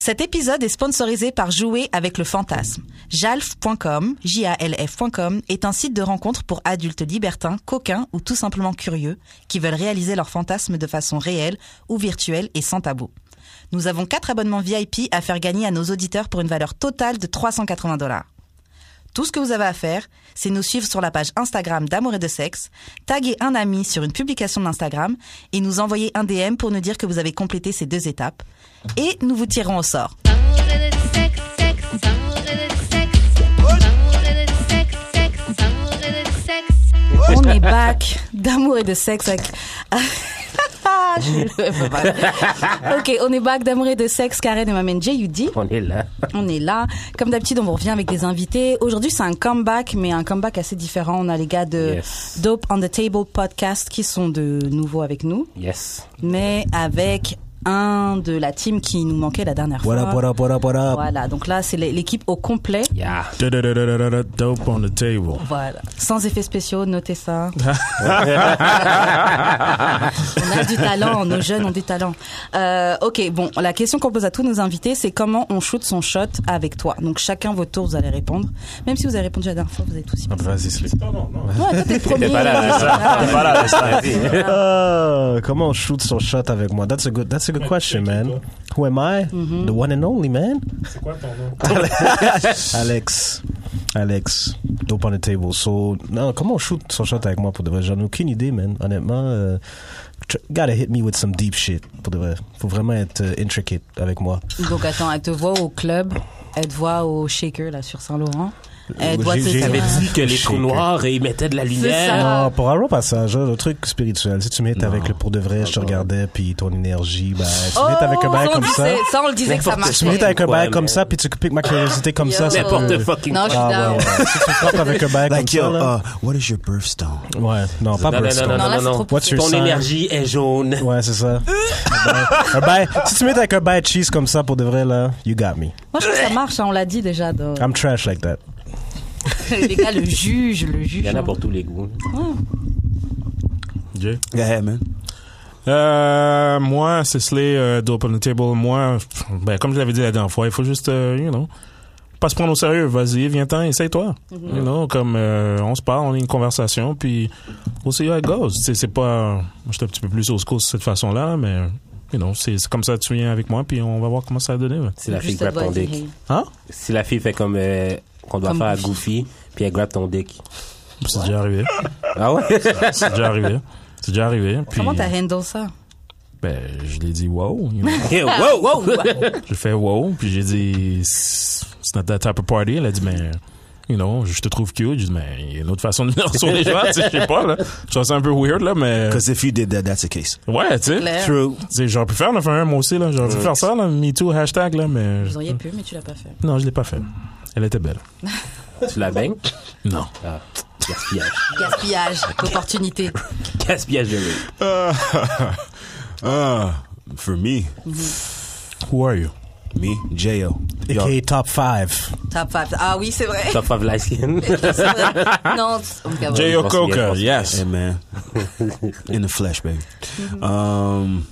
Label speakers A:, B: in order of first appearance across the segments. A: Cet épisode est sponsorisé par Jouer avec le fantasme. Jalf.com, J-A-L-F.com, est un site de rencontre pour adultes libertins, coquins ou tout simplement curieux qui veulent réaliser leurs fantasmes de façon réelle ou virtuelle et sans tabou. Nous avons quatre abonnements VIP à faire gagner à nos auditeurs pour une valeur totale de 380 dollars. Tout ce que vous avez à faire, c'est nous suivre sur la page Instagram d'Amour et de Sexe, taguer un ami sur une publication d'Instagram et nous envoyer un DM pour nous dire que vous avez complété ces deux étapes. Et nous vous tirerons au sort. On est back d'amour et de sexe avec... Je- ok, on est back d'amour et de sexe. Karen et ma main J.U.D.
B: On est là.
A: On est là. Comme d'habitude, on vous revient avec des invités. Aujourd'hui, c'est un comeback, mais un comeback assez différent. On a les gars de
B: Yes.
A: Dope on the Table podcast qui sont de nouveau avec nous,
B: Yes.
A: mais avec un de la team qui nous manquait la dernière
C: What up,
A: fois.
C: what up, what up, what up?
A: Voilà, donc là, c'est l'é- l'équipe au complet.
B: Yeah.
D: Da-da-da-da-da-da, dope on the table.
A: Voilà. Sans effets spéciaux, notez ça. on a du talent, nos jeunes ont du talent. Euh, ok, bon, la question qu'on pose à tous nos invités, c'est comment on shoot son shot avec toi. Donc chacun votre tour, vous allez répondre. Même si vous avez répondu la dernière fois, vous êtes aussi.
C: Ah
D: Vas-y, Slip.
C: bah.
A: Ouais, toi, t'es le premier.
C: Uh, comment on shoot son shot avec moi? That's a good, that's a good question, man. Who am I? The one and only, man. Alex. Alex. Dope on the table. So, non, comment on shoot son shot avec moi pour de vrai? J'en ai aucune idée, man. Honnêtement, euh, tr- gotta hit me with some deep shit pour de vrai. Faut vraiment être euh, intricate avec moi.
A: Donc attends, elle te voit au club, elle te voit au shaker là sur Saint-Laurent. Elle te voit
C: J'ai-
A: c'est
C: j'ai-
A: ça.
B: T'avais dit que les
C: Shaker.
B: trous noirs et ils mettaient de la
A: ça.
B: lumière.
C: Non, probablement pas ça. Genre, le truc spirituel. Si tu m'étais avec le pour de vrai, je te regardais, puis ton énergie, bah, si tu
A: Oh,
C: m'étais avec un bail
A: on
C: comme ça.
A: disait- ça, on le disait que ça
B: N'importe
C: Si tu
A: marchait.
C: m'étais avec un
B: Ouais,
C: bail comme
B: mais-
C: ça, puis tu piques ma curiosité comme ça, ça
B: N'importe
C: peut-
B: fucking
A: Non, je suis
C: Ah,
A: down.
C: ouais, ouais. Si tu frappes avec un bail comme
E: Like,
C: ça,
E: yo,
C: là.
E: uh, what is your birthstone?
C: Ouais, non, pas
B: Non, non, non,
C: Bristol.
B: non,
A: Non, là,
B: non,
A: c'est
B: non.
A: trop poussé.
C: What's
B: Ton
C: your sign?
B: énergie est jaune.
C: Ouais, c'est ça. Un bail- un bail- si tu m'étais avec un bail de cheese comme ça, pour de vrai, là, you got me.
A: Moi je trouve que ça marche, hein, on l'a dit déjà. dans-
C: I'm trash like that.
A: Les gars le juge, le juge.
B: Il y en a
A: hein.
B: pour tous les goûts.
D: Jay?
E: Go ahead, man.
D: Euh, moi, Cicely, euh, dope on the table. Moi, pff, ben, comme je l'avais dit la dernière fois, il faut juste, euh, you know, pas se prendre au sérieux. Vas-y, viens-t'en, essaye-toi. You know, comme euh, on se parle, on a une conversation, puis we'll see how it goes. C'est- C'est pas. Moi, j'étais un petit peu plus au secours de cette façon-là, mais, you know, c'est c'est comme ça que tu viens avec moi, puis on va voir comment ça va donner. ouais.
B: Si la fille
A: Juste, elle
B: grappe
A: doit
B: ton
A: être
B: dick.
A: gay.
D: Hein?
B: Si la fille fait comme euh, qu'on doit
A: Comme
B: faire à
A: Goofy.
B: Goofy, puis elle grappe ton dick.
D: C'est déjà arrivé.
B: Ah ouais?
D: C'est déjà arrivé. C'est déjà arrivé. Puis,
A: Comment
B: euh,
A: t'as handle ça
D: ben, je l'ai dit wow. you know.
B: Yeah, wow, wow!
D: J'ai fait wow, puis j'ai dit, c'est not that type of party. Elle a dit, mais, you know, je te trouve cute. J'ai dit, mais il y a une autre façon de venir sur les gens, tu sais, je sais pas, là. Je trouve ça un peu weird, là, mais.
E: Because if you did that, that's the case.
D: Ouais, tu sais.
A: Claire.
E: True.
D: Tu sais, J'aurais pu faire le un moi aussi, là. J'aurais pu faire ça, là, MeToo hashtag, là, mais.
A: Vous auriez pu, mais tu l'as pas fait.
D: Non, je l'ai pas fait. Elle était belle.
B: tu la baignes?
D: Non.
B: Ah, gaspillage.
A: Gaspillage, opportunité.
B: Gaspillage de l'eau.
E: Uh, for me,
D: Who are you?
E: me, J.O.
C: AKA top 5.
A: Top five. Ah oui, c'est vrai.
B: Top of light skin.
A: C'est vrai. Non, oh on me cavale.
D: J.O. Coker,
B: Yes.
D: yes.
E: Hey, man. In the flesh, baby. Um,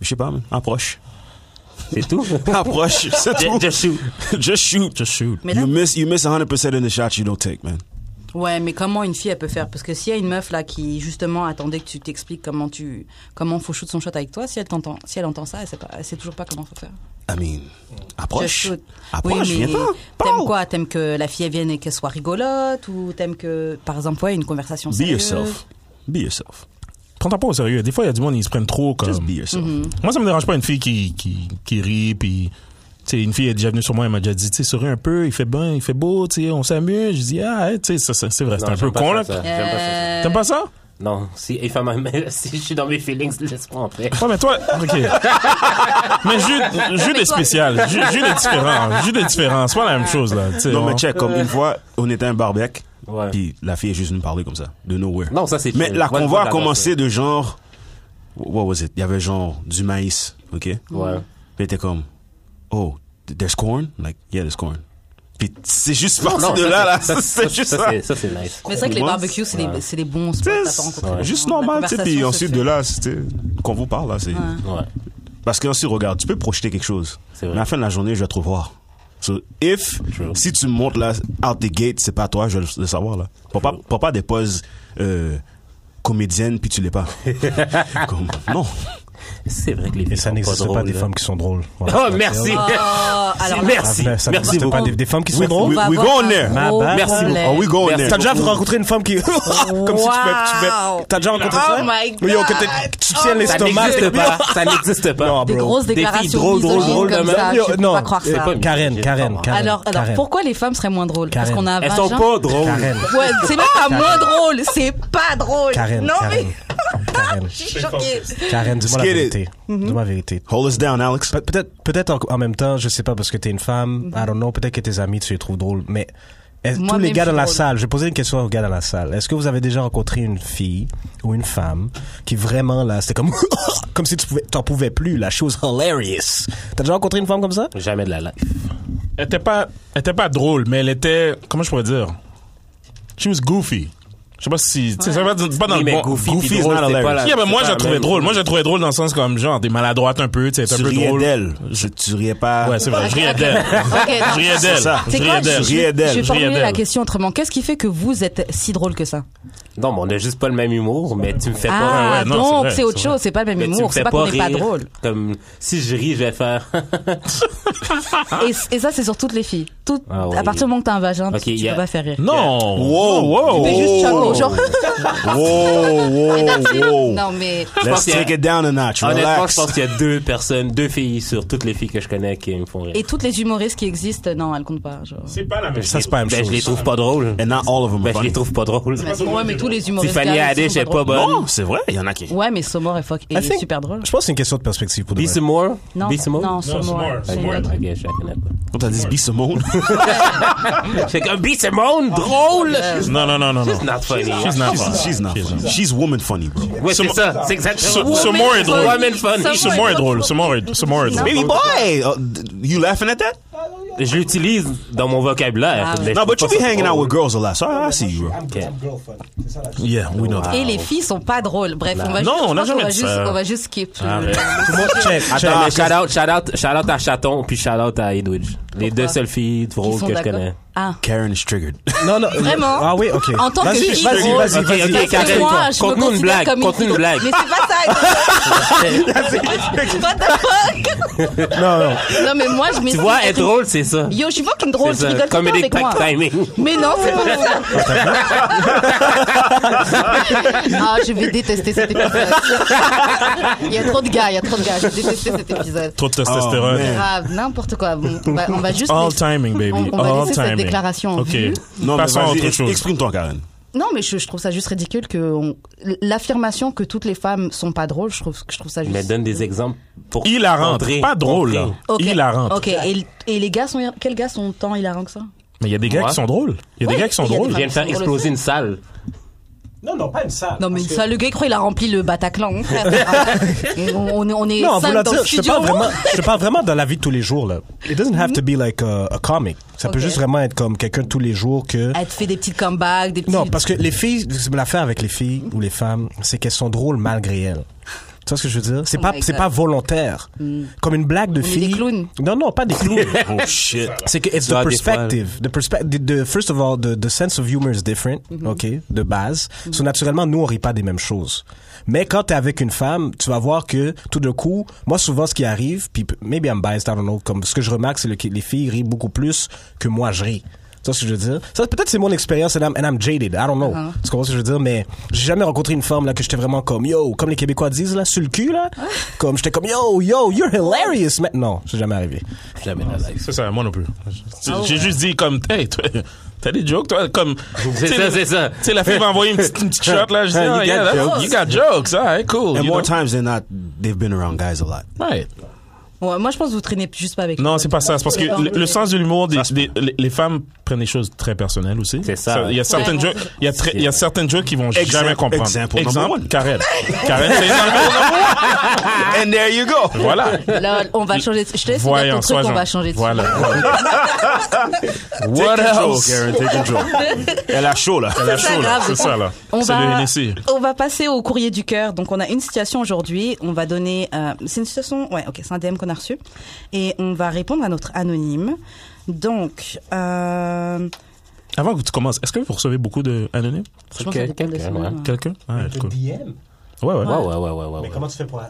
E: je sais pas, man. Approche.
B: C'est tout?
E: Approche. C'est tout.
B: Just- Just shoot.
D: Just shoot. Just shoot.
A: Mais là-
E: You miss, you miss 100% in the shots you don't take, man.
A: Ouais, mais comment une fille elle peut faire Parce que s'il y a une meuf là qui justement attendait que tu t'expliques comment tu comment faut shoot son shot avec toi, si elle t'entend, si elle entend ça, elle sait pas, elle sait toujours pas comment faut faire.
E: I mean,
A: Just
E: approche.
A: shoot.
B: Ah,
E: Approche,
A: oui, mais
E: viens-t'en.
A: t'aimes
E: Pow.
A: quoi T'aimes que la fille elle vienne et qu'elle soit rigolote ou t'aimes que par exemple ouais une conversation
E: Be
A: sérieuse
E: yourself. Be yourself.
D: Prends-toi pas au sérieux. Des fois, il y a du monde, ils se prennent trop, comme.
E: Just be yourself.
D: Moi, ça me dérange pas une fille qui, qui, qui rit, puis. tu sais, une fille est déjà venue sur moi, elle m'a déjà dit, tu sais, souris un peu, il fait bon, il fait beau, tu sais, on s'amuse. Je dis, ah, hey, tu sais, ça, ça, c'est vrai, c'est
B: Non,
D: un peu
B: j'aime pas
D: con,
B: ça,
D: là.
A: Euh,
B: ça. J'aime pas ça, ça.
D: T'aimes pas ça?
B: Non, si, if I'm- si je suis dans mes feelings, laisse-moi en paix.
D: Ouais, mais toi, ok. mais Jude, Jude est spécial. Ju- Jude, est différent. Jude est différent. C'est pas la même chose, là. tu sais,
E: Non, mais
D: on-
E: check, comme une fois, on était à un barbecue,
B: Ouais.
E: puis la fille est juste nous parler comme ça, de nowhere.
B: Non, ça, c'est
E: Mais
B: chill.
E: la
B: Moi, je
E: convoi
B: vois
E: a
B: la
E: commencé de genre. What was it? Il y avait genre du maïs, OK? Puis
B: Ouais.
E: elle était comme, oh, there's corn? Like, yeah, there's corn. Puis c'est juste parti
B: Non,
E: de
B: ça,
E: là, là.
B: ça, ça,
E: C'est juste
B: ça.
E: ça.
B: c'est- Ça, c'est nice.
A: Mais c'est vrai que les
E: Ouais.
A: barbecues c'est des
B: Ouais.
A: c'est des bons spots.
E: C'est
A: t'as pas rencontré
E: c'est
A: des
E: juste
A: gens. La
E: normal, tu sais. Puis
A: conversation se
E: ensuite
A: fait.
E: de là, c'était qu'on vous parle, là, c'est.
B: Ouais.
E: Parce que si regarde, tu peux projeter quelque chose.
B: C'est
E: Mais
B: vrai.
E: à la fin de la journée, je vais te revoir. So, if, si tu montes là, out the gate, c'est pas toi, je vais le savoir là. Prends pas, prends pas des poses euh, comédiennes puis tu l'es pas. Comme, non.
B: C'est vrai que les filles
C: Et ça
B: sont
C: n'existe pas,
B: drôles,
C: des
B: là.
C: femmes qui sont drôles. Voilà,
B: Oh,
C: c'est-
B: merci.
A: Oh, alors là,
B: merci.
C: Ah,
B: merci
C: ça n'existe pas
B: beaucoup.
C: des, des femmes qui sont
E: We,
C: drôles.
E: we,
A: va
E: we
A: avoir
E: going
A: un
E: there.
C: Ma
A: gros
C: bad. Merci
A: problème.
E: Are we going
B: Merci.
E: there?
C: T'as déjà rencontré une femme qui. Comme si tu fais. tu fais-
A: Wow.
C: T'as déjà rencontré
A: Oh
C: ça?
A: my
C: Oui, yo, que
A: God.
C: t'es- tu tiens
A: Oh
B: Ça
C: l'estomac.
B: n'existe
C: t'es-
B: pas. Ça n'existe pas.
C: Non,
B: Non,
A: Des
C: bro.
A: grosses
B: Des filles
A: déclarations
B: drôles, drôles,
A: misogynes
B: drôles,
A: comme
B: de
A: ça,
B: même.
A: je
C: Yo,
A: peux
C: non,
A: pas croire
C: c'est
A: ça.
B: pas-
C: Karen, Karen, Karen.
A: alors, alors
C: Karen.
A: pourquoi les femmes seraient moins drôles Parce
C: Karen.
A: qu'on a un
B: Elles sont
A: vagin
B: pas drôles.
C: Karen.
A: Ouais, c'est même pas moins drôle, c'est pas drôle.
C: Karen.
A: non
C: Karen.
A: mais
C: Karen.
A: je suis choquée.
C: Karen, dis-moi la
E: Let's get it.
C: vérité. Dis-moi la vérité.
E: Hold us down, Alex.
C: Pe- Peut-être, peut-être en, en même temps, je sais pas parce que t'es une femme.
A: Mm-hmm.
C: I don't know. Peut-être que tes amis tu les trouves drôles, mais est- tous
A: Moi-même,
C: les gars
A: je
C: dans la
A: suis drôle.
C: salle, je vais poser une question aux gars dans la salle. Est-ce que vous avez déjà rencontré une fille ou une femme qui vraiment là, c'était comme comme si tu pouvais, t'en pouvais plus, la chose hilarious. T'as déjà rencontré une femme comme ça
B: Jamais de la life.
D: Elle était pas, elle était pas drôle, mais elle était, comment je pourrais dire? She was goofy. Je sais pas si, tu sais, ça va être pas dans
B: Oui,
D: le
B: mais
D: bon.
B: Goofy,
E: Goofy
B: puis
E: is
B: drôle,
E: not
B: c'est
E: hilarious.
B: pas la-
D: Yeah, ben
B: c'est
D: moi,
B: pas
D: je
B: la
D: la trouvais
B: même-
D: drôle. Moi, je la trouvais drôle dans le sens comme, genre, t'es maladroite un peu, tu sais, t'es
E: Tu
D: un peu
E: riais
D: drôle.
E: d'elle. Je- Tu riais pas.
D: Ouais, c'est vrai, je riais d'elle.
A: Ok, non.
D: Je riais
E: Ah. C'est ça.
A: C'est
D: d'elle. Je
A: quoi
D: riais
A: Je
D: d'elle.
E: Je riais d'elle.
A: je vais
D: Je riais
A: formuler la
D: d'elle.
A: question autrement. Qu'est-ce qui fait que vous êtes si drôle que ça
B: Non, mais on a juste pas le même humour, mais tu me fais pas.
A: Ah,
D: ouais, non, c'est
A: donc
D: vrai,
A: c'est autre
D: c'est vrai.
A: chose, c'est pas le
B: mais
A: même
B: tu me
A: humour,
B: fais
A: c'est pas qu'on n'est pas
B: rire.
A: drôle.
B: Comme si je ris, je vais faire.
A: Et, c- et ça, c'est sur toutes les filles. Toutes,
B: Ah oui.
A: À partir du moment que t'as un vagin,
B: Ok,
A: tu, tu
B: y a-
A: peux pas faire rire.
D: Non!
E: Wow, wow.
A: Fais juste chapeau, genre.
E: Wow, wow, wow.
A: Non, mais.
E: Let's
B: qu'il y a-
E: take it down a notch.
B: Honnêtement, je
E: Relax.
B: pense qu'il y a deux personnes, deux filles sur toutes les filles que je connais qui me font rire.
A: Et toutes les humoristes qui existent, non, elles comptent pas. Genre.
D: C'est pas la même
C: Ça c'est pas la même
B: Ben,
C: chose.
B: je les trouve pas drôles.
E: And not all of them.
B: Ben, je
E: are
B: les
E: funny.
B: trouve pas drôles.
A: Ouais, mais tous les humoristes. qui
B: Tiffany
A: arrivent, ils
B: Haddish
A: sont
B: est pas Ah,
A: drôles.
B: bonne.
E: Non, c'est vrai, il y en a qui.
A: Ouais, mais Somor est fuck.
C: I
A: est
C: think-
A: super drôle.
C: Je pense que c'est une question de perspective pour de
B: Be
C: vrai.
B: some more?
A: Non,
B: Be some more?
A: non,
D: Somor,
A: Somor.
B: Ok,
A: Somor est drôle.
B: ok, je la connais pas.
E: Quand t'as dit ce monde.
B: C'est comme Be some more, drôle!
D: Non, non, non, non, non.
B: She's not funny.
D: She's not funny.
E: She's not.
D: She's
E: funny. She's woman funny, bro.
B: Ouais, c'est
D: Some-
B: ça, c'est exactement
D: Some-
B: ça.
D: Some more est drôle.
B: Woman funny.
D: Ce mot est drôle. Ce mot est ce mot est drôle.
E: Baby boy, uh, d- you laughing at that?
B: Je l'utilise dans mon vocabulaire.
A: Ah, oui.
B: mais je
E: No,
B: trouve
E: but you
B: pas
E: be
B: ça
E: hanging out
B: drôle.
E: with girls a lot, so I I see you, bro.
B: Okay.
D: Yeah, we
B: Ah.
D: know that.
A: Et les filles sont pas drôles. Bref, on va juste-
D: Non, on
A: je pense
D: n'a
A: qu'on
D: jamais
A: va
D: dit
A: juste.
D: ça.
A: On va juste skip.
B: Ah,
D: Arrête.
C: Tout le monde- check, check.
B: Attends, mais shout out, shout out, shout out à Chaton puis shout out à Edwidge. Les deux seules filles
A: Ils
B: drôles
A: sont
B: que je
A: d'accord.
B: connais.
A: Ah.
E: Karen is triggered.
C: Non, non.
A: Vraiment
C: Ah oui, ok.
A: En tant que
C: Vas-y,
A: fille
C: vas-y,
A: drôle.
C: vas-y,
B: Ok,
C: vas-y.
B: ok,
A: Parce que
B: Karen,
A: moi,
B: toi,
A: je me
B: conte-nous une
A: considère
B: blague,
A: comme
B: conte-nous une
A: fille.
B: blague.
A: Mais c'est pas ça. What the fuck?
C: Non, non.
A: Non, mais moi, je
B: Tu
A: m'estime
B: vois,
A: être
B: être drôle, c'est ça.
A: Yo, je suis fucking drôle, tu
B: C'est
A: rigoles
B: ça.
A: tout le temps
B: Comedic
A: avec moi.
B: pack timing.
A: Mais non, c'est pas ça. ah, je vais détester cet épisode. il y a trop de gars, il y a trop de gars. Je vais détester cet épisode.
D: Trop de testostérone.
E: man.
A: Grave, n'importe quoi. Bon, on, va, on va juste.
D: All
A: laisser-
D: timing, baby.
A: On, on va
D: All
A: laisser
D: timing.
A: cette déclaration. en
D: OK.
A: vie.
E: Non, mais
D: Passons à
E: vas-y,
D: autre
E: ex-
D: chose.
E: exprime-toi, Karen.
B: Oh,
A: Non, mais je, je trouve ça juste ridicule que on- l'affirmation que toutes les femmes sont pas drôles, je trouve, je trouve ça juste.
B: Mais donne des exemples pour.
D: Il la rentre.
B: contrer,
D: Pas drôle,
B: contrer.
D: là.
A: Ok.
D: Il la rentre.
A: Ok, et, et les gars sont. Quels gars sont tant hilarants que ça
D: Mais il y a des gars
B: Moi?
D: qui sont drôles. Il y a
A: Ouais,
D: des gars qui sont
A: il y a des
B: Je
D: drôles.
B: viens de faire exploser une salle.
C: Non, non, pas une salle.
A: Non, mais ça, le gars, il croit il a rempli le Bataclan, mon frère. on, on est- on est
C: Non,
A: cinq dans
C: volatile,
A: le
C: je te
A: studio.
C: parle vraiment, je te parle vraiment dans la vie de tous les jours là. It doesn't have to be like a, a comic. Ça peut
A: Ok.
C: juste vraiment être comme quelqu'un de tous les jours que.
A: Elle te fait des petites comebacks, des petits.
C: Non, parce que les filles, c'est- l'affaire avec les filles ou les femmes, c'est qu'elles sont drôles malgré elles. Tu vois ce que je veux dire? C'est
A: Oh
C: pas,
A: my
C: c'est
A: God.
C: pas volontaire. Comme une blague de
A: Mm. est
C: fille.
A: des clowns.
C: Non, non, pas des clowns.
E: Oh, shit.
C: C'est que it's
B: Ah, des
C: the perspective. The perspe- the, the- first of all, the, the sense of humor is different, OK, de base. So, naturellement, nous, on rit pas des mêmes choses. Mais quand t'es avec une femme, tu vas voir que, tout d'un coup, moi, souvent, ce qui arrive, puis p- maybe I'm biased, I don't know, comme ce que je remarque, c'est que les filles rient beaucoup plus que moi, je ris. Tu vois ce que je veux dire? Ça, peut-être c'est mon expérience and I'm, and I'm jaded. I don't know. Tu comprends ce que je veux dire? Mais j'ai jamais rencontré une femme là que j'étais vraiment comme yo, comme les Québécois disent là, sur le cul là. Comme j'étais comme yo, yo, you're hilarious. Mais non, c'est jamais arrivé.
B: Jamais de la life.
D: C'est ça, moi non plus. J'ai j'ai juste dit comme, hey, toi, t'as des jokes, toi, comme.
B: C'est
D: Tu sais,
B: ça, c'est ça.
D: Tu sais, la fille m'a envoyé une petite, une petite shot, là. Je dis,
B: You
D: oh,
B: got
D: yeah, that's-
B: jokes.
D: you got jokes. All right, cool.
E: And
D: you
E: more
D: know?
E: times than not, they've been around guys a lot.
D: Right.
A: Ouais, moi, je pense que vous traînez juste pas avec
D: Non,
A: les
D: c'est
A: hommes.
D: pas ça. C'est parce que le, le sens de l'humour des,
E: Ça se peut.
D: des- les- les femmes prennent les choses très personnelles aussi.
B: C'est ça.
D: Il y a certaines
A: Ouais.
D: jokes, il y a très- il y a certaines jokes qui vont
E: Exemple-
D: jamais comprendre.
E: exemple number one.
D: Karen. Karen, c'est
B: Ah.
E: And there you go.
D: voilà.
A: Là, on va changer. de- Je te laisse dire ton
D: Voyons,
A: truc,
D: sois
A: on
D: gentil.
A: va changer de sujet.
D: Voilà.
E: Take
B: What
E: control,
B: else?
E: Karen, take control. Elle a chaud, là.
D: Elle a chaud, là.
A: grave.
D: C'est ça, là.
A: On
D: C'est le
A: va,
D: Hennessy.
A: on va passer au courrier du cœur. Donc, on a une situation aujourd'hui. On va donner. euh, c'est une situation. Ouais, ok, c'est un DM qu'on a reçu. Et on va répondre à notre anonyme. Donc, euh,
D: Avant que tu commences, est-ce que vous recevez beaucoup de anonymes?
A: franchement,
B: Ok,
A: ça dépend
B: quelqu'un,
A: des semaines,
B: ouais.
A: hein.
D: Quelqu'un? Ah, cool.
C: DM
D: Ouais,
B: Ouais,
D: ouais.
B: ouais, ouais, ouais, ouais.
C: Mais comment tu fais pour euh,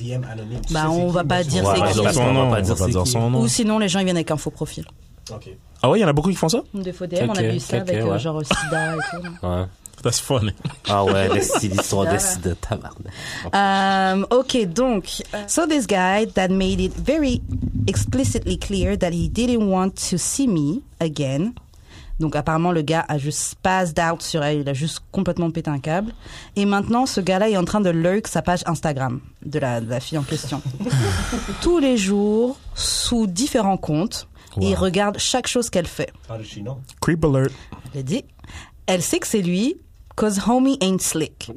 C: DM anonyme Tu
A: Bah,
C: sais
A: on
C: c'est
A: va
C: qui,
A: pas
C: mais tu
A: dire
C: vois
B: c'est
C: pas
B: qui.
D: On va
C: son
D: son
C: nom.
D: nom, on va
B: dire
D: pas
B: c'est
D: dire
B: qui.
D: son nom.
A: Ou sinon, les gens ils viennent avec un faux profil.
C: Ok.
D: Ah ouais, il y en a beaucoup qui font ça?
A: De faux DM, on a
B: Quelqu'un,
A: vu ça avec
B: quelqu'un,
A: euh,
B: ouais.
A: genre le sida et tout.
B: Ouais.
D: That's funny.
B: Ah ouais, les styles,
A: Ah
B: l'histoire de de tabarnak.
A: Um, okay, donc. So this guy that made it very explicitly clear that he didn't want to see me again. Donc apparemment le gars a juste passed out sur elle, il a juste complètement pété un câble. Et maintenant ce gars-là est en train de lurk sa page Instagram de la, de la fille en question. Tous les jours, sous différents comptes, et il regarde chaque chose qu'elle fait.
C: How does she know?
D: Creep alert.
A: Elle dit, elle sait que c'est lui, cause homie ain't slick.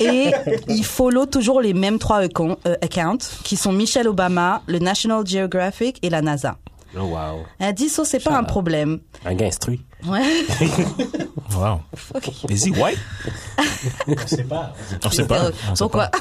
A: Et il follow toujours les mêmes trois acon- euh, accounts, qui sont Michelle Obama, le National Geographic et la NASA.
B: Oh wow.
A: Elle dit, ça, c'est pas un problème.
B: Un gars instruit.
A: Ouais.
D: Wow.
E: Is he white?
C: On sait pas.
D: On sait pas. On sait
A: Pourquoi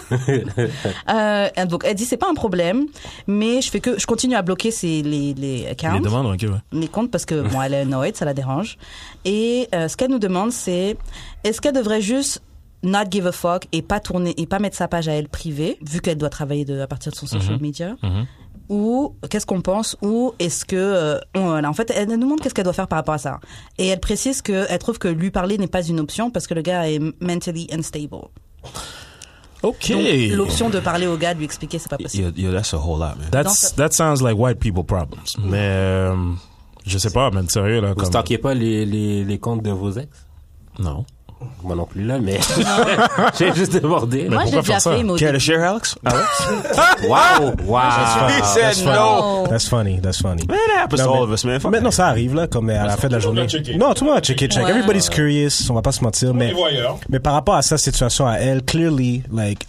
A: Euh, Donc, elle dit, c'est pas un problème, mais je fais que, je continue à bloquer ces, les, les
D: pas.
A: accounts.
D: Les demandes, ok, ouais.
A: les comptes parce que bon, elle est annoyed, ça la dérange. Et euh, ce qu'elle nous demande, c'est est-ce qu'elle devrait juste not give a fuck et pas tourner et pas mettre sa page à elle privée vu qu'elle doit travailler de, à partir de son social media ou qu'est-ce qu'on pense ou est-ce que euh, on- voilà, en fait elle nous demande qu'est-ce qu'elle doit faire par rapport à ça et elle précise que elle trouve que lui parler n'est pas une option parce que le gars est mentally unstable
D: Ok.
A: donc l'option de parler au gars de lui expliquer c'est pas possible
E: Yeah, yeah, that's a whole lot, man.
D: That's,
B: euh,
D: that sounds like white people problems.
B: Mm.
D: Mais euh, je sais pas, man, sérieux là.
B: Vous
D: Comme...
B: stalkiez pas les, les, les comptes de vos ex?
D: Non.
B: Moi non plus, là, mais j'ai juste demandé.
A: moi je l'ai
D: pourquoi
A: déjà
D: faire ça
A: fait mais au
E: Care to share, Alex?
B: Wow! Wow!
E: He said
A: début,
E: no.
A: non.
C: That's funny, that's funny.
E: It happens to
C: Non, mais-
E: all of us, man. Fuck
C: Maintenant,
E: that.
C: ça arrive, là, comme à la fin de la
D: tout le
C: journée.
D: monde a checké.
C: Non, tout le monde a checké, check.
A: Ouais.
C: Everybody's curious, on va pas se mentir, mais,
D: voyeurs.
C: mais par rapport à sa situation à elle, clearly, like,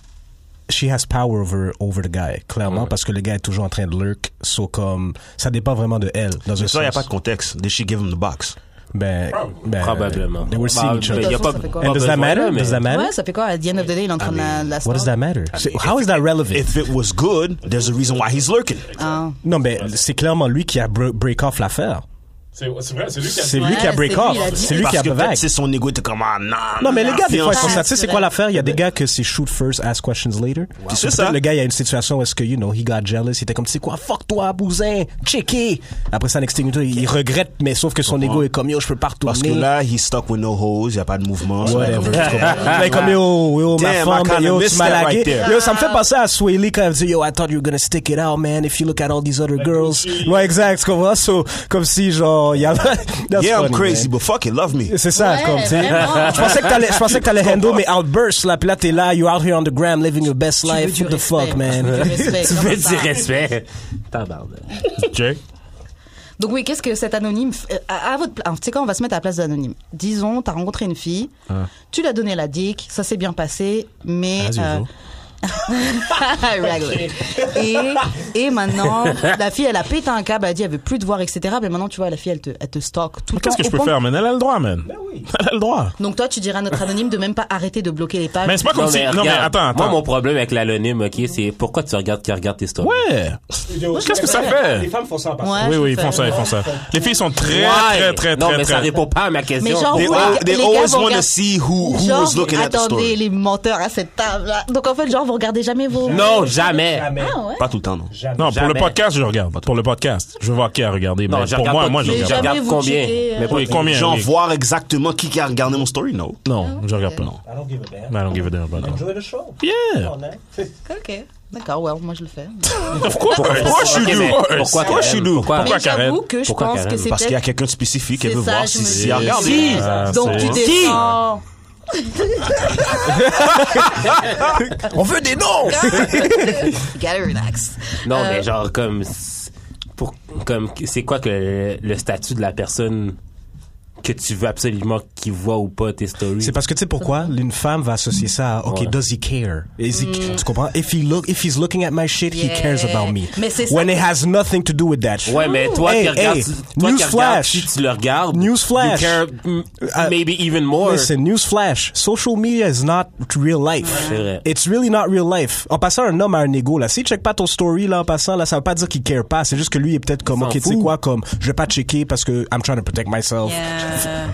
C: she has power over, over the guy, clairement, parce que le gars est toujours en train de lurk, so comme, ça dépend vraiment de elle, dans un
E: Mais ça, il n'y a
C: sens.
E: pas de contexte. Did she give him the box?
C: Ben, ben,
B: Probablement.
C: They were seeing each
B: Bah,
C: other.
B: ben, y a pas-
A: Ça fait quoi?
B: pas
C: And does
B: besoin,
C: that matter?
B: mais-
C: Does that matter?
A: ouais ça fait quoi à the end of the day il est en train de la, la
C: What does
A: stalk.
C: that matter?
B: Ah,
C: C'est- How is that relevant?
E: If it was good, there's a reason why he's lurking.
A: Ah.
C: Non, mais c'est clairement lui qui a bre- break off l'affaire.
D: C'est vrai, c'est lui
C: C'est
A: Ouais,
C: lui qui a
A: c'est
C: break
A: lui,
C: off.
A: il a dit-
C: C'est lui
E: Parce
C: qui a
E: que
C: vague.
E: peut-être c'est son égo, t'es comme, ah, non.
C: Non, mais les gars, des fois, ils sont
A: Ouais,
C: ça. Tu sais,
A: c'est
C: c'est quoi
A: vrai.
C: l'affaire? Il y a des gars que c'est shoot first, ask questions later. Puis
E: C'est
C: peut-être
E: ça.
C: Le gars, il y a une situation où est-ce que, you know, he got jealous. Il était comme, tu sais quoi, fuck toi, bousin, checké. Après ça, next thing you know, il rejette, mais sauf que son ego est comme, yo, je peux pas
E: Parce que
C: retourner.
E: là, he's stuck with no hose, il n'y a pas de mouvement. so
C: Ouais,
E: like,
C: ouais.
E: tu comprends?
C: Là, il est comme yo, yo,
E: Damn, I
C: ma femme,
E: kinda
C: yo, tu
E: missed
C: m'as
E: that
C: lagué.
E: right there.
C: yo, ça me fait penser à Sway Lee quand elle dit yo, I thought you were gonna stick it out, man, if you look at all these other girls. Ouais, exact, tu comprends? So, comme si, genre, il y a. That's
E: Yeah, I'm
C: funny,
E: crazy,
C: man.
E: but fuck it, love me.
C: C'est ça,
A: Ouais,
C: comme, tu sais.
A: vraiment.
C: Je pensais que t'allais, je pensais que t'allais handle, mais outburst, là, puis là, t'es là, you're out here on the gram, living your best
A: veux
C: life,
A: du
C: what the fuck,
A: respect.
C: man.
A: Tu veux du respect, comment
C: Tu veux
A: ça?
B: C'est
C: du-
B: respect. Tabarnak.
D: Jake.
A: Donc oui, qu'est-ce que cet anonyme f- euh, à, à votre pla- alors, tu sais quoi, on va se mettre à la place d'anonyme. Disons, t'as rencontré une fille,
D: Ah.
A: tu l'as donné la dick, ça s'est bien passé, mais
D: As
A: euh,
D: usual.
A: regular. et et maintenant la fille elle a pété un câble, elle a dit elle veut plus te voir etc. Mais maintenant tu vois la fille elle te elle te stalk tout le temps.
D: Qu'est-ce que je
A: au
D: peux
A: point-
D: faire, man? Elle a le droit, man. Elle a le droit.
A: Donc toi tu diras à notre anonyme de même pas arrêter de bloquer les pages.
D: Mais c'est pas comme
B: Non,
D: si.
B: mais,
D: Non, mais
B: regarde,
D: attends,
B: Moi, mon
D: attends.
B: problème avec l'anonyme, ok, c'est pourquoi tu regardes qui regarde tes stories?
D: Ouais. Qu'est-ce que ça fait?
C: femmes font ça en
A: Ouais,
D: Oui,
A: je
D: oui,
A: le
D: ils
A: fais.
D: font ça, ils font ça. Les filles sont très,
B: Ouais.
D: très, très,
B: Non,
D: très,
B: mais ça
D: très.
B: répond pas à ma question.
A: Mais genre,
E: They,
A: vous,
E: al-
A: les,
E: they
A: les gars,
E: always
A: vous
E: want to
A: regardez-
E: see who, who
A: Genre,
E: was
A: vous-
E: looking at the
A: attendez,
E: story.
A: les menteurs à cette table là. Donc en fait, genre, vous regardez jamais vos.
B: Non, jamais.
A: Ah ouais.
E: Pas tout le temps, non.
D: Non, pour
B: Jamais.
D: le podcast, je regarde. Pour le podcast. Je veux voir qui a regardé.
B: Non,
D: mais
B: je
D: pour
B: regarde
D: moi,
B: pas
D: moi, je
B: qui-
A: Mais
D: regarde.
A: jamais
B: regarde
A: vous
B: combien.
A: checkez, euh,
B: Mais pas
D: Oui, combien?
E: Genre,
D: oui.
E: voir exactement qui qui a regardé mon story, non.
D: Non, je regarde pas.
E: Non.
C: I don't give a damn.
D: I don't give a damn about that.
C: the show.
D: Yeah.
A: Ok. D'accord, ouais, moi je le fais.
D: Of course. Pourquoi je
B: Ok,
D: suis
B: mais
D: doux?
B: Pourquoi
D: Pourquoi je
B: Karen?
D: suis doux?
B: Pourquoi?
D: Pourquoi
A: Mais
D: Karen?
A: j'avoue que je
B: Pourquoi
A: pense
B: Karen
A: que c'est
E: Parce qu'il y a
A: peut-être
E: quelqu'un de spécifique qui
A: C'est
E: veut
A: ça,
E: voir
A: je
E: si
A: me
E: si
A: dis.
E: a regardé.
B: Si.
D: Ah,
A: Euh, Donc
D: c'est-
A: tu
B: Qui
A: descends.
C: On veut des noms!
A: Gotta relax.
B: Non,
A: Euh,
B: mais genre, comme. c'est- Pour, comme c'est quoi que le, le statut de la personne que tu veux absolument qu'il voit ou pas tes stories?
C: C'est parce que tu sais pourquoi une femme va associer ça à OK,
B: Ouais.
C: does he care? Is he,
B: Mm.
C: Tu comprends? If he look, if he's looking at my shit, he
A: Yeah.
C: cares about me.
A: Mais c'est ça
C: When
A: que-
C: it has nothing to do with that. shit.
B: Ouais, mais toi
C: Hey,
B: qui regardes,
C: hey,
B: tu- toi qui
C: newsflash.
B: regardes si tu le regardes,
C: Newsflash.
B: you care, mm,
C: Ah,
B: maybe even more.
C: Listen, newsflash, social media is not real life.
B: C'est vrai.
C: It's really not real life. En passant, un homme a un ego, là. S'il check pas ton story, là, en passant, là, ça veut pas dire qu'il care pas. C'est juste que lui, il est peut-être comme,
B: S'en
C: OK, tu sais
B: fout.
C: quoi, comme, je vais pas checker parce que I'm trying to protect myself.
A: Yeah.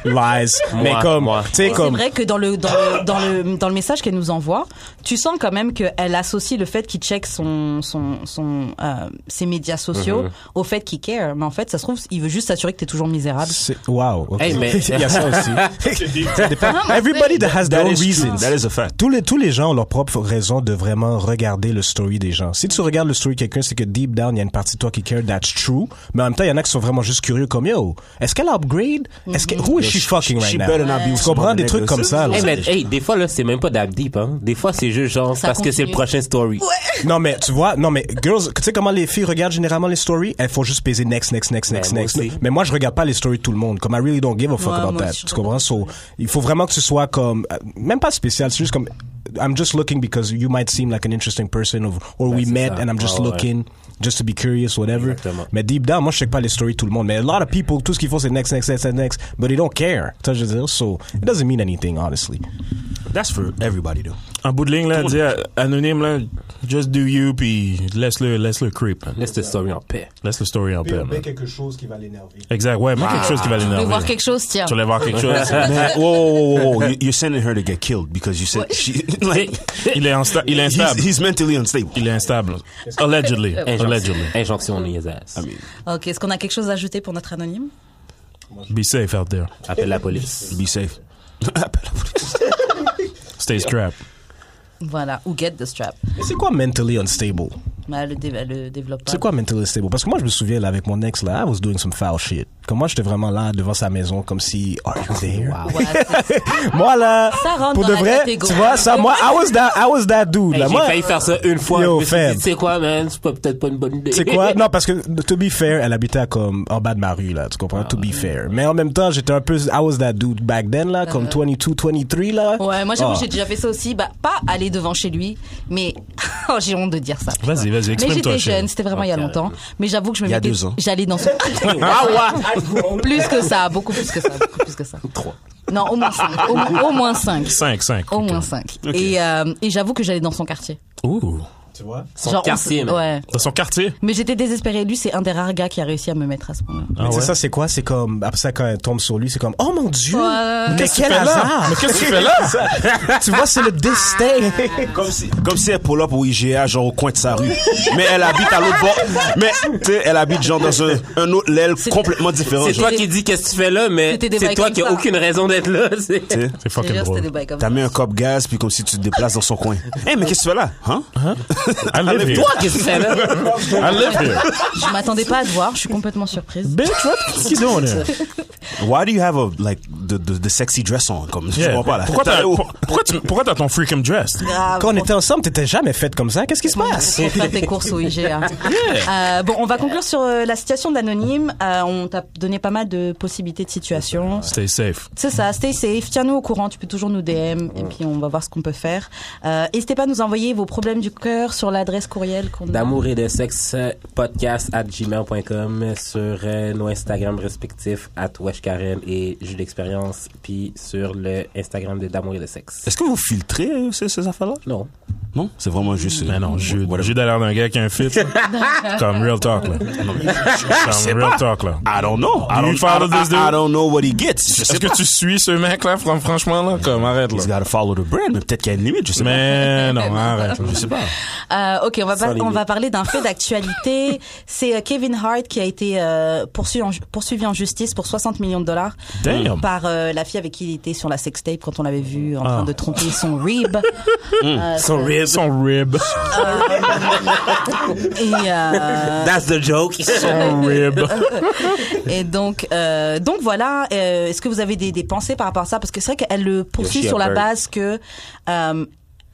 C: Lies. mais
B: Moi,
C: comme,
B: moi.
C: tu sais,
A: Mais C'est
C: comme,
A: vrai que dans le, dans le, dans le, dans le message qu'elle nous envoie, tu sens quand même qu'elle associe le fait qu'il check son, son, son, euh, ses médias sociaux
E: Mm-hmm.
A: au fait qu'il care. Mais en fait, ça se trouve, il veut juste s'assurer que t'es toujours misérable.
C: c'est- wow. ok.
B: Hey, mais-
C: il y a ça aussi. Ça dépend.
A: mais
C: Everybody that has their
E: That
C: own
E: is true.
C: reasons.
E: That is a fact.
C: Tous les, tous les gens ont leur propre raison de vraiment regarder le story des gens. Si tu regardes le story de quelqu'un, c'est que deep down, il y a une partie de toi qui care, that's true. Mais en même temps, il y en a qui sont vraiment juste curieux comme yo. Est-ce qu'elle upgrade? Est-ce que, who is she fucking right
E: she
C: now?
E: better not be with
C: Tu comprends
E: someone
C: des
E: that
C: trucs
E: nigga.
C: comme ça, là.
B: Hey, mais, hey, des fois, là, c'est même pas d'abdeep, hein. Des fois, c'est juste genre,
A: Ça
B: parce que c'est
A: continue.
B: le prochain story.
C: Non, mais tu vois, non, mais girls, tu sais comment les filles regardent généralement les stories? Elles font juste peser next, next, next, next,
B: Ben, moi
C: next.
B: aussi.
C: Mais moi, je regarde pas les stories de tout le monde. Comme I really don't give a fuck
A: Ouais,
C: about
A: moi
C: that.
A: aussi, je
C: Tu
A: regarde
C: comprends? So, il faut vraiment que tu sois comme, euh, même pas spécial, c'est juste comme, I'm just looking because you might seem like an interesting person or, or we
B: c'est
C: met
B: ça.
C: and I'm just
B: Ah ouais.
C: looking just to be curious, whatever.
B: Exactement.
C: Mais deep down, moi, je check pas les stories de tout le monde. Mais a lot of people, tout ce qu'ils font, c'est next, next, next, next, next, but they don't care. Tu vois, je veux dire, so, it doesn't mean anything, honestly.
E: That's for everybody, though.
D: En bout de ligne, là, dis à- anonyme, là, just do you, puis laisse-le, laisse-le creep. man.
B: Laisse tes story en paix.
D: Laisse le story en paix. man.
C: quelque chose qui va l'énerver.
D: Exact, ouais, mais quelque chose qui va
A: Je vais
D: l'énerver.
A: Ah. voir quelque chose, tiens.
D: Tu voulais voir quelque chose.
E: Man, whoa, whoa, whoa, whoa. You- You're sending her to get killed because you said she. Like,
D: Il est, insta- il est
E: he's,
D: instable.
E: he's mentally unstable.
D: Il est instable. Allegedly.
B: Injonction,
D: Allegedly.
B: injonction
C: Ah,
B: niaiseuse.
A: Ok, est-ce qu'on a quelque chose à ajouter pour notre anonyme
D: Be safe out there.
B: Appelle la police.
E: Be safe.
D: Stay strapped.
A: Voilà, ou get the strap.
C: Mais c'est quoi mentally unstable?
A: Mais elle le, dé- elle le développe pas.
C: C'est quoi mentally stable? Parce que moi, je me souviens, là, avec mon ex, là, I was doing some foul shit. Comme moi, j'étais vraiment là, devant sa maison, comme si, are you there?
A: Ouais, c'est-
C: Moi, là,
A: Ça rentre
C: pour
A: dans
C: de
A: la
C: vrai,
A: catégorie.
C: tu vois, ça, moi, I was that, I was that dude,
B: Hey,
C: là.
B: J'ai
C: Moi,
B: failli faire ça une fois. je
C: Yo,
B: me suis
C: fam.
B: dit, tu sais quoi, man, c'est pas- peut-être pas une bonne idée.
C: tu sais quoi? Non, parce que, to be fair, elle habitait à, comme, en bas de ma rue, là, tu comprends? to be
A: Ah.
C: fair. Mais en même temps, j'étais un peu, I was that dude back then, là, comme 22, 23, là.
A: Uh-huh. ouais, moi j'avoue,
C: Ah.
A: j'ai déjà fait ça aussi. Bah, pas aller devant chez lui, mais oh, j'ai honte de dire ça. putain.
D: Vas-y, vas-y,
A: Mais
D: exprime-toi.
A: j'étais
D: chérie.
A: jeune, c'était vraiment il y a longtemps. Mais j'avoue que je me
E: Il y a
A: mettais-
E: deux ans.
A: J'allais dans son.
B: Ah,
A: plus que ça, beaucoup plus que ça, beaucoup plus que ça.
B: Trois.
A: Non, au moins cinq. Au, moins- au moins cinq.
D: 5, 5.
A: Au moins cinq. Et, euh, et j'avoue que j'allais dans son quartier.
D: Ouh.
B: Son
A: Genre, on
B: quartier,
A: s-
B: man.
A: ouais.
D: Dans son quartier.
A: Mais j'étais désespérée. Lui, c'est un des rares gars qui a réussi à me mettre à ce point-là.
D: Ah
C: Mais tu sais,
D: ouais?
C: ça, c'est quoi? C'est comme, après ça, quand elle tombe sur lui, c'est comme, oh mon dieu!
A: Ouais.
C: Mais quel
D: fais là?
C: hasard!
D: Mais qu'est-ce que tu fais là?
C: tu vois, c'est le destin!
A: Ah.
E: Comme si, comme si elle pull up au IGA, genre au coin de sa rue. Mais elle habite à l'autre bord. Mais, tu sais, elle habite genre dans un, un autre l'aile complètement différent.
B: C'est
E: genre.
B: toi qui dis qu'est-ce que tu fais là, mais
A: C'était des
B: c'est
A: bails
B: toi
A: comme
B: qui
A: ça.
B: a aucune raison d'être là. c'est-
D: C'est
E: Tu sais,
A: Je te
D: fucking
A: jure, c'était
D: drôle.
A: des bails comme
E: T'as
A: ça.
E: mis un cop gaz, puis comme si tu te déplaces dans son coin. Hé, mais qu'est-ce que tu fais là? Hein?
D: I live here.
B: Toi, qu'est-ce que tu fais là?
D: I live here.
A: Je m'attendais pas à te voir. Je suis complètement surprise.
D: Bitch, what you doing here?
E: Why do you have a, like, the, the, the sexy dress on? Comme, je
D: Yeah.
E: comprends pas là.
D: Pourquoi t'as, pour- pourquoi tu- pourquoi t'as ton freakum dressed?
A: Ah,
C: Quand on était ensemble, t'étais jamais faite comme ça. Qu'est-ce qui se passe?
A: Pour faire tes courses au IGA. Euh, bon, on va conclure sur euh, la situation de l'anonyme. Euh, on t'a donné pas mal de possibilités de situations.
D: Stay safe.
A: C'est ça, stay safe, tiens-nous au courant, tu peux toujours nous DM et puis on va voir ce qu'on peut faire. Euh, N'hésitez pas à nous envoyer vos problèmes du cœur sur l'adresse courriel qu'on a.
B: D'amour et de sexe, podcast at gmail.com, sur euh, nos Instagram respectifs, at Weshkaren et Jus d'expérience, puis sur le Instagram de D'amour et de sexe.
E: Est-ce que vous filtrez euh, ces, ces affaires-là?
B: Non.
E: Non? C'est vraiment juste. euh,
D: Mais non, j'ai
E: Whatever.
D: j'ai d'aller d'un gars qui a un fit. Comme real talk, là. Comme real talk, là.
E: I don't know.
D: You
E: I don't,
D: follow
E: I-
D: this
E: I- I
D: dude?
E: don't know what he gets. Je sais
D: Est-ce que tu suis ce mec-là, fran- franchement, là? Comme, arrête,
E: He's
D: là.
E: gotta follow the brand, mais peut-être qu'il y a une limite, je sais
D: Mais non, arrête.
E: pas. Je sais pas.
A: Euh, ok, on va,
B: Sans
A: par- on
B: limite.
A: va parler d'un fait d'actualité. C'est euh, Kevin Hart qui a été euh, poursuivi, en, ju- poursuivi en justice pour 60 millions de dollars
D: Damn.
A: par par euh, la fille avec qui il était sur la sextape quand on l'avait vu en train de
D: Ah.
A: tromper son rib. Euh,
B: Son rib.
D: Son rib.
A: et, euh,
B: That's the joke.
D: Son rib.
A: et donc, euh, donc voilà. euh, Est-ce que vous avez des, des pensées par rapport à ça Parce que c'est vrai qu'elle le poursuit
B: Yoshi
A: sur la
B: Hubbard.
A: base que euh,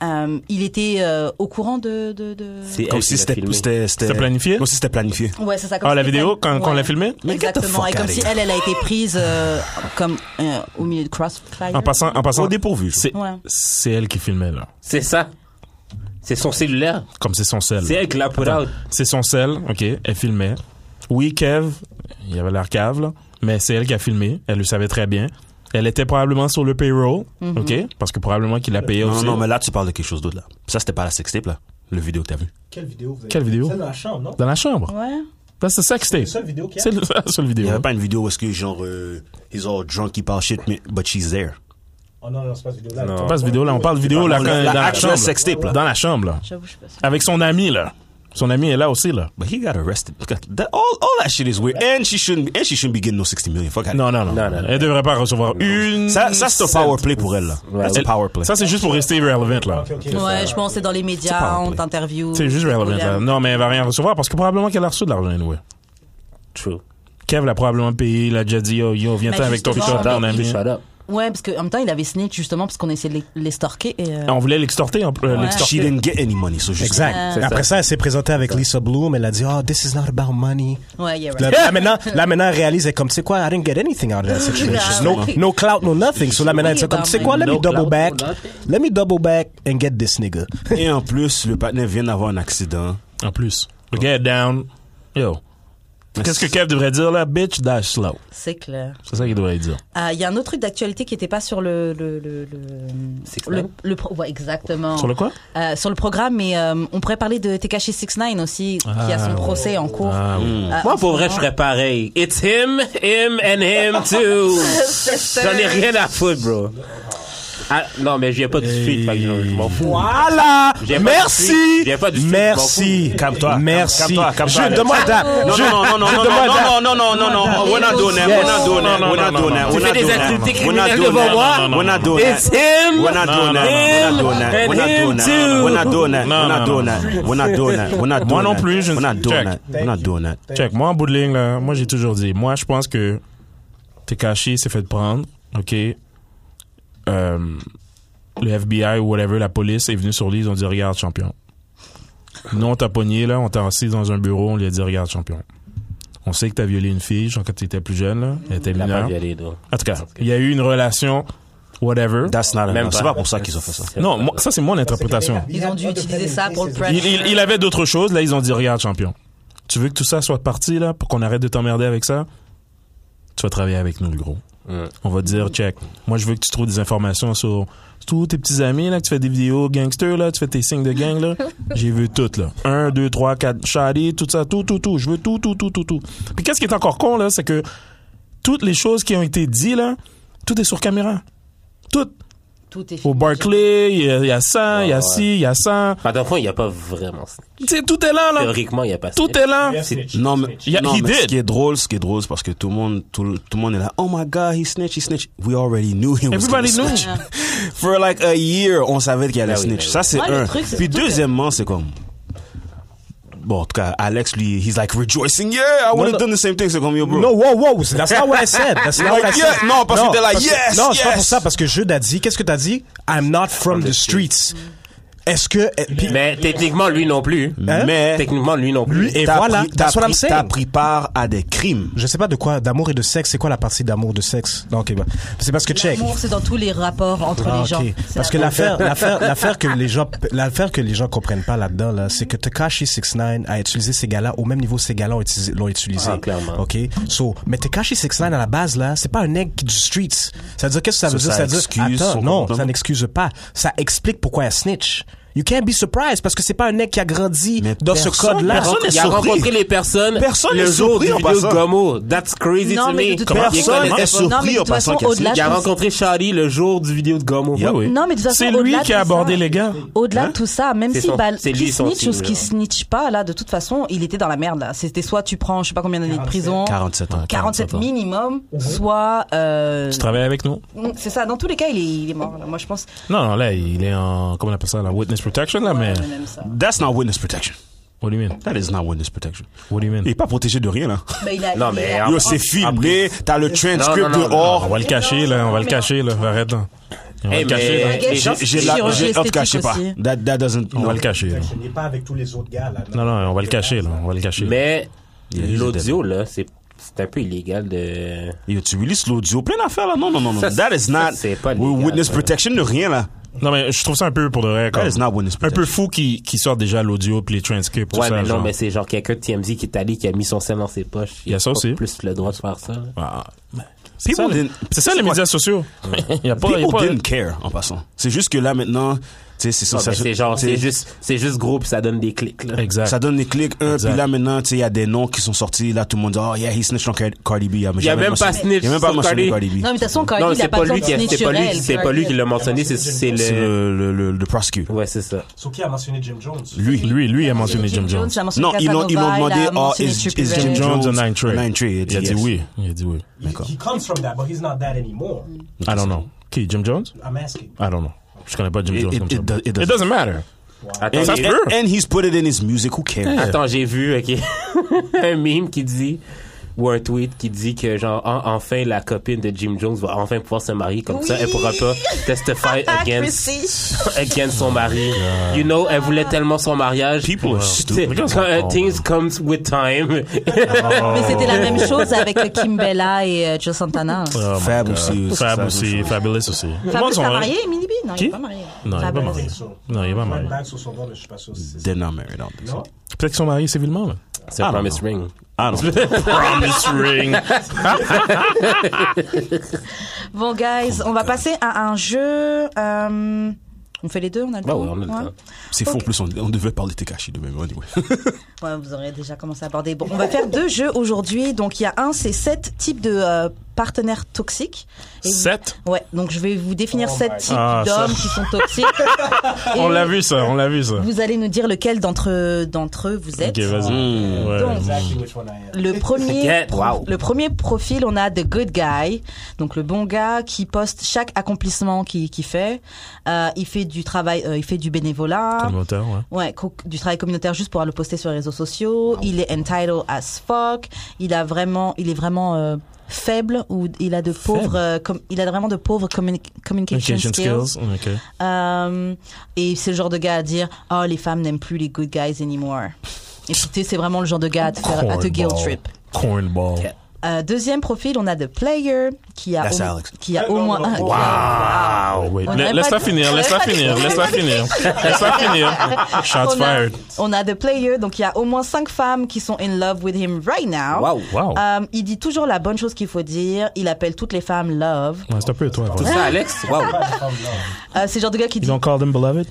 A: euh, il était euh, au courant de. de, de-
B: C'est
E: Comme
B: elle
E: si
B: qui l'a
E: c'était
B: filmé.
E: c'était- c'était-
D: C'était planifié?
E: Comme si c'était planifié.
A: Ouais, c'est ça.
D: Ah,
A: si
D: la
A: c'était-
D: vidéo, quand- quand on l'a filmée
E: Mais get the
A: Exactement. Et
E: fuck
A: comme
E: out
A: si
E: of here.
A: elle, elle a été prise euh, comme euh, au milieu de crossfire.
D: En passant, en passant.
E: Au dépourvu.
D: C'est,
A: Ouais.
D: c'est elle qui filmait, là.
B: C'est ça. C'est son cellulaire.
D: Comme c'est son sel.
B: C'est elle qui l'a put out.
D: C'est son sel, ok, elle filmait. Oui, Kev, il avait l'air cave, là, mais c'est elle qui a filmé, elle le savait très bien. Elle était probablement sur le payroll, ok, parce que probablement qu'il a payé
E: Non, non,
D: aussi.
E: non, mais là, tu parles de quelque chose d'autre, là. Ça, c'était pas la sextape, là. Le vidéo que t'as vu.
C: Quelle vidéo vous avez
D: Quelle vidéo?
C: Celle dans la chambre, non
D: Dans la chambre.
A: Ouais.
D: Là, c'est ça que c'était.
C: C'est la seule vidéo qu'il y a.
D: C'est le- la seule vidéo.
E: Il y avait pas une vidéo où est-ce que, genre, euh, ils ont drunk, ils parlent shit, mais, but she's there.
C: Oh non, non, c'est pas cette vidéo-là.
D: Pas cette vidéo-là, on parle de vidéo là,
E: Non,
D: quand-
E: la-
D: dans
E: la
D: la
E: actual
D: chambre.
E: sextape, là.
D: Dans la chambre, là.
A: J'avoue, je suis pas sûre.
D: Avec son ami, là. Son ami est là aussi, là.
E: But he got arrested. Look at that. All, all that shit is weird. And she shouldn't, and she shouldn't be getting no 60 million. Fuck out.
D: Non, non, non.
B: Non, non, non.
D: Elle devrait pas recevoir une.
E: Ça, ça c'est un power play pour elle, là.
B: Ouais.
E: C'est un power play.
D: Ça, c'est juste pour rester relevant, là.
C: Ok, ok.
A: Ouais, je pense que c'est dans les médias, on t'interview.
D: C'est juste relevant, là. Non, mais elle va rien recevoir parce que probablement qu'elle a reçu de l'argent, anyway.
B: True.
D: Kev l'a probablement payé, il a déjà dit, oh, yo, yo viens-t'en
A: Mais
D: avec ton
A: justement,
D: piton, ton
A: mais-
D: ami.
B: Shut up.
A: Ouais, parce qu'en même temps, il avait snitch justement parce qu'on essayait de les- les stalker. Et, euh,
D: On voulait l'extorter, en- euh,
A: Ouais.
D: l'extorter.
E: She didn't get any money, so juste.
C: Exact.
A: Euh,
B: C'est
C: Après
B: ça.
C: ça, elle s'est présentée avec Lisa Bloom. Elle a dit, oh, this is not about money.
A: Ouais, yeah, right.
C: Là, là, maintenant, là, maintenant, elle réalise, elle est comme, tu sais quoi, I didn't get anything out of that situation. No, no clout, no nothing. So là, maintenant, elle dit, comme, tu sais quoi, let
B: No
C: me double
B: clout,
C: back.
B: no nothing.
C: Let me double back and get this nigga.
E: Et en plus, le partenaire vient d'avoir un accident.
D: En plus. Le gars est down. Yo. Qu'est-ce que Kev devrait dire là? Bitch, dash slow.
A: C'est clair.
D: C'est ça qu'il devrait dire.
A: Ah, Il y a un autre truc d'actualité qui n'était pas sur le. le, le, le,
B: Six
A: le,
B: Nine?
A: le pro- ouais, exactement.
D: Sur le quoi?
A: Euh, Sur le programme, mais euh, on pourrait parler de Tekashi 69 aussi, qui a son procès en cours. Ah,
B: Moi, pour vrai, je serais pareil. It's him, him, and him too. J'en ai rien à foutre, bro. Ah, non, mais je viens pas du street, fait que je je m'en fous.
C: Voilà!
B: J'ai pas de
C: Merci!
B: suite. J'ai pas de suite,
C: Merci!
B: m'en fous.
E: Calme-toi.
C: Merci!
E: Calme-toi, calme-toi,
C: Je
E: Alex.
C: demande à...
E: Non,
C: je-
E: non, non, non,
C: je
E: non,
C: demande à-
E: non, non, non, non, non, no, we're not doing that, we're not doing that, we're not doing that,
B: Tu fais
E: we're not doing
B: des
E: that.
B: activités
E: We're not
B: criminelles
E: doing
B: devant
E: that.
B: moi?
E: We're not doing
B: It's
E: that.
B: him,
E: We're not doing that.
B: him,
E: We're not doing
B: and him
E: that. We're not
B: too.
E: doing that. We're not doing that. We're not doing that. We're not doing that. We're not doing that.
D: Moi non plus, je ne-
E: We're not doing
D: Check.
E: that. We're not doing that.
D: Check, moi en bout de ligne, là, moi j'ai toujours dit, moi je pense que Tekashi s'est fait prendre, ok? Euh, le FBI ou whatever, la police est venue sur lui, ils ont dit, regarde champion. Nous on t'a pogné là, on t'a assis dans un bureau, on lui a dit, regarde champion. On sait que t'as violé une fille, genre quand t'étais plus jeune, là, elle était
B: Il a pas
D: mineure.
B: violé, donc.
D: En tout cas, il y a eu une relation, whatever.
E: That's not
B: Même
E: enough. C'est
B: pas.
E: pas pour ça qu'ils ont fait ça.
D: Non, moi, ça c'est mon interprétation.
A: Ils ont dû utiliser ça pour le press.
D: Il, il- il avait d'autres choses. Là, ils ont dit Regarde, champion, tu veux que tout ça soit parti, là, pour qu'on arrête de t'emmerder avec ça Tu vas travailler avec nous, le gros.
B: Mm.
D: On va te dire Check, moi, je veux que tu trouves des informations sur tous tes petits amis, là, que tu fais des vidéos gangsters, là, tu fais tes signes de gang, là. J'ai vu tout, là. Un, deux, trois, quatre, Shadi, tout ça, tout, tout, tout. Je veux tout, tout, tout, tout, tout. Puis qu'est-ce qui est encore con, là, c'est que toutes les choses qui ont été dites, là, tout est sur caméra. Tout.
A: Tout est
D: Au
A: filmé.
D: Barclay, il y, a- il y a ça, il y a
B: Ouais,
D: ci, il y a ça.
B: Mais dans le fond, il n'y a pas vraiment. snitch.
D: Tu sais, tout est là, là.
B: Théoriquement, il n'y a pas.
D: Tout
B: snitch.
D: est là.
E: Non, mais,
D: Yeah,
E: non,
D: he
E: mais ce
D: did.
E: qui est drôle, ce qui est drôle, c'est parce que tout le monde, tout, le- tout le monde est là. Oh my God, he snitched, he snitched. We already knew he was gonna
D: Everybody knew.
E: snitch. For like a year, on savait qu'il allait
B: Ah oui,
E: snitch.
B: ah oui.
E: Ça, c'est
A: Ouais, le
E: un.
A: truc, c'est
E: Puis
A: surtout que-
E: deuxièmement, c'est comme. Bon, en tout cas, Alex, lui, he's like rejoicing. Yeah, I would
C: non.
E: have done the same thing. C'est comme yo, bro.
C: No, wow, wow, that's not what I said. That's not
E: Like,
C: what I
E: yeah,
C: said.
E: non, parce que t'es là,
C: parce que-
E: yes,
C: Non, c'est pas
E: yes.
C: pour ça, parce que Jude a dit, qu'est-ce que t'as dit? I'm not from the streets. Est-ce que... eh, puis-
B: Mais techniquement, lui non plus.
C: Hein?
E: Mais
B: Techniquement, lui non plus.
C: Lui et
E: t'as
C: voilà,
E: pris- t'as
C: that's what I'm
E: pris, t'as
C: saying.
E: pris part à des crimes.
C: Je sais pas de quoi, d'amour et de sexe, c'est quoi la partie d'amour de sexe? Non, ok, bah. C'est parce que check.
A: L'amour, c'est dans tous les rapports entre
C: Ah,
A: les
C: ok.
A: gens. C'est
C: Parce que
A: la-
C: l'affaire, l'affaire, l'affaire que les gens, l'affaire que les gens comprennent pas là-dedans, là, c'est que Tekashi 69 a utilisé ces gars-là au même niveau que ces gars-là ont utilisé- l'ont utilisé.
B: Ah, clairement.
C: Ok. So, mais Tekashi 69 à la base, là, c'est pas un nègre qui du streets. Ça veut dire, qu'est-ce que ça veut
E: Ça,
C: dire?
E: ça
C: Ça veut dire,
E: excuse son
C: attends, non,
E: comportement.
C: ça n'excuse pas. Ça explique pourquoi elle snitch. You can't be surprised parce que c'est pas un mec qui a grandi
E: Mais
C: dans ce
E: personne-
C: code-là.
E: personne
B: Il
E: n'est
B: a
E: surpris.
B: rencontré les personnes
E: Personne
B: le
E: n'est
B: jour
E: surpris
B: du
E: en
B: vidéo
E: passant.
B: Gomo. That's crazy
A: Non,
B: to
A: mais
B: me.
A: de toute
B: Comment-
A: façon-
E: Personne
B: Il
E: n'est
B: connaît-
A: sur- Non, mais
E: surpris
A: de
E: en
A: toute
E: passant
A: façon,
E: qu'il y a
A: au-delà-
E: ça.
B: Il a rencontré Charlie le jour du vidéo de Gomo.
E: Yeah, oui.
A: Non, mais de toute façon,
D: C'est lui
A: au-delà
D: qui
A: de
D: a
A: ça-
D: abordé les gars.
A: Au-delà de tout ça, même
B: Hein C'est
A: si
B: son-
A: bah,
B: c'est
A: qui
B: lui son euh.
A: snitch ou
B: signe,
A: ce qui
B: là.
A: snitch pas, là, de toute façon, il était dans la merde. là. C'était soit tu prends, je sais pas combien d'années de prison,
E: 47 ans.
A: 47 minimum,
D: Mhm.
A: soit. euh, mm,
D: Tu travailles avec nous?
A: C'est ça, dans tous les cas, il est, il est mort. là. Moi, je pense.
D: Non, non, là, il est en, comment on appelle ça, la witness protection, là, mais.
A: Ouais, même ça.
E: That's not witness protection.
D: What do you mean?
E: That is not witness protection.
D: What do you mean?
E: Il n'est pas protégé de rien, là.
A: Mais Bah, il a-
B: Non,
A: il
B: mais
A: a-
B: en-
E: Yo, c'est
B: ah,
E: filmé, t'as le transcript
B: Non, non, non,
D: On
E: dehors.
D: va le cacher, là, on va le cacher, là, arrête, là. On va
B: Hey,
D: le cacher,
A: hein.
B: mais-
D: là.
E: J'ai-
B: gens-
E: J'ai la.
A: chirurgie
E: j'ai- En tout cas, je sais
A: esthétique
E: pas.
A: aussi.
E: That, that doesn't.
D: On va
E: non.
D: le cacher, là.
C: n'est pas avec tous les autres gars là.
D: Non, non, on va le cacher, là. On va le cacher.
B: Mais
E: a juste
B: l'audio, là, c'est c'est un peu illégal de.
E: Yo, tu releases l'audio, plein d'affaires, là. Non, non, non, non.
B: Ça,
E: That is
B: ça,
E: not.
B: c'est pas légal,
E: Witness
B: ça.
E: protection de rien, là.
D: Non, mais je trouve ça un peu pour de vrai, comme.
E: That is not witness
D: Un peu
E: protection.
D: fou qui, qui sort déjà l'audio puis les transcripts, tout
B: Ouais,
D: ça.
B: mais non,
D: genre.
B: mais c'est genre quelqu'un de TMZ qui est allé, qui a mis son sel dans ses poches.
D: Il y a ça
B: pas
D: aussi.
B: plus le droit de faire ça. là.
D: Ah. C'est ça,
E: People
D: les-
E: didn't-
D: c'est ça, les
E: Ouais.
D: médias sociaux. Il y a pas, il y a
E: People
D: pas-
E: didn't care, en passant. C'est juste que là, maintenant, tu sais, c'est ça.
B: Non,
E: ça-
B: mais ben, Ah, c'est genre, c'est
E: t'sais,
B: juste, c'est juste gros puis ça donne des clics, là.
D: Exact.
E: Ça donne des clics, un,
D: Exact.
E: puis là maintenant, tu sais, il y a des noms qui sont sortis, là tout le monde dit, oh yeah, he snitched on Car- Cardi B. Il
B: Il a même pas snitch
E: Il a même pas
B: sur
E: mentionné
B: Cardi.
A: Non, mais
E: Cardi
A: de
E: B.
A: toute façon, quand
B: Non,
A: il
B: c'est
A: a pas
B: pas
A: de
B: lui
A: sorte
B: qui, a-
A: snitch
B: c'est pas
A: sur
B: lui,
A: elle,
B: c'est pas lui qui l'a mentionné, c'est, c'est
E: C'est
B: le,
E: le, le, le, le prosecutor.
B: ouais, c'est ça.
C: Sauf qui a mentionné Jim Jones.
E: Lui.
D: Lui, lui a mentionné Jim Jones.
A: a mentionné
E: Non, ils l'ont ils l'ont
A: Casanova, il
E: demandé,
A: a
E: oh,
A: mentionné
E: is,
A: Tupac.
E: is
D: Jim
E: Jim
D: Jones a
E: Jones
D: nine trade.
E: a nine trade?
D: Il a dit
E: yes.
D: oui. Il a dit oui.
E: D'accord.
C: comes from that, but he's not that anymore.
D: I don't know. Qui, Jim Jones?
C: I'm asking.
D: I don't know. Je connais pas Jim
E: It-
D: Jones
E: it-
D: comme
E: it
D: ça.
E: do- it doesn't-
D: matter.
B: Attends,
D: Ça
E: And,
D: se
B: j'ai-
D: peut.
E: and- and he's put it in his music, who cares?
B: Attends, j'ai vu ok, un meme qui dit ou un tweet qui dit que genre en- enfin la copine de Jim Jones va enfin pouvoir se marier comme ça,
A: Oui. Ah,
B: elle pourra pas testify against against son
D: Oh
B: mari. You know, elle voulait tellement son mariage.
E: People are
B: Tu
E: stupid.
B: sais, quand, euh, things comes with time.
E: Oh.
A: Mais c'était la même chose avec euh, Kim Bella et euh, Joe Santana.
D: Oh my
E: Fab
D: God.
E: aussi,
D: Fab
E: Fab
D: aussi.
E: aussi.
D: Fabulous aussi. Tout le
A: Fab
D: monde sont-
A: pas marié, Emily B Non, il
D: Qui
A: est pas marié.
D: Non, il est pas
A: Fabulous.
D: marié. Non, il est pas marié.
C: sur son je suis pas sûr.
E: They're not married, I don't think so.
D: Peut-être qu'ils sont mariés civilement, là.
B: C'est
E: Ah,
B: Promise
E: non.
B: Ring.
E: I don't know.
D: Promise ring.
A: Bon, guys, on va passer à un jeu. euh, On fait les deux, on a le
B: Bah
A: temps.
B: ouais, on a le
A: Ouais.
B: temps.
E: C'est faux, en plus, on, on devait parler de Tekashi de même, anyway.
A: Ouais, vous aurez déjà commencé à aborder. Bon, on va faire deux jeux aujourd'hui. Donc, il y a un, c'est sept types de euh, partenaires toxiques. Et vous-
D: Sept?
A: Ouais, donc je vais vous définir sept types
D: Ah,
A: d'hommes qui sont toxiques. Et
D: On l'a vu, ça. On l'a vu, ça.
A: Vous allez nous dire lequel d'entre eux, d'entre eux vous êtes.
D: Ok, vas-y. Ouais.
A: Donc, le premier,
B: Get- wow.
A: le premier profil, on a The Good Guy, donc le bon gars qui poste chaque accomplissement qu'il qu'il fait. Euh, il fait du travail, euh, il fait du bénévolat.
D: Comme auteur, ouais.
A: Ouais, co- du travail communautaire juste pour le poster sur les réseaux sociaux. Il est entitled as fuck. Il a vraiment, il est vraiment euh, faible ou il a de pauvres, euh, com- il a vraiment de pauvres communi- communication
D: Communication
A: skills.
D: skills. Ok.
A: Euh, et c'est le genre de gars à dire, oh les femmes n'aiment plus les good guys anymore. Et puis, tu sais, c'est vraiment le genre de gars à te, faire, à te guilt
D: Cornball.
A: trip.
D: Cornball.
A: Euh, deuxième profil, on a The Player qui a
E: That's
A: au,
E: Alex.
A: qui a au moins un.
D: Oh, wait.
A: On
D: La-
A: avait
D: Laisse-la
A: pas-
D: finir,
A: on
D: laisse-la
A: avait pas-
D: finir, laisse-la finir. Laisse-la finir. Ah, Shots
A: on, a,
D: fired.
A: on a The Player, donc il y a au moins cinq femmes qui sont in love with him right now.
B: Wow.
D: Wow.
A: Euh, il dit toujours la bonne chose qu'il faut dire. Il appelle toutes les femmes love.
D: Ouais, c'est un peu toi.
B: Tout ça, Alex. Wow.
A: Euh, c'est le genre de gars qui
D: Ils
A: dit,
D: l'ont called him beloved?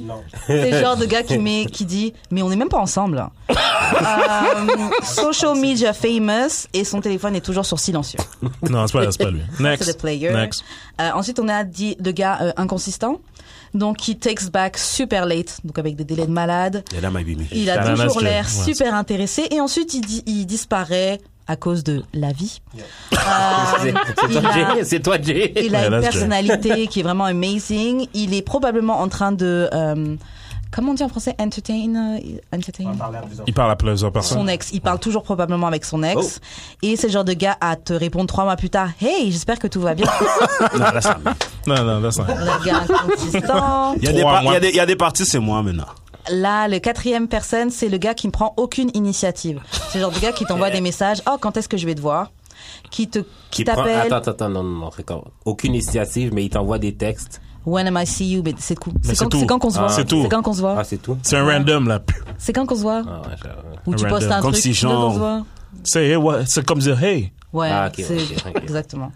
A: c'est le genre de gars qui met, qui dit, mais on n'est même pas ensemble. hein. Euh, social media famous et son téléphone est toujours sur silencieux.
D: Non, c'est pas, c'est pas lui.
A: C'est the
D: Next.
A: player.
D: Next.
A: Euh, ensuite, on a dit le gars euh, inconsistant, donc qui takes back super late, donc avec des délais de malade.
E: Yeah, that might be me.
A: Il a
D: Ananas
A: toujours
D: Joe.
A: l'air
D: Ouais.
A: super intéressé et ensuite il, dit- il disparaît à cause de la vie. Euh,
B: C'est c'est
A: il
B: toi,
A: a-
B: Jay. C'est toi, Jay.
A: Il a une
D: Ananas Joe.
A: personnalité qui est vraiment amazing. Il est probablement en train de euh, comment on dit en français entertain euh, entertain
D: Il parle à plusieurs
A: son
D: personnes.
A: ex. Il parle toujours probablement avec son ex.
B: Oh.
A: Et c'est le genre de gars à te répondre trois mois plus tard. Hey, j'espère que tout va bien.
D: Non, non, that's not.
A: le gars inconsistant.
E: Il y a des
D: Trois
E: par- il y
D: mois.
E: a des- il y a des parties, c'est moi maintenant.
A: Là, le quatrième personne, c'est le gars qui ne prend aucune initiative. C'est le genre de gars qui t'envoie des messages. Oh, quand est-ce que je vais te voir? Qui te, qui
B: Il prend-
A: t'appelle.
B: Attends, attends, attends, non, non, non, record. Aucune initiative, mais il t'envoie des textes.
A: When am I see you? Mais c'est cool.
D: Mais
A: C'est
D: c'est
A: quand,
D: tout.
A: c'est quand qu'on se
B: Ah.
A: voit.
B: C'est
D: tout.
A: quand qu'on se voit.
B: Ah, c'est tout?
D: C'est un random, là.
A: C'est quand qu'on se voit.
B: Ah, ouais, je-
A: Ou tu
D: Un
A: postes
D: random.
A: un
E: Comme
A: truc.
E: si
A: c'est quand qu'on
E: genre-
A: se voit.
D: C'est hey, what- c'est comme dire, hey,
A: Ouais,
B: Ah, ok,
A: c'est-
B: ouais, ok, ok.
A: exactement.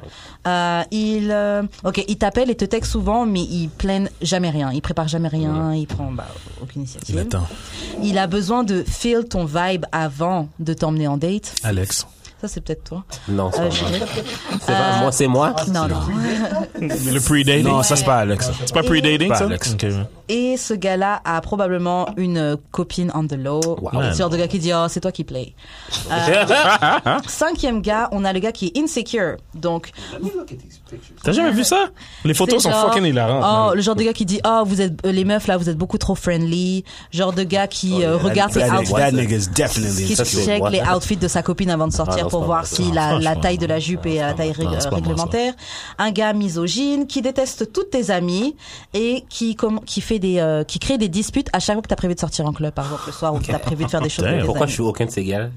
A: Euh, il, euh, ok, il t'appelle et te texte souvent, mais il plaine jamais rien. Il prépare jamais rien. Il prend bah, aucune initiative.
D: Il attend.
A: Il a besoin de feel ton vibe avant de t'emmener en date.
D: Alex.
A: Ça, c'est peut-être toi.
B: Non, c'est
A: Euh,
B: pas
A: je-
B: moi. C'est pas moi, c'est moi.
A: non, non.
D: Le pre-dating.
E: Non, ça, c'est pas Alex. ça.
D: C'est pas pre-dating,
E: Pas
D: ça?
E: Alex.
D: Ok, ouais.
A: Et ce gars-là a probablement une euh, copine on the low. Le genre de gars qui dit, oh, c'est toi qui play. Euh, cinquième gars, on a le gars qui est insecure. Donc,
D: T'as jamais vu ça? Les photos
A: C'est
D: sont
A: genre-
D: fucking hilarantes. man.
A: Oh, le genre de gars qui dit oh vous êtes euh, les meufs là vous êtes beaucoup trop friendly, genre de gars qui
B: Oh,
A: euh, regarde ses
E: That nigga-
A: outfits,
E: That nigga's definitely
A: qui
E: insecure.
B: c'est
A: check
B: moi.
A: les outfits de sa copine avant de
B: Ah,
A: sortir
B: non,
A: pour
B: c'est pas
A: voir
B: moi, ça.
A: si la, la
E: Franchement,
A: taille de la
E: non,
A: jupe
E: c'est
A: et
E: pas
A: la
E: moi.
A: taille
E: Non,
A: rég-
E: c'est pas moi,
A: réglementaire, un gars misogyne qui déteste toutes tes amies et qui comme qui fait des euh, qui crée des disputes à chaque fois que t'as prévu de sortir en club par exemple le soir ou que t'as prévu de faire des choses. avec tes
B: Pourquoi
A: amis.
B: je suis aucun de ces gars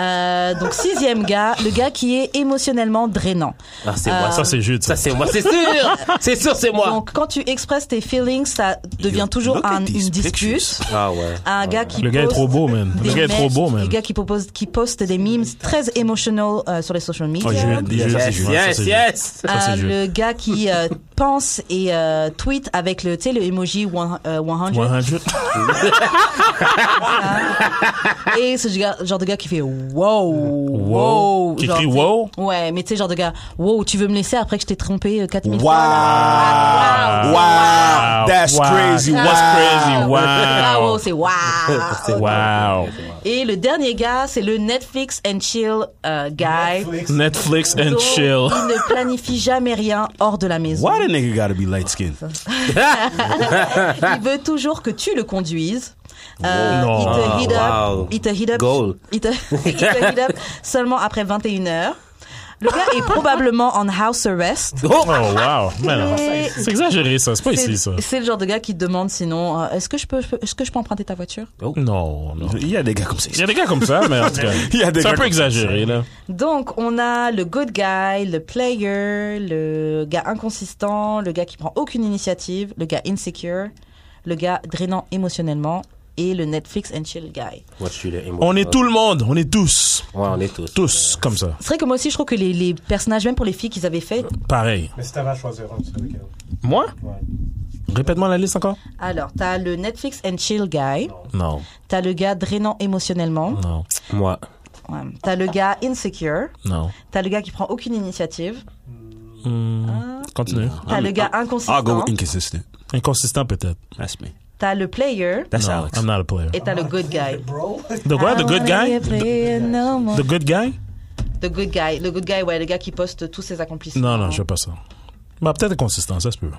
A: Euh, donc sixième gars, le gars qui est émotionnellement drainant.
B: Ah, c'est
A: Euh,
B: moi.
D: Ça, c'est Jude.
B: Ça, c'est moi. C'est sûr. C'est sûr, c'est moi.
A: Donc, quand tu expresses tes feelings, ça devient
E: You
A: toujours
E: look at
A: un- une
E: these
A: dispute.
E: pictures.
B: Ah ouais.
A: Un gars qui
D: Le gars est
A: poste
D: trop beau, man. Le
A: des
D: gars est trop
A: memes-
D: beau, man.
A: Les gars qui propose, qui postent des memes très émotionnels euh, sur les social media.
D: Oh, Jude, Jude,
B: Yes,
D: Jude, ça,
B: yes,
D: c'est Jude.
B: yes.
D: ça, c'est
A: Euh,
D: Jude.
A: le gars qui euh, pense et euh, tweet avec le, tu sais, le emoji one- euh, 100.
D: 100.
A: Et ce gars- genre de gars qui fait wow, wow.
D: Qui
A: genre,
D: crie
A: tu sais,
D: wow?
A: Ouais, mais tu sais, genre de gars, wow, tu veux me laisser après que je t'ai trompé 4000
E: Wow.
A: fois là?
E: Wow. That's
D: Wow.
E: crazy. Wow.
D: That's crazy. Wow.
A: Ah, wow, c'est wow.
B: C'est
D: Wow.
A: Et le dernier gars, c'est le Netflix and chill euh, guy.
D: Netflix and
A: Donc,
D: chill.
A: Il ne planifie jamais rien hors de la maison.
E: Why the nigga gotta be light skinned?
A: Il veut toujours que tu le conduises.
D: Oh.
A: Euh,
D: Wow.
A: il te hit up,
B: Ah, Wow.
A: il te hit up,
B: Goal.
A: il te, il te hit up seulement après 21 heures. Le gars est probablement en house arrest.
D: Oh, wow. Man,
A: Et-
D: C'est exagéré, ça. C'est pas
A: C'est
D: ici, ça.
A: c'est le genre de gars qui te demande sinon, euh, est-ce que je peux, est-ce que je peux emprunter ta voiture
D: Non, non.
E: Il y a des gars comme ça.
D: Il y a des gars comme ça, mais en tout cas,
E: Il y a des
D: c'est un
E: gars
D: peu
E: comme
D: exagéré, là.
A: Donc, on a le good guy, le player, le gars inconsistant, le gars qui prend aucune initiative, le gars insecure, le gars drainant émotionnellement et le Netflix and chill guy.
B: Moi, je suis le
D: On est tout le monde. On est tous.
B: Ouais, on est tous.
D: Tous comme ça.
A: C'est vrai que moi aussi, je trouve que les, les personnages, même pour les filles qu'ils avaient fait,
D: Pareil.
C: Mais si t'avais à choisir un, tu serais lequel
D: Moi? Répète-moi la liste encore.
A: alors, t'as le Netflix and chill guy,
D: Non.
A: t'as le gars drainant émotionnellement,
D: Non.
B: Moi.
A: ouais, t'as le gars insecure,
D: Non.
A: t'as le gars qui prend aucune initiative,
D: Hmm, Continue.
A: t'as le gars
E: I'll go
A: inconsistant,
E: with inconsistent.
D: Inconsistant, peut-être.
E: That's me.
A: t'as le player
E: That's
D: Non,
E: Ah, Alex.
D: I'm not a player.
A: et t'as le good guy. Ah
D: The what? The good guy? The
A: The
D: good guy?
A: The good guy. Le good guy, ouais, le gars qui poste tous ses accomplissements.
D: Non, non, je veux pas ça. Bah, peut-être consistant, ça se peut.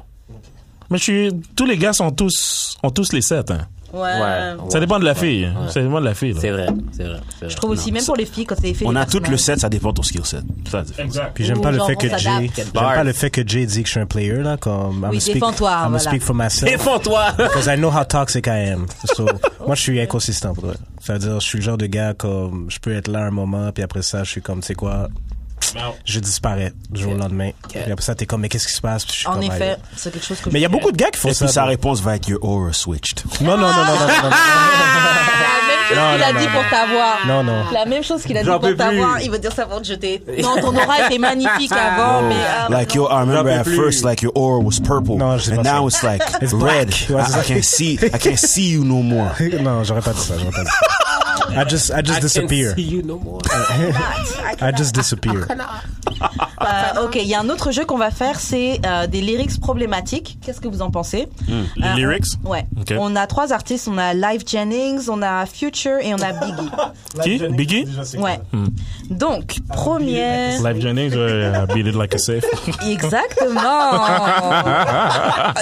D: Mais je suis. Tous les gars sont tous, ont tous les sept, hein.
A: Ouais.
B: Ouais.
D: Ça dépend de la
B: Ouais.
D: fille. hein.
B: Ouais.
D: Ça dépend de la fille, là.
B: C'est vrai. C'est vrai. c'est vrai.
A: Je trouve aussi, même pour les filles, quand c'est fait.
E: On
A: les
E: a tout le
A: personnages.
E: set, ça dépend de ton skill set. C'est la différence.
C: Puis j'aime
A: Ou
C: pas le
A: genre,
C: fait
A: on
C: que Jay,
A: s'adapte.
C: j'aime pas le fait que Jay dit que je suis un player là, comme I'm
A: Oui,
C: a speak,
A: défends-toi,
C: I'm a
A: voilà.
C: speak for myself
B: Défends-toi.
C: because I know how toxic I am. So moi je suis inconsistant pour vrai. C'est-à-dire je suis le genre de gars comme je peux être là un moment puis après ça je suis comme tu sais quoi, je disparais du jour au lendemain. Puis après ça t'es comme mais qu'est-ce qui se passe Puis je suis
A: En
C: comme,
A: effet,
C: aïe.
A: c'est quelque chose que.
C: Mais il y a beaucoup de gars qui font
E: Et
C: ça.
E: puis sa
C: donc.
E: réponse va être your aura switched.
C: Non non non non non non.
A: Ah, La même chose qu'il a dit pour ta voix.
C: Non, non.
A: La même chose qu'il a dit
B: J'en
A: pour
B: peux
A: ta
B: plus.
A: voix. Il veut dire ça avant de jeter. Non, ton aura était magnifique avant, mais. ah,
E: Like
A: non.
E: yo, I remember
B: J'en
E: at
B: peux
E: first,
B: plus.
E: like your aura was purple,
C: Non, je sais
E: and
C: pas
E: now
C: ça.
E: it's like
C: It's
E: red.
C: black. Ouais, c'est
E: I, I
C: ça.
E: can't see, I can't see you no more.
C: non. Non, j'aurais pas dit ça, j'aurais pas dit ça. I just I just disappear.
B: see you no more.
C: I just disappear.
A: Euh, ok, il y a un autre jeu qu'on va faire, c'est euh, des lyrics problématiques. Qu'est-ce que vous en pensez
D: Les
A: Euh,
D: lyrics?
A: Ouais.
D: Ok.
A: On a trois artistes. On a Live Jennings, on a Future et on a Biggie.
D: Qui? Biggie?
A: Ouais. Donc, première.
D: Live Jennings, euh, beat it like a safe.
A: Exactement.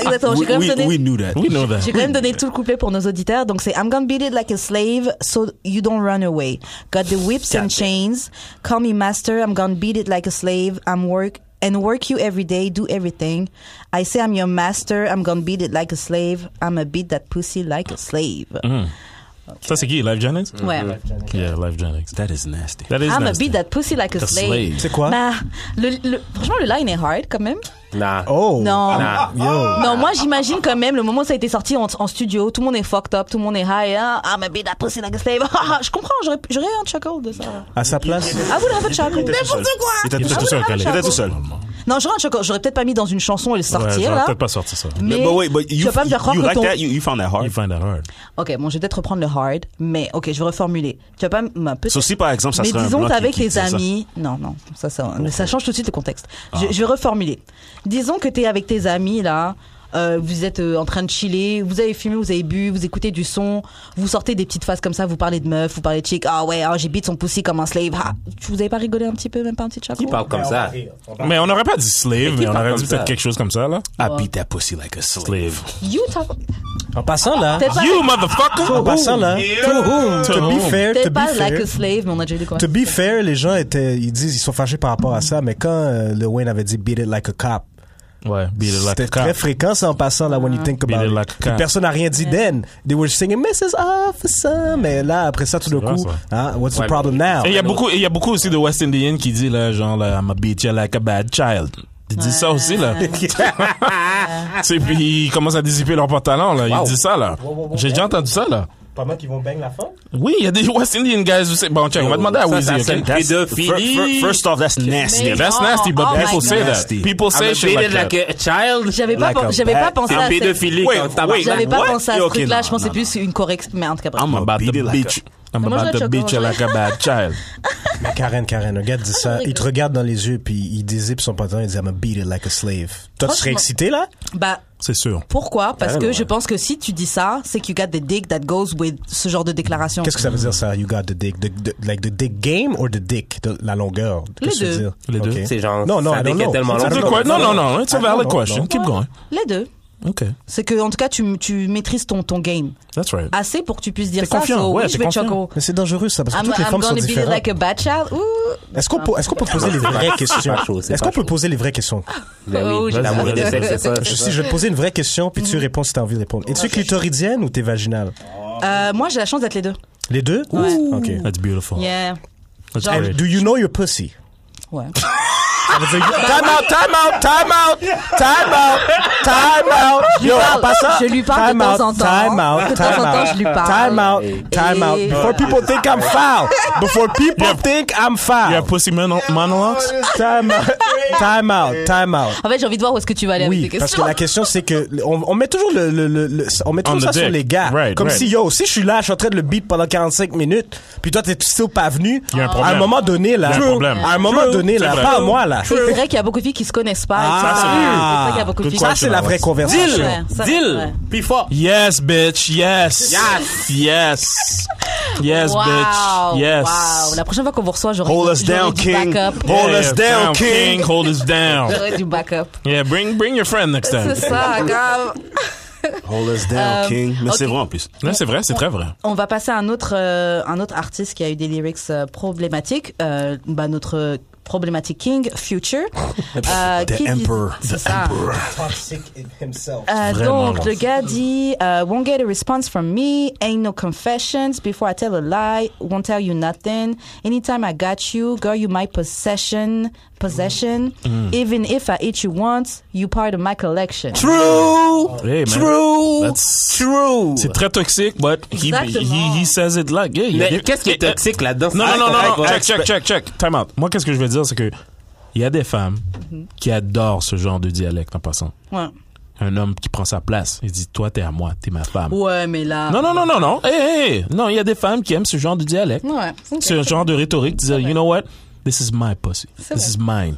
A: Exactement. J'ai
E: We,
A: quand même
E: we,
A: donné.
E: we knew that.
D: We know that.
A: j'ai quand même donné tout le couplet pour nos auditeurs. Donc c'est I'm gonna beat it like a slave so you don't run away. Got the whips and chains. Call me master. I'm gonna beat it like a slave. I'm work and work you every day. Do everything. I say I'm your master. I'm gonna beat it like a slave. I'm gonna beat that pussy like a slave.
D: Ça, c'est qui? Live Janice?
A: Ouais.
D: Yeah, Live Janice.
E: That is nasty.
D: That is
A: I'm a
D: nasty.
A: beat that pussy like a
D: The
A: slave.
D: slave.
C: C'est quoi?
A: Bah, le- le- franchement, le line est hard quand même.
B: Nah.
C: Oh!
A: Non. Ah.
B: Nah.
C: Yo!
A: Non, moi j'imagine quand même le moment où ça a été sorti en, en studio, tout le monde est fucked up, tout le monde est high. Hein? I'm a beat that pussy like a slave. Ah, je comprends, j'aurais j'aurais un chuckle de ça. Ah,
C: À sa place?
A: I would have a chuckle.
E: quoi! Il était
D: Il
A: Ah,
D: était
E: tout
D: tout
E: seul.
D: seul, Khaled.
E: Il était tout seul.
A: Non, j'aurais un chuckle. J'aurais peut-être pas mis dans une chanson et le
D: Ouais,
A: sortir
D: j'aurais
A: là.
D: peut-être pas sorti ça.
A: Mais
E: But wait, but
A: tu
E: you,
A: vas pas me dire croire
E: you
A: que
E: like
A: ton-
E: that? You, you found that
D: You
E: hard?
D: find that hard.
A: Ok, bon, je vais peut-être reprendre le hard, mais ok, je vais reformuler. Tu vas pas m- bah, peut-être.
E: So, si par exemple, ça
A: mais
E: serait un
A: disons
E: blanc
A: que
E: qui-
A: t'es avec
E: qui
A: tes
E: disait ça. Ah.
A: amis. Non, non, ça, ça, mais ça change tout de suite le contexte. Je, je vais reformuler. Disons que t'es avec tes amis là. euh, vous êtes euh, en train de chiller, vous avez fumé, vous avez bu, vous écoutez du son, vous sortez des petites phases comme ça, vous parlez de meufs, vous parlez de chick, ah ouais, ah, j'ai bite son pussy comme un slave. Ah, vous avez pas rigolé un petit peu, même pas un petit chapeau
B: Qui parle comme ça?
D: Mais on n'aurait pas dit slave, mais on
B: parle
D: aurait
B: comme
D: dit peut-être
B: ça?
D: quelque chose comme ça, là.
E: I beat that pussy like a slave.
D: Slave.
A: You talk.
C: En passant là,
A: T'es pas,
D: You motherfucker!
C: en passant là, to whom?
D: To
C: To be
D: whom?
C: fair,
A: t'es
C: to be
A: pas like
C: fair.
A: a slave, mais on a déjà eu des
C: To
A: conversations.
C: be fair, les gens étaient, ils disent, ils sont fâchés par rapport à ça, mais quand euh, le Wayne avait dit beat it like a cop,
D: Ouais, beat it like
C: c'était
D: a cop.
C: très fréquent, ça en passant là, when you think
D: Beat
C: about
D: it
C: it.
D: like a
C: Puis
D: cop.
C: personne n'a rien dit then. They were singing Mrs. Officer, mais là, après ça, tout d'un
D: vrai,
C: coup,
D: ça.
C: hein, what's
B: Ouais,
C: the problem now?
D: Et il y a beaucoup, il y a beaucoup aussi de West Indian qui dit, là, genre, là, I'm a beat you like a bad child. Ils disent ça aussi, là. Tu sais, puis ils commencent à dissiper leurs pantalons, là.
B: Wow.
D: Ils disent ça, là.
C: wow, wow.
D: J'ai déjà entendu ça, là.
C: Pendant qu'ils vont bang la femme?
D: Oui, il y a des West Indian guys aussi. Bon, check, on va demander à
B: Ça,
D: Wheezy,
B: ça,
D: OK?
B: c'est une
D: That's-
B: pédophilie.
E: Fir- fir- First off, that's nasty.
A: Mais-
D: That's
A: Oh,
D: nasty, but
A: oh my
D: people say
E: nasty.
D: that. People
B: I'm
D: say
B: a
D: shit
B: beat
D: like
B: it like
D: that.
B: a child.
A: J'avais pas,
C: Like
A: pen-
C: a
A: j'avais pas
E: bad-
A: pensé
B: C'est
A: à
B: un
A: ça.
B: pédophile
E: Wait,
B: comme
E: wait,
B: tabarnak.
A: J'avais pas
E: What?
A: pensé à ce
E: Ok,
A: truc-là,
E: non,
A: je pensais
E: non,
A: plus une correction, mais en tout cas, bref.
E: I'm
D: I'm about
E: a beat
D: to
E: it like
D: beat
E: a...
D: you. I'm
A: Mais moi,
D: about
A: je
D: to
A: choque,
D: beat you
A: moi,
D: like a bad child.
C: Mais Karen, Karen, un gars
A: Ah,
C: dit ça, il te regarde dans les yeux, puis il dézippe son pantalon, il dit, I'm a beat it like a slave. Toi, tu
A: Franchement-
C: serais excité là?
A: Bah,
D: C'est sûr.
A: pourquoi Parce
B: Ouais,
A: que
B: ouais.
A: je pense que si tu dis ça, c'est que you got the dick that goes with ce genre de déclaration.
C: Qu'est-ce que ça veut dire ça? You got the dick, the, the- like the dick game or the dick, de- la longueur. Qu'est-ce que
A: deux.
C: ça veut dire?
D: Les deux.
C: Ok.
B: C'est genre,
C: non, non,
B: sa
C: I
B: dick
C: don't
B: est
C: know.
B: tellement
C: I don't
B: longue.
D: C'est
C: know.
D: quoi? Non, non, non. It's
C: I
D: a
C: don't know.
D: valid question.
C: Non.
D: Keep going.
A: Les deux.
D: OK.
A: C'est que, en tout cas, tu, tu maîtrises ton, ton game.
D: That's right.
A: Assez pour que tu puisses dire
D: T'es
A: ça.
D: confiant,
A: so,
D: ouais,
A: oui,
D: t'es
A: je vais
D: confiant.
A: choco.
C: Mais c'est dangereux ça, parce que
A: I'm,
C: toutes les
A: I'm
C: femmes sont
A: gonna be
C: différentes.
A: like a bad child. Ouh.
C: Est-ce qu'on peut, est-ce qu'on peut poser les vraies questions?
B: pas chaud, c'est
C: Est-ce
B: pas
C: qu'on peut
B: chaud.
C: poser les vraies questions?
B: Ben oui,
A: Oh, je
B: l'amour
D: sais.
B: et le sexe, c'est ça.
C: Je, si je vais te poser une vraie question, puis
A: Mhm.
C: tu réponds si t'as envie de répondre. Es-tu clitoridienne ou t'es vaginale?
A: Euh, moi, j'ai la chance d'être les deux.
C: Les deux?
A: Ouais.
C: Ok.
D: That's beautiful.
A: Yeah.
D: That's
A: Genre- Ah.
C: And
D: great.
C: do you know your pussy?
A: Ouais.
C: Ça veut dire-
B: Time out, time out, time out, time out, time out.
A: lui parle- je lui parle de
C: time
A: temps
C: out,
A: en temps.
C: Time out,
A: De temps
C: time
A: en temps,
C: out.
A: je lui parle.
C: Time out, time out.
A: Et-
C: Before people think I'm foul. Before people
D: Yeah.
C: think I'm
D: You have
C: foul.
D: pussy mono- monologues?
C: Time out, time out, time out.
A: En fait, j'ai envie de voir où est-ce que tu vas aller
C: Oui,
A: avec tes
C: parce que
A: questions.
C: la question c'est que on, on met toujours le, le, le- le- on met toujours
D: On
C: ça
D: the
C: sur
D: dick.
C: les gars,
D: Right,
C: comme
D: right.
C: si yo si je suis là, je suis en train de le beat pendant 45 minutes, puis toi t'es toujours pas venu.
D: Il y a un
C: à un
D: problème.
C: moment donné là,
D: Il y a un problème.
C: à un moment
D: True.
C: donné là,
D: C'est vrai.
C: pas à moi là.
A: C'est vrai qu'il y a beaucoup de filles qui se connaissent pas. et
C: Ah,
A: tout
C: c'est
A: ça.
C: vrai.
A: C'est vrai qu'il y a beaucoup de
D: Good
A: filles.
C: Ça c'est la vraie conversation.
B: Deal,
A: Ouais, ça, ouais.
B: deal, puis fort.
D: Yes, bitch. Yes.
B: Yes.
D: Yes. Yes,
A: Wow,
D: bitch. Yes.
A: wow. La prochaine fois qu'on vous reçoit, j'aurai
E: Hold us
A: j'aurai
E: down,
A: du
E: King.
A: backup.
E: Hold us down,
D: King.
E: King.
D: Hold us down.
A: J'aurai du backup.
D: Yeah, bring bring your friend next time.
A: C'est ça, grave.
E: Hold us down,
A: Euh,
E: King. Mais c'est
A: ok.
E: vrai en plus.
D: Non, c'est vrai, c'est très vrai.
A: On va passer à un autre, euh, un autre artiste qui a eu des lyrics euh, problématiques. Euh, bah, notre problématique King, Future. Euh,
E: The
A: qui dit-
E: Emperor.
A: C'est ça. Euh,
D: Vraiment,
A: donc,
D: là.
A: le gars dit euh, Won't get a response from me, ain't no confessions. Before I tell a lie, won't tell you nothing. Anytime I got you, girl, you my possession. Possession. Even if I eat you once, you part of my collection.
B: True,
D: Hey, man.
B: true,
D: That's-
B: true.
D: C'est très toxique, but he,
A: Exactement.
D: he, he says it like. Yeah, il y a
B: Mais
D: des-
B: qu'est-ce qui est toxique là-dedans?
D: Eh, Non, non,
B: Ah,
D: non, non,
B: ouais,
D: non.
B: ouais.
D: Check, check, check, check. Time out. Moi, qu'est-ce que je veux dire, c'est que il y a des femmes qui adorent ce genre de dialecte en passant.
A: Ouais.
D: Un homme qui prend sa place, il dit Toi, t'es à moi, t'es ma femme.
A: Ouais, mais là.
D: Non, non, non, non, non. Hey, hey. Non, il y a des femmes qui aiment ce genre de dialecte.
A: Ouais. ok.
D: C'est un genre de rhétorique qui dit, you know what? This is my pussy. This is mine.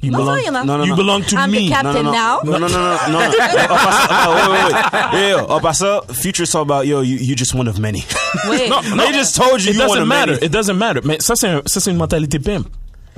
D: You
A: Non,
D: belong,
A: ça, il y en a.
E: Non, non,
D: you
E: non.
D: belong to
A: I'm
D: me.
A: the
E: Non, non,
A: captain
E: non.
A: now.
E: Non, non, non, non, non. non. En passant, ah, wait, wait, wait. Hey, yo, en passant, Future's all about, yo, you, you just one of many.
A: Ouais.
D: Non,
E: They just told you
D: It
E: you one
D: doesn't
E: of
D: matter.
E: many.
D: It doesn't matter. Mais ça, c'est un- ça, c'est une mentalité pimp.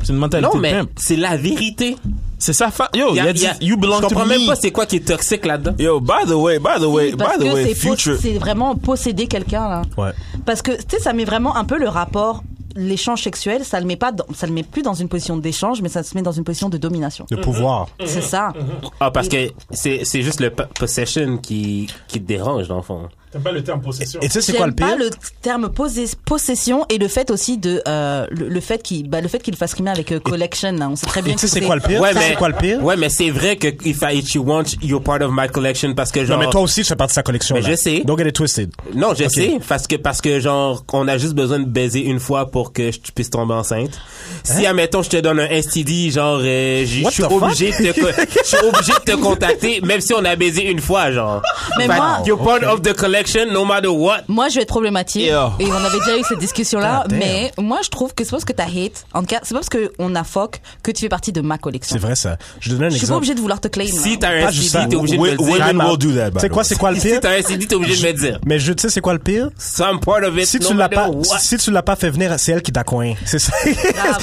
D: C'est une mentalité
B: Non, mais
D: pimp.
B: c'est la vérité.
D: C'est sa femme. Yo,
B: Y
D: Oh, il a dit, you belong
B: je
D: to
B: comprends
D: me.
B: même pas c'est quoi qui est toxique là-dedans.
E: Yo, by the way, by the way, by
A: Parce
E: the
A: que
E: way,
A: c'est, pos-
E: Future.
A: c'est vraiment posséder quelqu'un là.
C: Ouais.
A: Parce que tu sais, ça met vraiment un peu le rapport l'échange sexuel, ça le met pas, dans- ça le met plus dans une position d'échange, mais ça se met dans une position de domination.
C: Le pouvoir.
A: C'est ça.
B: Ah, parce que c'est c'est juste le po- possession qui, qui te dérange, dans le fond.
D: T'aimes pas le terme possession.
C: Et tu sais, c'est
A: J'aime
C: quoi le
A: pas
C: pire?
A: le terme posé- possession et le fait aussi de euh, le, le fait qu'il bah, le fait qu'il fasse rimer avec euh, collection là, on sait très bien
C: Et tu
A: que
C: sais, c'est quoi le pire?
B: Ouais,
C: Tu sais,
B: mais-
C: C'est quoi le pire?
B: Ouais, mais c'est vrai que if I eat you once, you're part of my collection parce que
C: Non,
B: genre.
C: mais toi aussi, tu fais partie de sa collection.
B: Mais
C: là.
B: je sais.
C: Don't get it twisted.
B: Non, je sais, parce que, parce que genre, on a juste besoin de baiser une fois pour que je puisse tomber enceinte. Si, admettons, je te donne un STD, genre, euh, j- je
C: Hein? What
B: suis
C: the fuck?
B: obligé de te, co- je suis obligé de te contacter, même si on a baisé une fois, genre.
A: Mais
B: Fait
A: moi-
B: que you're part of the collection, no matter what.
A: Moi, je vais être problématique.
C: euh,
B: Yeah.
A: Et on avait déjà eu cette discussion-là.
C: God damn.
A: mais moi, je trouve que c'est pas parce que t'as hate. En tout cas, c'est pas parce qu'on a fuck que tu fais partie de ma collection.
C: C'est vrai, ça. Je te donne un
A: Je suis pas
C: exemple.
A: obligée de vouloir te claim. là.
B: Si t'as un
C: Pas juste ça.
B: STD, t'es obligé de me le
E: Women
B: dire.
E: women
C: Time
E: will
C: out.
E: do that, by
C: Tu sais
E: the
C: quoi,
E: way.
C: c'est quoi le
B: Si
C: pire?
B: t'as un STD, t'es obligé de me le dire.
C: Mais je, tu sais, c'est quoi le pire?
B: So I'm part of it,
C: Si
B: no
C: tu l'as
B: matter
C: pas,
B: what.
C: si tu l'as pas fait venir, c'est elle qui t'a coin. C'est ça,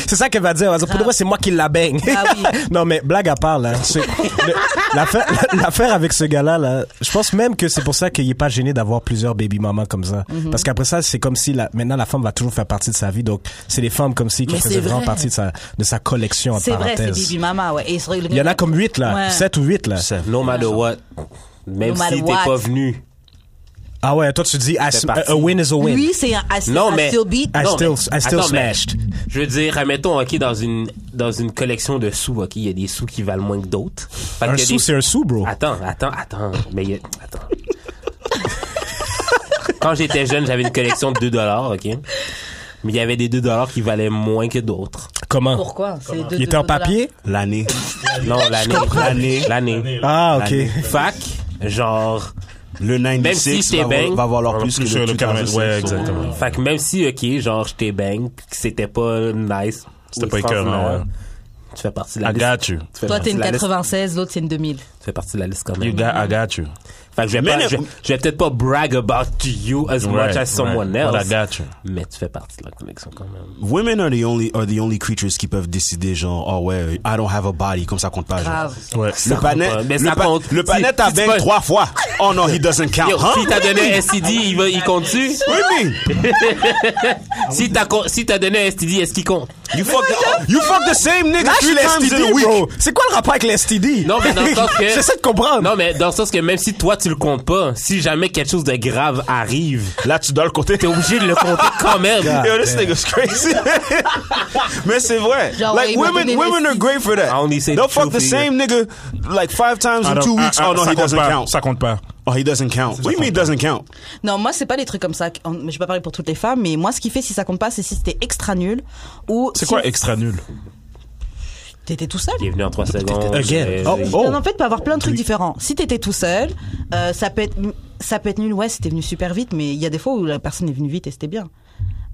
C: c'est ça qu'elle va dire. Elle va dire, Pour de vrai, c'est moi qui la baigne.
A: Ah oui.
C: non, mais blague à part, là. c'est- le- L'affaire, l'affaire avec ce gars-là, là, je pense même que c'est pour ça qu'il est pas gêné d'avoir plusieurs baby mamans comme ça.
A: Mhm.
C: Parce qu'après ça, c'est comme si la, maintenant la femme va toujours faire partie de sa vie. Donc, c'est les femmes comme si qui
A: Mais c'est
C: faisaient vraiment
A: vrai.
C: partie de sa, de sa collection, en
A: C'est vrai, c'est
C: parenthèse.
A: Bibi Mama, ouais. Et il serait-
C: Il y en a comme huit, là.
A: Ouais.
C: Sept ou huit, là.
B: No matter what. Même
A: No matter
B: si t'es
A: what.
B: pas venu.
C: Ah ouais, toi, tu dis, I
B: C'est
C: sm-
B: parti.
C: a win is a win.
A: Lui, c'est un I still,
B: Non,
A: I
B: mais-
A: still beat.
C: I
B: Non,
C: still,
B: mais-
C: I still
B: attends, mais-
C: smashed.
B: Je veux dire, admettons, OK, dans une, dans une collection de sous, OK, il y a des sous qui valent moins que d'autres. Fait
C: Un
B: qu'il y a
C: sou,
B: des-
C: c'est un sou, bro.
B: Attends, attends, attends. Mais il y a- attends. Quand j'étais jeune, j'avais une collection de 2 dollars, OK? Mais il y avait des 2 dollars qui valaient moins que d'autres.
C: Comment?
A: Pourquoi? C'est deux-
C: Il était
A: deux-
C: en
A: deux dollars.
C: papier?
E: L'année.
B: Non, l'année. L'année. L'année.
C: Ah, ok.
B: L'année. Fac, genre,
E: Le 96
B: Même si je t'ai
E: va,
B: bang,
E: va valoir plus que
D: plus que le
E: le
D: 90,
E: 96.
D: ouais, exactement.
B: Fait que même si, ok, genre, j'étais bang, que c'était pas nice.
D: C'était
B: ou
D: pas écœurant,
B: extraordinaire,
D: ouais.
B: Tu fais partie de la
D: I
B: liste.
D: got you.
B: Tu
A: Toi,
B: fais partie
A: t'es une
B: de la liste.
A: 96, l'autre, c'est une 2000.
B: Tu fais partie de la liste quand
D: You
B: même.
D: got, I got you.
B: Fait que je vais,
E: Mais
B: pas-
E: le-
B: Ben, je, je vais peut-être pas brag about to you as much
D: Right,
B: as someone
D: right. But I
B: else.
D: got you.
B: Mais tu fais partie de la connexion quand même.
E: Women are the only are the only creatures qui peuvent décider genre oh ouais I don't have a body comme ça compte pas. genre.
A: Grave.
D: Ouais.
E: Le panet,
B: compte pas, mais
E: le,
B: ça
E: pa-
B: compte.
E: le
B: Si-
E: panet t'a
B: si tu
E: bang
B: peux-
E: trois fois. Oh non, he doesn't count.
B: Yo,
E: hein?
B: si t'as donné un STD, il, va, il compte-tu?
E: What do you mean?
B: Si t'as con- si t'as donné un STD, est-ce qu'il compte?
E: You fuck the, you fuck the same nigga
C: Lâche
E: three times in a
C: l'STD,
E: week.
C: bro. C'est quoi le rapport avec l'STD?
B: Non, mais dans le sens que-
C: J'essaie de comprendre.
B: Non, mais dans le sens que même si toi, tu le comptes pas, si jamais quelque chose de grave arrive,
E: Là tu dois le compter.
B: t'es obligé de le compter quand même.
E: Yo, this nigga's crazy. Mais c'est vrai.
A: Genre,
E: like
A: il m'a
E: women,
A: donné
E: women
A: les
E: are great for that.
B: I only say
E: They'll
B: the
E: fuck the
B: truth here.
E: same nigga like five times in
D: Ah,
E: two
D: non,
E: weeks.
D: ah, ah,
E: oh no,
D: ça
E: he
D: compte
E: doesn't
D: pas.
E: count.
D: Ça compte pas.
E: Oh, he doesn't count. What do you mean doesn't count?
A: Non, moi, c'est pas des trucs comme ça. que- on- mais Je vais pas parler pour toutes les femmes, mais moi, ce qui fait si ça compte pas, c'est si c'était extra nul ou.
D: C'est
A: si
D: quoi extra nul?
A: T'étais tout seul.
B: Il est venu en trois secondes.
C: Again.
B: Euh,
C: Oh,
B: euh,
C: oh.
A: Non, en fait, peut avoir plein de trucs différents. Si t'étais tout seul, euh, ça peut être, ça peut être nul. Ouais, c'était venu super vite, mais il y a des fois où la personne est venue vite et c'était bien.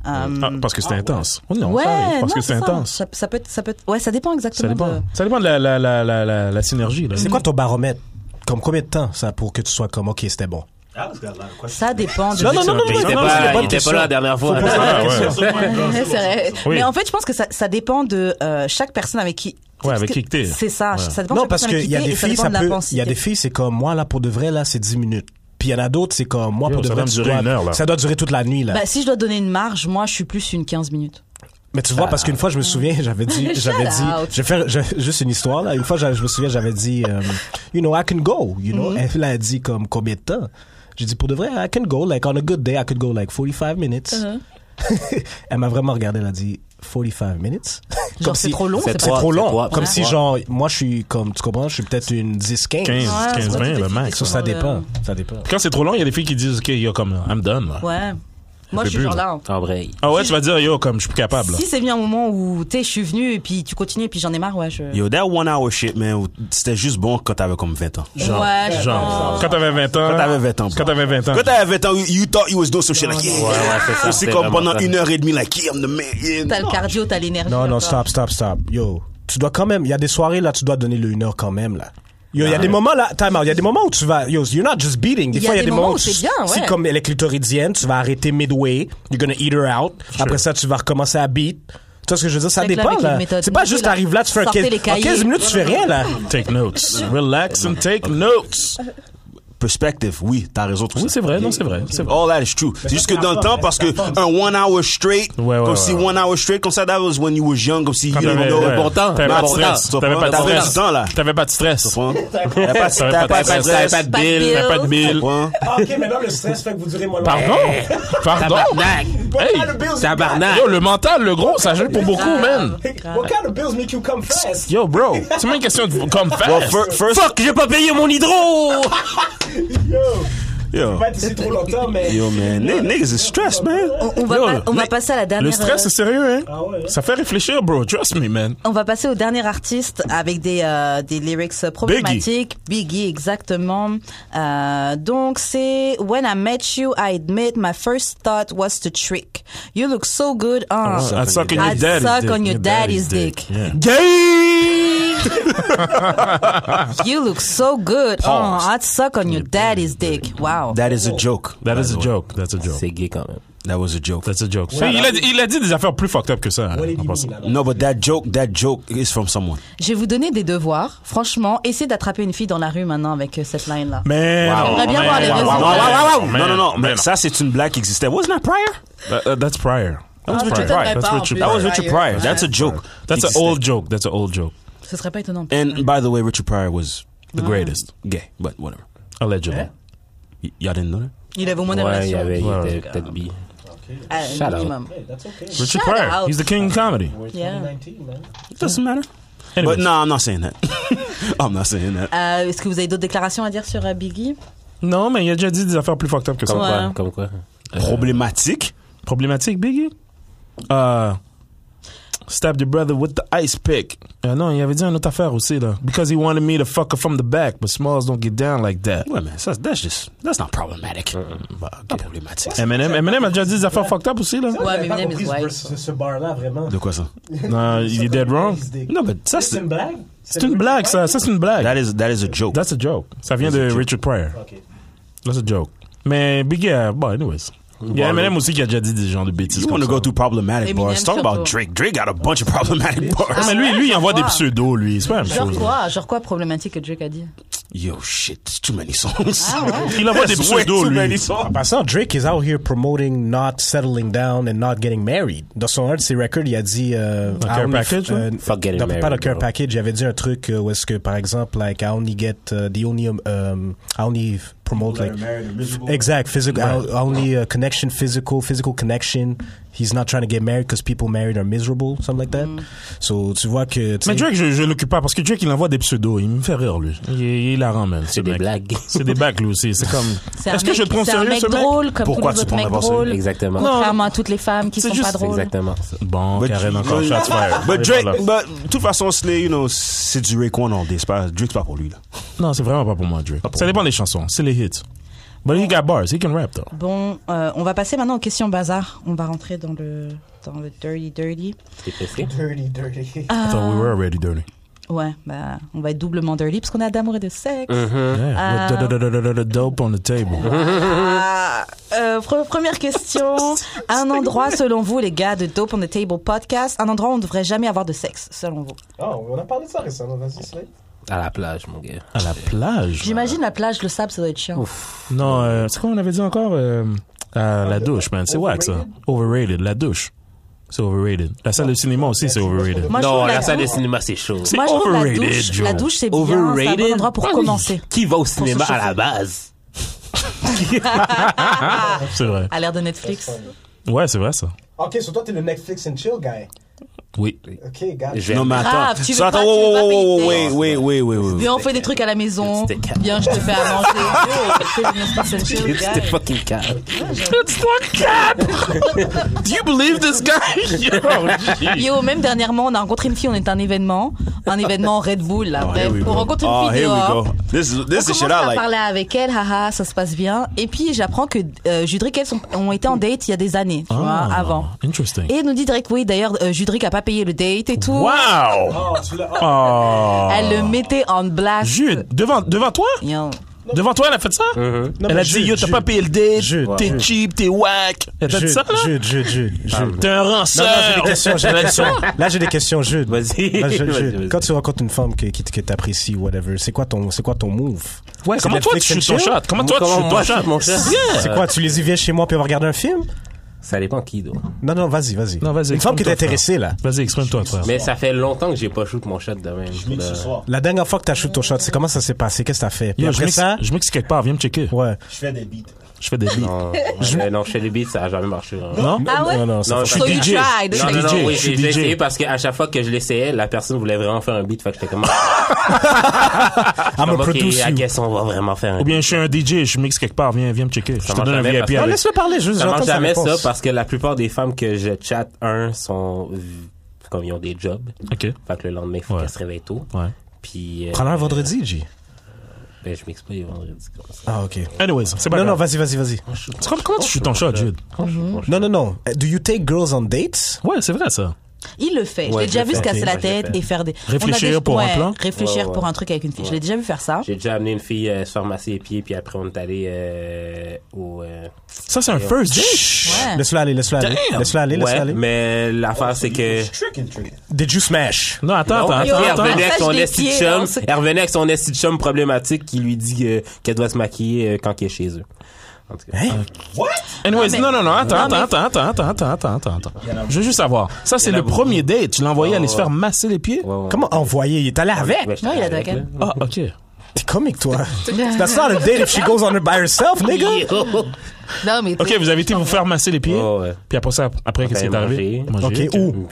A: Euh,
D: Ah, parce que c'était intense. Oh non,
A: ouais,
D: ça, parce
A: non,
D: que c'est
A: ça.
D: intense.
A: Ça, ça peut être, ça peut être- ouais, ça dépend
D: Ça
A: exactement.
D: dépend.
A: de-
D: Ça dépend de la, la, la, la, la, la synergie. Là.
C: C'est quoi ton baromètre? Comme combien de temps, ça, pour que tu sois comme, OK, c'était bon?
A: Ça dépend. De
C: Non, non, non, non,
B: Il
C: non,
B: était
C: non,
B: pas-
C: c'est les
B: il
C: bonnes
B: était
C: questions.
B: pas là la dernière fois.
C: Faut poser la
D: Ah, ouais.
C: question.
A: c'est vrai.
D: Oui.
A: Mais en fait, je pense que ça, ça dépend de euh, chaque personne avec qui. parce
D: avec qui que t'es.
A: C'est ça. Ça dépend. de
C: Non,
A: chaque
C: parce
A: personne avec
C: qu'il y a
A: qui t'es
C: des
A: et
C: filles,
A: dépend
C: ça
A: de la
C: peut, il
A: pensée.
C: y a des filles, c'est comme moi, là, pour de vrai, là, c'est 10 minutes. Puis il y en a d'autres, c'est comme moi,
D: Yo,
C: pour de
D: ça
C: vrai,
D: doit
C: tu
D: durer
C: dois-
D: une heure, là.
C: ça doit durer toute la nuit, là.
A: Bah, si je dois donner une marge, moi, je suis plus une 15 minutes.
C: Mais tu vois, parce qu'une fois, je me souviens, j'avais dit, j'avais dit,
A: out.
C: je vais faire je- juste une histoire, là. Une fois, j'avais- je me souviens, j'avais dit, euh, you know, I can go, you know.
A: Mm-hmm.
C: Elle a dit, comme, combien de temps? J'ai dit, pour de vrai, I can go, like, on a good day, I could go, like, 45 minutes.
A: Uh-huh.
C: elle m'a vraiment regardé, elle a dit, 45 minutes?
A: Genre, c'est trop long,
C: C'est
A: c'est
C: trop
A: pas-
B: c'est
C: long.
B: trois,
C: Comme
B: c'est
C: si,
B: trois.
C: genre, moi, je suis, comme, tu comprends, je suis peut-être une 10, 15.
D: 15,
A: Ouais, c'est
D: 15,
A: pas tout
D: 20, le
A: à fait
D: max. hein.
C: Ça, ça
A: Ouais.
C: dépend. Ça dépend.
D: Quand c'est trop long, il y a des filles qui disent, OK, yo, comme, I'm done. là.
A: Ouais. Moi,
D: fait
A: je suis
D: plus,
A: genre
D: là.
A: là. hein.
B: En vrai.
D: Ah ouais, tu vas dire, yo, comme, je suis plus capable. là.
A: Si c'est bien un moment où tu sais, je suis venu et puis tu continues et puis j'en ai marre, ouais, je.
E: Yo, that one hour shit, man, c'était juste bon quand t'avais comme 20 ans.
A: ouais, je-
D: Genre, quand t'avais 20 ans.
E: Quand t'avais 20 ans.
D: Ah. Quand t'avais 20 ans.
E: Quand t'avais 20 ans, you- you thought you was doing some shit like yeah.
B: Ouais, ouais, c'est ça,
E: Aussi
B: c'est
E: comme
B: vraiment
E: pendant
B: ça.
E: une heure et demie, like yeah, I'm the man. yeah.
A: T'as le
E: Non.
A: cardio, t'as l'énergie.
C: Non, non,
A: encore.
C: stop, stop, stop. Yo, tu dois quand même. Il y a des soirées là, tu dois donner le 1 heure quand même là. Yo, il y a des moments là, time out. Il y a des moments où tu vas. Yo, you're not just beating. Des
A: Il y
C: fois,
A: a
C: il y a
A: des
C: des
A: moments
C: moments
A: où
C: tu-
A: c'est bien,
C: Si
A: ouais.
C: comme elle est clitoridienne, tu vas arrêter midway. You're gonna eat her out. Après ça, tu vas recommencer à beat. Tu vois ce que je veux dire? Ça
A: Fait que là,
C: dépend
A: avec
C: là.
A: les méthodes
C: C'est pas
A: médicales,
C: juste t'arrives là, tu fais un
A: sortez
C: 15,
A: les
C: en 15
A: cahiers.
C: minutes, tu fais rien là.
D: Take notes. Relax and take notes.
E: perspective, oui, t'as raison. tout
D: Oui,
E: ça.
D: c'est vrai, non, c'est vrai, c'est vrai.
E: All that is true. C'est juste que dans le temps, parce que un one hour straight,
D: Ouais, ouais,
E: comme si
D: ouais,
E: one hour straight, comme ça, that was when you was young, comme si you
D: Quand
E: didn't
D: t'avais-
E: know.
D: ouais.
E: important.
D: T'avais pas de
E: important.
D: stress.
E: Tu
D: T'avais pas de
E: comprends? T'avais
D: stress.
E: du temps, là.
D: T'avais pas de stress.
E: Tu comprends? T'avais pas-
D: T'avais pas
E: t'avais
D: de
E: pas de
D: stress, t'avais
E: stress.
B: pas de bill.
D: T'avais pas de bill.
E: Comprends?
F: Ok, maintenant le stress fait que vous durez moins longtemps.
D: Pardon? Pardon?
B: Tabarnak!
F: Bills
B: Hey!
F: you
B: Tabarnak!
D: Yo, le mental, le gros, ça joue pour beaucoup, man.
F: What kind of bills make you come fast?
D: Yo, bro, c'est même une question de comme
E: Well,
D: fast.
E: fir- first,
B: Fuck, j'ai pas payé mon hydro!
E: yo,
F: Pas être ici trop longtemps, mais.
E: yo, man, Ni- niggas is stressed, man.
A: On, on va,
D: Yo,
A: pas- on va
D: mais-
A: passer à la dernière.
D: Le stress,
A: euh,
D: c'est sérieux, hein?
F: Ah ouais.
D: Ça fait réfléchir, bro. Trust me, man.
A: on va passer au dernier artiste avec des, euh, des lyrics problématiques. Biggie, exactement. Euh, donc, c'est When I met you, I admit my first thought was to trick. You look so good on.
D: I Oh, suck on your
A: I'd
D: daddy's
A: suck
D: dick.
A: on Ah. your daddy's dick. You look so good. Oh, I'd suck on your daddy's dick. Wow.
E: That is a joke.
D: That is a joke. That's a joke.
B: C'est gay quand même.
E: That was a joke.
D: That's a joke. Il a, dit- il a dit des affaires plus fucked up que ça. hein.
F: What did
D: en
F: you
D: passant.
F: mean, alors?
E: No, but that joke, that joke is from someone.
A: Je vais vous donner des devoirs. Franchement, essayez d'attraper une fille dans la rue maintenant avec euh, cette line-là.
D: Mais
E: Wow.
D: non.
A: J'aimerais bien
D: mais
A: voir les
D: non,
A: raisons.
D: mais
E: Non,
A: ouais,
E: wow, wow,
D: non,
E: wow.
D: mais
E: non, non, non, mais
D: mais
E: ça, c'est une blague qui existait. Wasn't that prior?
D: That- that- That's prior. That's
A: Richard Pryor.
D: That's
A: Pryor.
D: Richard
E: That was
D: Pryor.
E: Richard Pryor. That's a joke.
D: That's an
E: Existait.
D: old joke. That's an old joke.
A: Ce serait pas étonnant.
E: And bah, by the way, Richard Pryor was
D: The greatest.
E: gay, but whatever. Eh?
D: Allegedly.
E: Y- y'all didn't know that?
A: Il avait au moins des
B: Ouais, il y
A: relations.
B: avait, il
D: Ouais.
B: était peut-être bi.
A: Ah,
B: Shout out.
A: minimum.
D: Richard
A: Shout
D: Pryor.
A: out.
D: He's the king of comedy.
A: Yeah.
E: It doesn't matter.
D: Anyways.
E: But no, I'm not saying that. I'm not saying that.
A: Euh, Est-ce que vous avez d'autres déclarations à dire sur euh, Biggie
D: Non, mais il a déjà dit des affaires plus fucked up que ça.
B: Comme quoi?
A: Ouais.
B: Comme quoi?
E: Problématique.
D: Problématique, Biggie? Euh, stab your brother with the ice pick. Euh, non, il avait dit une autre affaire aussi, là. Because he wanted me to fuck her from the back, but Smalls don't get down like that.
E: Ouais, man, ça, that's just, that's not problematic.
D: Uh,
E: Bah, Pas problématique.
D: Eminem, Eminem a déjà dit des affaires fucked up aussi, là.
A: Ouais, mais
F: J'avais pas
A: Eminem
F: compris
A: is
F: ce-
A: white.
F: Ce, ce bar-là, vraiment.
E: De quoi ça?
D: Non, il est dead wrong.
E: Non, mais ça,
F: C'est
E: c'est...
F: une blague?
D: C'est une blague, ça. Ça, c'est une blague.
E: That is, that is a joke.
D: That's a joke. Ça vient de Richard Pryor.
F: Ok.
D: That's a joke. Mais Biggie, euh, bon, anyways. Il y a Eminem aussi qui a déjà dit des genres de bêtises.
E: you want to
D: comme
E: go
D: ça.
E: through problematic
A: Eminem
E: bars. Talk about
A: surtout.
E: Drake. Drake got a bunch of problematic bars.
D: Ah, mais lui, lui, il envoie des pseudos, lui. C'est pas la même
A: Genre
D: chose.
A: quoi Genre quoi problématique que Drake a dit
E: Yo, shit, it's too many songs.
A: Ah ouais
D: Il envoie des
E: That's way
D: pseudos,
E: too
D: lui.
E: many
C: En
E: songs.
C: passant, Drake is out here promoting not settling down and not getting married. Dans son un de ses records, il a dit... Euh, I
D: care
C: only-
D: package,
C: euh,
B: Fuck getting
C: dans- Pas
B: married,
C: le care
B: bro.
C: package, il avait dit un truc euh, où est-ce que, par exemple, like, I only get... uh, the only... um, um, I only promote, like... Exact, physical... I only uh, connection, physical, physical connection. He's not trying to get married because people married are miserable, something like that.
B: Mm.
C: So, tu vois que... tu
D: Mais
C: sais-
D: Drake, je, je l'occupe pas parce que Drake, il envoie des pseudos. Il me fait rire, lui. Il, il la ramène.
B: C'est des blagues.
D: C'est des bacs, lui aussi. C'est comme.
A: C'est un
D: Est-ce que
A: mec-
D: je le prends au
A: C'est un
D: sérieux,
A: mec
D: ce mec?
A: drôle comme
E: Pourquoi
A: tous les
E: tu
A: autres
E: prends
A: mecs
E: pas ça
A: drôles.
B: Exactement.
A: Contrairement à toutes les femmes qui
D: C'est
A: sont
D: juste-
A: pas
D: c'est
B: C'est
A: drôles.
B: exactement ça.
D: Bon, Karen encore, shots fired.
E: But
D: Et
E: Drake,
D: voilà.
E: but, de toute façon, Slay, you know, c'est du Drake One all day. C'est pas, Drake, c'est pas pour lui, là.
D: Non, c'est vraiment pas pour moi, Drake. Ça dépend des chansons. C'est les hits. But he got bars. He can rap, though.
A: Bon, euh, on va passer maintenant aux questions bazar. On va rentrer dans le dans le dirty dirty.
B: T'es pressé?
F: Dirty, dirty.
D: I thought we were already dirty.
A: Ouais, bah on va être doublement dirty parce qu'on a d'amour et de sexe.
D: Yeah. With da- da- da- da- da- da- Dope on the table.
A: Ah, euh, pre- première question. un endroit selon vous les gars de Dope on the Table podcast, un endroit où on ne devrait jamais avoir de sexe selon vous.
F: Oh, on a parlé de ça récemment, vas-y, Slade.
B: À la plage, mon gars.
D: À la plage.
A: J'imagine la plage, le sable, ça doit être chiant.
D: Non, euh, c'est quoi on avait dit encore euh, à la douche, man. C'est wack ça. Overrated, la douche. C'est overrated. La salle de cinéma aussi, c'est overrated.
A: Moi, je
B: non,
A: trouve
B: la
A: la
B: salle de
A: douche-
B: cinéma, c'est chaud. Ah
D: C'est
A: Moi, je trouve la
D: overrated,
A: douche,
D: Joe.
A: la douche c'est bien, c'est un bon endroit
E: Ah
A: pour
B: Oui.
A: commencer.
B: Qui va au cinéma
A: se
B: à la base?
A: Ah.
D: C'est vrai.
A: À l'ère de Netflix.
D: Ouais, c'est vrai, ça.
F: Ok, sur toi, t'es le Netflix and chill guy.
D: Oui.
F: Ok, gars.
B: Je vais-
E: Non, mais attends.
A: Grave, tu veux
E: So,
A: pas-
E: attends,
A: tu veux
E: wow,
A: pas
E: wow,
A: payer
E: wow,
A: tes-
E: wow, wait, wait, wait, wait, wait.
A: Viens, on fait des trucs à la maison.
B: C'était calme.
A: Viens, je te fais à manger. C'est le Netflix and chill,
B: C'était
A: guy.
B: fucking calme.
D: It's not Do you believe this guy?
A: Yo, même dernièrement, on a rencontré une fille, on est à un événement, un événement Red Bull, là.
E: here
A: bref.
E: we
A: Ben, on
E: go.
A: rencontre
E: Oh,
A: une fille
E: here we
A: dehors.
E: go. This is,
A: On
E: this is
A: commence
E: shit
A: à
E: I like.
A: parler avec elle, haha, ça se passe bien. Et puis j'apprends que euh, Judrick et elle sont- ont été en date il y a des années, tu
D: Ah.
A: vois, avant.
D: Interesting.
A: Et elle nous dit direct, oui, d'ailleurs, euh, Judrick a pas payé le date et tout.
D: Wow!
F: Oh, tu l'as.
D: Oh.
A: Ah. Elle le mettait en blast.
D: Jude, devant, devant toi?
A: Yo.
D: Devant toi, elle a fait ça?
C: Non,
D: elle
C: mais
D: a dit,
C: Jude,
D: yo, t'as
C: Jude.
D: pas payé le date,
C: Jude,
D: t'es
C: Jude.
D: cheap, t'es whack. Elle a dit
C: Jude,
D: ça, là?
C: Jude, Jude, Jude, Jude.
D: T'es un
C: Non,
D: ranceur.
C: non, j'ai des questions, j'ai des questions. Là, j'ai des questions, Jude.
B: Euh, Vas-y.
C: Là, Jude,
B: Vas-y,
C: Jude.
B: vas-y.
C: Quand tu rencontres une femme que, qui, que t'apprécies, whatever, c'est quoi ton, c'est quoi ton move?
D: Ouais,
C: C'est
D: comment toi,
C: Netflix
D: tu
C: and
D: shoots ton
C: chill?
D: shot? Comment toi, tu
B: Comment
D: shoots
B: moi,
D: ton
B: je shoot
D: shot?
B: mon shot?
D: Yeah.
C: C'est quoi? Tu les y viens chez moi puis on va regarder un film?
B: Ça dépend qui, donc.
C: Non, non, vas-y, vas-y.
D: Non, vas-y,
C: Une femme qui
D: exprime-toi,
C: est intéressée, là.
D: Vas-y, exprime-toi, frère.
B: Mais ça fait longtemps que j'ai pas shoot mon shot de même. Là.
C: La dernière fois que t'as shoot ton shot, c'est comment ça s'est passé? Qu'est-ce que t'as fait? Puis
D: Yo, je
C: après
D: mixe-
C: ça?
D: Je mixe quelque part, viens me checker.
C: Ouais.
E: Je fais des beats.
D: Je fais des beats.
B: Non, ouais, Euh, non, chez les beats, ça a jamais marché. hein.
D: Non?
A: Ah ouais?
C: Non, non, ça
B: Non,
C: fait-
B: je
A: So
B: suis
A: you
B: DJ.
A: tried.
B: Non,
D: Je
B: non,
D: suis
B: non,
D: DJ,
B: oui,
D: je
B: j'ai
D: suis
B: j'ai
D: DJ.
B: essayé parce qu'à chaque fois que je l'essayais, la personne voulait vraiment faire un beat, fait que j'étais comme, ah,
C: I'm a
B: comme, ok,
C: producer.
B: à qu'est-ce qu'on va vraiment faire un
D: Ou
B: beat?
D: bien je suis un DJ, je mixe quelque part, viens, viens me checker. Je te
B: marche
D: donne un
B: jamais
D: VIP
B: parce
C: Non,
B: que-
D: avec.
C: laisse-le parler, juste.
B: Ça marche
C: j'entends sa
B: jamais ça
C: réponse.
B: parce que la plupart des femmes que je chatte, un, sont, v- comme ils ont des jobs.
D: Ok.
B: Fait que le lendemain, il faut
D: Ouais.
B: qu'elles se réveillent tôt.
D: Ouais.
B: Puis, euh,
C: Prends-le un vendredi, G.
B: ben, je mixe pas les vendredis comme ça.
C: Ah, ok.
D: Anyways, c'est pas
C: Non, non,
D: grave.
C: vas-y, vas-y, vas-y.
D: Tu comprends- Comment tu shoots ton shot, Jude?
C: Non, non, non. Euh, Do you take girls on dates?
D: Ouais, c'est vrai, ça.
A: Il le fait.
B: Ouais,
A: je l'ai déjà
B: je
A: vu
B: le
A: se
B: fais.
A: casser
B: Moi,
A: la
B: je le
A: tête
B: fais.
A: et faire des.
D: Réfléchir
A: On a déjà-
D: pour un
A: ouais,
D: plan?
A: Réfléchir
B: Ouais, ouais.
A: pour un truc avec une fille. Je l'ai déjà vu faire ça.
B: J'ai déjà amené une fille euh, se faire masser les pieds, puis après, on est allé euh, au. euh,
D: Ça, c'est un first date.
A: Ouais.
C: Laisse-le aller, laisse-le aller.
D: Damn.
C: Laisse-le aller, laisse-le
B: Ouais,
C: aller.
B: mais l'affaire, c'est que.
F: Trick and trick.
C: Did you smash?
D: Non, attends,
B: Non,
D: attends,
B: puis
D: attends.
B: elle
A: attends.
B: revenait avec son
A: Massage des
B: esti de
A: pieds, hein.
B: chum,
A: on sait-
B: elle revenait avec son esti de chum problématique qui lui dit euh, qu'elle doit se maquiller euh, quand elle est chez eux. En tout cas.
A: Hein?
C: Hein?
D: Anyways,
A: mais-
D: non, non, non, attends,
A: Non, mais-
D: attends, attends, attends, attends, attends, attends, attends. Je veux juste savoir. Ça, c'est
B: Il y en a
D: le premier date. Tu l'as envoyé
B: Ouais,
D: aller se
B: ouais.
D: faire masser les pieds?
B: Ouais, ouais.
C: Comment envoyer? Il est allé avec?
B: Ben, j'étais
A: Ouais, il a
B: avec,
A: dragué.
B: là.
D: Ah, ok.
C: T'es comique, toi. That's not a date if she goes on her by herself, nigga.
A: Non, mais.
D: Ok, vous avez été vous faire masser les pieds?
B: Ouais, ouais.
D: Puis après ça, après, qu'est-ce qui est
B: Ben,
D: arrivé?
B: manger.
D: Manger,
C: Ok, où?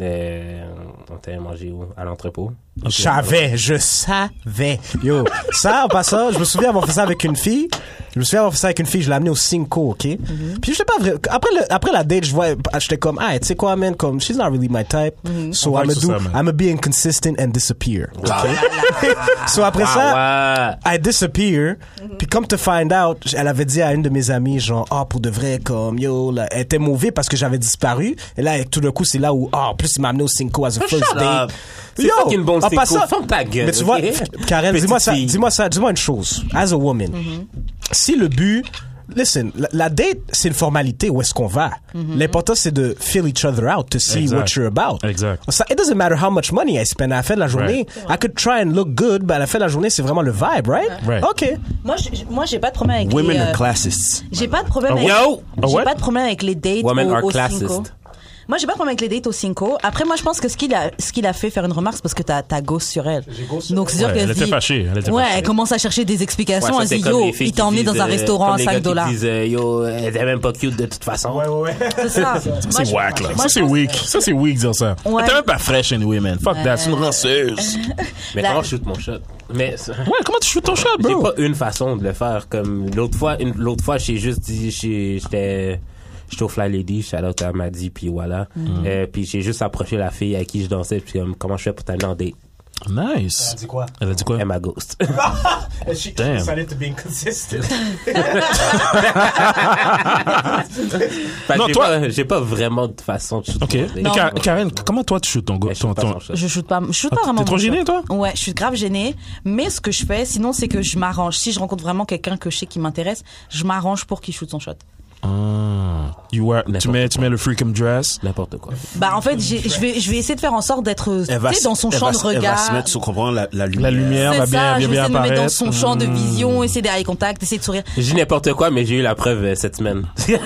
B: Euh, on t'a mangé où? À l'entrepôt.
C: Je savais, je savais. Yo, ça, en passant, je me souviens avoir fait ça avec une fille. Je me souviens avoir fait ça avec une fille, je l'ai amenée au Cinco, ok?
D: Mm-hmm.
C: Puis je sais pas, vrai- après, le, après la date, je vois, j'étais comme, ah, tu sais quoi, man, comme, she's not really my type.
D: Mm-hmm.
C: So
D: On
C: I'm
D: vibe sur
C: do,
D: ça, man.
C: I'm be inconsistent and disappear.
A: Ah,
C: ok? so après ça,
B: Ah
C: I disappear.
B: Mhm.
C: Puis comme to find out, j- elle avait dit à une de mes amies, genre, ah, pour de vrai, comme, yo, là, elle était mauvais parce que j'avais disparu. Et là, tout d'un coup, c'est là où, ah, en plus, il m'a amené au Cinco as a first
B: Oh, shut
C: date.
B: up. C'est fucking bon,
C: en
B: Cinco.
C: passant-
B: Ferme ta gueule,
C: Mais tu
B: ok?
C: vois, Karen, dis-moi ça,
B: Petite fille. Mhm.
C: dis-moi ça, dis-moi une chose. As a woman, si le but, listen, la, la date, c'est une formalité, où est-ce qu'on va?
B: Mhm.
C: L'important, c'est de feel each other out, to see
D: Exact.
C: what you're about.
D: Exact.
C: Ça, it doesn't matter how much money I spend à la fin de la journée. I could try and look good, but à la fin de la journée, c'est vraiment le vibe, right?
D: Right.
C: OK.
A: Moi, j'ai- moi, j'ai pas de problème avec
E: Women
A: les. euh,
E: are classists.
A: J'ai pas de problème avec.
B: Yo!
D: Ah ouais?
A: J'ai pas de problème avec les dates
B: Women
A: au,
B: are
A: au
B: classist.
A: Cinco. Moi, j'ai pas de problème avec les dates au Cinco. Après, moi, je pense que ce qu'il a, ce qu'il a fait faire une remarque, c'est parce que t'as, t'as gosse sur elle. Donc, c'est sûr
D: Ouais,
A: qu'elle
D: elle
A: se
D: était
A: dit-
D: fâchée, elle était
A: ouais,
D: fâchée.
A: elle commence à chercher des
B: Ouais,
A: explications.
B: ça,
A: elle
B: c'est
A: dit,
B: comme
A: yo,
B: les filles
A: il t'a
B: qui
A: emmené dans
B: disent,
A: un
B: euh,
A: restaurant
B: comme
A: à
B: les gars
A: 5
B: qui
A: dollars.
B: disent, euh, yo, elle est même pas cute de toute façon.
A: C'est ça. Moi,
D: C'est
A: je-
D: whack, là.
A: moi,
D: Ça,
A: je
D: c'est
A: pense-
D: weak. Ça, c'est weak, dire ça.
A: Ouais.
D: T'es même pas fraîche, anyway, man. Fuck that. C'est une ranceuse.
B: Mais
A: La-
B: comment je shoot mon shot? Mais c'est-
D: Ouais, comment tu shoots ton shot,
B: j'ai
D: bro?
B: pas une façon de le faire. Comme l'autre fois, une- l'autre fois, j'ai juste dit, j'ai- j'étais, j'étais au Fly Lady, shout out à Maddy, puis voilà.
D: Mm.
B: Euh, puis j'ai juste approché la fille à qui je dansais, puis comme, comment je fais pour t'amener en date?
D: Nice.
F: C'est quoi?
D: Elle a dit quoi?
B: Elle m'a ghost.
F: And she
D: Damn.
F: decided to be inconsistent.
B: Fait que
D: Non,
B: j'ai
D: toi-
B: pas- j'ai pas vraiment de façon de shooter
D: Ok.
B: mon date.
D: Et Ka- Karen, comment toi, tu shoots ton go?
B: Mais je shoot
D: Ton,
B: pas
D: ton...
B: son shot.
A: Je shoot pas, je shoot
D: Ah,
A: pas
D: t'es
A: vraiment.
D: trop
A: mon
D: gênée,
A: shot.
D: toi
A: Ouais, je suis grave gênée. Mais ce que je fais, sinon, c'est que je m'arrange. Si je rencontre vraiment quelqu'un que je sais qui m'intéresse, je m'arrange pour qu'il shoot son shot.
D: Ah. You wear- tu, mets, tu mets le freakum dress.
B: N'importe quoi.
A: Bah, en fait, j'ai- je vais, je vais essayer de faire en sorte d'être, euh,
E: Elle va
A: tu sais,
E: se-
A: dans son
E: elle
A: champ
E: va
A: de
E: se- Elle va se
A: regard.
E: mettre, tu comprends, la, la lumière.
D: La lumière
A: C'est
D: va bien,
A: ça,
D: bien,
A: je vais
D: bien
A: essayer de me mettre dans
D: apparaître.
A: son
D: Hmm.
A: champ de vision, essayer d'être eye contact, essayer de sourire.
B: J'ai dit n'importe quoi, mais j'ai eu la preuve euh, cette semaine.
D: Elle le,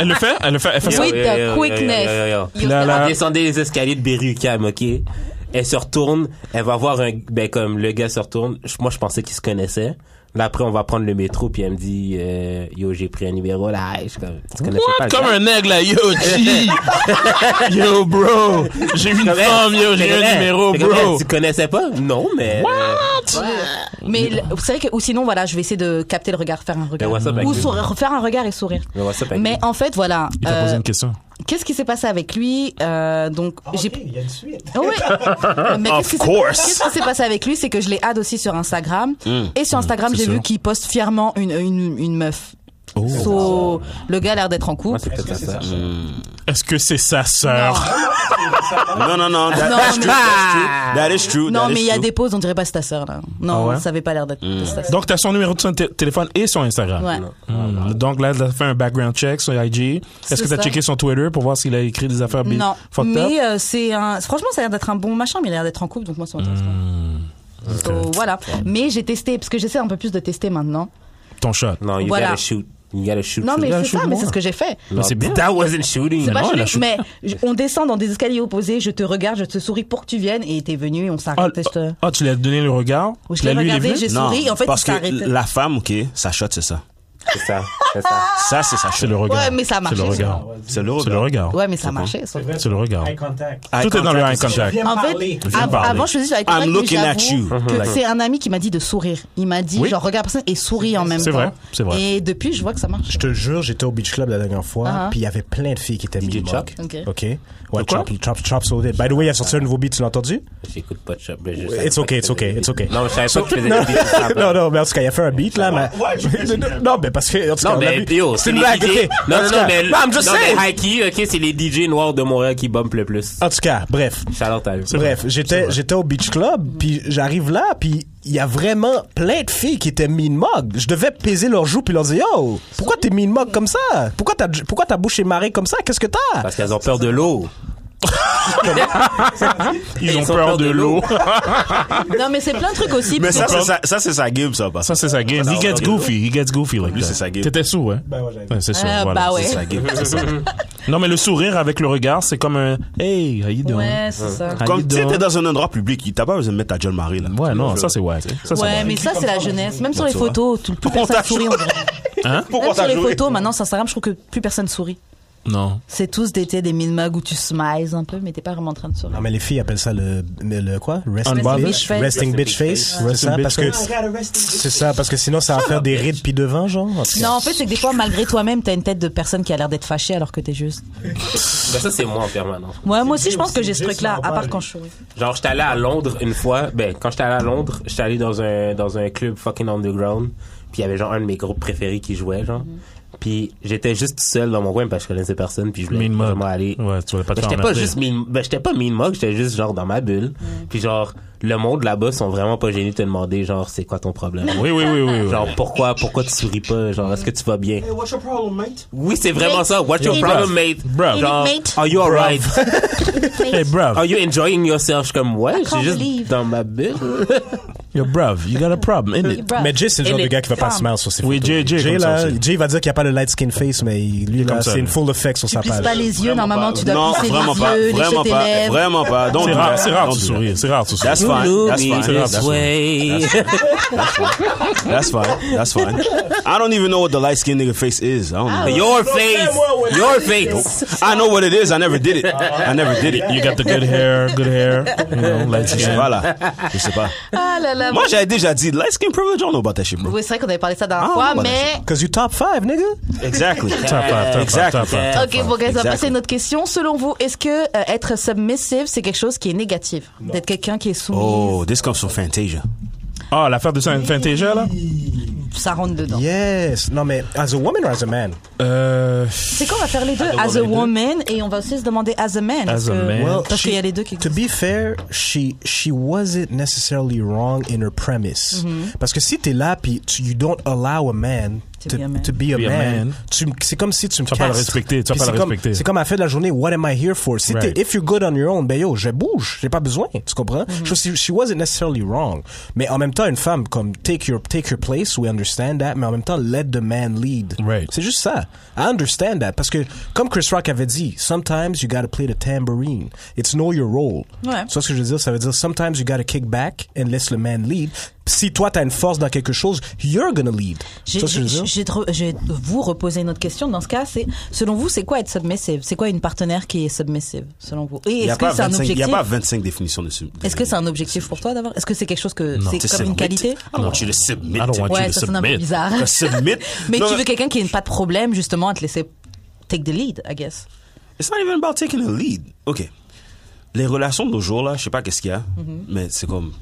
D: elle le fait? Elle le fait? Elle fait ça?
A: With the quickness.
B: yo, yo, yo.
A: Yo, ah,
D: Là, là.
B: Elle descendait les escaliers de Berry-UQAM, OK? Elle se retourne, elle va voir un... Ben, comme le gars se retourne, je- moi, je pensais qu'ils se connaissaient. Là, après, on va prendre le métro, puis elle me dit, euh, yo, j'ai pris un numéro, là, je suis comme, tu connaissais pas
D: What?
B: le
D: Comme
B: gars?
D: un aigle, là. Yo, G. yo, bro. J'ai eu une
B: Comme elle.
D: femme, yo.
B: C'est
D: J'ai eu
B: comme
D: un
B: elle.
D: numéro,
B: C'est comme elle,
D: bro.
B: Tu connaissais pas? Non, mais... euh,
A: Mais le- vous savez que, ou sinon, voilà, je vais essayer de capter le regard, faire un regard.
B: Ben, what's up avec
A: Ou
B: lui?
A: sourire, faire un regard et sourire.
B: Ben, what's up avec
A: Mais
B: lui?
A: en fait, voilà.
D: Il t'a
A: euh,
D: posé une question.
A: Qu'est-ce qui s'est passé avec lui Euh, Donc, j'ai.
F: Ok, Oh, il y a une suite.
A: Oh, ouais. Mais
D: Of
A: qu'est-ce qui s'est-
D: course. Hmm.
A: qu'est-ce qui s'est passé avec lui C'est que je l'ai add aussi sur Instagram. Et sur Instagram,
D: c'est
A: j'ai
D: sûr. Oh.
A: vu qu'il poste fièrement une, une, une meuf. So, le gars a l'air d'être en couple.
B: Moi, c'est peut-être ça. Mm.
D: Est-ce que c'est sa sœur?
E: Non, non, non. That,
A: Non,
E: that's,
A: mais- ah.
E: true, that's true. That is
A: non,
E: true. that is
A: mais il y a
E: true.
A: des pauses, on dirait pas c'est ta sœur, là. Non,
D: Ah ouais?
A: ça avait pas l'air d'être ta sœur.
D: Donc, t'as son numéro de son té- téléphone et son Instagram.
A: Ouais.
D: Hmm. Donc là, t'as fait un background check sur IG. Est-ce
A: C'est
D: que t'as
A: ça.
D: checké son Twitter pour voir s'il a écrit des affaires bi-
A: Non.
D: fucked up?
A: Mais euh, c'est un. Franchement, ça a l'air d'être un bon machin, mais il a l'air d'être en couple, donc moi, ça m'intéresse
D: Mmh.
A: pas. So, voilà. Mais j'ai testé, parce que j'essaie un peu plus de tester maintenant.
D: Ton shot.
B: Non, you
A: Voilà.
B: gotta shoot. You gotta shoot.
A: Non,
B: shoot.
A: mais
D: là,
A: c'est
D: je suis
A: ça, mais
D: moi.
A: c'est ce que j'ai fait.
B: Non,
D: c'est bien.
B: That wasn't shooting.
A: C'est pas
D: Non, elle a
A: chelou, mais je- on descend dans des escaliers opposés, je te regarde, je te souris pour que tu viennes, et t'es venu, et on
D: Ah,
A: s'arrête. et je te...
D: ah, tu lui as donné le regard?
A: Je
D: Tu l'as
A: l'ai
D: lu, il est
A: regardé,
D: venu?
A: j'ai souri, et en fait,
E: parce
A: il s'est
E: que
A: arrêté.
E: la femme, OK, sa shot, c'est ça.
B: C'est ça. C'est ça.
E: Ça, c'est sa shot.
D: C'est le regard.
A: ah, Ouais, mais ça a
D: C'est
A: marché.
D: le regard. C'est
E: C'est le
D: le
E: regard.
D: regard.
A: Ouais, mais ça marchait. ça.
D: C'est le regard.
F: Eye contact.
E: Eye
D: Tout est dans le eye
E: contact, c'est ça.
D: contact.
F: Viens
A: En
F: parler.
A: fait, av-
D: parler.
A: avant, je faisais avec
E: I'm looking at you.
A: que c'est un ami qui m'a dit de sourire. Il m'a dit,
D: Oui.
A: genre, regarde la personne et souris en même temps.
D: C'est vrai, c'est vrai.
A: Et depuis, je vois que ça marche.
C: Je te jure, j'étais au Beach Club la dernière fois,
A: Uh-huh.
C: puis il y avait plein de filles qui étaient
B: DJ
C: minimugs.
B: Chop?
A: Ok.
C: OK. Ouais,
D: quoi?
C: Chop, Chop, Chop Sold It. By the way, il a sorti un nouveau beat, tu l'as entendu?
B: J'écoute pas de shop. mais je savais
C: It's
B: pas
C: okay,
B: que
C: it's okay,
B: faisais
C: it's okay.
B: des- Non, mais je savais pas que tu faisais
C: non,
B: des beats comme ça,
C: non,
B: bro.
C: non, mais en tout cas, il a fait un beat, là, mais... non, mais parce que, en tout cas,
B: Non,
C: on l'a
B: mais
C: vu.
B: yo,
C: c'est
B: c'est
C: une
B: les
C: blague,
B: DJ. Non,
C: OK. En
B: non,
C: tout
B: non,
C: cas- bah,
B: mais.
C: I'm just
B: non, mais
C: saying.
B: Hikey, ok, c'est les DJ noirs de Montréal qui bumpent le plus.
C: En tout cas, bref.
B: Shout-out à eux.
C: Bref, j'étais j'étais au beach club,
D: Mm.
C: puis j'arrive là, puis il y a vraiment plein de filles qui étaient mean mug. Je devais peser leurs joues puis leur dire yo, pourquoi t'es mean mug comme ça Pourquoi ta pourquoi ta bouche est marrée comme ça Qu'est-ce que
A: Bah,
C: t'as
B: Parce qu'elles ont peur de l'eau.
D: Ils ont peur de l'eau.
A: Non, mais c'est plein de trucs aussi.
E: Mais
A: parce
E: ça,
A: que-
E: c'est sa, ça, c'est sa game, ça, parce
D: Ça, c'est sa game. He gets goofy. He gets goofy like
E: Lui,
D: that.
E: c'est sa game.
D: T'étais sourd, hein?
F: Bah
C: ouais, j'avais.
D: Ouais, c'est sûr.
A: Ah,
D: voilà.
A: bah ouais.
E: c'est sa game. c'est ça.
D: Non, mais le sourire avec le regard, c'est comme un Hey, how you doing?
A: Ouais, c'est ça.
D: How you
E: Comme tu sais,
D: doing?
E: t'es dans un endroit public, t'as pas besoin de mettre ta John Marie, là.
D: Ouais, non, ça, c'est ouais. Ça, c'est
A: Ouais,
D: whack.
A: mais ça, c'est la jeunesse. Même sur les
E: tu vois.
A: photos, tout, plus
E: Pourquoi
A: personne
E: t'as
A: sourit. on
E: joué
A: dirait.
D: Hein?
E: Pourquoi
A: Même sur
E: t'as
A: les
E: joué?
A: photos, maintenant, sur Instagram, je trouve que plus personne sourit.
D: Non.
A: C'est tous des, t'es des mille mugs où tu smiles un peu, mais t'es pas vraiment en train de sourire.
C: Non mais les filles appellent ça le le, le quoi resting
D: Unbothered.
C: bitch
A: Bitch face.
C: resting bitch face Ouais,
D: Resting
C: ça,
D: bitch
C: parce que
D: face.
C: c'est ça parce que sinon ça va faire des rides puis devant genre. En tout cas.
A: Non, en fait, c'est que des fois, malgré toi-même, t'as une tête de personne qui a l'air d'être fâchée alors que t'es juste.
B: Ben, ça, c'est moi en permanence.
A: Ouais, moi aussi, je pense que
F: c'est
A: j'ai ce
F: juste
A: truc-là, à
F: normal.
A: part quand je souris.
B: Genre, j'étais allé à Londres une fois. Ben, quand j'étais allé à Londres, j'étais allé dans un, dans un club fucking underground. Puis il y avait genre un de mes groupes préférés qui jouait, genre. Puis j'étais juste seul dans mon coin parce que je connaissais personne. Puis je voulais
D: Mean mug.
B: vraiment aller.
D: Ouais, tu voulais pas te
B: Mais
D: faire
B: j'étais pas
D: emmerder.
B: juste mean, ben, j'étais pas mean mug, j'étais juste genre dans ma bulle. Puis genre, le monde là-bas sont vraiment pas gênés de te demander, genre, c'est quoi ton problème?
D: Oui, oui, oui, oui. oui.
B: Genre, pourquoi, pourquoi tu souris pas? Genre, est-ce que tu vas bien?
F: Hey, what's your problem, mate?
B: Oui, c'est vraiment ça. What's your
D: Hey,
B: problem,
D: bruv.
B: mate?
D: Bruv.
B: Genre,
A: Hey, mate.
B: are you alright?
D: Hey, bruv,
B: Are you enjoying yourself? Je suis comme, ouais, j'ai
A: can't
B: juste
A: believe.
B: dans ma bulle.
D: yo, bruv, you got a problem, ain't it?
C: Mais Jay, c'est le genre
A: Et
C: de
A: les
C: gars qui va pas
A: femmes.
C: se marrer sur ses
D: Oui,
C: photos.
D: Jay- Jay est comme ça
C: là,
D: aussi.
C: Jay va dire qu'il n'y a pas le light skin face, mais lui,
D: comme
C: là,
D: ça,
C: c'est une
D: lui.
C: full effect sur sa
A: Tu plisses
C: page.
A: pas les yeux, normalement, tu dois
E: non,
A: plisser
E: vraiment
A: les
E: pas,
A: yeux,
E: vraiment
A: lécher tes
E: pas,
A: lèvres.
E: vraiment pas. Don't
D: C'est
E: do
D: rare,
E: that,
D: c'est rare
E: don't
D: de
E: do that.
D: sourire. C'est rare de sourire.
E: That's fine, that's fine, that's
B: this
E: fine.
B: way.
E: That's fine. That's fine. I don't even know what the light skinned nigga face is. I don't
A: Ah,
E: know.
B: Your face. Your face.
E: I know what it is. I never did it. I never did it.
D: You got the good hair, good hair. You know, light
E: Je sais
D: skin.
E: pas là. Je sais pas.
A: Ah là là.
E: Moi, j'avais déjà dit light skin privilege. I don't know about that shit, bro.
A: Oui, c'est vrai qu'on avait parlé ça la dernière
E: Ah,
A: fois,
E: voilà,
A: mais.
C: Cause you top 5, nigga.
E: Exactly.
D: Top five, top five, top five.
A: Ok, bon, guys, on va
E: Exactement.
A: passer à une autre question. Selon vous, est-ce que euh, être submissive, c'est quelque chose qui est négatif D'être quelqu'un qui est soumis,
E: Oh, this comes from Fantasia.
D: Ah, l'affaire de Saint Fantasia, là?
A: ça rentre dedans.
C: Yes. Non, mais as a woman or as a man?
D: Euh,
A: C'est quoi, on va faire les deux As a woman, et on va aussi se demander as a man. parce
D: a
A: que-
D: man. Well,
A: Parce qu'il y a
C: she-
A: les deux qui
C: To be fair, she, she wasn't necessarily wrong in her premise. Parce que si t'es là puis tu- you don't allow a man
A: Mm-hmm. To
C: to,
A: be a man.
C: to be a
D: Be a
C: man,
D: man.
C: tu me- c'est comme si tu me
D: Tu vas pas le
C: castes.
D: respecter, tu vas
C: Puis
D: pas
C: c'est
D: le
C: comme-
D: respecter.
C: C'est comme à la fin de la journée, what am I here for? Si
D: Right.
C: t'es, if you're good on your own, ben yo, je bouge, j'ai pas besoin, tu comprends?
A: Mm-hmm.
C: Je- she, she wasn't necessarily wrong. Mais en même temps, une femme, comme take your, take your place, we understand that, mais en même temps, let the man lead.
D: Right.
C: C'est juste ça. I understand that. Parce que, comme Chris Rock avait dit, sometimes you gotta play the tambourine. It's know your role.
A: Ouais.
C: Tu vois ce que je veux dire? Ça veut dire, sometimes you gotta kick back and let the man lead. Si toi, t'as une force dans quelque chose, you're gonna lead. Tu
A: J'ai-
C: vois ce que je veux
A: j'ai-
C: dire?
A: j'ai trop- Je vais vous reposer une autre question. Dans ce cas, c'est selon vous, c'est quoi être submissive C'est quoi une partenaire qui est submissive selon vous Et
E: Il n'y a,
A: est-ce que
E: pas
A: c'est un
E: 25 il y a pas
A: objectif
E: 25 définitions de ce.
A: Est-ce que c'est un objectif pour toi d'avoir Est-ce que c'est quelque chose que
E: To
A: c'est comme une
E: submit.
A: qualité
E: I don't want you to submit.
D: I don't want you
A: Ouais,
D: to
A: ça sonne un peu
D: submit.
A: bizarre.
E: To submit.
A: Mais
E: No,
A: tu veux quelqu'un qui n'ait pas de problème justement à te laisser take the lead, I guess.
E: Bah, It's not even about taking a lead. OK. Les relations
A: Mhm.
E: de nos jours, là, je sais pas qu'est-ce qu'il y a, mais c'est comme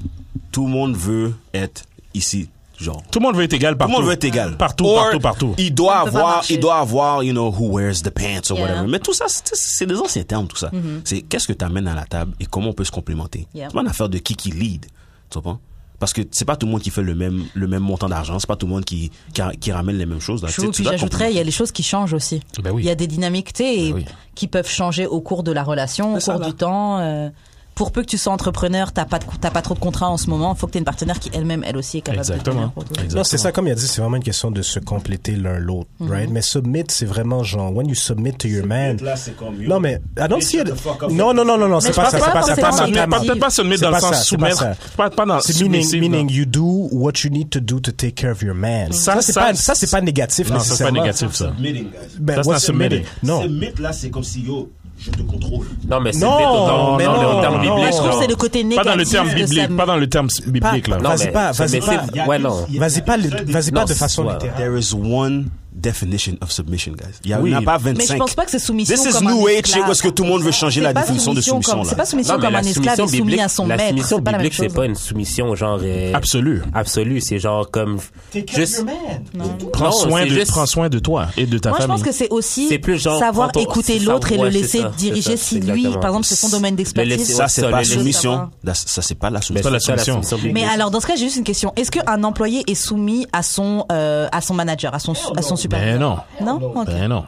E: tout le monde veut être ici. Genre.
D: Tout le monde veut être égal partout.
E: Tout le monde veut être égal.
D: Partout,
E: Or,
D: partout, partout.
E: Il doit
A: Ça ne peut pas
E: avoir,
A: marcher.
E: il doit avoir, you know, who wears the pants or
A: Yeah. Mhm.
E: whatever. Mais tout ça, c'est- c'est des anciens termes, tout ça. C'est qu'est-ce que tu amènes à la table et comment on peut se complémenter.
A: Yeah.
E: C'est pas une affaire de qui qui lead, tu comprends? Parce que c'est pas tout le monde qui fait le même, le même montant d'argent, c'est pas tout le monde qui, qui, a- qui ramène les mêmes choses. là. Tu sais,
A: True,
E: tu Bah
A: puis
E: dois
A: j'ajouterais, il y a
E: complémenter.
A: les choses qui changent aussi.
D: Ben oui.
A: Il y a des dynamiques tu sais,
D: Ben
E: Bah
D: oui.
A: qui peuvent changer au cours de la relation, au
E: C'est ça,
A: cours
E: là.
A: du temps. euh, pour peu que tu sois entrepreneur, t'as pas de- t'as pas trop de contrats en ce moment. Faut que t'aies une partenaire qui elle-même, elle aussi, est capable
D: Exactement.
A: de. tenir.
D: Exactement.
C: Non, c'est ça, comme il a dit, c'est vraiment une question de se compléter l'un l'autre,
A: Mhm.
C: right? Mais submit, c'est vraiment genre, when you submit to your man.
E: là, c'est comme, yo,
C: non, mais, I don't
E: bitch,
C: see it.
E: shut the fuck up.
C: Non, non, non, non, non, c'est
A: je
C: pas
A: pense
C: ça,
A: pas
C: c'est pas
A: que
C: ça.
A: c'est
C: pas
A: pas
C: submit.
A: ça.
D: Peut-être peut-être pas soumettre
C: C'est
D: dans le
C: pas ça,
D: sens
C: c'est pas
D: soumettre.
C: ça.
D: Pas, pas dans
C: C'est meaning,
D: Ah, submissive,
C: meaning
D: non.
C: you do what you need to do to take care of your man.
D: Ça,
C: Ça, c'est
D: ça,
C: pas, ça, c'est pas négatif,
D: Non, ça, c'est pas
C: nécessairement.
D: négatif, ça.
E: Submitting, guys.
C: Ben,
D: Ça, c'est
C: what's
D: un submitting.
C: submitting? Non.
E: là, c'est comme si, yo, je te contrôle.
B: Non, mais c'est
C: Non,
B: dans,
C: mais
B: dans,
C: non,
B: le- dans le
C: non.
B: biblique.
A: Je trouve
B: non.
A: que c'est le côté
D: Pas
A: négatif.
D: dans le terme
A: de
D: biblique,
A: sa-
D: pas dans le terme s- biblique, là.
C: Vas-y
B: mais-
C: pas, vas-y
B: mais
C: pas.
B: c'est- Ouais, non.
C: Vas-y pas, le- vas-y pas
B: Non,
C: de façon
B: ouais.
C: littérale.
E: There is one definition of submission, guys. Il y en
D: Oui.
E: a pas 25.
A: Mais je pense pas que c'est soumission
E: This is
A: comme un
E: new age,
A: esclave.
E: où est-ce que tout le monde veut changer
A: C'est
E: la
A: pas
E: définition de
A: soumission
E: soumission,
A: comme-
E: là.
A: C'est pas soumission
B: Non, mais
A: comme
B: la
A: un esclave
B: soumission
A: est soumis
B: biblique-
A: à son
B: la
A: maître.
B: soumission
A: C'est pas la même
B: biblique, c'est
A: chose.
B: pas une soumission genre euh,
D: Absolue.
B: absolue, c'est genre comme
F: Take care of
B: juste
F: your man.
D: Prends
B: Non,
D: soin
B: c'est
D: de,
B: juste-
D: prends soin de toi et de ta
A: Moi, je
D: famille.
A: pense que c'est aussi
B: C'est plus genre,
A: savoir
B: quand on-
A: écouter
B: c'est
A: l'autre et
B: savoir-
A: le
B: ouais, c'est
A: laisser
B: ça, c'est
A: diriger
B: ça,
A: si
B: c'est
A: lui,
B: exactement.
A: par exemple, c'est son domaine
B: Le
A: d'expertise.
B: laisser-
E: Ça, c'est
B: Ça, hein.
E: pas
B: le-
E: soumission.
A: savoir.
E: Là, Ça, c'est pas la
B: Mais
E: soumission.
D: la
B: ça,
D: soumission.
B: biblique.
A: Mais alors, dans ce cas, j'ai juste une question. Est-ce qu'un employé est soumis à son, euh, à son manager, à son, à son supérieur?
D: Ben non.
A: Non? Ok.
D: Ben non.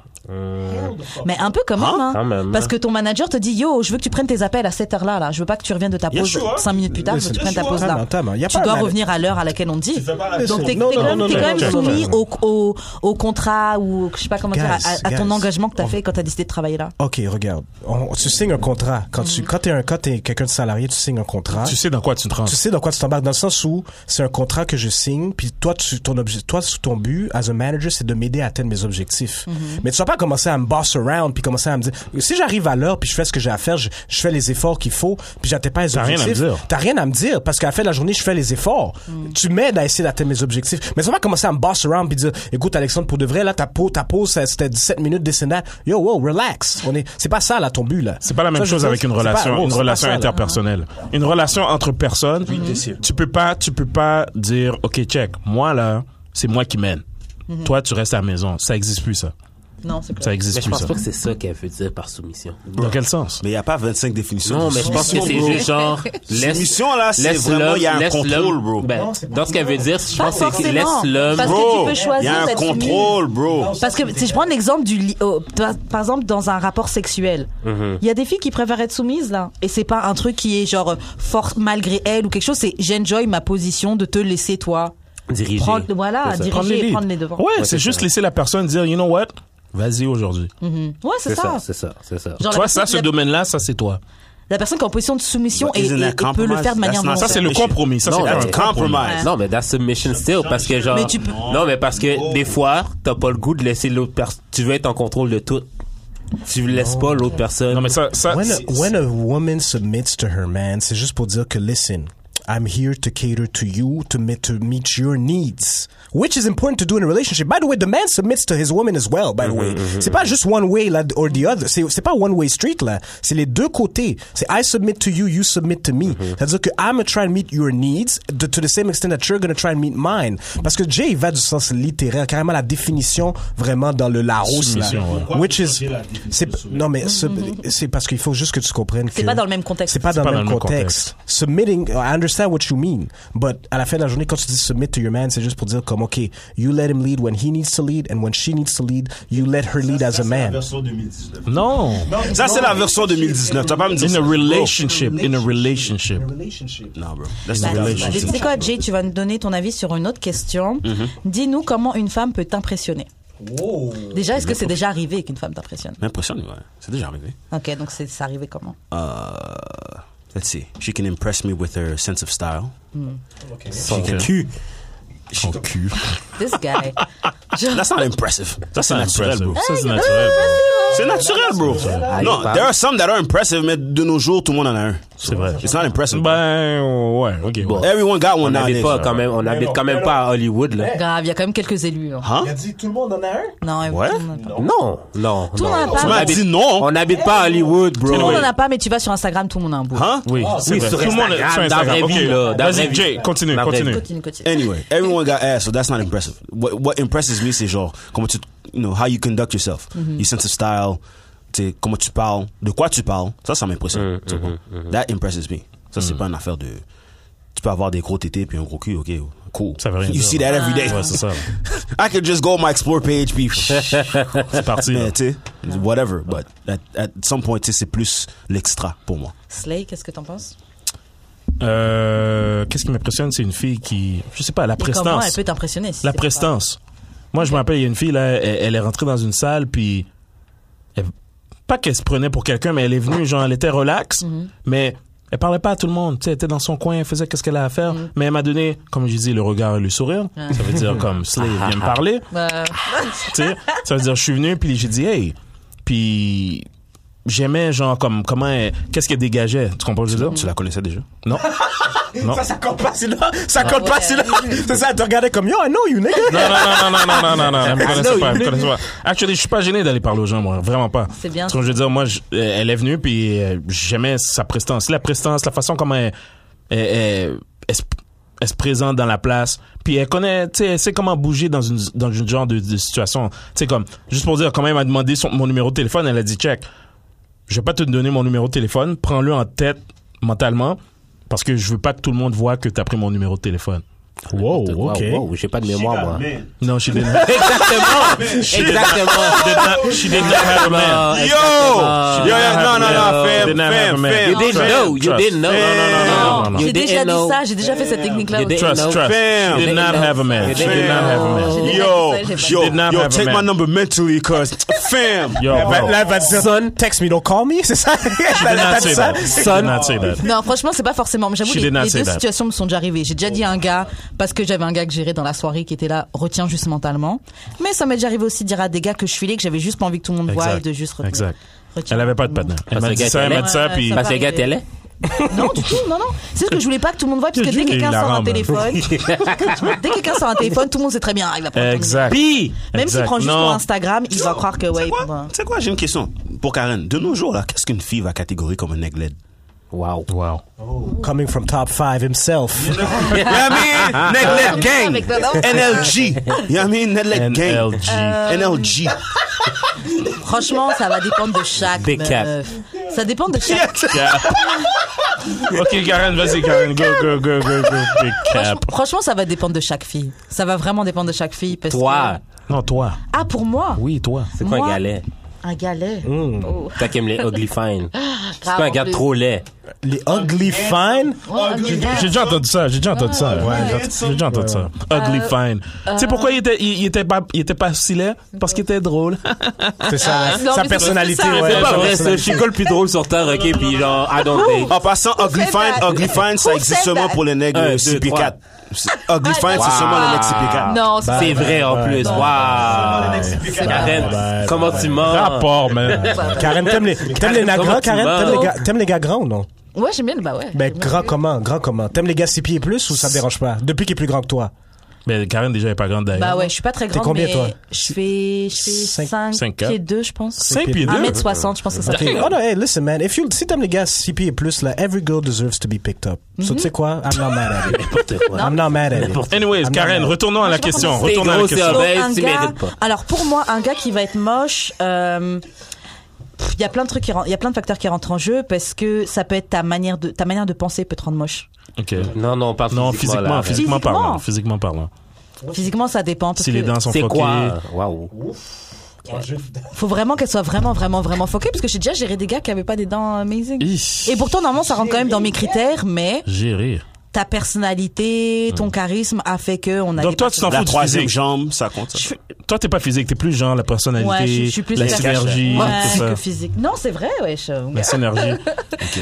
A: Mais un peu quand même, hein.
B: Quand même.
A: Parce que ton manager te dit, yo, je veux que tu prennes tes appels à cette heure-là, là. Je veux pas que tu reviennes de ta pause
B: hein.
E: Yeshua.
A: 5 minutes plus tard, je veux que tu prennes ta pause là.
C: hein. Attends, attends, y a
A: Tu
C: pas un
A: dois
C: mal-
A: revenir à l'heure à laquelle on te dit. Donc, t'es t'es
C: Non, non,
A: quand même,
C: non,
A: t'es
C: non,
A: quand même
C: non, non,
A: soumis
C: non, non.
A: au, au, au contrat ou, je sais pas comment dire, à,
C: Guys,
A: à- à ton
C: guys.
A: engagement que t'as
C: On-
A: fait quand t'as décidé de travailler là.
C: OK, regarde. On- tu signes un contrat. Quand tu quand t'es un quand t'es quelqu'un de salarié, tu signes un contrat.
D: Tu sais dans quoi tu te rends.
C: Tu sais dans quoi tu t'embarques dans le sens où c'est un contrat que je signe puis toi tu ton obje- toi sous ton but as a manager c'est de m'aider à atteindre mes objectifs. Mais tu vas pas commencer à me boss around puis commencer à me dire si j'arrive à l'heure puis je fais ce que j'ai à faire, je, je fais les efforts qu'il faut puis j'atteins pas les
D: T'as rien à me
C: objectifs.
D: dire.
C: T'as rien à me dire parce qu'à la fin de la journée je fais les efforts. Tu m'aides à essayer d'atteindre mes objectifs. Mais tu vas pas commencer à me boss around puis dire écoute Alexandre pour de vrai là ta peau ta peau ça- c'était 17 minutes décennales. Yo wow, relax. On est c'est pas ça là ton but là.
D: C'est pas la même
C: Ça, je
D: chose
C: veux
D: avec
C: dire,
D: une
C: c'est pas-
D: relation,
C: oh,
D: une
C: c'est pas
D: relation
C: ça, là.
D: interpersonnelle. Une relation entre personnes, tu peux pas, tu peux pas dire, OK, check, moi là, c'est moi qui mène. Toi, tu restes à la maison. Ça existe plus, ça.
A: Non, c'est
D: Ça
A: clair.
D: existe
B: Mais je
D: plus,
B: pense
D: ça.
B: pas que c'est ça qu'elle veut dire par soumission.
D: Dans quel sens?
E: Mais il n'y a pas 25 définitions.
B: Non,
E: de
B: mais je pense que
E: soumission,
B: c'est
E: bro.
B: juste genre. laisse-
E: Soumission, là, c'est
B: laisse
E: vraiment,
B: l'homme-
E: il y a un
B: laisse
E: contrôle,
B: l'homme-
E: bro.
B: Ben, dans ce qu'elle veut dire, je pense que c'est laisse
A: forcément,
B: l'homme.
A: parce que
E: Bro,
A: tu peux choisir
E: il y a un
A: d'être soumis.
E: contrôle, bro.
A: Parce que si je prends l'exemple du li- oh, par- par exemple dans un rapport sexuel, il
D: Mhm.
A: y a des filles qui préfèrent être soumises là et c'est pas un truc qui est genre fort malgré elles ou quelque chose, c'est j'enjoy ma position de te laisser toi
B: Diriger.
A: prendre voilà,
B: C'est ça.
A: diriger
D: Prendre les
A: et
D: leads.
A: prendre les devants.
D: Ouais,
B: Ouais,
D: c'est
B: c'est
D: juste
B: ça.
D: laisser la personne dire, you know what? Vas-y aujourd'hui.
A: Ouais, c'est
B: C'est
A: ça.
B: ça, c'est ça, c'est ça.
A: Genre, la
D: Toi,
A: personne
D: ça,
A: qui-
D: ce
A: la-
D: domaine-là, ça, c'est toi.
A: La personne qui est en position de soumission
E: But
A: et,
E: isn't
A: et-
E: that
A: et peut le
E: compromise?
A: faire de manière
E: That's not-
A: non
D: Ça, c'est le
E: Submission.
D: compromis. Ça, c'est
B: Non,
D: un
B: mais-
D: compromis.
E: compromise.
B: Non, mais that's submission still. Parce que genre.
A: Mais tu peux-
B: Non, mais parce
E: Oh.
B: que des fois, t'as pas le goût de laisser l'autre personne. Tu veux être en contrôle de tout. Tu laisses pas l'autre personne.
D: Non, mais ça, ça,
C: when a,
D: c'est-
C: when a woman submits to her man, c'est juste pour dire que listen, I'm here to cater to you to meet to meet your needs, which is important to do in a relationship. By the way, the man submits to his woman as well. By the way,
D: Mm-hmm,
C: c'est pas juste one way là or the other. C'est c'est pas one way street là. C'est les deux côtés. C'est I submit to you, you submit to me.
D: Mm-hmm.
C: C'est-à-dire que I'm gonna try and meet your needs to, to the same extent that you're gonna try and meet mine. Parce que Jay il va du sens littéraire, carrément la définition vraiment dans le Larousse là.
D: Soumission, ouais.
C: Which is
F: changer la définition
C: c'est non mais ce- c'est parce qu'il faut juste que tu comprennes que
A: Mm-hmm. C'est pas dans le même contexte.
C: C'est pas dans
D: pas
C: le même contexte. Submitting, I understand what you mean, but à la fin de la journée quand tu dis submit to your man, c'est juste pour dire comme OK, you let him lead when he needs to lead and when she needs to lead, you let her lead as a man.
F: version 2019.
D: non.
E: Ça, c'est la version 2019. Tu vas pas me dire
D: In
E: ça.
D: a relationship. In a relationship.
F: Relationship.
E: Non, bro. That's
A: Bah,
E: not
A: tu
E: relationship.
A: sais quoi, Jay, tu vas nous donner ton avis sur une autre question.
D: Mhm.
A: Dis-nous comment une femme peut t'impressionner.
F: Wow.
A: Déjà, est-ce que c'est déjà arrivé qu'une femme t'impressionne
E: M'impressionne, ouais. C'est déjà arrivé.
A: Ok, donc c'est c'est arrivé comment
E: Euh, let's see. She can impress me with her sense of style.
F: Okay.
E: She can-
D: cul.
E: She-
A: This guy.
E: That's not impressive. Ça, c'est naturel, bro.
D: Ça, c'est naturel, bro.
E: C'est naturel, bro. Non, there are some that are impressive, mais de nos jours, tout le monde en a un.
D: C'est vrai.
E: It's not impressive.
D: Ben, ouais, ok.
B: Bon.
E: Everyone got
B: On
E: one
B: n'habite
E: nowadays.
B: pas quand même, on n'habite
F: non,
B: quand même
F: mais
B: pas à Hollywood, là.
A: Grave, il y a quand même quelques élus. hein.
E: Hein?
F: Il a dit tout le monde en a un.
A: Non,
E: Ouais?
A: tout le monde en a pas.
B: Non, non,
A: Tout le
B: non.
A: monde en a
E: Tu
A: pas.
E: m'as dit non.
B: On n'habite pas à Hollywood,
A: Tout le
B: bro.
A: monde en a pas, mais tu vas sur Instagram, tout le monde a un bout.
E: Hein?
D: Oui, Ah, c'est
B: oui,
D: vrai.
B: sur
D: Tout le monde
B: Instagram,
D: est
B: dans
D: sur
B: la vraie
D: Instagram.
B: vie,
D: Ok.
B: là, dans la vraie
D: Vas-y,
B: vie.
D: Jay, continue,
B: Dans la vraie
D: continue.
B: vie.
A: Continue, continue.
E: Anyway, everyone got ass, so that's not impressive. What, what impresses me, c'est genre, comment tu, you know, how you conduct yourself, your sense of style, tu sais, comment tu parles, de quoi tu parles, ça, ça m'impressionne.
D: Mm,
E: tu comprends? That impresses me. Ça, c'est pas une affaire de. Tu peux avoir des gros tétés puis un gros cul, ok, cool.
D: Ça veut rien
E: you
D: dire,
E: see that every day.
D: Ouais, c'est ça.
E: I could just go on my explore page, puis.
D: C'est parti. là.
E: Mais, tu sais, whatever, but at, at some point, tu sais, c'est plus l'extra pour moi.
A: Slay, qu'est-ce que t'en penses
D: Euh, Qu'est-ce qui m'impressionne, c'est une fille qui, je sais pas, la
A: Et Comment elle
D: prestance.
A: peut t'impressionner si
D: La
A: c'est pas-
D: prestance. Moi, je me rappelle, il y a une fille, là, elle, elle est rentrée dans une salle, puis. elle- pas qu'elle se prenait pour quelqu'un, mais elle est venue, genre, elle était relax, mais elle parlait pas à tout le monde. Tu sais, elle était dans son coin, elle faisait qu'est-ce qu'elle a à faire, mais elle m'a donné, comme je dis, le regard et le sourire. Ça veut dire, comme, Slay vient me parler.
A: Euh,
D: Tu sais, ça veut dire, je suis venu, puis j'ai dit, hey. Puis. J'aimais, genre, comme, comment elle- Qu'est-ce qu'elle dégageait? Tu comprends ce que je veux dire?
E: Tu la connaissais déjà?
D: Non. Non.
F: Ça, ça compte pas, c'est là.
E: Ça compte
A: pas, c'est là.
E: C'est ça, te regardais comme yo, I know you, nigga!
D: Non, non, non, non, non, non, non, non, non, me connaissez pas, me connaissez pas. Actually, je suis pas gêné d'aller parler aux gens, moi, vraiment pas.
A: C'est bien.
D: Parce que je veux dire, moi, je- euh, elle est venue, puis euh, j'aimais sa prestance. La prestance, la façon comment elle, elle- elle- elle se- elle se présente dans la place. Puis elle connaît, tu sais, elle sait comment bouger dans une, dans une genre de, de situation. Tu sais, comme, juste pour dire, quand même, elle m'a demandé son, mon numéro de téléphone, elle a dit, check, je vais pas te donner mon numéro de téléphone, prends-le en tête mentalement, parce que je veux pas que tout le monde voit que t'as pris mon numéro de téléphone.
C: Wow,
B: Oh, Wow,
C: ok.
B: wow, j'ai pas de mémoire, moi.
D: Non, je suis désolé.
B: Exactement, exactement.
D: did not, she did not have a man.
E: Yo! Yo, yo, non, non, non, fam,
D: Did not have a
E: fam,
D: man.
E: fam.
B: You didn't
D: Trust.
B: know, you
D: Trust.
B: didn't know.
D: Non, non, non, non, non, non.
A: J'ai
B: You
A: déjà
B: didn't
A: dit
B: know.
A: ça, j'ai déjà fait
D: Euh,
A: cette technique-là.
B: You didn't
D: Trust,
B: know.
D: trust.
E: Fam.
D: Did not have a man. She did not have a man.
A: Fam.
E: Yo,
A: J'ai pas
E: yo,
D: dit ça, j'ai
E: yo,
D: pas dit.
E: take my number mentally, cause fam.
D: Yo, bro.
C: Là, elle va dire, son, text me, don't call me, c'est ça?
D: She did not say that. She did not say that.
A: Non, franchement, c'est pas forcément. Mais j'avoue,
D: She
A: les,
D: did not
A: les
D: say
A: deux
D: that. Oh.
A: situations me sont déjà arrivées. J'ai déjà dit à un gars, parce que j'avais un gars que j'irais dans la soirée qui était là, retiens juste mentalement. Mais ça m'est déjà arrivé aussi de dire à des gars que je filais, que j'avais juste pas envie que tout le monde voit
D: Exact.
A: et de juste retenir.
D: Exact.
A: Retiens
D: Elle avait pas de
A: mentalement.
D: patin. Elle m'a
B: Parce
D: dit
B: que
D: ça, elle m'a dit ça,
A: Ouais,
D: puis.
A: ça Euh,
B: Parce que le gars, t'es laid.
A: Non, du tout, non, non. C'est ce que je voulais pas que tout le monde voit, parce que dès que quelqu'un
D: Il la
A: sort un
D: rame.
A: téléphone, dès que quelqu'un sort un téléphone, tout le monde sait très bien, ah, il va prendre ton
D: Exact.
B: Puis,
A: numéro. Même s'il
D: Exact.
A: prend juste
D: Non.
A: ton Instagram, il va croire que, ouais, il
E: Quoi?
A: prend un-
E: Tu sais quoi, j'ai une question pour Karen. De nos jours, là, qu'est-ce qu'une fille va catégoriser comme un neglect?
B: wow.
D: Wow.
C: Coming from top five himself.
E: You know what I mean? Neglect gang. NLG. You know what I mean? Neglect gang.
D: NLG.
E: NLG.
A: Franchement, ça va dépendre de chaque
B: Big cap.
A: meuf. Ça dépend de chaque.
D: Ok, Karen, vas-y, Karen. Go, go, go, go, go. Big cap.
A: Franchement, ça va dépendre de chaque fille. Ça va vraiment dépendre de chaque fille. Parce
B: Toi,
A: que-
D: Non, toi.
A: Ah, pour moi
D: Oui, Mm. toi.
B: c'est quoi un
A: Moi-
B: gars laid?
A: Un galet. Oh.
B: T'as qu'à me les ugly fine. C'est
A: Grave,
B: pas un
A: en
B: gars
A: plus.
B: trop laid.
C: Les ugly fine.
D: J'ai déjà entendu ça, j'ai déjà entendu ça. j'ai déjà entendu ça. Ugly fine. Tu sais pourquoi il était, il, il était pas, il était pas si laid? Parce qu'il était drôle.
C: C'est ça,
A: Ah, non, mais
C: sa
A: c'est
C: personnalité.
A: ça.
C: ouais,
B: C'est pas
C: sa
B: vrai, ça. Je
C: personnalité.
B: suis le gars le plus drôle sur Terre, ok? Puis genre, I don't think.
E: En passant, Ugly
A: fait
E: Fine,
A: that?
E: Ugly Fine, ça
A: Who
E: existe
A: said
E: seulement
A: that?
E: pour les nègres
B: Un,
E: euh,
B: deux,
E: CP4. Ugly Fine, c'est
B: Wow.
E: seulement les nègres
D: Bah,
E: CP4.
A: Non, c'est
B: C'est vrai,
D: hein.
B: en
C: bye,
B: plus.
C: bye.
B: Wow. Karen,
C: Bye,
B: comment
C: bye.
B: tu mens?
D: Ah, ben, Rapport, man.
C: Karen, t'aimes les, t'aimes
B: Karen,
C: les
B: comment
C: gras,
B: tu vas?
C: Karen? T'aimes les, gars- t'aimes les gars grands ou non?
A: Ouais, j'aime bien le bah ouais.
C: Ben, grand comment? Grand comment? T'aimes les gars six pieds et plus ou ça te dérange pas? Depuis qu'il est plus grand que toi?
D: Mais Karen, déjà, elle est pas grande d'ailleurs.
A: Bah ouais, je suis pas très grande.
C: combien,
A: mais
C: toi
A: Je fais, je fais
C: Cinq-
A: 5,
D: cinq, quatre.
A: pieds 2, je pense.
D: 5 pieds 2.
A: 1m60, je pense que ça
C: Ok.
A: fait.
C: Oh non, hey, listen man, if you, si t'aimes les gars six pieds et plus, là, every girl deserves to be picked up.
A: Mhm.
C: So tu sais quoi? I'm not mad at it. I'm not mad at it.
D: Anyways,
C: I'm
D: Karen,
C: not mad.
D: retournons à la
A: Ah, Je sais pas
D: question.
A: comment
B: c'est
D: Retournons à la
B: gros,
D: question.
B: c'est
A: Donc,
B: Ben,
A: un
B: tu
A: gars-
B: mérites pas.
A: Alors pour moi, un gars qui va être moche, euh, pff, il y a plein de trucs qui rentrent- il y a plein de facteurs qui rentrent en jeu parce que ça peut être ta manière de ta manière de penser peut te rendre moche.
D: Ok.
B: Non, non, pas
D: Non, physiquement,
B: là.
D: physiquement
A: Physiquement.
D: parlant. Physiquement parlant.
A: Physiquement, ça dépend. Parce
D: Si les
A: que
D: dents sont
B: C'est
D: floquées.
B: quoi? Waouh.
A: faut vraiment qu'elle soit vraiment vraiment vraiment foquée parce que j'ai déjà géré des gars qui avaient pas des dents amazing.
D: Ih,
A: Et pourtant normalement ça rentre quand même dans mes critères, mais
D: Gérer.
A: ta personnalité, ton charisme a fait que on a
D: Donc
A: des
D: toi, tu
A: personnes-
D: t'en fous
E: La
D: du
E: troisième
D: physique.
E: jambe, ça compte. ça.
D: Toi, t'es pas physique, t'es plus genre la personnalité,
A: Ouais, je, je suis plus
D: la
A: perso-
D: synergie,
A: ouais,
D: tout ça.
A: que physique. Non, c'est vrai, ouais. Je...
D: La synergie.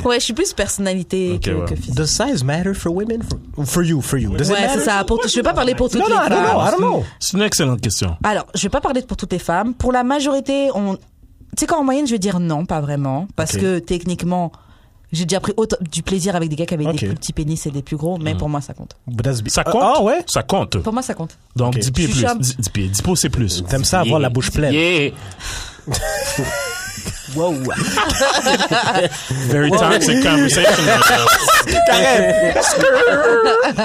A: Ouais, je suis plus personnalité
D: Ok,
A: que,
D: ouais.
A: que physique.
C: Does size matter for women? For, for you, for you. Does it
A: Ouais,
C: matter?
A: c'est ça. Pour je vais pas parler pour toutes
C: No,
A: les
C: no, I don't
A: femmes.
C: know. I don't know.
D: C'est une excellente question.
A: Alors, je vais pas parler pour toutes les femmes. Pour la majorité, on, tu sais quoi, en moyenne, je vais dire non, pas vraiment, parce
C: Ok.
A: que techniquement, j'ai déjà pris autant- du plaisir avec des gars qui avaient
C: Ok.
A: des plus petits pénis et des plus gros,
D: Mm.
A: mais pour moi, ça compte.
C: But that's be-
D: Ça
C: Ah,
D: compte.
C: Ah ouais?
D: Ça compte.
A: Pour moi, ça compte.
D: Donc,
C: Ok.
D: 10 pieds
A: Je suis
D: plus.
A: chum.
D: 10, 10 pieds. 10 pouces, c'est plus.
C: T'aimes ça avoir Oh, la bouche pleine?
B: Yeah.
D: Very toxic conversation.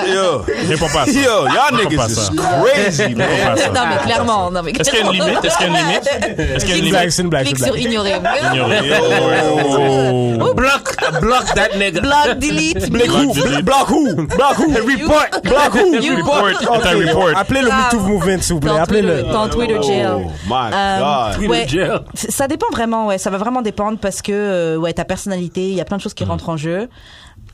E: Eh, Yo,
D: Réponds pas à ça.
E: yo, y'all
D: Réponds pas à
E: niggas
D: ça.
E: is crazy,
D: Réponds
E: man.
D: pas à ça.
A: Non, mais clairement, non, mais
D: Est-ce qu'il y a une limite? Est-ce qu'il y a une limite? Est-ce qu'il y a une
C: Blague,
D: limite?
C: c'est une blague.
A: Clique
C: c'est une
A: sur
C: blague.
A: ignorer.
D: Oh.
B: Block, block that nigga.
A: Block, delete,
E: Black who? Black who? Black who? Report! Black who?
A: You-
D: Report. Attends,
C: Ok,
D: report.
C: Appelez le
A: Ah.
C: MeToo Movement, s'il vous plaît.
A: Dans
C: Appelez-le.
A: Twitter, dans Twitter jail.
E: Oh my
A: Euh,
E: god.
A: ouais.
B: jail.
A: C- Ça dépend vraiment, ouais. Ça va vraiment dépendre parce que, euh, ouais, ta personnalité, il y a plein de
D: Mm.
A: choses qui rentrent en jeu.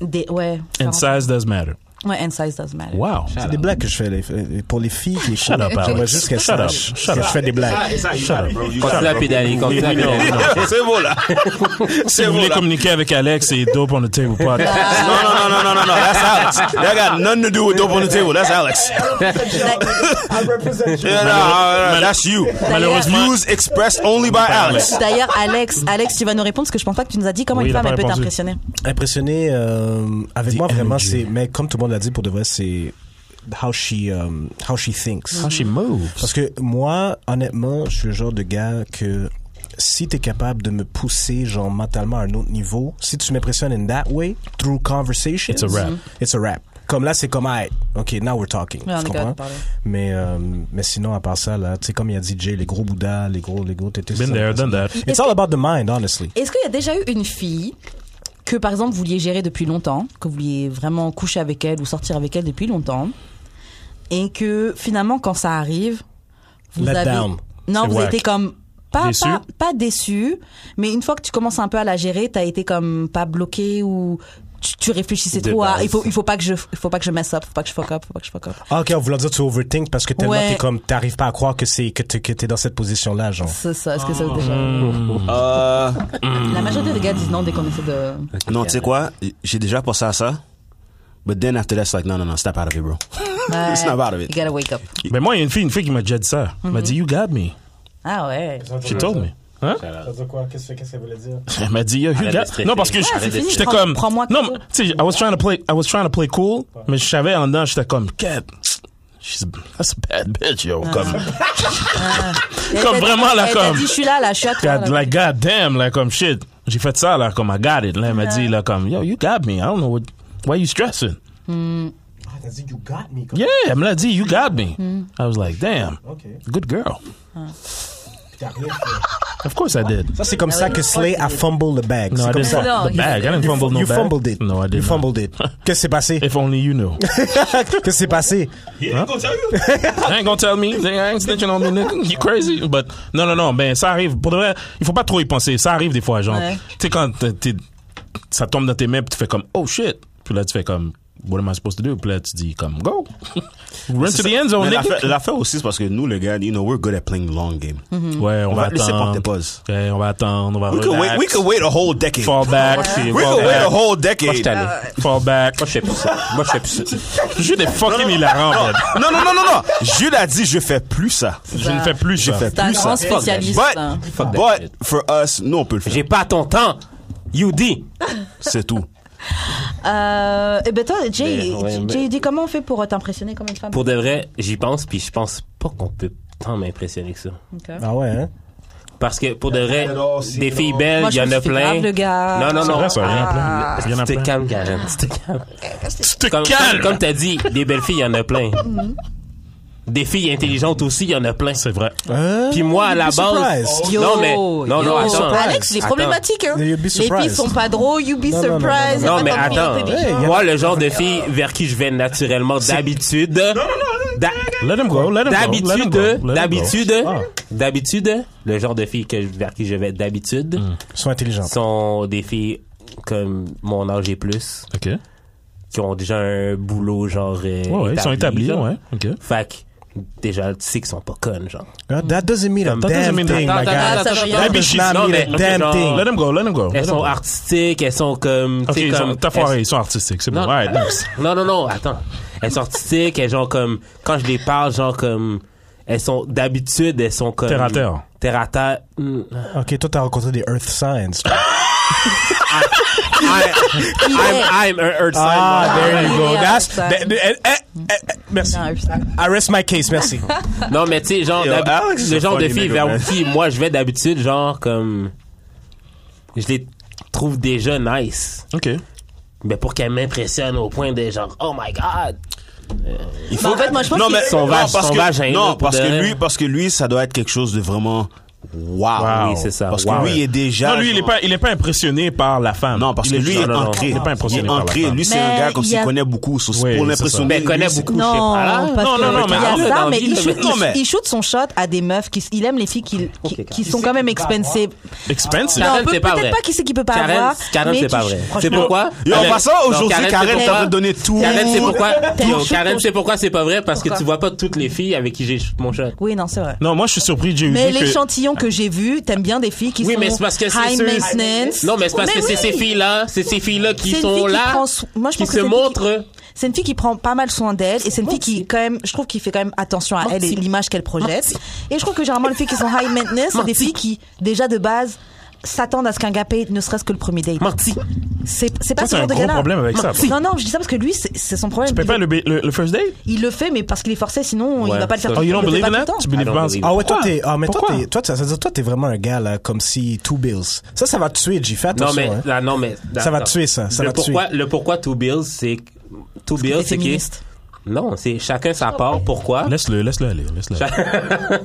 A: Des, ouais. ça
D: And
A: rentre-
D: size does matter.
A: Ouais, and size does matter.
D: Wow.
C: C'est des blagues que je fais les- pour les filles qui écoutent.
D: Ah, up, Alex.
C: J'aimerais juste qu'elles
D: Shut up.
C: sachent
D: Shut
C: que
D: up. Ah.
C: je fais des
E: Ah,
C: blagues.
B: Continue à pédaler, continue à pédaler.
E: C'est bon là.
D: Si
E: C'est
D: vous
E: bon
D: voulez
E: là.
D: communiquer avec Alex, c'est dope on the table podcast.
E: No, no, no, no, no, no, no. That's Alex. That got nothing to do with dope on the table. That's Alex.
F: I represent you.
E: Yeah, no, no, no, that's you.
D: Malheureusement-
E: Views expressed only by Alex.
A: D'ailleurs, Alex, Alex, tu vas nous répondre parce que je pense pas que tu nous as dit comment
D: Oui,
A: une
D: il a
A: femme
D: pas
A: elle peut
D: répondu.
A: t'impressionner.
C: Impressionné euh, avec
D: The
C: moi, vraiment,
D: energy.
C: c'est. Mais comme tout le monde l'a dit, pour de vrai, c'est how she, um, how she thinks.
D: How she moves.
C: Parce que moi, honnêtement, je suis le genre de gars que si t'es capable de me pousser, genre, mentalement à un autre niveau, si tu m'impressionnes in that way, through conversation,
D: It's a wrap. Mhm.
C: It's a rap. Comme là, c'est comme, hey, OK, now we're talking.
A: Ouais, on est
C: tu comprends?
A: capable de parler.
C: Mais, euh, mais sinon, à part ça, là, tu sais, comme il a dit Jay, les gros bouddhas, les gros, les gros tétés.
D: Been
C: ça,
D: there,
C: ça.
D: done that.
C: It's all about the mind, honestly.
A: Est-ce qu'il y a déjà eu une fille que, par exemple, vous vouliez gérer depuis longtemps, que vous vouliez vraiment coucher avec elle ou sortir avec elle depuis longtemps, et que finalement, quand ça arrive, vous
C: Let
A: avez.
C: down.
A: Non,
D: C'est
A: vous
D: whack.
A: étiez comme. Pas,
D: Déçu?
A: pas, pas déçu, mais une fois que tu commences un peu à la gérer, t'as été comme pas bloqué ou tu, tu réfléchissais
B: De
A: trop à
B: base.
A: il faut il faut pas que je il faut pas que je mess up, faut pas que je fuck up, faut pas que je fuck up.
C: Ah, OK, on voulait dire tu overthink parce que tellement
A: Ouais.
C: t'es comme, t'arrives pas à croire que c'est, que t'es, que t'es dans cette position-là, genre.
A: C'est ça, est-ce que ça vous déjà
E: Euh,
A: La majorité des gars disent non dès qu'on essaie de
E: non, tu sais quoi? J'ai déjà pensé à ça. But then after that, it's like, no, no, no, step out of it, bro. It's not out of
A: You
E: it.
A: gotta wake up.
D: Mais moi, il y a une fille, une fille qui m'a déjà dit ça. Elle
C: Mhm.
D: m'a dit, You got me.
A: Ah ouais.
D: She told me. Hein?
C: quoi? Qu'est-ce, qu'elle voulait dire?
D: Elle m'a dit, yo, you
B: Arrête de
D: got...
B: stresser.
D: Non, parce que je-
B: Ouais, c'est fini.
D: j'étais
A: Prends-
D: comme...
A: prends-moi
D: non,
A: cadeau.
D: mais, tu sais, I was trying to play, I was trying to play cool, mais je savais en dedans, j'étais comme, Cat, she's, that's a bad bitch, yo. Comme, Comme
A: Elle t'a
D: vraiment,
A: dit-
D: là,
A: elle t'a
D: comme-
A: dit, je suis là, là, je suis à toi.
D: God,
A: là.
D: like, god damn, là, comme, shit. J'ai fait ça, là, comme, um, I got it. Là, elle m'a dit, là, comme, um, yo, you got me. I don't know what, why you stressing?
C: Ah, t'as dit, you got me.
D: Yeah, elle me l'a dit, you got me. I was like, damn, good girl. Of course I did.
C: Ça, c'est
A: Ah
C: comme ça que Slay a fumble the bag.
D: No, I
C: C'est comme
D: didn't
A: No,
C: ça.
D: fumble the
A: he
D: bag. I didn't
C: You,
D: fumble no
C: you
D: bag.
C: fumbled it.
D: No, I did
C: You
D: not.
C: fumbled it. Qu'est-ce qui s'est passé?
D: If only you knew.
C: Qu'est-ce qui s'est passé?
D: I ain't gonna tell me. They ain't snitching on me, nigga. You crazy? But non, non, non. Ben, ça arrive. Pour de vrai, il faut pas trop y penser. Ça arrive des fois, genre.
A: Ouais.
D: Tu sais, quand t'es- t'es- ça tombe dans tes mains, puis tu fais comme, oh shit. Puis là, tu fais comme, what am I supposed to do? Puis là, tu dis comme, go. Run to the end zone,
E: Mais
D: nigga.
E: l'affaire- L'affaire aussi, c'est parce que nous, les gars, you know, we're good at playing the long game.
A: Mhm.
D: Hmm. Ouais, on
E: On
D: va
E: va laisser prendre
D: attendre.
E: des pauses.
D: Ouais, on va attendre. On va
E: We could wait, we
D: relax.
E: could wait a whole decade.
D: Fall back. puis
E: We
D: fall
E: could wait a
D: back.
E: whole
B: Moi, je
E: decade.
B: t'allais.
D: Fall back.
B: Moi, je fais plus ça. Moi, je fais plus ça.
D: J'ai des fucking hilarants, bro.
E: Non, non, non, non, non. Jules a dit, je fais plus ça.
D: Je ne fais plus
E: Je
D: ça.
E: fais
A: C'est un
E: plus
A: grand
E: ça.
A: spécialiste.
E: But,
A: hein.
B: Fuck that shit.
E: but for us, nous, on peut le faire.
B: J'ai pas ton temps. You dit.
E: C'est tout.
A: Euh, et ben toi, Jay,
B: Mais, ouais,
A: Jay,
B: mais-
A: Jay, dis comment on fait pour euh, t'impressionner comme une femme
B: Pour de vrai, j'y pense, puis je pense pas qu'on peut tant m'impressionner que ça.
A: Ok.
C: Ah ouais, hein?
B: Parce que pour de vrai,
E: Non, c'est
B: des filles
E: non.
B: belles,
A: Moi,
B: il
A: je
B: y en
A: trouve
B: a
A: que c'est grave,
B: plein.
A: le gars.
B: Non, non,
D: C'est
B: non.
D: vrai, ça, il y en a plein. Il y en a
B: Tu te
D: plein.
B: calmes, Karen. Tu te calmes.
D: Tu te
B: Comme,
D: calmes.
B: comme, comme t'as dit, des belles filles, il y en a plein. Des filles intelligentes aussi, il y en a plein.
D: C'est vrai.
C: Hein?
B: Puis moi, à la
C: You'd be surprised.
B: base. Non, mais. Non,
A: yo.
B: non, attends.
A: Alex, il est
B: Attends.
A: problématique. Hein.
C: You'd be
A: Les filles
C: surprised.
A: sont pas drôles, you be
C: Non, non, non, non,
A: surprised.
B: Non,
A: Attends,
B: mais
A: t'es
B: attends.
A: intelligent.
B: Moi, le genre de fille vers qui je vais naturellement d'habitude. d'a-
D: Let him go. Let him go. let him
B: D'habitude,
D: go, let him go.
B: d'habitude,
D: Ah.
B: d'habitude, le genre de filles que, vers qui je vais d'habitude
D: Hmm.
C: Sois intelligent.
B: sont des filles comme mon âge et plus,
D: OK.
B: qui ont déjà un boulot, genre. euh,
D: Ouais, ouais, ils sont établis,
B: genre.
D: ouais. OK.
B: Fait que, déjà, tu sais qu'ils sont pas connes, genre.
C: God, that doesn't mean a
B: That
C: damn
D: doesn't mean
C: thing,
B: that- that- that-
C: my guy.
B: that- that-
C: That does
B: that-
C: not
B: non,
C: mean a
B: mais-
C: damn
B: non.
C: thing.
D: Let them go, let them go.
B: Elles
D: let them
B: sont
D: go.
B: artistiques, elles sont comme.
D: Ah, OK,
B: tu sais,
D: ils
B: comme
D: sont- t'as foiré, ils sont artistiques, c'est bon.
B: Non,
D: Ouais,
B: non,
D: nice.
B: non, non, non, attends. Elles sont artistiques, elles genre comme quand je les parle, genre comme elles sont d'habitude, elles sont comme
D: Terre à terre.
B: Terre à terre. Mm.
C: Ok, toi, t'as rencontré des Earth Signs.
B: Ah, I- I'm, I'm an earth sign.
C: Ah,
B: moi.
C: there you go.
A: Des
C: That's.
A: Earth Signs.
C: that- that- eh, eh, eh, Merci.
A: Non, Earth Signs.
C: I rest my case, merci.
B: Non, mais tu sais, genre
E: Yo,
B: d'habi-
E: Alex is
B: le
E: a
B: genre de
E: funny
B: fille
E: nigga,
B: vers
E: man.
B: qui moi je vais d'habitude, genre comme je les trouve déjà nice,
D: OK.
B: mais pour qu'elles m'impressionnent au point de genre oh my god.
E: Il
A: en
D: Bah,
A: fait, moi, je pense
E: non,
A: qu'il-
E: mais
B: Son
E: non,
B: vagin-
E: parce
B: son
E: que-
B: vagin, là,
E: Non,
B: pour
E: parce
B: de
E: que
B: vrai.
E: lui, parce que lui, ça doit être quelque chose de vraiment wow.
B: Wow. Oui, c'est ça,
E: Parce
B: wow.
E: que lui, il est déjà.
D: Non, lui, il est
E: genre-
D: pas, il est pas impressionné par la femme.
E: Non, parce
D: Il
E: que
D: est
E: lui,
D: juste-
E: il est
D: non, non, non,
E: ancré.
D: Il est pas
E: Il est
D: impressionné par la
E: ancré.
D: femme.
E: Lui, c'est un
A: Mais
E: gars comme
A: il y
E: s'il
A: a-
E: connaît beaucoup. so c'est
D: Oui,
E: Pour
D: c'est ça.
E: l'impressionner.
B: Mais elle connaît
E: lui, c'est-
B: beaucoup. je sais
A: Non,
B: pas. Ah,
A: parce
D: non,
A: que
D: non, non, mais
A: il y a
B: arrête,
A: ça,
B: dans
A: mais
B: le
A: il
B: livre,
A: shoot,
B: mais-
E: Non, mais-
A: il shoot son shot à des meufs qui, il aime les filles qui, qui, qui sont quand même expensive.
D: Expensive.
B: Karen,
A: Non, peut-
B: c'est pas
A: peut-être
B: vrai.
A: pas qui c'est qui peut pas
B: Karen,
A: avoir,
B: Karen,
A: mais
B: c'est
A: qui-
B: pas vrai. C'est
A: franchement-
B: pourquoi?
E: Yo, en
B: Karen-
E: passant,
B: non,
E: aujourd'hui,
B: c'est
E: Karen,
B: pas-
E: t'aurais donné tout.
B: Karen, c'est pourquoi?
A: T'as
B: Yo,
A: un shoot
B: Karen,
A: ton-
B: c'est pourquoi c'est pas vrai? Parce que
A: Pourquoi?
B: tu vois pas toutes les filles avec qui j'ai shoot mon shot.
A: Oui, non, c'est vrai.
D: Non, moi, je suis surpris, j'ai
A: Mais
D: vu que-
A: l'échantillon que j'ai vu, t'aimes bien des filles qui
B: Oui,
A: sont
B: mais c'est parce que c'est
A: high
B: ceux-
A: maintenance.
B: Non, mais c'est parce que c'est
A: oui.
B: ces filles-là, c'est ces filles-là qui
A: C'est une
B: sont
A: fille qui
B: là,
A: prend so- Moi, je
B: qui
A: pense que
B: se
A: c'est une fille
B: montrent.
A: C'est une fille qui prend pas mal soin d'elle et c'est une fille qui quand même, je trouve qu'il fait quand même attention à elle et l'image qu'elle projette. Et je trouve que généralement les filles qui sont high maintenance, c'est des filles qui déjà de base s'attendent à ce qu'un gars paye ne serait-ce que le premier date.
B: Menti.
A: C'est c'est pas
D: Ça,
A: ce
D: c'est
A: genre
D: un
A: de
D: gros
A: gars-là.
D: problème avec ça, après.
A: Non non, je dis ça parce que lui c'est c'est son problème.
D: Tu
A: Il
D: payes pas
A: le...
D: le, ba- le, le first date?
A: fait mais parce qu'il est forcé sinon
B: Ouais,
A: il va pas le faire.
B: ça,
D: Oh, you don't
A: le fait
D: believe in
A: pas
D: that?
A: tout le temps.
D: Tu believe
B: I don't
D: pas en-
B: believe
C: Ah ouais, toi,
D: Pourquoi?
C: t'es, ah, mais toi,
D: Pourquoi?
C: t'es, toi, ça, ça veut dire, toi, t'es vraiment un gars, là, comme si Two Bills. Ça, ça va te tuer, G. Fais
B: Non,
C: attention,
B: mais,
C: hein.
B: là, non, mais.
C: Ça va
B: attends.
C: te tuer, ça. Ça
B: le
C: va te tuer.
B: pourquoi, Le pourquoi Two Bills, c'est. Two Bills,
A: t'es
B: c'est que.
A: féministe.
B: Non, c'est chacun sa part. Pourquoi?
D: Laisse-le, laisse-le aller, laisse-le. aller.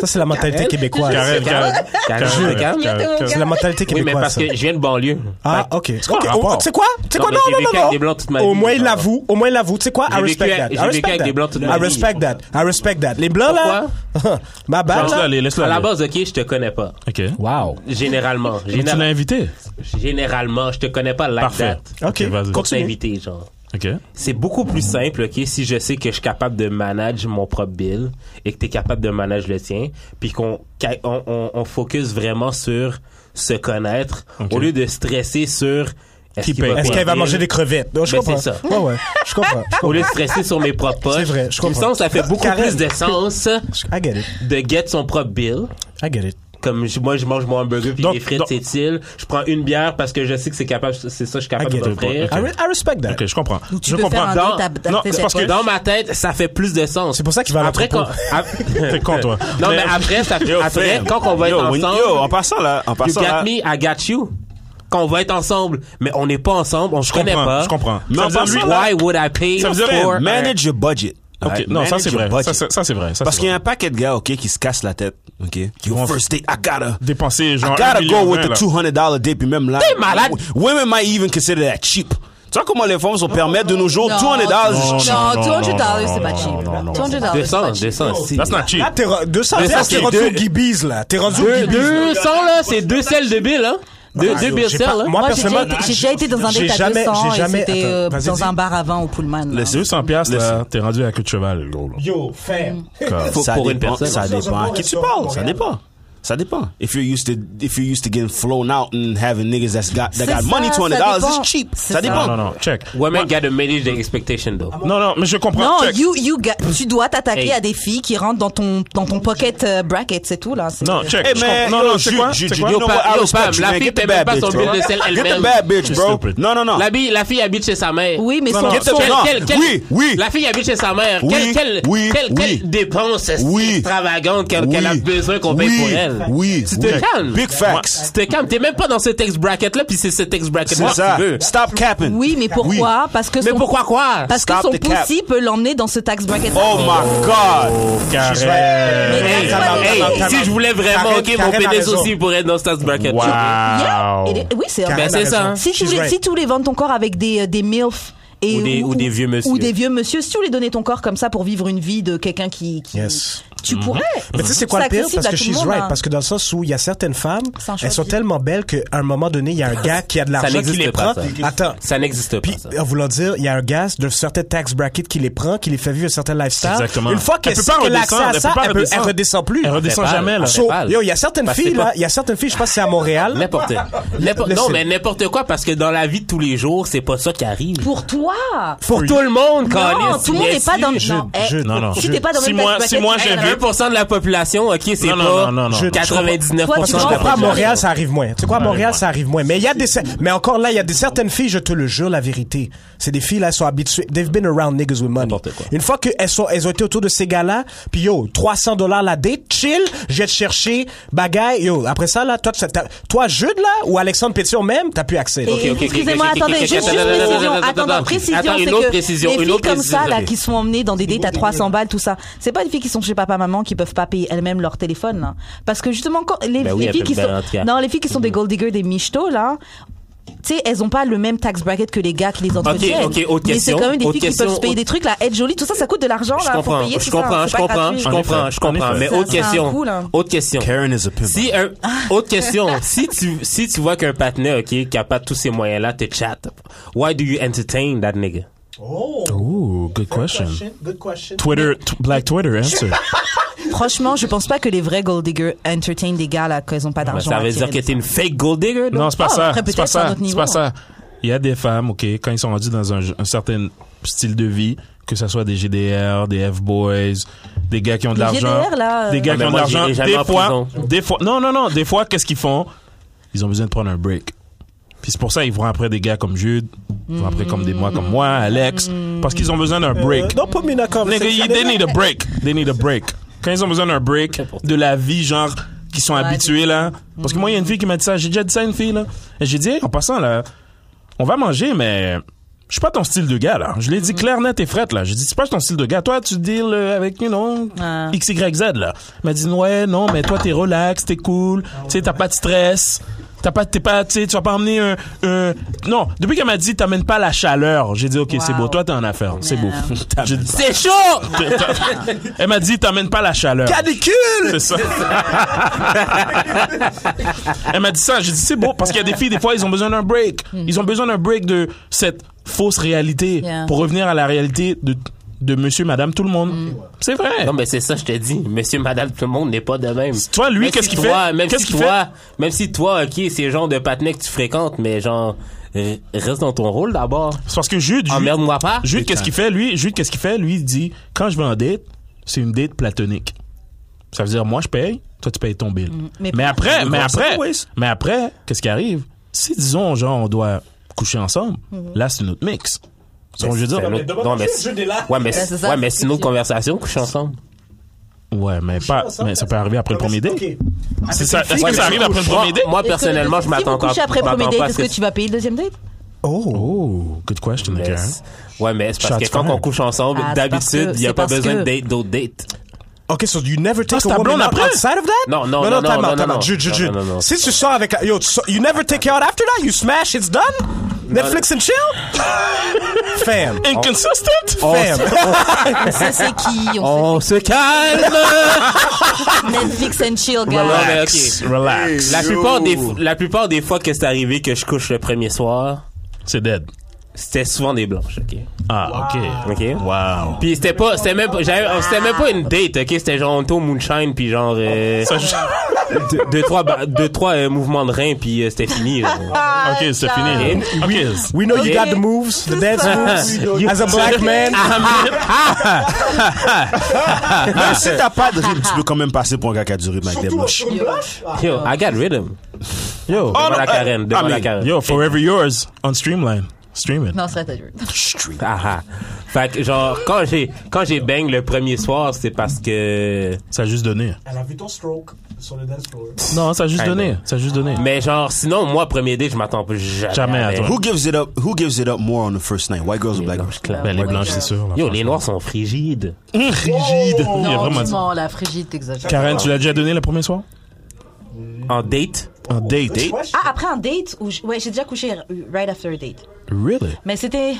C: Ça, c'est la mentalité québécoise.
D: Karen, Karen.
B: Karen, c'est Karen.
C: C'est la mentalité
B: Oui, mais
C: québécoise.
B: parce
C: ça.
B: que je viens de banlieue.
C: Ah, ok. C'est
D: quoi le rapport?
C: C'est quoi? C'est
B: Non,
C: quoi?
B: mais
C: Non,
B: j'ai
C: non,
B: vécu
C: non,
B: avec
C: non.
B: des blancs toute ma vie,
C: Au moins, il
B: alors.
C: l'avoue. Au moins, il l'avoue. Tu sais quoi? I
B: J'ai vécu
C: respect
B: avec-
C: that. I
B: j'ai vécu
C: respect
B: avec
C: that.
B: des blancs toute ma
C: I
B: vie.
C: respect that. I respect that. Les blancs, là. Ma bad,
D: Laisse-le
C: là.
D: aller, laisse-le
B: À la
D: aller.
B: base, ok, je te connais pas.
D: OK.
C: Wow.
B: Généralement.
D: Mais tu l'as
B: Général-
D: invité.
B: Généralement, je te connais pas like
D: Parfait.
B: that.
C: Ok,
D: vas-y.
B: Pour
C: continue.
B: t'inviter, genre.
D: OK.
B: C'est beaucoup plus simple, ok, si je sais que je suis capable de manager mon propre bill et que tu es capable de manager le tien, puis qu'on qu'a- on, on, on focus vraiment sur se connaître
D: Ok.
B: au lieu de stresser sur est-ce
D: Qui
B: qu'il
D: paye?
B: payer
C: Est-ce qu'elle va manger des crevettes? Non, Je
B: Ben,
C: comprends.
B: c'est ça.
C: Ouais, ouais. Je comprends. Je
B: au lieu de
C: comprends.
B: stresser sur mes propres poches.
C: C'est vrai, je
B: Il me
C: comprends.
B: semble que ça fait beaucoup
C: Karen.
B: plus de sens
C: I get it.
B: de get son propre bill.
C: I get it.
B: Comme je- moi, je mange mon hamburger puis
D: Donc-
B: des frites,
D: donc-
B: c'est chill. Je prends une bière parce que je sais que c'est capable, c'est ça, que je suis
C: I
B: capable
C: get it.
B: d'offrir.
C: I re- I respect that.
D: OK, je comprends.
A: tu
D: je
A: peux
D: comprends.
A: faire un
B: Non,
A: date à- à-
D: non,
A: tes
D: c'est parce
A: potes.
D: que-
B: Dans ma tête, ça fait plus de sens.
C: C'est pour ça qu'il va à
B: après
C: l'entrepôt.
B: qu'on-
D: T'es con, toi.
B: Non, mais,
D: Mais-
B: après, ça,
E: Yo,
B: après,
E: fam.
B: quand on va être
E: Yo, when-
B: ensemble,
E: Yo, en passant là, en
B: you
E: passant
B: got
E: là.
B: me, I got you. Quand on va être ensemble, mais on n'est pas ensemble, on se connaît
D: comprends,
B: pas.
D: je comprends.
E: Mais
D: Ça
E: en
D: veut dire, lui-
E: passant là-
B: Why would I pay
D: Ça veut dire,
B: for
E: Man- Manage your budget.
D: OK,
E: Alright?
D: non, ça
E: Manage
D: c'est
E: your
D: vrai.
E: budget.
D: Ça, c'est- ça, c'est vrai. Ça,
E: Parce
D: c'est
E: qu'il y a
D: vrai.
E: un paquet de gars, OK, qui se cassent la tête, OK? Qui vont first date, I gotta...
D: Dépenser
E: I
D: genre un
E: gotta
D: million,
E: go with
D: vingt,
E: the
D: là.
E: $200 date, puis même là...
B: T'es malade?
E: Women might even consider that cheap. Tu vois comment les femmes se permettent de nos jours
A: Non,
E: $200
A: non,
E: is cheap.
D: non, non,
A: $200
D: non,
A: c'est pas
D: non,
A: cheap.
D: non, non, non.
A: $200 c'est pas
B: 200,
A: cheap.
B: 200. si.
D: That's not cheap.
C: Là, t'es re- 200,
B: Mais ça,
C: t'es
B: c'est
C: rendu
B: deux-
C: au Gibby's, là. T'es rendu au
B: Deux-
C: Gibby's.
B: 200, là, c'est deux selles de bill, hein. Deux, deux bill
C: J'ai
B: selles,
C: pas-
B: hein.
C: moi,
A: Moi, Ah, j'ai déjà
C: personnellement,
A: été- j'ai déjà été dans un
C: j'ai
A: date à
C: jamais-
A: 200
C: j'ai
A: et
C: jamais-
A: c'était euh,
C: Attends, vas-y, dis.
A: dans un bar à vin au Pullman. là.
D: 200 piastres, là, t'es rendu à queue de cheval, gros. là.
C: Yo, fam.
B: Faut-
E: ça
B: pour une
E: dépend,
B: personne.
E: Ça
C: Dans un
E: dépend
C: bon
E: à qui tu
C: restaurant
E: parles.
C: à
E: Ça
C: Montréal.
E: dépend. Ça dépend. If you're used to, if you're used to getting flown out and having niggas that's got, that
A: C'est
E: got
A: ça,
E: money,
A: ça
E: $200
A: dépend.
E: is cheap.
A: C'est
E: Ça
A: ça.
E: dépend.
D: Non, non, non, check.
B: Women gotta manage the expectation, though.
D: Non, non, mais je comprends.
A: Non,
D: check.
A: you, you ga- tu dois t'attaquer
B: Hey.
A: à des filles qui rentrent dans ton, dans ton pocket euh, bracket, c'est tout, là. C'est-
D: Non, check.
E: Hey,
D: je
E: man,
D: comprends. non,
E: yo,
D: non, c'est
E: Jude,
D: quoi?
E: Jude,
D: C'est
E: Jude,
D: quoi?
E: you know
B: Yo,
E: what? I
B: Pam,
E: respect you,
B: la
E: man.
B: fille
E: Get the
B: paie même
E: bad
B: pas son
E: bitch,
B: bill
E: bro.
B: de sel
E: Get
B: elle-même.
E: the bad bitch, bro.
D: Stupid.
E: Non, non, non.
B: La, bi- la fille habite chez sa mère.
A: Oui, mais
D: Non,
A: son-
D: non,
E: Get the-
A: son-
E: non.
B: Quelle- quelle-
E: Oui, oui.
B: La fille habite chez sa mère.
E: Oui,
B: Quelle, quelle,
E: oui,
B: quelle,
E: oui.
B: quelle dépense
E: Oui.
B: extravagante qu'elle
E: Oui.
B: qu'elle a besoin qu'on paye
E: Oui.
B: pour elle.
E: Oui.
B: Tu te
E: Oui.
B: calmes.
E: Big facts.
B: Tu te calmes. T'es même pas dans ce text bracket là, puis c'est ce text bracket là
E: C'est
B: que
E: ça.
B: tu veux.
E: Stop capping.
A: Oui, mais pourquoi? Parce que
B: Mais
A: son,
B: pourquoi quoi?
A: parce que
E: Stop
A: son
E: the cap.
A: pussy peut l'emmener dans ce tax bracket.
E: Oh my God.
D: Karen.
B: Hey,
A: Ça m'a-
B: hey,
A: ça m'a-
C: ça m'a-
B: si je voulais vraiment,
C: Karen-
B: ok, mon
C: Karen a
B: pénis
C: raison.
B: aussi pourrait être dans ce text bracket.
D: Wow.
A: Yeah, it is- oui, c'est
C: Karen
B: Ben, c'est
C: a
B: ça,
C: raison.
B: hein.
A: Si tu,
C: She's
A: voulais,
C: right.
A: si tu voulais vendre ton corps avec des, euh, des MILF et,
B: Ou des- ou des vieux
A: Ou
B: monsieur.
A: des vieux monsieur, si tu voulais donner ton corps comme ça pour vivre une vie de quelqu'un qui, qui,
C: Yes. Mm-hmm.
A: Tu pourrais.
C: Mais tu sais, c'est quoi le pire?
A: accessible
C: Parce
A: à
C: que
A: tout le
C: she's
A: monde,
C: right.
A: hein.
C: Parce que dans le sens où il y a certaines femmes,
A: Sans choix
C: elles
A: de
C: sont
A: vie.
C: tellement belles qu'à un moment donné, il y a un gars qui a de l'argent qui
B: n'existe
C: les
B: pas,
C: prend.
B: ça.
C: Attends.
B: Ça n'existe pas. ça.
C: En voulant dire, il y a un gars de certains tax bracket qui les prend, qui les fait vivre un certain lifestyle.
D: Exactement.
C: Une fois
D: Elle
C: qu'elle
D: peut
C: sait
D: pas
C: qu'elle a accès
D: redescendre,
C: à
D: elle
C: ça,
D: peut pas
C: elle, peut, elle
D: redescend.
C: redescend plus.
D: Elle redescend
B: Elle fait
D: jamais,
B: mal.
D: là.
B: Elle
C: So,
B: pas, là.
C: yo, il y a certaines
B: Parce que
C: filles,
B: c'est pas-
C: là, il y a certaines filles, je pense que c'est à Montréal.
B: N'importe.
E: euh,
B: N'importe-
C: Listen.
B: Non, mais n'importe quoi, parce que dans la vie de tous les jours, c'est pas ça qui arrive.
A: Pour toi.
B: Pour tout le monde, quand
A: Non, tout le monde n'est pas dans le. Non, eh,
C: je-
D: Non, non.
A: Si t'es pas dans le
D: Si
A: même
D: moi-
A: tax
D: si moi,
A: bracket, elle, elle, elle,
B: 1% de la population, ok, c'est
D: Non,
B: pas
D: non, non, non, non.
B: 99%
A: Toi,
C: Parce que
A: Non,
C: je comprends, à
A: c'est
C: Montréal, ça arrive moins. Tu sais quoi, à
D: arrive
C: Montréal,
D: moins.
C: ça arrive moins. Mais il y a des, mais encore là, il y a des certaines filles, je te le jure, la vérité. C'est des filles, là, elles sont habituées. They've been around niggas with money.
B: N'importe quoi.
C: Une fois qu'elles sont, elles ont été autour de ces gars-là, puis yo, 300 dollars la date, chill, je vais te chercher, bagaille, yo. Après ça, là, toi, tu- t'as- toi, Jude, là, ou Alexandre Pétion même, t'as pu accès.
B: Ok,
A: Et-
B: ok, ok,
A: Excusez-moi,
B: ok, ok,
A: attendez,
B: ok, ok,
A: juste, juste
B: attends, attends,
A: précision.
B: attends,
A: Attends,
B: attends,
A: précision,
B: attends, une
A: c'est
B: autre
A: que
B: précision,
A: les
B: une
A: filles
B: autre
A: comme ça,
B: précision.
A: là, qui sont emmenées dans des dates à 300 balles, tout ça, c'est pas des filles qui sont chez papa, maman, qui peuvent pas payer elles-mêmes leur téléphone, là. Parce que justement, quand les,
B: Ben oui,
A: les
B: elles
A: filles qui
B: peuvent
A: sont,
B: garantir.
A: non, les filles qui
B: Mm.
A: sont des gold diggers, des michtos, là, tu sais, elles ont pas le même tax bracket que les gars qui les entretiennent.
B: ok, autre
A: Mais c'est
B: question,
A: quand même des
B: autre
A: filles qui peuvent
B: question,
A: se payer
B: autre-
A: des trucs, là, être jolie, tout ça, ça coûte de l'argent,
B: Je
A: là, pour
B: comprends,
A: payer tout
B: je
A: ça.
B: comprends,
A: C'est
B: je
A: pas
B: comprends,
A: gratuit.
B: je comprends,
D: effet.
B: je comprends.
D: En
B: Mais
D: effet.
B: autre
A: C'est un
B: question,
A: coup, là.
B: autre question.
E: Karen is a pimp.
B: Si un, autre question, si tu, si tu vois qu'un partenaire, ok, qui a pas tous ces moyens-là, te chatte, why do you entertain that nigga?
D: Ooh, good question. Twitter, t- Black Twitter answer.
A: Franchement, je pense pas que les vrais gold diggers entertain des gars, là, qu'ils ont pas
B: Ben,
A: d'argent.
B: ça
A: à
B: veut
A: tirer
B: dire que
A: de
B: t'es une fake gold digger, non?
D: Non, c'est pas
A: Ah,
D: ça.
A: après,
D: C'est
A: peut-être
D: pas
A: à
D: ça.
A: notre
D: C'est
A: niveau. hein.
D: pas ça. Il y a des femmes, OK, quand ils sont rendus dans un, un certain style de vie, que ce soit des GDR, des F-Boys, des gars qui ont de
A: Les
D: l'argent.
A: GDR, là, euh,
D: Des gars
B: Non, Ah, mais
D: qui ont de
B: moi,
D: l'argent.
B: j'irai jamais
D: Des
B: en
D: fois,
B: prison.
D: des fois, non, non, non, des fois, qu'est-ce qu'ils font? Ils ont besoin de prendre un break. Puis c'est pour ça ils vont après des gars comme Jude, ils vont après comme des moi comme moi, Alex, parce qu'ils ont besoin d'un break.
C: Non, pas Minacom.
D: Nigga, you- they need a break. They need a break. Quand ils ont besoin d'un break de la vie, genre, qu'ils sont habitués, là. Parce que moi, il y a une fille qui m'a dit ça. J'ai déjà dit ça à une fille, là. Et j'ai dit, Hey, en passant, là, on va manger, mais je suis pas ton style de gars, là. Je l'ai dit clair, net et frette, là. J'ai dit, c'est pas ton style de gars. Toi, tu deals euh, avec, you know,
A: Ah.
D: X, Y, Z, là. Elle m'a dit, ouais, non, mais toi, t'es relax, t'es cool. Tu sais, t'as pas de stress. T'as pas, t'es pas, tu sais, tu vas pas emmener un, un- Non, depuis qu'elle m'a dit, t'amènes pas la chaleur, j'ai dit, OK, c'est
A: Wow.
D: beau. Toi, t'es en affaire. C'est beau. J'ai dit,
B: C'est chaud!
D: elle m'a dit, t'amènes pas la chaleur.
C: Canicule!
D: C'est ça. Elle m'a dit ça. J'ai dit, c'est beau. Parce qu'il y a des filles, des fois, ils ont besoin d'un break. Ils ont besoin d'un break de cette fausse réalité
A: Yeah.
D: pour revenir à la réalité de, de monsieur, madame, tout le monde. C'est vrai.
B: Non, mais c'est ça, je te dis. Monsieur, madame, tout le monde n'est pas de même.
D: Toi, lui,
B: Même si
D: qu'est-ce qu'il
B: toi-
D: fait?
B: Même
D: Qu'est-ce
B: si
D: qu'il
B: toi, même si toi, ok, c'est le genre de partenaire que tu fréquentes, mais genre, euh, reste dans ton rôle d'abord.
D: C'est parce que Jude, Jude,
B: Emmerde-moi pas.
D: Jude, qu'est-ce qu'il fait, lui? Jude, qu'est-ce qu'il fait? Lui, il dit, quand je vais en date, c'est une date platonique. Ça veut dire, moi, je paye, toi, tu payes ton bill.
A: mais-
D: Mais, après, mais
E: Comme ça,
D: après,
E: oui.
D: mais après, qu'est-ce qui arrive? Si, disons, genre, on doit coucher ensemble, là, c'est une autre mix. Tu vois ce que je veux
B: C'est
D: dire?
B: un autre- Non, mais c'est- ouais, mais
A: c'est ça,
B: ouais, mais
A: c'est
B: c'est une autre
A: difficile.
B: conversation, couche ensemble.
D: Ouais, mais pas, mais ça peut arriver après le premier
B: Ah,
D: date. C'est ça, est-ce
B: Ouais,
D: que
B: mais
D: ça arrive
B: moi-
D: après le
B: moi-
D: premier date?
B: Moi, personnellement, je m'attends
A: encore.
B: encore.
A: Si vous couchez après
B: je
A: premier
B: m'attends
A: date,
B: pas à
A: est-ce que tu vas payer le deuxième date
C: Oh.
D: Oh, good question,
B: Mais
D: again.
B: c'est- Ouais, mais c'est parce
D: Shots
B: que quand
D: fired.
B: on couche ensemble,
A: Ah, c'est parce
B: d'habitude,
A: que-
B: il n'y
A: c'est
B: a pas
A: parce
B: besoin
A: que-
B: de date, d'autres dates.
C: Ok, so you never take
D: c'est
C: a
D: ta
C: woman
D: blonde
C: out
D: après?
C: outside of that?
B: Non, non, non, non,
C: time
B: non,
C: out, time
B: non,
C: out.
B: non.
C: Jude, Jude,
B: Non,
C: Jude.
B: non, non, non.
C: Si tu sors avec, yo, tu sors- you never take her out after that? You smash, it's done? Netflix and chill? Fam.
D: Inconsistent?
C: Fam.
A: Ça, c'est qui On
B: On se calme!
A: fait Netflix and chill,
B: Non,
A: gars.
B: mais
D: Relax,
B: ok.
D: relax.
B: La plupart, des, fo- la plupart des fois que c'est arrivé que je couche le premier soir,
D: C'est dead.
B: c'était souvent des blanches, ok?
D: Ah, ok.
B: Ok?
D: Wow.
B: Puis c'était pas, c'était même, pas- j'avais- c'était même pas une date, ok? C'était genre on tourne au moonshine, puis genre, euh,
D: Ça, je-
B: deux, deux, trois, ba- deux, trois euh, mouvements de rein, puis euh, c'était fini. là.
A: Ah,
D: Ok, c'est fini. Ok.
C: We know you
B: Yeah.
C: got the moves, the dance
B: Ah.
C: moves.
E: You-
C: As a black man.
E: Même si t'as pas de rythme, tu peux quand même passer pour un gars qui a du rythme avec des blanches.
B: Yo, I got rhythm.
D: Yo.
B: Devant
E: non,
B: la Karen, devant
E: I
B: la
E: mean,
B: Karen.
D: Yo, Forever Yours on Streamline. Stream it.
A: Non, c'est vrai, t'as
B: Ah, ah. Fait que genre, quand j'ai, quand j'ai bang le premier soir, c'est parce que...
D: Ça a juste donné.
C: Elle a vu ton stroke sur le dance floor.
D: Non, ça a juste donné. Ça a juste donné.
B: Mais genre, sinon, moi, premier date, je m'attends pas jamais.
D: Jamais à toi.
E: Who gives it up? Who gives it up more on the first night? White girls or black girls?
B: Blanche, claire.
D: Ben, les blanches, c'est sûr. là,
B: Yo,
D: franchement.
B: les noirs sont frigides.
D: Rigide. Il y a vraiment
A: Non,
D: dit-
A: tu mens, la frigide, t'exagères.
D: Karen, tu l'as déjà donné le premier soir?
B: En date,
D: Un date.
A: Ah, après un date où je- Ouais, j'ai déjà couché euh, right after a date.
D: Really?
A: Mais c'était.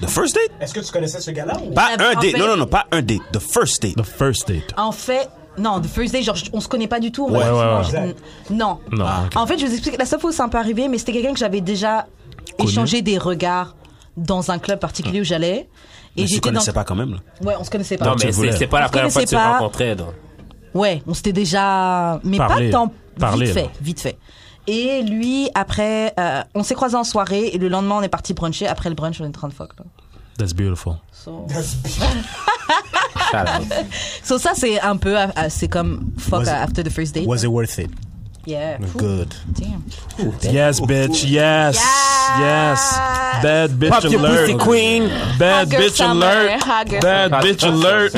E: The first date?
C: Est-ce que tu connaissais ce gars-là?
A: Euh,
E: Pas un
A: en
E: date.
A: fait-
E: Non, non, non, pas un date. The first date.
D: The first date.
A: En fait, Non, de first date, genre, je- on se connaît pas du tout. on
D: Ouais,
A: va
D: ouais,
A: juste
F: ouais.
A: manger. N- Non. Ah.
D: Non, ok.
A: En fait, je vous explique, la seule fois où ça m'est arrivé, mais c'était quelqu'un que j'avais déjà
D: Connu.
A: échangé des regards dans un club particulier où j'allais. Et
E: Mais tu
A: j'étais dans.
E: connaissais pas quand même, là.
A: Ouais, on se connaissait pas.
B: Non,
D: tu
B: mais c'est
D: voulais.
B: c'est pas la
A: Je
B: première fois que tu
A: connaissais pas.
B: rencontrais, donc.
A: Ouais, on s'était déjà. Mais
D: Parlé,
A: pas tant.
D: parlé,
A: vite
D: là.
A: fait, vite fait. Et lui, après, euh, on s'est croisés en soirée et le lendemain, on est parti bruncher. Après le brunch, on est 30 fuck. Là.
D: That's beautiful.
A: So...
C: Bah,
B: Shout out.
A: so ça, c'est un peu. euh, C'est comme fuck
C: Was it-
A: after the first date.
C: Was it worth it?
A: Yeah.
C: Good.
A: Damn.
D: Yes, bitch. Yes. Yes. Bad bitch
B: Pop your
D: alert.
B: pussy queen.
D: Bad
G: Hugger
D: bitch
G: summer,
D: alert.
G: hugger
D: Bad bitch alert.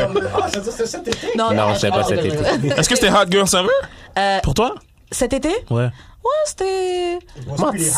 B: Non, c'est pas
A: je-
B: cet été.
D: Est-ce que c'était Hot Girl Summer? Pour toi?
A: Cet été
D: Ouais.
A: Ouais, c'était.
D: pretty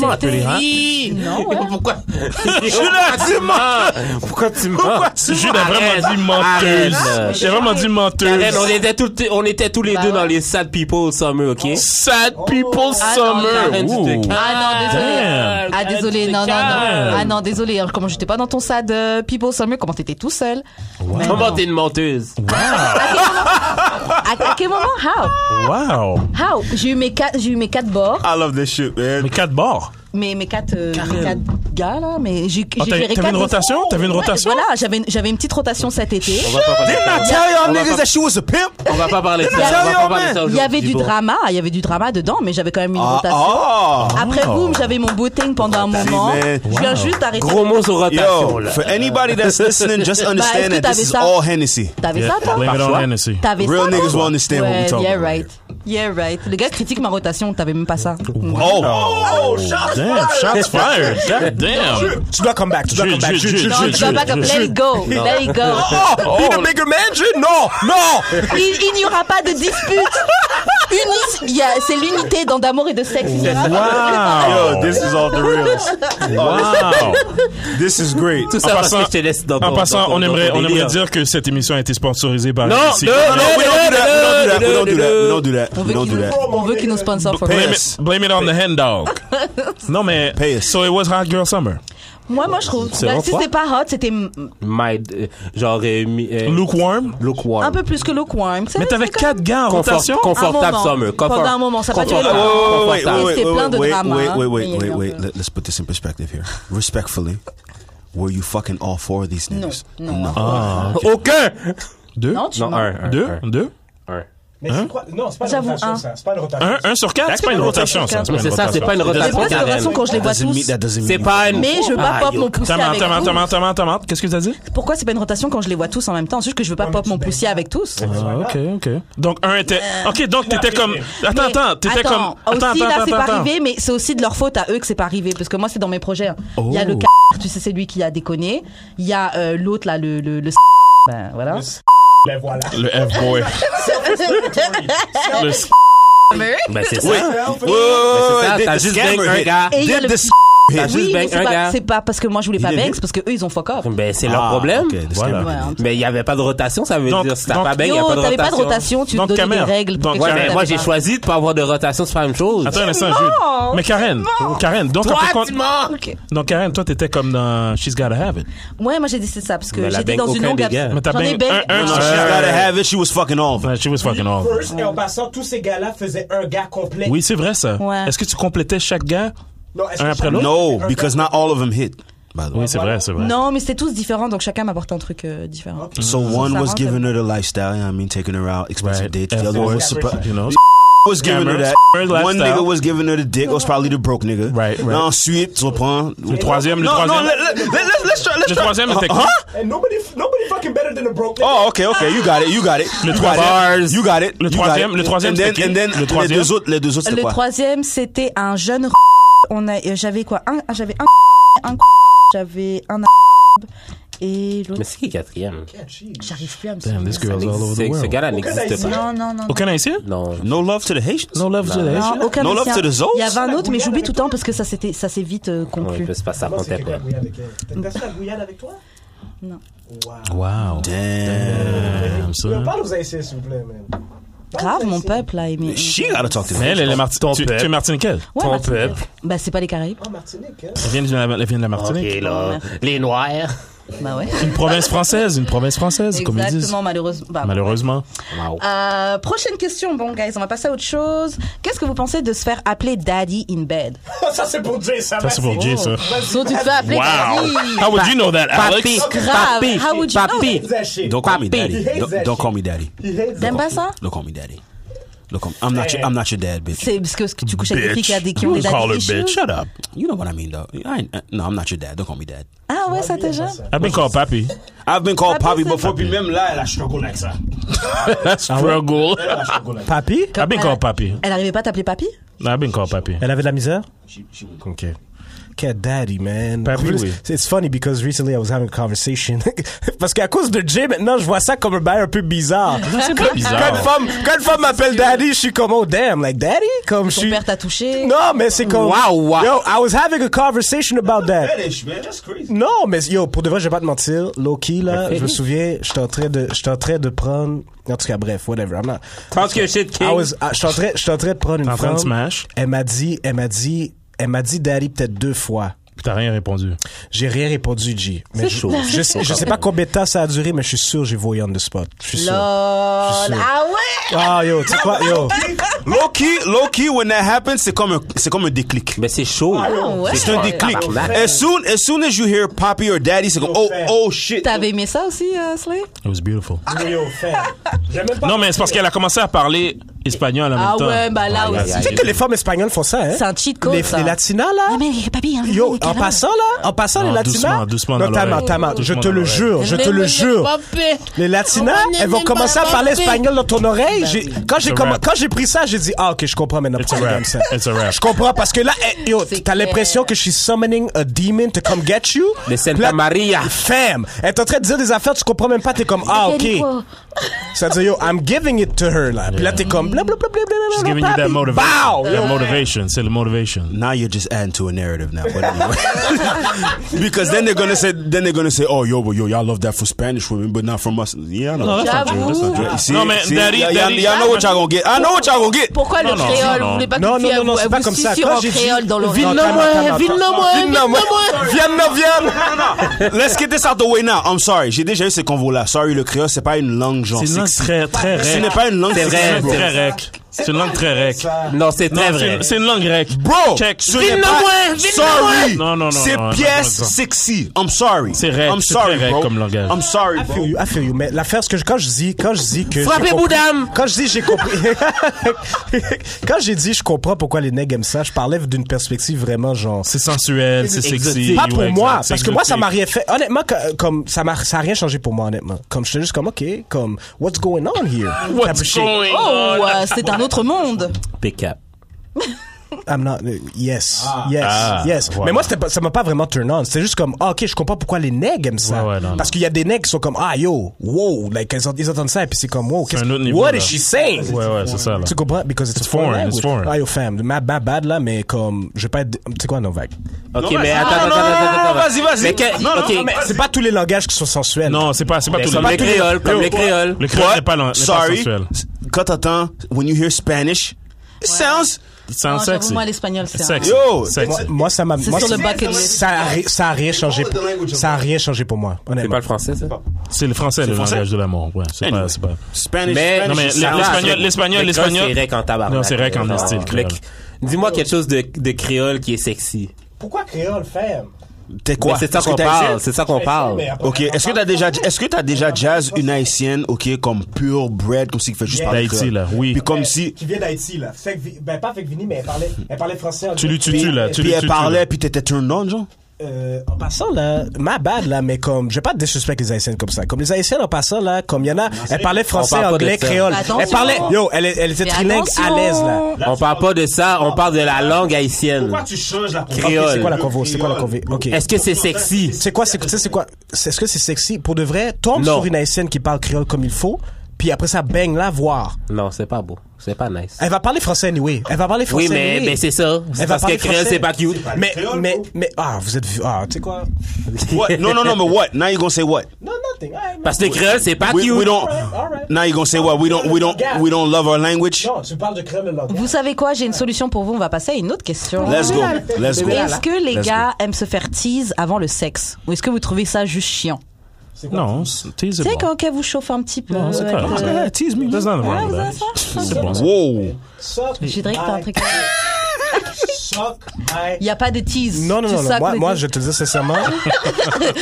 D: hot.
A: Non, ouais.
B: Pourquoi? Pourquoi tu mens? Pourquoi tu mens?
D: Jude Ah, a vraiment dit menteuse. J'ai vraiment dit
A: Ah,
B: Arrête, Eh, on
D: menteuse.
B: était, tout, on était tous les
A: Bah
B: deux dans les sad people summer, ok?
D: Sad
A: Oh,
D: people summer.
B: Karen, tu te
D: Ooh.
B: calmes.
A: Ah non, désolé.
D: Damn.
A: Ah désolé, non, non, non.
D: calmes.
A: Ah non, désolé. Alors, Comment j'étais pas dans ton sad euh, people summer Comment t'étais tout seul Mais
B: Comment
A: non.
B: t'es une menteuse?
A: à, à quel moment How
D: Wow.
A: How J'ai eu mes quatre, j'ai eu mes quatre bords,
E: I love this shit, man.
D: Mais quatre bords.
A: mes mes quatre, euh, mes quatre gars là, mais j'ai
D: Ah,
A: j'ai
D: t'as-
A: géré
D: t'avais
A: quatre
D: une
A: de-
D: rotation T'avais une
A: Ouais,
D: rotation
A: Voilà, j'avais j'avais une petite rotation cet été.
B: On va pas parler de ça.
E: Tell y'all
B: On va
E: niggas
B: pas-
E: that she was a pimp.
B: On va pas parler de ça. On va
E: Tell
B: pas parler
E: y'all,
B: de
E: man.
B: ça
A: Il
B: aujourd'hui.
A: y avait du
B: bon.
A: drama, il y avait du drama dedans, mais j'avais quand même une
E: Ah,
A: rotation.
E: ah.
A: Après boum, j'avais mon beau thing pendant un moment.
E: man.
A: Je viens juste d'arrêter.
B: Gros mots sur rotation,
E: Yo,
B: là.
E: for anybody that's listening, just understand
A: est-ce que
E: that this
A: t'avais
E: is
A: ça?
E: all Hennessy.
A: T'avais
D: Yeah,
A: ça toi
D: Blame it on
B: choix.
D: Hennessy.
A: T'avais
E: Real
A: ça
E: niggas
A: toi
E: will understand what we
A: Ouais,
E: talking
A: yeah
E: about
A: right. Yeah right. Le gars critique ma rotation, t'avais même pas ça.
E: Oh,
D: Damn, shots fired. God damn.
C: Tu dois come back. Tu dois
D: Jude,
C: come back.
D: Jude,
C: Jude,
D: Jude,
C: Jude.
A: Non,
D: Jude,
A: tu vas
D: Jude,
A: pas comme
D: Jude.
A: let it go, let it go.
E: be the bigger man, Jude? No, no.
A: Il, il n'y aura pas de dispute. Unis, il y a- c'est l'unité dans d'amour et de sexe. Il n'y
E: Oh.
A: aura pas-
E: Yo,
D: Wow.
E: this is off the rails.
D: Wow.
E: This is great.
B: Tout
D: En
B: ça parce
D: passant-
B: que je te laisse dans ton-
D: En passant,
B: dans ton-
D: on
B: dans ton
D: aimerait, on aimerait
B: délire.
D: dire que cette émission a été sponsorisée par
B: Non,
D: ici.
B: non,
E: No, we don't do that. We don't do that. We don't do that.
A: On
E: We
A: veut
E: don't
A: qu'il
E: do that.
A: on veut qu'il nous sponsor for
D: Blame
A: real.
D: it, blame it on the hen dog. non mais,
E: Pay us.
D: so it was hot girl summer.
A: Moi, moi, je trouve.
B: C'est bon,
A: si
B: toi
A: c'était pas hot, c'était mm,
E: Oh.
B: My, euh, genre, euh, mi- euh,
D: Lukewarm.
B: lukewarm.
A: un peu plus que lukewarm.
D: Mais t'avais quatre gars en
B: Confort-
D: rotation.
A: Un
B: Confortable
A: moment.
B: summer. Confort-
A: Pendant un moment, ça va durer
B: confortable.
A: longtemps.
E: Oh, wait,
B: Confortable.
E: wait,
A: Et
E: wait,
A: c'est
E: wait,
A: plein de
E: wait,
A: drama,
E: wait,
A: hein.
E: wait,
A: Il y a
E: wait,
A: eu
E: wait,
A: un
E: wait.
A: peu.
E: Let- Let's put this in perspective here. Respectfully, were you fucking all four of these niggas?
A: Non.
E: Ah.
B: Aucun!
D: Ah. Deux.
A: Non, tu
B: Non,
A: mens.
B: un, un,
D: Deux.
B: un,
D: Deux.
B: un.
F: Mais
D: Hein?
F: c'est quoi Non, c'est pas une
A: J'avoue, hein.
F: rotation,
A: un.
F: ça. C'est pas une rotation.
D: Un, un sur quatre. C'est pas une rotation, ça.
B: Mais
D: pas
B: c'est
D: une
B: ça, c'est
D: rotation.
B: pas une
A: Mais
B: rotation,
A: pourquoi c'est la
B: Karen.
A: façon quand je les vois
E: Doesn't mean-
A: tous
E: that doesn't
B: C'est
E: mean-
B: pas une.
A: Mais je veux
B: Ah,
A: pas pop
B: yo.
A: mon poussier
D: Attends,
A: avec
D: attends,
A: tous.
D: attends, attends, attends, attends. Qu'est-ce que t'as dit?
A: Pourquoi c'est pas une rotation quand je les vois tous en même temps C'est juste que je veux pas pop mon poussier avec tous.
D: Ah, ok, ok. Donc, un était.
A: Euh,
D: Ok, donc t'étais comme. Attends,
A: Mais,
D: attends, t'étais comme. Attends,
A: aussi,
D: attends,
A: là, c'est
D: attends,
A: pas
D: attends.
A: arrivé, mais c'est aussi de leur faute à eux que c'est pas arrivé. Parce que moi, c'est dans mes projets. hein. Il y a le
B: Oh.
A: c***, tu sais, c'est lui qui a déconné. Il y a euh, l'autre, là, le, le, le c***. Ben, voilà.
F: Ben voilà.
D: Le F-boy. Le s-
B: Ben, c'est ça.
E: Wait, wait,
B: ça,
E: wait, wait, wait, did
B: t'as
E: the
B: juste bang
E: scammer
B: un
E: hit?
B: gars.
A: Et il y a
E: Did
A: le-
E: the s-
B: T'as
E: hit?
A: Oui,
B: juste
A: mais
B: bang
A: c'est
B: un
A: pas,
B: gars.
A: c'est pas parce que moi je voulais pas
E: did
A: bang,
E: it.
A: c'est parce que eux ils ont fuck up.
B: Ben, c'est leur
E: Ah,
B: problème.
E: ok, the
D: Voilà.
E: scammer.
A: Ouais, en-
B: Mais il n'y avait pas de rotation, ça veut
D: Donc-
B: dire si t'as
D: donc-
B: pas bang, il n'y a
A: Yo,
B: pas de
A: t'avais pas
B: rotation.
A: de rotation, tu
D: Donc,
A: te donnais des
D: Camer.
A: règles. pour
D: Donc,
A: quelque chose
B: Ouais,
A: que
B: mais
D: Karen.
B: moi,
A: t'avais
B: j'ai
A: pas.
B: choisi de pas avoir de rotation, c'est pas la même chose.
D: Attends un instant, Jude. Mais Karen, Karen, donc en fin de compte- Donc Karen, toi t'étais comme dans She's Gotta Have It.
A: Ouais, moi j'ai décidé ça parce que
B: Mais la
A: j'étais
B: bang
A: dans une
B: aucun
A: longue
B: des gars. Euh,
D: Mais t'as
A: J'en ai
D: bang
A: bang.
D: un- un
E: No,
D: sur
E: she's
D: quatre.
E: gotta have it. She was fucking off.
D: Ouais, She was fucking off.
F: First, et en passant, tous ces gars-là faisaient un gars complet.
D: Oui, c'est vrai ça.
A: Ouais.
D: Est-ce que tu complétais chaque gars
F: Non, est-ce
D: Un
F: que
D: après
F: ça-
D: l'autre?
E: No, because not all of them hit. By the way,
D: Oui, c'est vrai, c'est vrai.
A: Non, mais c'était tous différents, donc chacun m'apportait un truc euh, différent.
E: so one
A: Ça
E: was
A: rentre.
E: giving her the lifestyle. you know what I mean, taking her out, expensive
D: Uh-huh. Right.
E: dates.
D: F
E: The other
D: boy.
E: one was, suppo-
D: You know,
E: was giving her
D: Scammer.
E: that.
D: Scammer
E: One
D: lifestyle.
E: nigga was giving her the dick. Was probably the broke nigga.
D: Right, right.
E: Now ensuite, tu reprends.
D: Le troisième, le
E: No, no,
D: troisième.
E: let, let, let, let's- let's try. Let's
D: Le
E: try.
D: troisième était quoi?
E: Huh?
F: And nobody, nobody fucking better than a broke nigga.
E: Oh, okay, okay, you got it, you got it.
D: Le
E: you
D: trois
E: got
D: bars.
E: it. You got it.
D: Le
E: you
D: troisième-
E: got it.
D: le troisième,
E: And
D: c'était
E: then,
D: qui?
E: and then,
D: Le troisième?
E: les deux autres, les deux autres,
A: Le
E: c'était quoi?
A: troisième, c'était un jeune r- on a euh, j'avais quoi un ah, j'avais un un j'avais un a- et l'autre
B: Mais c'est qui le quatrième?
F: Eh,
A: j'arrive plus à me
D: Damn,
A: souvenir.
D: this girl's all over the
B: C'est- Ce
D: world.
B: gars-là n'existe pas.
A: Non non non.
D: Aucun haïtien?
B: Non.
E: No love to the Haitians.
D: No love today.
A: Non, aucun
E: No
A: des
E: love
A: siens.
E: to the Zoes?
A: Il y avait un autre mais j'oublie tout le temps parce que ça c'était ça s'est vite euh,
B: Ouais,
A: conclu.
B: parce que ça
F: Moi, c'est
B: comptait
F: quelqu'un
B: pas.
F: qui avec elle.
A: Mm.
F: T'as- T'as fait la gouillade avec toi
A: Non.
F: Wow.
D: Wow. Damn,
F: Yo,
D: ça.
F: parle aux Haïtiens, s'il vous plaît, man.
A: Grave mon peuple là mais
E: She gotta talk to
D: Mais
E: me.
D: elle, elle est Martinique. Tu, tu es martiniquaise?
A: Ouais,
B: Ton
A: Martinique.
B: peuple.
A: Bah c'est pas les Caraïbes.
F: Oh, Martinique, hein.
D: Elle vient de la, elle vient de la Martinique.
B: Ok, là. Les Noirs.
A: Bah ouais.
D: Une province française, une province française, comme ils disent.
A: Exactement, malheureusement. Bah,
D: Malheureusement.
A: Euh, prochaine question, bon guys, on va passer à autre chose. Qu'est-ce que vous pensez de se faire appeler daddy in bed
F: ça, c'est pour Jay, ça.
D: Ça, c'est pour Jay, ça. Ah
A: So tu te fais appeler daddy.
D: How would you know that,
B: Papi,
D: Alex?
A: Grave.
B: papi,
A: How would you know
B: papi.
F: Exactly.
E: Don't call me
B: Papi.
E: daddy.
F: He hates
E: Don't,
F: that
E: don't
F: shit.
E: call me daddy.
F: He hates
A: T'aimes
F: that.
A: pas ça
E: Don't call me daddy. Don't call me. I'm not. Your, I'm not your dad, bitch.
A: C'est parce que, parce que tu couches avec des filles qui, a des, qui ont
D: You
A: des
D: call
A: daddy
D: her
A: issues.
D: bitch. Shut up.
E: You know what I mean, though. I ain't, uh, no, I'm not your dad. Don't call me dad.
A: Ah ouais, ça déjà
D: I've been called ben, papi.
E: I've been called
A: Papi,
E: Poppy
A: c'est-
E: before. Puis même là, elle a struggle like ça.
D: Struggle.
C: Papi?
D: I've been called Ah, papi.
A: Elle arrivait pas à t'appeler papy
D: I've been called Ah, ben, papi.
C: Elle avait de la misère? Okay. Cat daddy, man.
D: Papi,
C: En plus,
D: oui.
C: It's funny because recently I was having a conversation. Parce qu'à cause de Jay, maintenant, je vois ça comme un bail un peu bizarre.
D: C'est pas
C: Quand une
D: bizarre.
C: femme, quand une femme m'appelle daddy, je suis comme, oh damn, like daddy? Comme je
A: Ton
C: suis.
A: père t'a touché
C: Non, mais c'est comme.
B: Wow, wow.
C: Yo, I was having a conversation about that.
E: man. That's crazy.
C: Non, mais yo, pour de vrai, je vais pas te mentir. Loki, là,
B: Mais-
C: je me souviens, j'étais en train de, j'étais en train de prendre, en tout cas, bref, whatever. I'm not,
B: Talk your shit,
C: I
B: king.
C: was, ah, j'étais en train, j'étais en train de prendre une
D: T'es en train de
C: femme.
D: smash?
C: Elle m'a dit, elle m'a dit, elle m'a dit daddy peut-être deux fois.
D: Puis T'as rien répondu.
C: J'ai rien répondu, G. Mais je,
B: chaud.
C: je, sais- je sais pas combien de temps ça a duré, mais je suis sûr, j'ai voyé on the spot. Je suis sûr.
A: Lol.
C: Je suis sûr.
A: Ah ouais
C: Ah, yo, tu sais quoi, yo.
E: Low key, low key. When that happens, c'est comme un, c'est comme un déclic.
B: Mais c'est chaud.
A: Ah ouais.
E: C'est un déclic. As soon, as soon as you hear Poppy or daddy, c'est comme oh, oh shit.
A: T'avais aimé ça aussi, euh, Slay
D: It was beautiful.
F: Yo, fam. J'ai même pas-
D: Non, mais c'est parce qu'elle a commencé à parler espagnol en
A: Ah
D: même temps.
A: ouais, bah là aussi.
C: Tu sais que les femmes espagnoles font ça, hein?
A: C'est un cheat code,
C: Les,
A: ça.
C: les latinas, là.
A: Ah, mais papy, hein,
C: Yo, en
A: carrément.
C: passant là, en passant
D: Non,
C: les latinas,
D: doucement, doucement dans
C: non, t'as
D: l'oreille.
C: mal, t'as mal. je
D: Doucement
C: te
D: dans
C: le
D: l'oreille.
C: jure, je te le jure. Les latinas, elles vont commencer à parler espagnol dans ton oreille. J'ai- Quand j'ai
D: It's a
C: comm-
D: Ben rap.
C: quand j'ai pris ça, j'ai dit ah ok, je comprends maintenant
D: It's a
C: pourquoi
D: rap.
C: ils aiment ça.
D: It's a rap.
C: Je comprends parce que là, eh, yo,
A: C'est
C: t'as
A: clair.
C: l'impression que je suis summoning a demon to come get you.
B: De Santa
C: Là,
B: Maria.
C: Fam, elle est en train de dire des affaires, tu comprends même pas, t'es comme ah ok. Ça veut dire yo, I'm giving it to her là. Puis là t'es comme blablabla.
D: She's giving you that motivation.
C: Bow.
D: That motivation. C'est le motivation.
E: Now you're just adding to a narrative now. But anyway. because then they're gonna say then they're gonna say, Oh yo, but yo, y'all love that for Spanish women, but not from us. Yeah, I know.
D: that's not
A: true. That's not true.
E: You see,
D: No, man,
E: see,
D: daddy-
E: y'all,
D: daddy-
E: y'all know what y'all gonna get. I know what y'all gonna get.
A: Pourquoi
D: Non,
A: le
D: non,
A: créole
D: non,
A: Vous voulez pas
C: Non,
A: que
C: non, non, non, c'est pas comme ça. Quand
A: en
C: j'ai dit-
A: créole dans l'oreille.
C: Vine
A: Non,
C: moi, vine moi,
A: vine moi.
E: Viens, non, viens. Let's get this out the way now. I'm sorry. J'ai déjà eu ces convos-là. Sorry, le créole, c'est pas une langue genre
D: C'est une langue
E: sexy.
D: très, très
E: Ce n'est
D: rec.
E: pas une langue
B: C'est
E: sexy,
B: vrai,
E: bro.
B: c'est
D: Très rec. C'est une langue très rec.
B: Non, c'est
D: Non,
B: très
D: c'est
B: vrai.
D: une- C'est une langue rec.
E: Bro,
D: Check.
E: ce n'est pas- sorry.
D: Non, non, non,
E: C'est
D: non, non,
E: pièce
D: non, non.
E: sexy. I'm sorry.
D: C'est rec,
E: I'm
D: c'est
E: sorry,
D: très rec
E: bro.
D: comme langage.
E: I'm sorry,
C: I feel
E: bro.
C: you, I feel you. Mais l'affaire, ce que je- quand je dis, quand je dis que. j'ai
B: Frappez
C: compris-
B: Boudam!
C: Quand je dis, j'ai compris. quand j'ai dit, je comprends pourquoi les nègres aiment ça, je parlais d'une perspective vraiment genre.
D: C'est sensuel, c'est sexy.
C: Pas pour
D: ouais,
C: moi,
D: exact, c'est
C: parce que moi, ça
D: exotique.
C: m'a rien fait. Honnêtement, que- euh, comme, ça m'a, ça a rien changé pour moi, honnêtement. Comme, j'étais juste comme, OK, comme, what's going on here? Type of
D: What's
C: shit.
D: going
A: Oh,
D: on?
A: euh, c'est un autre monde.
B: Pick up.
C: I'm not, euh, yes, yes,
D: Ah,
C: yes.
D: voilà.
C: Mais moi, c'était pas- ça m'a pas vraiment turn on. C'était juste comme, ah, ok, je comprends pourquoi les nègres aiment ça.
D: Ouais, ouais, non, non.
C: Parce qu'il y a des nègres qui sont comme, ah, yo, wow, like, ils, ils entendent ça, et puis c'est comme, wow, qu'est-ce
D: un autre
C: que,
D: niveau,
C: what
D: là.
C: is she saying?
D: Ouais, ouais, c'est ça, là.
C: Tu comprends? Because it's, a foreign,
D: foreign, it's
C: language.
D: foreign.
C: Ah, yo, fam, ma, ma bad, là, mais comme, je vais pas être, tu sais quoi, non, vague.
B: Ok, mais attends,
E: non,
B: attends,
E: non, non,
B: attends, attends.
E: vas-y, vas-y.
B: Mais que-
E: Non, non,
B: ok,
E: non, mais-
C: C'est pas tous les langages qui sont sensuels.
D: Non, c'est pas, c'est pas
B: mais
D: tout
B: comme les
D: le
B: créoles, comme
D: Yo,
B: les créoles.
D: Le créole
E: But,
D: n'est pas, lan- n'est pas
E: sorry.
D: sensuel.
E: Quand t'entends, when you hear Spanish, it sounds.
D: C'est
A: Non,
D: un
A: j'avoue,
D: sexy.
A: moi, l'espagnol, c'est un-
D: Sexy.
E: Yo,
D: Sexy.
C: Moi, moi, ça m'a,
A: C'est
C: moi,
A: sur le
C: ça-
A: bucket list.
C: ça a, ri- ça a rien changé. Ça a rien changé pour moi,
B: C'est
C: honnêtement.
B: pas le français, ça?
D: C'est le français, le
E: français?
D: langage de l'amour. Ouais, c'est
E: Anyway.
D: pas, c'est pas.
E: Spanish,
B: Mais,
E: Spanish.
D: non, mais
E: is-
D: les-
B: ça
D: l'espagnol,
B: marche.
D: l'espagnol,
B: Le
D: l'espagnol.
B: cross, C'est rec en tabarnak.
D: Non, c'est rec en
B: Non,
D: esti, le
B: le-
D: créole.
B: Dis-moi quelque chose de, de créole qui est sexy.
F: Pourquoi créole, fam?
E: T'es
B: Mais
E: quoi?
B: c'est ça
E: Est-ce que
B: qu'on
E: t'as-
B: parle, c'est ça qu'on parle.
F: Mais après,
E: Ok, est-ce que t'as déjà, est-ce que t'as déjà jazz une haïtienne, ok, comme pure bread, comme si qui fait juste parler
D: D'Haïti,
E: créole?
D: là, oui.
E: Puis comme si,
F: Qui vient d'Haïti, là. Fait que Vi- ben, pas avec Vini, mais elle parlait, elle parlait français. en
D: Tu lui
F: disant-
D: tues, tu, là, tu-
E: puis elle
D: tu-
E: parlait, puis t'étais turn on, genre?
C: Euh, en passant là, ma bad là, mais comme, je vais pas te disrespect les Haïtiennes comme ça. Comme les Haïtiennes en passant là, comme il y en a, elle parlait français,
B: parle pas de
C: anglais,
B: ça.
C: créole.
A: Mais Bah, attention.
C: Elle parlait, yo, elle, elle était
A: Mais
C: trilingue à
A: attention.
C: l'aise là.
B: On parle pas de ça, on parle de la langue haïtienne.
E: tu changes la
B: Créole.
C: C'est quoi la convo? C'est quoi la convo? Ok.
B: Est-ce que c'est sexy?
C: C'est quoi, c'est, tu sais, c'est quoi? C'est- Est-ce que c'est sexy? Pour de vrai, tombe
B: Non.
C: sur une haïtienne qui parle créole comme il faut, puis après ça, bang, la voir.
B: Non, c'est pas beau. C'est pas nice.
C: Elle va parler français anyway. Elle va parler français.
B: Oui, mais,
C: anyway.
B: mais c'est ça. C'est
C: Elle va
B: parce que
C: parler
B: créole,
C: français.
B: c'est pas cute.
C: Mais,
F: créole,
C: mais,
F: bro.
C: mais, ah, vous êtes vu. Ah, tu sais quoi?
E: What? No, no, no, but what? Now you gonna say what?
F: No, nothing.
C: Ah,
F: All right, man.
B: Parce que créole, c'est pas
E: We,
B: cute.
E: we don't.
F: Alright, alright.
E: Now you gonna say what? We don't. We don't. We don't love our language.
F: Non, je parle de créole le langage.
A: Vous savez quoi, j'ai une solution pour vous, on va passer à une autre question.
E: Let's go. Let's go.
A: Est-ce que les
E: Let's
A: gars aiment se faire tease avant le sexe Ou est-ce que vous trouvez ça juste chiant
F: C'est quoi?
D: Non, c'est
A: Tu
D: c'est
A: sais
D: bon.
A: quand qu'elle vous chauffe un petit peu euh,
D: Non, c'est
A: avec
D: correct.
A: le-
D: Ouais, Tease me. That's
A: Ah,
D: not wrong
A: vous
D: with
A: avez ça
D: that. C'est bon.
E: Whoa.
F: Suck
A: J'ai dit que t'as un truc.
F: Suck my...
A: Il n'y a pas de tease.
C: Non, non,
A: Tu
C: non, non.
A: sacs
C: Moi,
A: le-
C: moi, je te le dis sincèrement.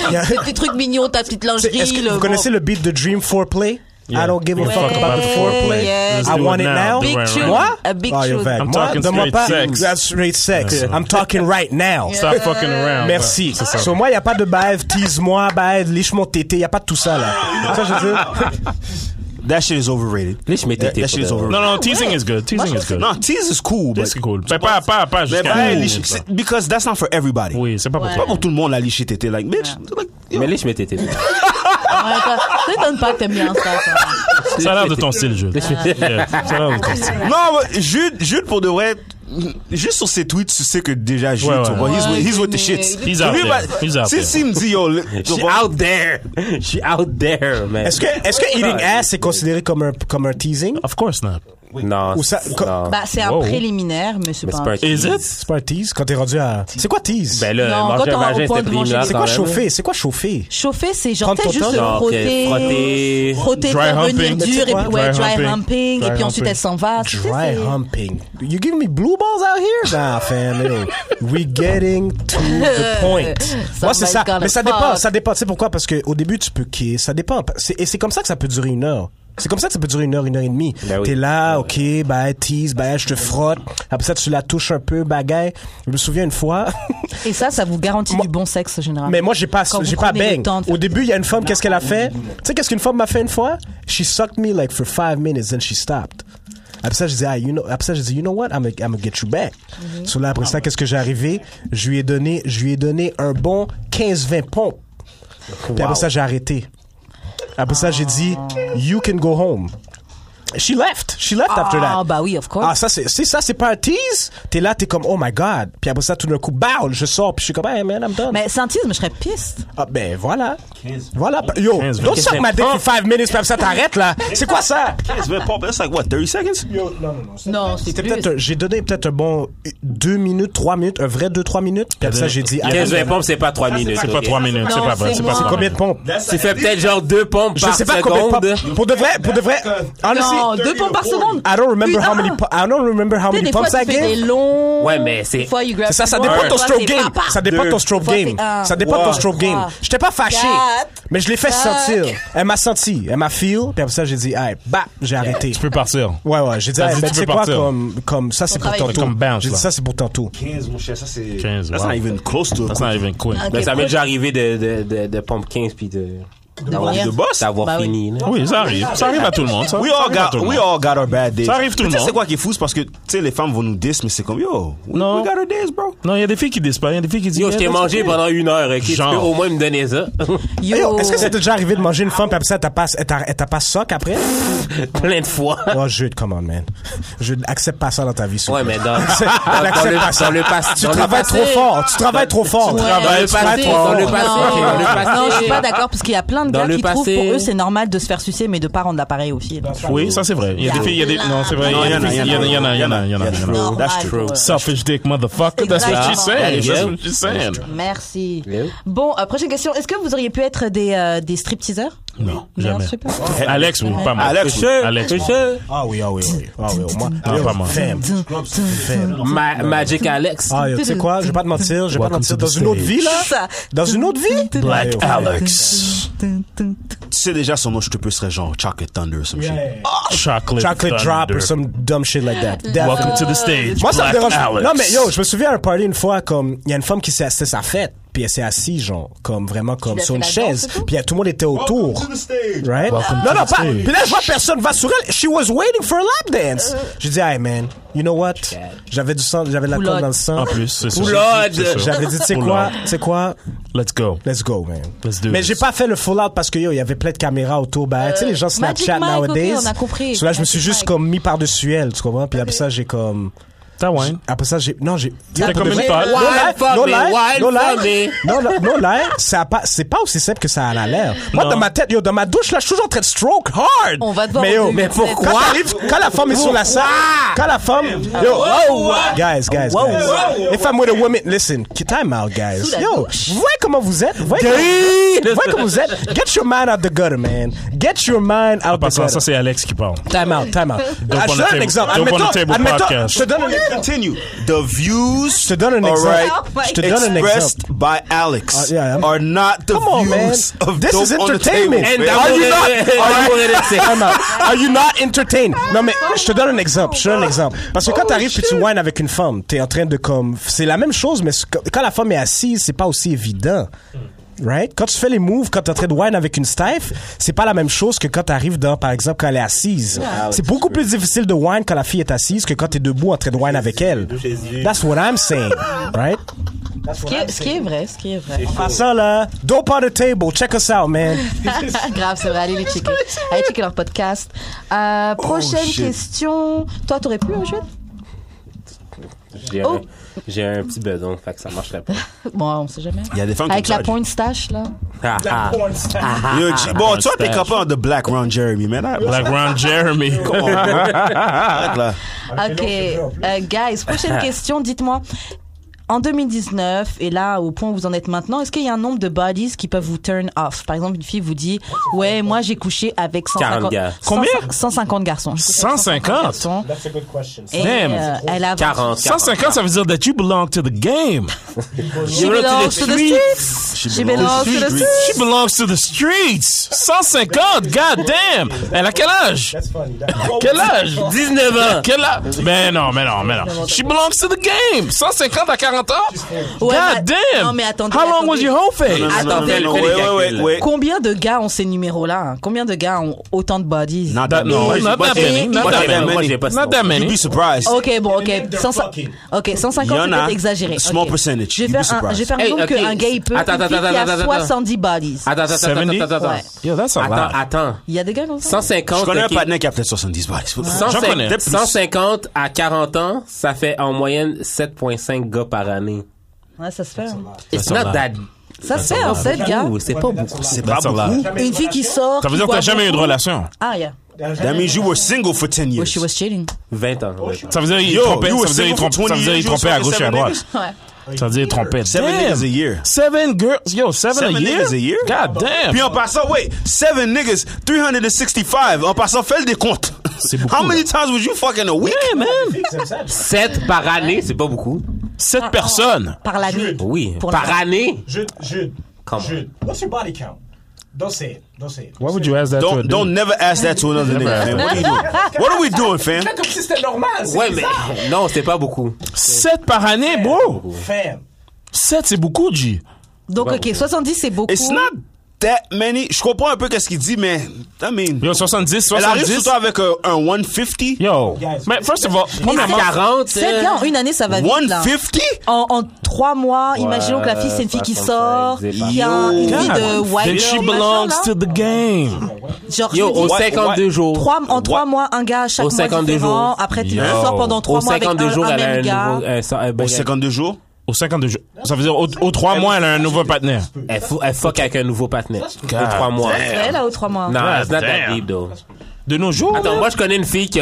C: Il y a-
A: Le petit truc mignon, ta petite
C: C'est-
A: lingerie.
C: Est-ce que
A: le-
C: vous connaissez le beat de Dream Foreplay?
D: Yeah.
C: I don't give a
D: Ouais,
C: fuck about the foreplay.
A: yeah.
D: Let's
C: I
D: do
C: want it now.
A: Big
D: Right, right,
A: truth.
D: right.
C: Moi?
A: A big
C: Ah, you're
A: truth.
C: vague.
D: I'm
C: Moi,
D: talking
C: donne-moi
D: straight
C: pas.
D: sex.
C: That's straight sex.
D: Yeah.
C: I'm talking right now.
D: Stop fucking around.
C: Merci.
D: C'est ça.
C: Sur moi, il n'y a pas de baise, tease-moi, baise, liche mon tété, il n'y a pas de tout ça, là. Ça, je veux dire.
E: That shit is overrated.
B: Là, je m'étais
E: That, that shit is overrated.
D: Non, non, teasing is good. Teasing is good.
E: No, tease is cool, but
D: C'est cool. Mais pas, pas, pas
E: Mais
D: jusqu'à
E: ben,
D: Ouh,
E: les-
D: ça.
E: c'est- because that's not for everybody.
D: Oui, c'est pas pour
A: Ouais.
E: Pas
D: toi.
E: pour tout le monde la lichée tétée, like bitch. Like, yo.
B: Mais là, je m'étais tété.
C: Ah.
A: Ouais, ça- ça étonne pas que t'aimes bien ça. ça.
D: Ça a l'air de ton style, Jules. Yeah, Ça a l'air de ton style.
E: Non, mais Jude, Jude pour de vrai, juste sur ses tweets, tu sais que déjà Jude,
D: Ouais, ouais.
E: tu vois, he's,
A: Ouais,
E: with- he's with the
A: mais-
E: shit.
D: He's out there. He's out there.
E: Si il me dit yo, le-
B: Je suis out there. Je suis out there, man.
C: Est-ce que, est-ce que eating ass est considéré comme un, comme un teasing?
D: Of course not.
B: Non.
C: Ou ça-
B: c'est-
C: co-
B: non.
A: Bah, c'est un
D: Wow.
A: préliminaire, mais c'est
B: Mais
A: pas
B: c'est
A: un
B: pas un
D: Is it?
C: C'est pas un tease quand t'es rendu à. C'est quoi tease?
B: Ben là,
A: Bah, Non,
B: manger
A: quand
B: un
A: on- au
B: vagin,
A: point
B: c'était
A: de manger-
B: primaire.
C: c'est
B: quand
C: quoi
B: même. hein.
C: chauffer? C'est quoi chauffer?
A: Chauffer, c'est genre
C: Prendre
A: peut-être
C: ton
A: juste
C: temps.
B: Genre,
A: frotter,
B: frotter.
A: frotter,
D: Dry
A: faire venir
D: humping.
A: dur, et puis ouais,
D: Dry
A: dry
D: humping.
A: humping, et
D: Dry
A: puis ensuite
D: humping.
A: elle s'en va. Tu sais,
C: Dry
A: c'est-
C: humping. You giving me blue balls out here? Nah, fam. yo. We getting to the point. Moi, c'est ça.
A: gonna
C: Mais ça
A: fuck.
C: dépend. Ça dépend. Tu sais pourquoi? Parce qu'au début, tu peux kiss. Ça dépend. C'est- Et c'est comme ça que ça peut durer une heure. C'est comme ça que ça peut durer une heure, une heure et demie.
B: Ben oui.
C: T'es là, ok, bah, tease, bah, je te frotte. Après ça, tu la touches un peu, bagaille. Je me souviens une fois.
A: Et ça, ça vous garantit
C: Moi-
A: du bon sexe, généralement.
C: Mais moi, j'ai pas,
A: Ah. Quand vous
C: j'ai pas
A: prenez le
C: bang.
A: temps de
C: Au
A: faire
C: début, il y a une femme, qu'est-ce qu'elle a fait? Tu sais, qu'est-ce qu'une femme m'a fait une fois? She sucked me like for five minutes, then she stopped. Après ça, je dis, ah, you know, après ça, je dis, you know what? I'm gonna, I'm gonna get you back.
A: Mm-hmm.
C: So là,
A: Ah
C: après ça, qu'est-ce que j'ai arrivé? Je lui ai donné, je lui ai donné un bon 15-20 pompes. Puis après ça, j'ai arrêté. Après ça, j'ai dit,
A: Ah.
C: you can go home. She left. She left after that.
A: Ah, bah oui, of course.
C: Ah, ça, c'est, si ça, c'est pas un tease, t'es là, t'es comme, oh my god. Puis après ça, tout d'un coup, bow, je sors, puis je suis comme, hey man, I'm done.
A: Mais c'est un tease, mais je serais piste.
C: Ah ben voilà. Voilà. Yo,
D: 15,
C: don't
D: 15,
C: suck my
A: Oh!
C: dick for 5 minutes, puis après ça t'arrêtes là. C'est quoi ça?
E: Yes, but pop, that's like what 30 seconds?
F: Yo, non, non, non. c'est-
A: Non, c'est
C: C'était
A: plus.
C: peut-être un- j'ai donné peut-être un bon 2 minutes, 3 minutes, un vrai 2-3 minutes, puis après ça j'ai dit, ah,
B: 15 20 pompes, c'est pas 3 minutes.
D: C'est pas
B: ok?
D: trois minutes. C'est pas vrai.
A: c'est
D: C'est pas
A: moi.
D: trois
C: combien de
D: minutes.
C: pompes?
B: Tu fais peut-être genre 2 pompes
C: Je
B: par
C: sais pas combien de
B: seconde.
C: pompes. Pour de vrai, pour de vrai,
A: Non,
C: honestly,
A: deux pompes par seconde.
C: I don't remember how
A: Putain.
C: many pu- I don't remember how
A: Tu sais,
C: many
A: des fois,
C: pumps I
A: tu fais des
C: gave.
A: longs.
B: Ouais, mais c'est-
A: Des fois, you grab
C: C'est ça, ça
A: one,
C: dépend de ton
A: des fois,
C: stroke
A: c'est
C: game.
A: papa.
C: Ça dépend de ton stroke
A: Fois,
C: game.
A: c'est un.
C: Ça dépend de ton stroke
A: Trois.
C: game. J'étais pas fâché,
A: Quatre.
C: mais je l'ai fait
A: Cinq.
C: sentir. Elle m'a senti, elle m'a feel, puis après ça j'ai dit, hey, bah, j'ai arrêté.
D: Tu peux partir.
C: Ouais, ouais, j'ai dit,
D: Vas-y,
C: hey, ben,
D: tu
C: tu sais
D: peux
C: quoi,
D: partir.
C: comme, comme ça, c'est pour
A: travail.
C: tantôt.
D: Comme bounce,
C: J'ai dit,
D: là.
C: ça, c'est pour tantôt.
E: 15, mon cher, ça c'est.
D: 15,
E: That's
D: wow.
E: not even close to a
D: That's not even quick.
B: Mais
A: Ok,
B: Ben, ça m'est
A: cool.
B: déjà arrivé de, de, de, de pompe 15 puis de, d'avoir,
A: rien.
B: de boss, d'avoir
A: Bah oui.
B: fini. là.
D: Oui, ça arrive. Ça arrive à tout le monde. ça.
E: We
D: Ça
E: all
D: arrive à
E: got,
D: tout le
E: we
D: monde.
E: all got our bad days.
D: Ça arrive tout le
E: Mais tu sais,
D: monde.
E: C'est quoi qui est fou, c'est parce que tu sais les femmes vont nous diss, mais c'est comme yo, we,
D: Non.
E: we got our days, bro.
D: Non, il y a des filles qui disparaissent. Il y a des filles qui disent.
B: Yo, je t'ai
D: yeah,
B: mangé
D: that's okay.
B: pendant une heure, ok? Tu peux
D: Genre.
B: au moins me donner ça.
C: Hey, yo,
A: Yo.
C: Est-ce que ça t'est déjà arrivé de manger une femme, puis après ça, t'as pas, elle t'a- elle t'a pas soc après?
B: Plein de fois.
C: Oh, Jude, come on, man. Jude, accepte pas ça dans ta vie. s'il
B: Ouais,
C: vous
B: mais
C: plaît.
B: dans, dans, dans,
C: J'accepte
B: le,
C: pas ça.
B: dans le passé.
C: Tu travailles trop fort, tu travailles trop fort.
A: Ouais.
B: Dans le passé, dans le
A: Non,
B: passé, dans le passé.
A: non, je suis pas d'accord parce qu'il y a plein de
B: Dans
A: gars
B: le
A: qui trouvent
B: passé.
A: pour eux c'est normal de se faire sucer mais de pas rendre l'appareil aussi.
D: Oui, ça c'est vrai. Il y a des filles, il y a des. Non, c'est vrai.
E: Non,
D: Il y en a, il y en a, il y en a, il y en a, il y en a, il y en a.
A: Normal,
E: That's true.
A: ouais.
D: Selfish dick, motherfucker. That's what she's saying.
B: Exactement.
D: That's what she's saying.
A: Merci.
B: Yeah.
A: Bon, euh, prochaine question. Est-ce que vous auriez pu être des, euh, des stripteaseurs Merde,
D: Non, jamais.
A: super.
D: Alex, oui, pas moi.
E: Alex, oui.
D: Alex.
B: Monsieur,
C: Ah oui, ah oui, ah oui. Ah oui, au moins.
D: Non, pas moi.
C: Femme. Femme.
B: Ma- Magic Alex.
C: Ah, yo, tu sais quoi, je vais pas te mentir, je vais pas
D: Welcome
C: te
D: to
C: mentir. Dans
D: the
C: une autre
D: stage.
C: vie, là?
A: Ça.
C: Dans une autre vie?
D: Black
C: Ah, yo.
D: Alex.
E: Tu sais déjà son nom, je te peux serait genre Chocolate Thunder or some shit.
D: Chocolate.
C: Chocolate drop
D: Thunder.
C: or some dumb shit like that.
D: Welcome to the stage.
C: Moi, ça me
D: Black
C: dérange.
D: Alex.
C: Non, mais yo, je me souviens à un party une fois, comme, il y a une femme qui s'est, c'était sa fête. Puis elle s'est assise, genre, comme vraiment comme
A: l'as
C: sur
A: fait
C: une
A: la
C: chaise.
A: danse et tout?
C: Puis elle- tout le monde était autour.
D: Oh,
C: Right?
D: Welcome
C: non,
D: to
C: non,
D: the
C: pas.
D: stage.
C: Puis là, je vois personne va sur elle. She was waiting for a lap
A: Euh.
C: dance. Je dis, hey man, you know what? J'avais du sang, j'avais de la
A: Couleur.
C: colle dans le sang.
D: En plus, c'est ça.
B: Couleur.
D: C'est ça.
C: J'avais dit, tu sais quoi?
D: Couleur.
C: Tu sais quoi?
D: Let's go.
C: Let's go, man.
D: Let's do
C: Mais
D: this.
C: j'ai pas fait le full out parce que yo, il y avait plein de caméras autour. Bah, tu sais, les gens
A: Euh, Magic
C: Snapchat
A: Mike, ok,
C: nowadays.
A: on a compris.
C: So là, je me suis
A: Magic
C: juste
A: Mike.
C: comme mis par-dessus elle, tu comprends? Puis après ça, j'ai comme.
D: Ta wine.
C: Après ça, j'ai. Non, j'ai. Yo, pour
D: comme
C: de
D: une
C: vrai-
D: folle.
C: No lie,
B: Wild
C: no
B: family,
C: lie,
B: wild
C: no lie.
B: family.
C: Non, non, non, là, ça a pas, c'est pas aussi simple que ça en a l'air. Moi,
D: Non.
C: dans ma tête, yo, dans ma douche, là, je suis toujours en train de stroke hard.
A: On va te voir
C: Mais
A: en
C: yo,
A: 2017.
C: quand t'arrives- quand la femme est sur la salle, quand la femme, yo, guys, guys, guys. If I'm with a woman, listen, time out, guys.
A: Sous la
C: Yo,
A: douche.
C: vous voyez comment vous êtes? Vous voyez comment- vous voyez comment vous êtes? Get your mind out the gutter, man. Get your mind out the
D: Passant,
C: gutter.
D: Ah, ça, c'est Alex qui parle.
C: Time out, time
D: Dope on
C: out. Ah,
D: the
C: Je te donne un
D: table.
C: exemple.
D: Dope on the
C: Admettons,
D: table
C: admettons,
D: podcast.
C: je te donne un exemple.
E: Continue. The views
C: Je te donne un
E: all
C: exemple.
E: right,
A: Oh my
C: Je te donne un exemple.
E: expressed by Alex
D: Uh,
C: Ah, yeah, I'm-
E: are not the
C: Come on, man.
E: views of
C: This
E: Dope
C: is
E: on the
C: entertainment.
E: Table,
B: And
E: man.
B: that
E: Are you
B: was-
E: not?
B: Are you not?
C: Time out. Are you not entertained? Non, mais je te donne un exemple. Je te donne un exemple. Parce que
E: Oh,
C: quand t'arrives puis tu whines avec une femme, t'es en train de comme. C'est la même chose, mais c'est- quand la femme est assise, c'est pas aussi évident. Right? Quand tu fais les moves, quand t'es en train de whine avec une stiff, c'est pas la même chose que quand t'arrives dans, par exemple, quand elle est assise. C'est beaucoup plus difficile de whine quand la fille est assise que quand t'es debout en train de whine avec elle. That's what I'm saying. Right?
A: Ce qui, est, ce qui est vrai, ce qui est vrai.
C: Passant là, dope on the table. Check us out, man.
A: Grave, c'est vrai, allez les checker. Allez checker leur podcast. Euh, prochaine
E: shit.
A: question. Toi, t'aurais pu, Jude?
B: J'ai un-
A: Oh.
B: J'ai un petit bedon, fait que ça marcherait pas.
A: Bon, on sait jamais.
E: Il y a des femmes qui
A: Avec
E: me
A: la
E: chargent.
A: pointe stache, là.
B: Ah, ah.
E: Yo, J- Bon, toi, t'es copain de Black Ron Jeremy, man. Ah,
D: Black Ron Jeremy.
E: Come on. Arrête, là.
A: Ok, Euh, guys, prochaine question. Dites-moi, en 2019 et là au point où vous en êtes maintenant, est-ce qu'il y a un nombre de bodies qui peuvent vous turn off Par exemple, une fille vous dit, ouais, moi j'ai couché avec 150
B: 40 gars.
A: 100
D: Combien
A: 150 garçons. J'ai couché avec
D: 150?
A: garçons.
F: That's a good question.
A: Et
D: Damn.
A: euh, elle a
B: 40.
D: 150, ça veut dire that you belong to the game.
A: She belongs to the streets.
E: She
A: She belongs
E: belongs
A: to
E: to the
A: the
E: streets.
A: streets.
D: She belongs to the streets. 150, god damn. Elle a quel âge?
F: That's funny. That-
D: Quel âge?
B: 19 ans.
D: Quel âge? Mais non, mais non, mais non. She belongs to the game. 150 à 40 ans?
A: Ouais,
D: God
A: mais-
D: damn.
A: Non mais attendez.
D: How long
A: attendez.
D: was your whole
E: Non,
D: face?
E: non, non,
B: Attendez,
E: non,
B: le
E: non, ouais,
B: calcul,
E: ouais,
B: là.
E: ouais.
A: Combien de gars ont ces numéros-là hein? Combien de gars ont autant de bodies
D: That-
E: Not that
D: no,
E: many.
D: not that
E: But
D: many, not
E: but
D: that
E: that
D: many.
E: many.
B: Moi, j'ai pas ce
D: Not that
B: nombre.
E: You'd
D: many.
E: be surprised.
A: Ok, bon, ok.
F: they're
A: 100
F: fucking.
A: ok, 150
E: Y'en
A: c'est
E: a.
A: peut-être exagéré.
E: Small
A: Ok.
E: percentage.
A: Je vais
E: You'd be
A: faire un,
E: surprised.
A: je vais faire un
B: Hey,
A: nombre
B: ok.
A: qu'un gars il peut.
B: Attends,
A: une
B: attends,
A: fille qui
B: attends,
A: a
B: attends,
A: 70 bodies.
B: Attends, attends, attends,
D: 70?
B: attends, attends,
A: Ouais.
D: Yo, that's a
B: attends.
D: lot.
B: Attends,
A: Il y a des gars comme ça.
B: 150.
E: Je connais un
B: ok.
E: partenaire qui a peut-être 70 balles. What the fuck?
B: 150
D: connais. Peut-être plus.
B: 150 à 40 ans, ça fait en moyenne 7,5 gars par année.
A: Ouais, ça se fait. hein.
B: It's not that.
A: Ça se fait, en fait, Ah, gars.
B: Ouh, C'est pas beaucoup.
E: C'est pas
D: a lot.
E: beaucoup.
A: Une fille qui sort.
D: Ça veut
A: qui
D: dire que
A: boit
D: t'as jamais eu de
A: beaucoup.
D: relation.
A: Ah, yeah.
E: That means you were single for 10
A: Well,
E: years.
A: she was cheating.
B: 20 ans. ouais.
D: Ça veut dire qu'il
E: Yo,
D: trompait,
E: you
D: ça
E: were
D: veut dire il
E: single for
D: trompait, ça
E: 20
D: veut dire il
E: years,
D: trompait à
E: you
D: gauche et à
E: seven
D: droite.
A: Ouais.
D: Ça veut dire il trompait.
E: Seven
D: Damn.
E: niggas a year.
D: Seven girls. Yo, seven,
E: Seven
D: a year?
E: niggas a year?
D: God damn.
E: Puis en passant, wait, 7 niggas, 365. En passant, fais le décompte.
D: C'est beaucoup,
E: How many times would you fuck in a week?
D: Yeah, man.
B: 7 par année, c'est pas beaucoup.
D: Sept personnes.
A: Par l'année.
B: Oui,
A: Pour
B: par
A: la-
B: année.
F: Jude, Jude,
B: Come on.
F: Jude, what's your body count? Don't say it. Don't say it.
D: Why would you ask that to a
E: Don't,
D: dude?
E: don't never ask that to another nigga, man. What are you doing? What are we doing, fam?
F: Comme si c'était normal. c'est
B: Ouais,
F: bizarre.
B: mais non, c'est pas beaucoup.
D: Sept par année, bro.
F: Fam.
D: Sept, c'est beaucoup, G.
A: Donc, ok, 70, c'est beaucoup.
E: It's not that many. Je comprends un peu qu'est-ce qu'il dit, mais, I mean.
D: Yo, 70,
E: Elle arrive surtout
D: 70.
E: avec un, un 150.
D: Yo.
F: Guys,
D: Mais first of all, premièrement,
B: 40.
A: 7 gars en une année, ça va vite. là.
E: 150?
D: Ben,
A: En, en 3 mois, imaginons que la fille, c'est une fille qui
B: 65,
A: sort,
B: départ.
A: qui a une
E: Yo.
A: vie de
E: God.
A: white
D: then she
A: girl,
D: belongs
A: machin,
D: to
A: là.
D: the game.
A: Genre,
B: Yo,
A: je
B: au
A: dis,
E: Ouais,
B: 52
E: ouais.
B: jours.
A: trois- en 3
E: Ouais.
A: mois, un gars à chaque
B: Au
A: mois
B: 52
A: différent.
B: jours.
A: Après, tu
D: Yo.
A: sors pendant 3
B: Oh. Au
A: mois avec un,
B: 52 jours,
A: un
B: elle ben, a un
A: même gars.
B: nouveau. un cent- un bon
E: Au
B: gars.
E: 52 jours.
D: Au 52 jours. Ça veut dire au, au 3 mois, elle a un nouveau partenaire.
B: Elle, fou- elle fuck avec un nouveau partenaire. De 3 mois.
A: Ouais, là, au 3 mois.
B: Non,
D: God
B: it's not that
D: damn.
B: deep, though.
D: De nos jours.
B: Attends,
D: là.
B: moi, je connais une fille que.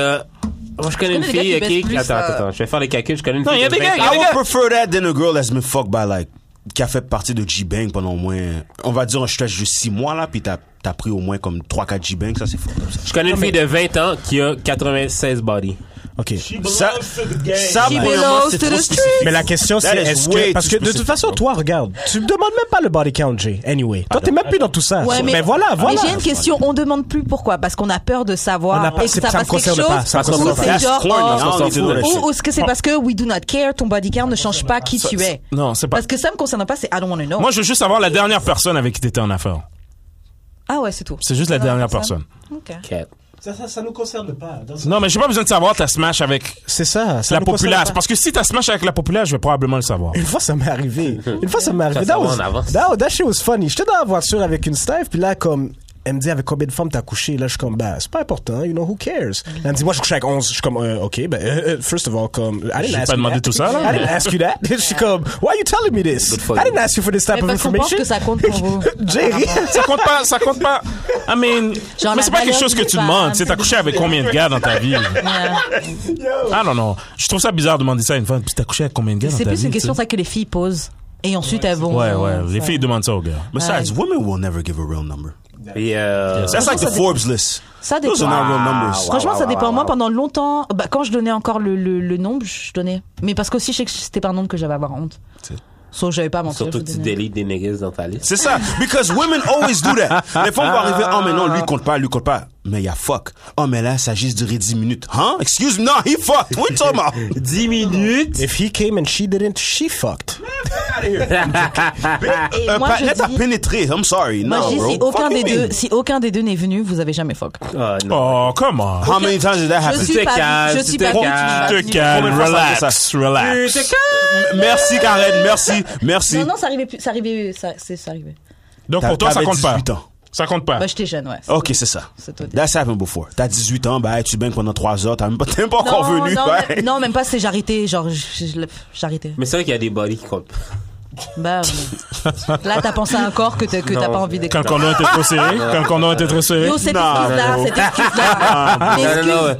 B: Moi, je connais une
A: connais des
B: fille
A: gars qui
B: qui.
A: baissent plus,
B: attends,
A: euh,
B: attends, attends, je vais faire les calculs. Je connais une
D: Non,
B: fille.
D: y a
B: de
D: des gars,
B: 20
D: y a
E: I
D: des
E: would
D: gars.
E: prefer that than a girl that's been fucked by like qui a fait partie de G-Bang pendant au moins on va dire un stretch de 6 mois là puis t'as t'as pris au moins comme 3 4 G-Bang ça c'est fort
B: Je connais une fille de 20 ans qui a 96 body.
C: OK.
E: Ça, ça
A: She
E: pour le moment,
A: belongs
E: c'est
A: to
E: trop
A: the
E: spécifique.
A: streets.
C: Mais la question,
E: That
C: c'est
E: is
C: est-ce
E: way
C: que. Parce
E: too
C: que de toute
E: specific,
C: façon,
E: bro.
C: toi, regarde, tu me demandes même pas le body count, Jay. Anyway. Toi, t'es même plus dans tout ça.
A: Ouais,
C: mais,
E: Ah,
C: voilà, voilà.
A: Mais j'ai une question, on demande plus pourquoi Parce qu'on a peur de savoir.
C: On a peur,
A: Est-ce que
C: c'est- ça me
A: passe quelque
C: concerne
A: chose
C: pas, ça me
A: ou
C: concerne
A: c'est
C: pas.
A: genre,
E: That's corny,
A: oh,
E: I don't
B: s'en
E: need to do
B: fout.
E: that
A: Ou,
E: shit.
A: ou est-ce que c'est parce que we do not care, ton body count ne change pas qui tu es
D: Non, c'est pas.
A: Parce que ça me concerne pas, c'est I don't want to know.
D: Moi, je veux juste savoir la dernière personne avec qui t'étais en affaire.
A: ah ouais, c'est tout.
D: C'est juste la
A: Non,
D: dernière
A: ça.
D: personne.
A: Ok.
B: Cap.
F: Ça, ça, ça nous concerne pas. Dans ce-
D: Non, mais j'ai pas besoin de savoir ta smash avec
C: C'est ça. ça
D: la
C: nous concerne
D: populace.
C: pas.
D: Parce que si ta smash avec la populace, je vais probablement le savoir.
C: Une fois, ça m'est arrivé. Une fois, ça m'est arrivé.
B: Ça, ça
C: That
B: va
C: was,
B: en avance.
C: that, that shit was funny. J'étais dans la voiture avec une Steph, puis là, comme, elle me dit avec combien de femmes t'as couché. Là, je suis comme, bah, c'est pas important, you know, who cares. Elle me dit, moi, je couche avec 11. Je suis comme, euh, ok, ben, euh, euh, first of all, comme, I
D: J'ai
C: didn't ask
D: pas
C: you
D: demandé
C: that.
D: tout ça, là.
C: I didn't ask you that. Je suis comme, why are you telling me this?
B: for
C: I
B: you.
C: didn't ask you for this type
A: Mais
C: of
A: parce qu'on pense
C: information.
A: que ça compte pour vous.
C: Jerry.
D: Ça compte pas, ça compte pas. I mean,
A: Genre
D: mais
A: la
D: c'est pas quelque
A: valeur
D: chose que
A: d'une
D: tu
A: femme,
D: demandes. Tu sais,
A: c'est
D: t'as couché avec combien de gars dans ta vie?
A: Yeah.
D: Ah non, non. Je trouve ça bizarre de demander ça à une femme. Puis t'as couché avec combien de gars dans ta
A: C'est
D: vie?
A: plus une
D: tu
A: question
D: sais?
A: ça que les filles posent. Et ensuite, elles vont.
D: Ouais, ouais. Les
A: ça.
D: filles demandent ça aux gars.
E: Besides, women will never give a real number.
B: Puis, euh,
E: That's like the Forbes list.
A: Ça dépend.
E: Those are not real numbers.
A: Franchement,
B: Wow,
A: ça
B: wow,
A: dépend.
B: wow,
A: Moi,
B: wow.
A: pendant longtemps, bah, quand je donnais encore le, le, le nombre, je donnais. Mais parce qu'aussi, je sais que c'était pas un nombre que j'avais à avoir honte.
E: C'est-
A: Sauf que j'avais pas menti.
B: surtout
A: je
B: que tu
A: donnais.
B: délites des niggas dans ta liste.
E: C'est ça. Because women always do that. Les femmes vont arriver, oh, mais non, lui compte pas, lui compte pas. Mais il y a fuck. Oh, mais là, ça a juste duré 10 minutes. Hein? Excuse me, no, he fucked. What you talking about?
B: 10 minutes.
C: If he came and she didn't, she fucked.
E: Euh,
A: Et
E: Un
A: moi, je
E: partenaire t'a
A: dis,
E: pénétré. I'm sorry.
A: moi,
E: No,
A: je dis,
E: bro.
A: si aucun
E: Fuck
A: des
E: you
A: deux,
E: mean?
A: si aucun des deux n'est venu, vous avez jamais fuck.
B: Oh, non.
D: Oh, come on.
E: How many times did that
A: Je
E: happen?
B: Tu
A: suis
B: te
A: pas,
B: calmes,
A: je
B: tu
A: suis
B: te
A: pas.
B: calmes,
A: venue,
D: Te
A: tu m'as
D: calme,
E: Combien de fois ça
D: relax,
E: fait
D: relax.
E: M- Merci, Karen. Merci. Merci.
A: dit. Non, non, ça arrivait plus, ça arrivait, ça, c'est, ça arrivait.
D: Donc pour toi, ça
E: T'avais
D: compte pas.
E: 18 ans.
D: Ça compte pas.
A: Bah, j'étais jeune, ouais.
E: Ah. Ok, c'est ça.
A: C'est toi.
E: That's happened before. T'as 18 ans, bah, tu baignes pendant 3 heures, t'as même pas, t'es même pas encore
A: Non,
E: venu.
A: non,
E: bah.
A: même- non, même pas, c'est j'arrêtais, genre, je- je- j'arrêtais.
B: Mais c'est vrai qu'il y a des bodies qui comptent. pas.
A: Bah, là, t'as pensé à un corps que t'as, que t'as
B: Non.
A: pas envie de.
D: Quand on a été trop serré. Quand on a été trop serré.
A: Yo, cette
E: Non,
A: excuse-là,
E: non.
A: cette excuse-là.
B: Ah, Non, non, non, ouais.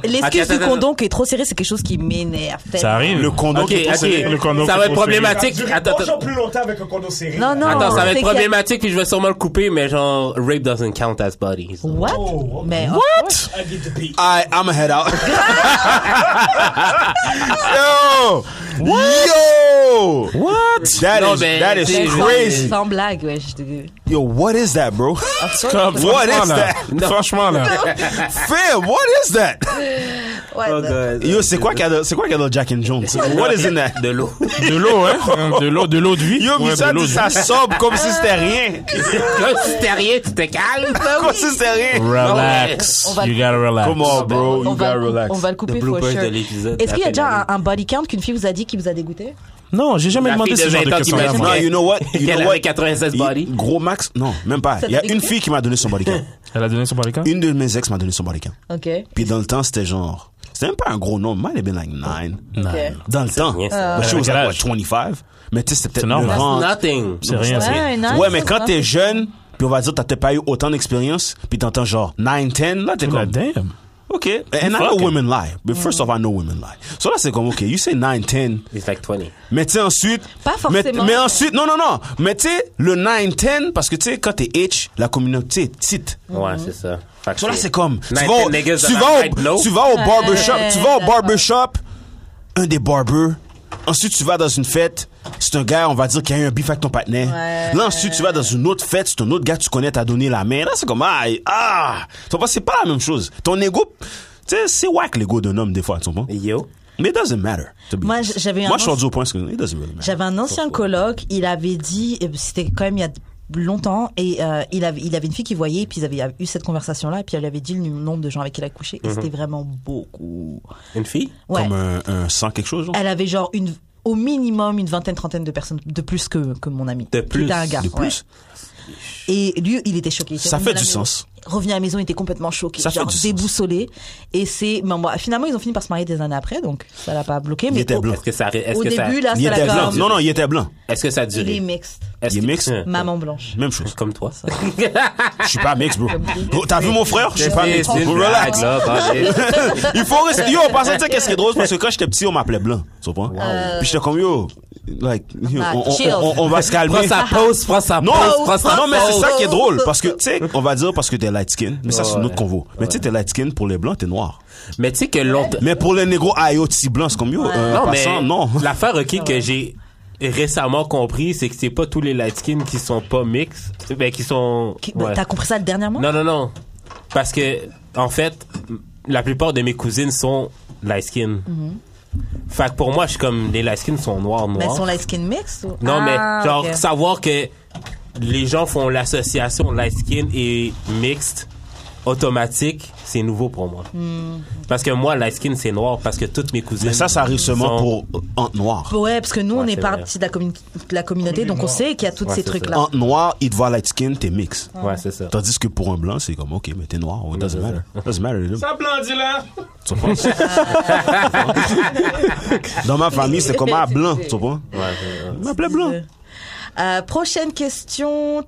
A: L'excuse- L'excuse du
B: Attends, attends,
A: condom qui est trop serré, c'est quelque chose qui m'énerve.
D: Ça
A: tellement.
D: arrive.
E: Ah, Le condom
B: Ok,
E: qui est conservé.
D: Le condom
B: ok. Ça
D: qui
B: va
D: est
B: être
D: conservé.
B: problématique.
F: Durer
B: Attends,
F: trois jours
B: attends.
F: plus longtemps avec un condom serré.
A: Non, non.
B: Attends, ça
A: C'est
B: va
A: qu'il
B: être
A: y a-
B: problématique, puis je vais sûrement le couper, mais genre, rape doesn't count as body. so.
A: What?
F: Oh, ok.
A: Mais, oh,
F: I give the beat.
E: I, I'm a head out. Yo! Yo! What? That
B: No,
E: is-
B: man.
E: that is
B: There's
A: sans-
E: crazy.
A: Sans blague, ouais. je te-
E: Yo, what is that, bro?
D: Comme,
E: What
D: franchement,
E: is
D: là.
E: that?
D: Franchement, là.
E: Fam, what is that?
A: Ouais,
B: Oh,
A: bah,
B: God.
E: Yo, c'est quoi qu'il y a dans- c'est quoi qu'il y a dans Jack and Jones? What is in that?
B: De l'eau.
D: De l'eau, hein. De l'eau, de l'eau de vie.
E: Yo,
D: Ouais,
E: mais
D: de
E: ça,
D: l'eau de
E: ça
D: vie.
E: sobe comme si c'était rien.
B: Comme si t'es rien, tu te calmes.
A: bah
E: Comme si c'était rien.
D: Relax.
A: On va-
D: You gotta relax.
E: Come on, bro.
A: on va,
E: You gotta
A: le cou- on
E: relax.
A: va le couper,
B: The
A: for
B: bloopers
A: sure.
B: de l'épisode,
A: Est-ce qu'il y a
B: appelle la
A: déjà
B: ligne.
A: un, un body count qu'une fille vous a dit qui vous a dégoûté?
D: Non, j'ai jamais
B: La
D: demandé
B: fille
D: ce
B: de
D: genre de
B: 20 ans qui m'a
D: questions-là.
B: dit-
D: moi.
E: Non, you know what? You
B: Qu'elle
E: know
B: avait
E: what?
B: 96 body.
E: Il- Gros max, non, même pas.
A: Ça
E: Il y a
A: t'avait
E: une
A: dit?
E: fille qui m'a donné son body count.
D: Elle a donné son barricade?
E: Une de mes ex m'a donné son body count.
A: Ok.
E: Puis dans le temps, c'était genre. C'était même pas un gros nombre. Might have been like nine.
A: Ok.
E: Dans le temps.
B: rien, ça.
E: But she was
D: Quel
E: like,
D: âge?
E: what, 25? Mais tu sais, c'était
D: C'est
E: peut-être
D: normal.
E: neuf ans.
B: Nothing.
D: C'est rien, c'est.
A: Ouais, non,
E: ouais,
A: ça,
E: mais
A: c'est
E: quand
A: pas-
D: hein.
E: t'es jeune, puis on va dire, t'as peut-être pas eu autant d'expérience, puis t'entends genre 9, 10, là, t'es
D: Oh,
E: comme.
D: damn.
E: OK. And I know women lie. But first of all, I know women lie. So là, c'est comme, OK, you say 9, 10.
B: It's like 20.
E: Mais tu sais, ensuite.
A: Pas forcément.
E: Mais, mais ensuite, non, non, non. Mais tu sais, le 9, 10, parce que tu sais, quand t'es H, la communauté est petite.
B: Ouais, c'est ça. Fait que
E: So là, c'est comme. Tu vas, au,
B: 19 niggas
E: tu,
B: dans
E: vas
B: la
E: au-
B: tête, no.
E: tu vas au barbershop.
A: Ouais,
E: tu vas au
A: d'accord.
E: barbershop. Un des barbers. Ensuite, tu vas dans une fête. C'est un gars, on va dire, qui a eu un bif avec ton partenaire.
A: Ouais.
E: Là, ensuite, tu vas dans une autre fête. C'est un autre gars que tu connais, t'as donné la main. Là, c'est comme, ah, ah. Tu comprends? C'est pas la même chose. Ton ego, tu sais, c'est whack l'ego d'un homme, des fois, tu comprends?
B: Yo.
E: Mais it doesn't matter. to be
A: Moi,
E: honest.
A: j'avais un
E: Moi, je suis
A: an-
E: rendu au point, que it doesn't really matter.
A: J'avais un ancien colloque, il avait dit, et c'était quand même il y a longtemps, et euh, il, avait, il avait une fille qui voyait, et puis ils avaient eu cette conversation-là, et puis elle lui avait dit le nombre de gens avec qui elle a couché, et c'était vraiment beaucoup.
B: Une fille?
A: Ouais.
E: Mhm. Comme un, un sang quelque chose, genre.
A: Elle avait genre une, au minimum une vingtaine, trentaine de personnes de plus que, que mon ami.
B: De
A: Qui
B: plus,
A: était un gars,
E: De
A: ouais.
E: plus.
A: Et lui, il était choqué. Il était
E: Ça
A: revenu
E: fait
A: à la
E: du
A: maison.
E: sens.
A: Revenu à la maison, il était complètement choqué,
E: Ça fait
A: genre
E: du sens.
A: déboussolé. Et c'est, mais moi, finalement, ils ont fini par se marier des années après, donc ça l'a pas bloqué. Mais
E: était
A: au,
E: blanc.
B: Est-ce que ça. Est-ce
A: au
B: que ça,
A: début, là,
E: Il
A: Ah, ça
E: était
A: l'a
E: blanc.
A: comme-
E: Non, non, il était blanc.
B: Est-ce que ça a
A: Il est
B: duré?
A: mixte.
B: Est-ce
E: Il est
B: que-
E: mixte.
B: Hein.
A: Maman blanche.
E: Même chose.
B: Comme toi, ça.
E: Je suis pas mix, bro. Bro, T'as vu mon frère? Je suis pas mix, bro.
B: C'est une
E: Relax.
B: blague, là, bordel.
E: Il faut rester. Yo, parce que tu sais, qu'est-ce qui est drôle? c'est Parce que quand j'étais petit, on m'appelait blanc. Tu comprends? Puis j'étais comme, yo, like, you know,
A: not.
E: on, on-
A: Chill.
E: on- on va se calmer.
B: Prends sa pause, prends sa
E: Non,
B: pause, prends sa
E: non, mais c'est
B: pause.
E: ça qui est drôle. Parce que, tu sais, on va dire parce que t'es light skin. Mais ça, c'est
B: Ouais.
E: notre convo. Mais tu sais, t'es light skin pour les blancs, t'es noir.
B: Mais tu sais que longtemps.
E: Mais pour les négros IoT blancs, c'est comme yo. euh,
B: Non,
E: en
B: mais
E: passant, non.
B: l'affaire ok que j'ai récemment compris, c'est que c'est pas tous les light skins qui sont pas mix, ben qui sont.
A: Qui- ben,
B: ouais.
A: T'as compris ça le dernièrement?
B: Non, non, non. Parce que, en fait, m- la plupart de mes cousines sont light skin. Fait que pour moi, je suis comme, les light skins sont noirs, noirs.
A: Mais Mm-hmm. Ben, ils sont Bah, light skin mix? ou-
B: Non,
A: Ah,
B: mais genre,
A: ok.
B: savoir que les gens font l'association light skin et mixed automatique, c'est nouveau pour moi.
A: Hmm.
B: Parce que moi, light skin, c'est noir parce que toutes mes cousines.
E: Mais ça, ça arrive seulement
B: sont-
E: pour euh, entre noirs.
A: Ouais, parce que nous, on
B: Ouais,
A: est
B: c'est
A: partie de la, communi- de la communauté, donc on sait qu'il y a tous
B: Ouais,
A: ces
B: c'est
A: trucs-là.
E: Entre noirs, il te voit light skin, t'es mix.
B: Ouais, c'est ça.
E: Tandis que pour un blanc, c'est comme, ok, mais t'es noir, it doesn't matter. Doesn't matter.
F: Ça blondit là.
E: Tu comprends? Dans ma famille, c'est comme un blanc, tu comprends? Il m'appelait blanc.
A: Euh, prochaine question.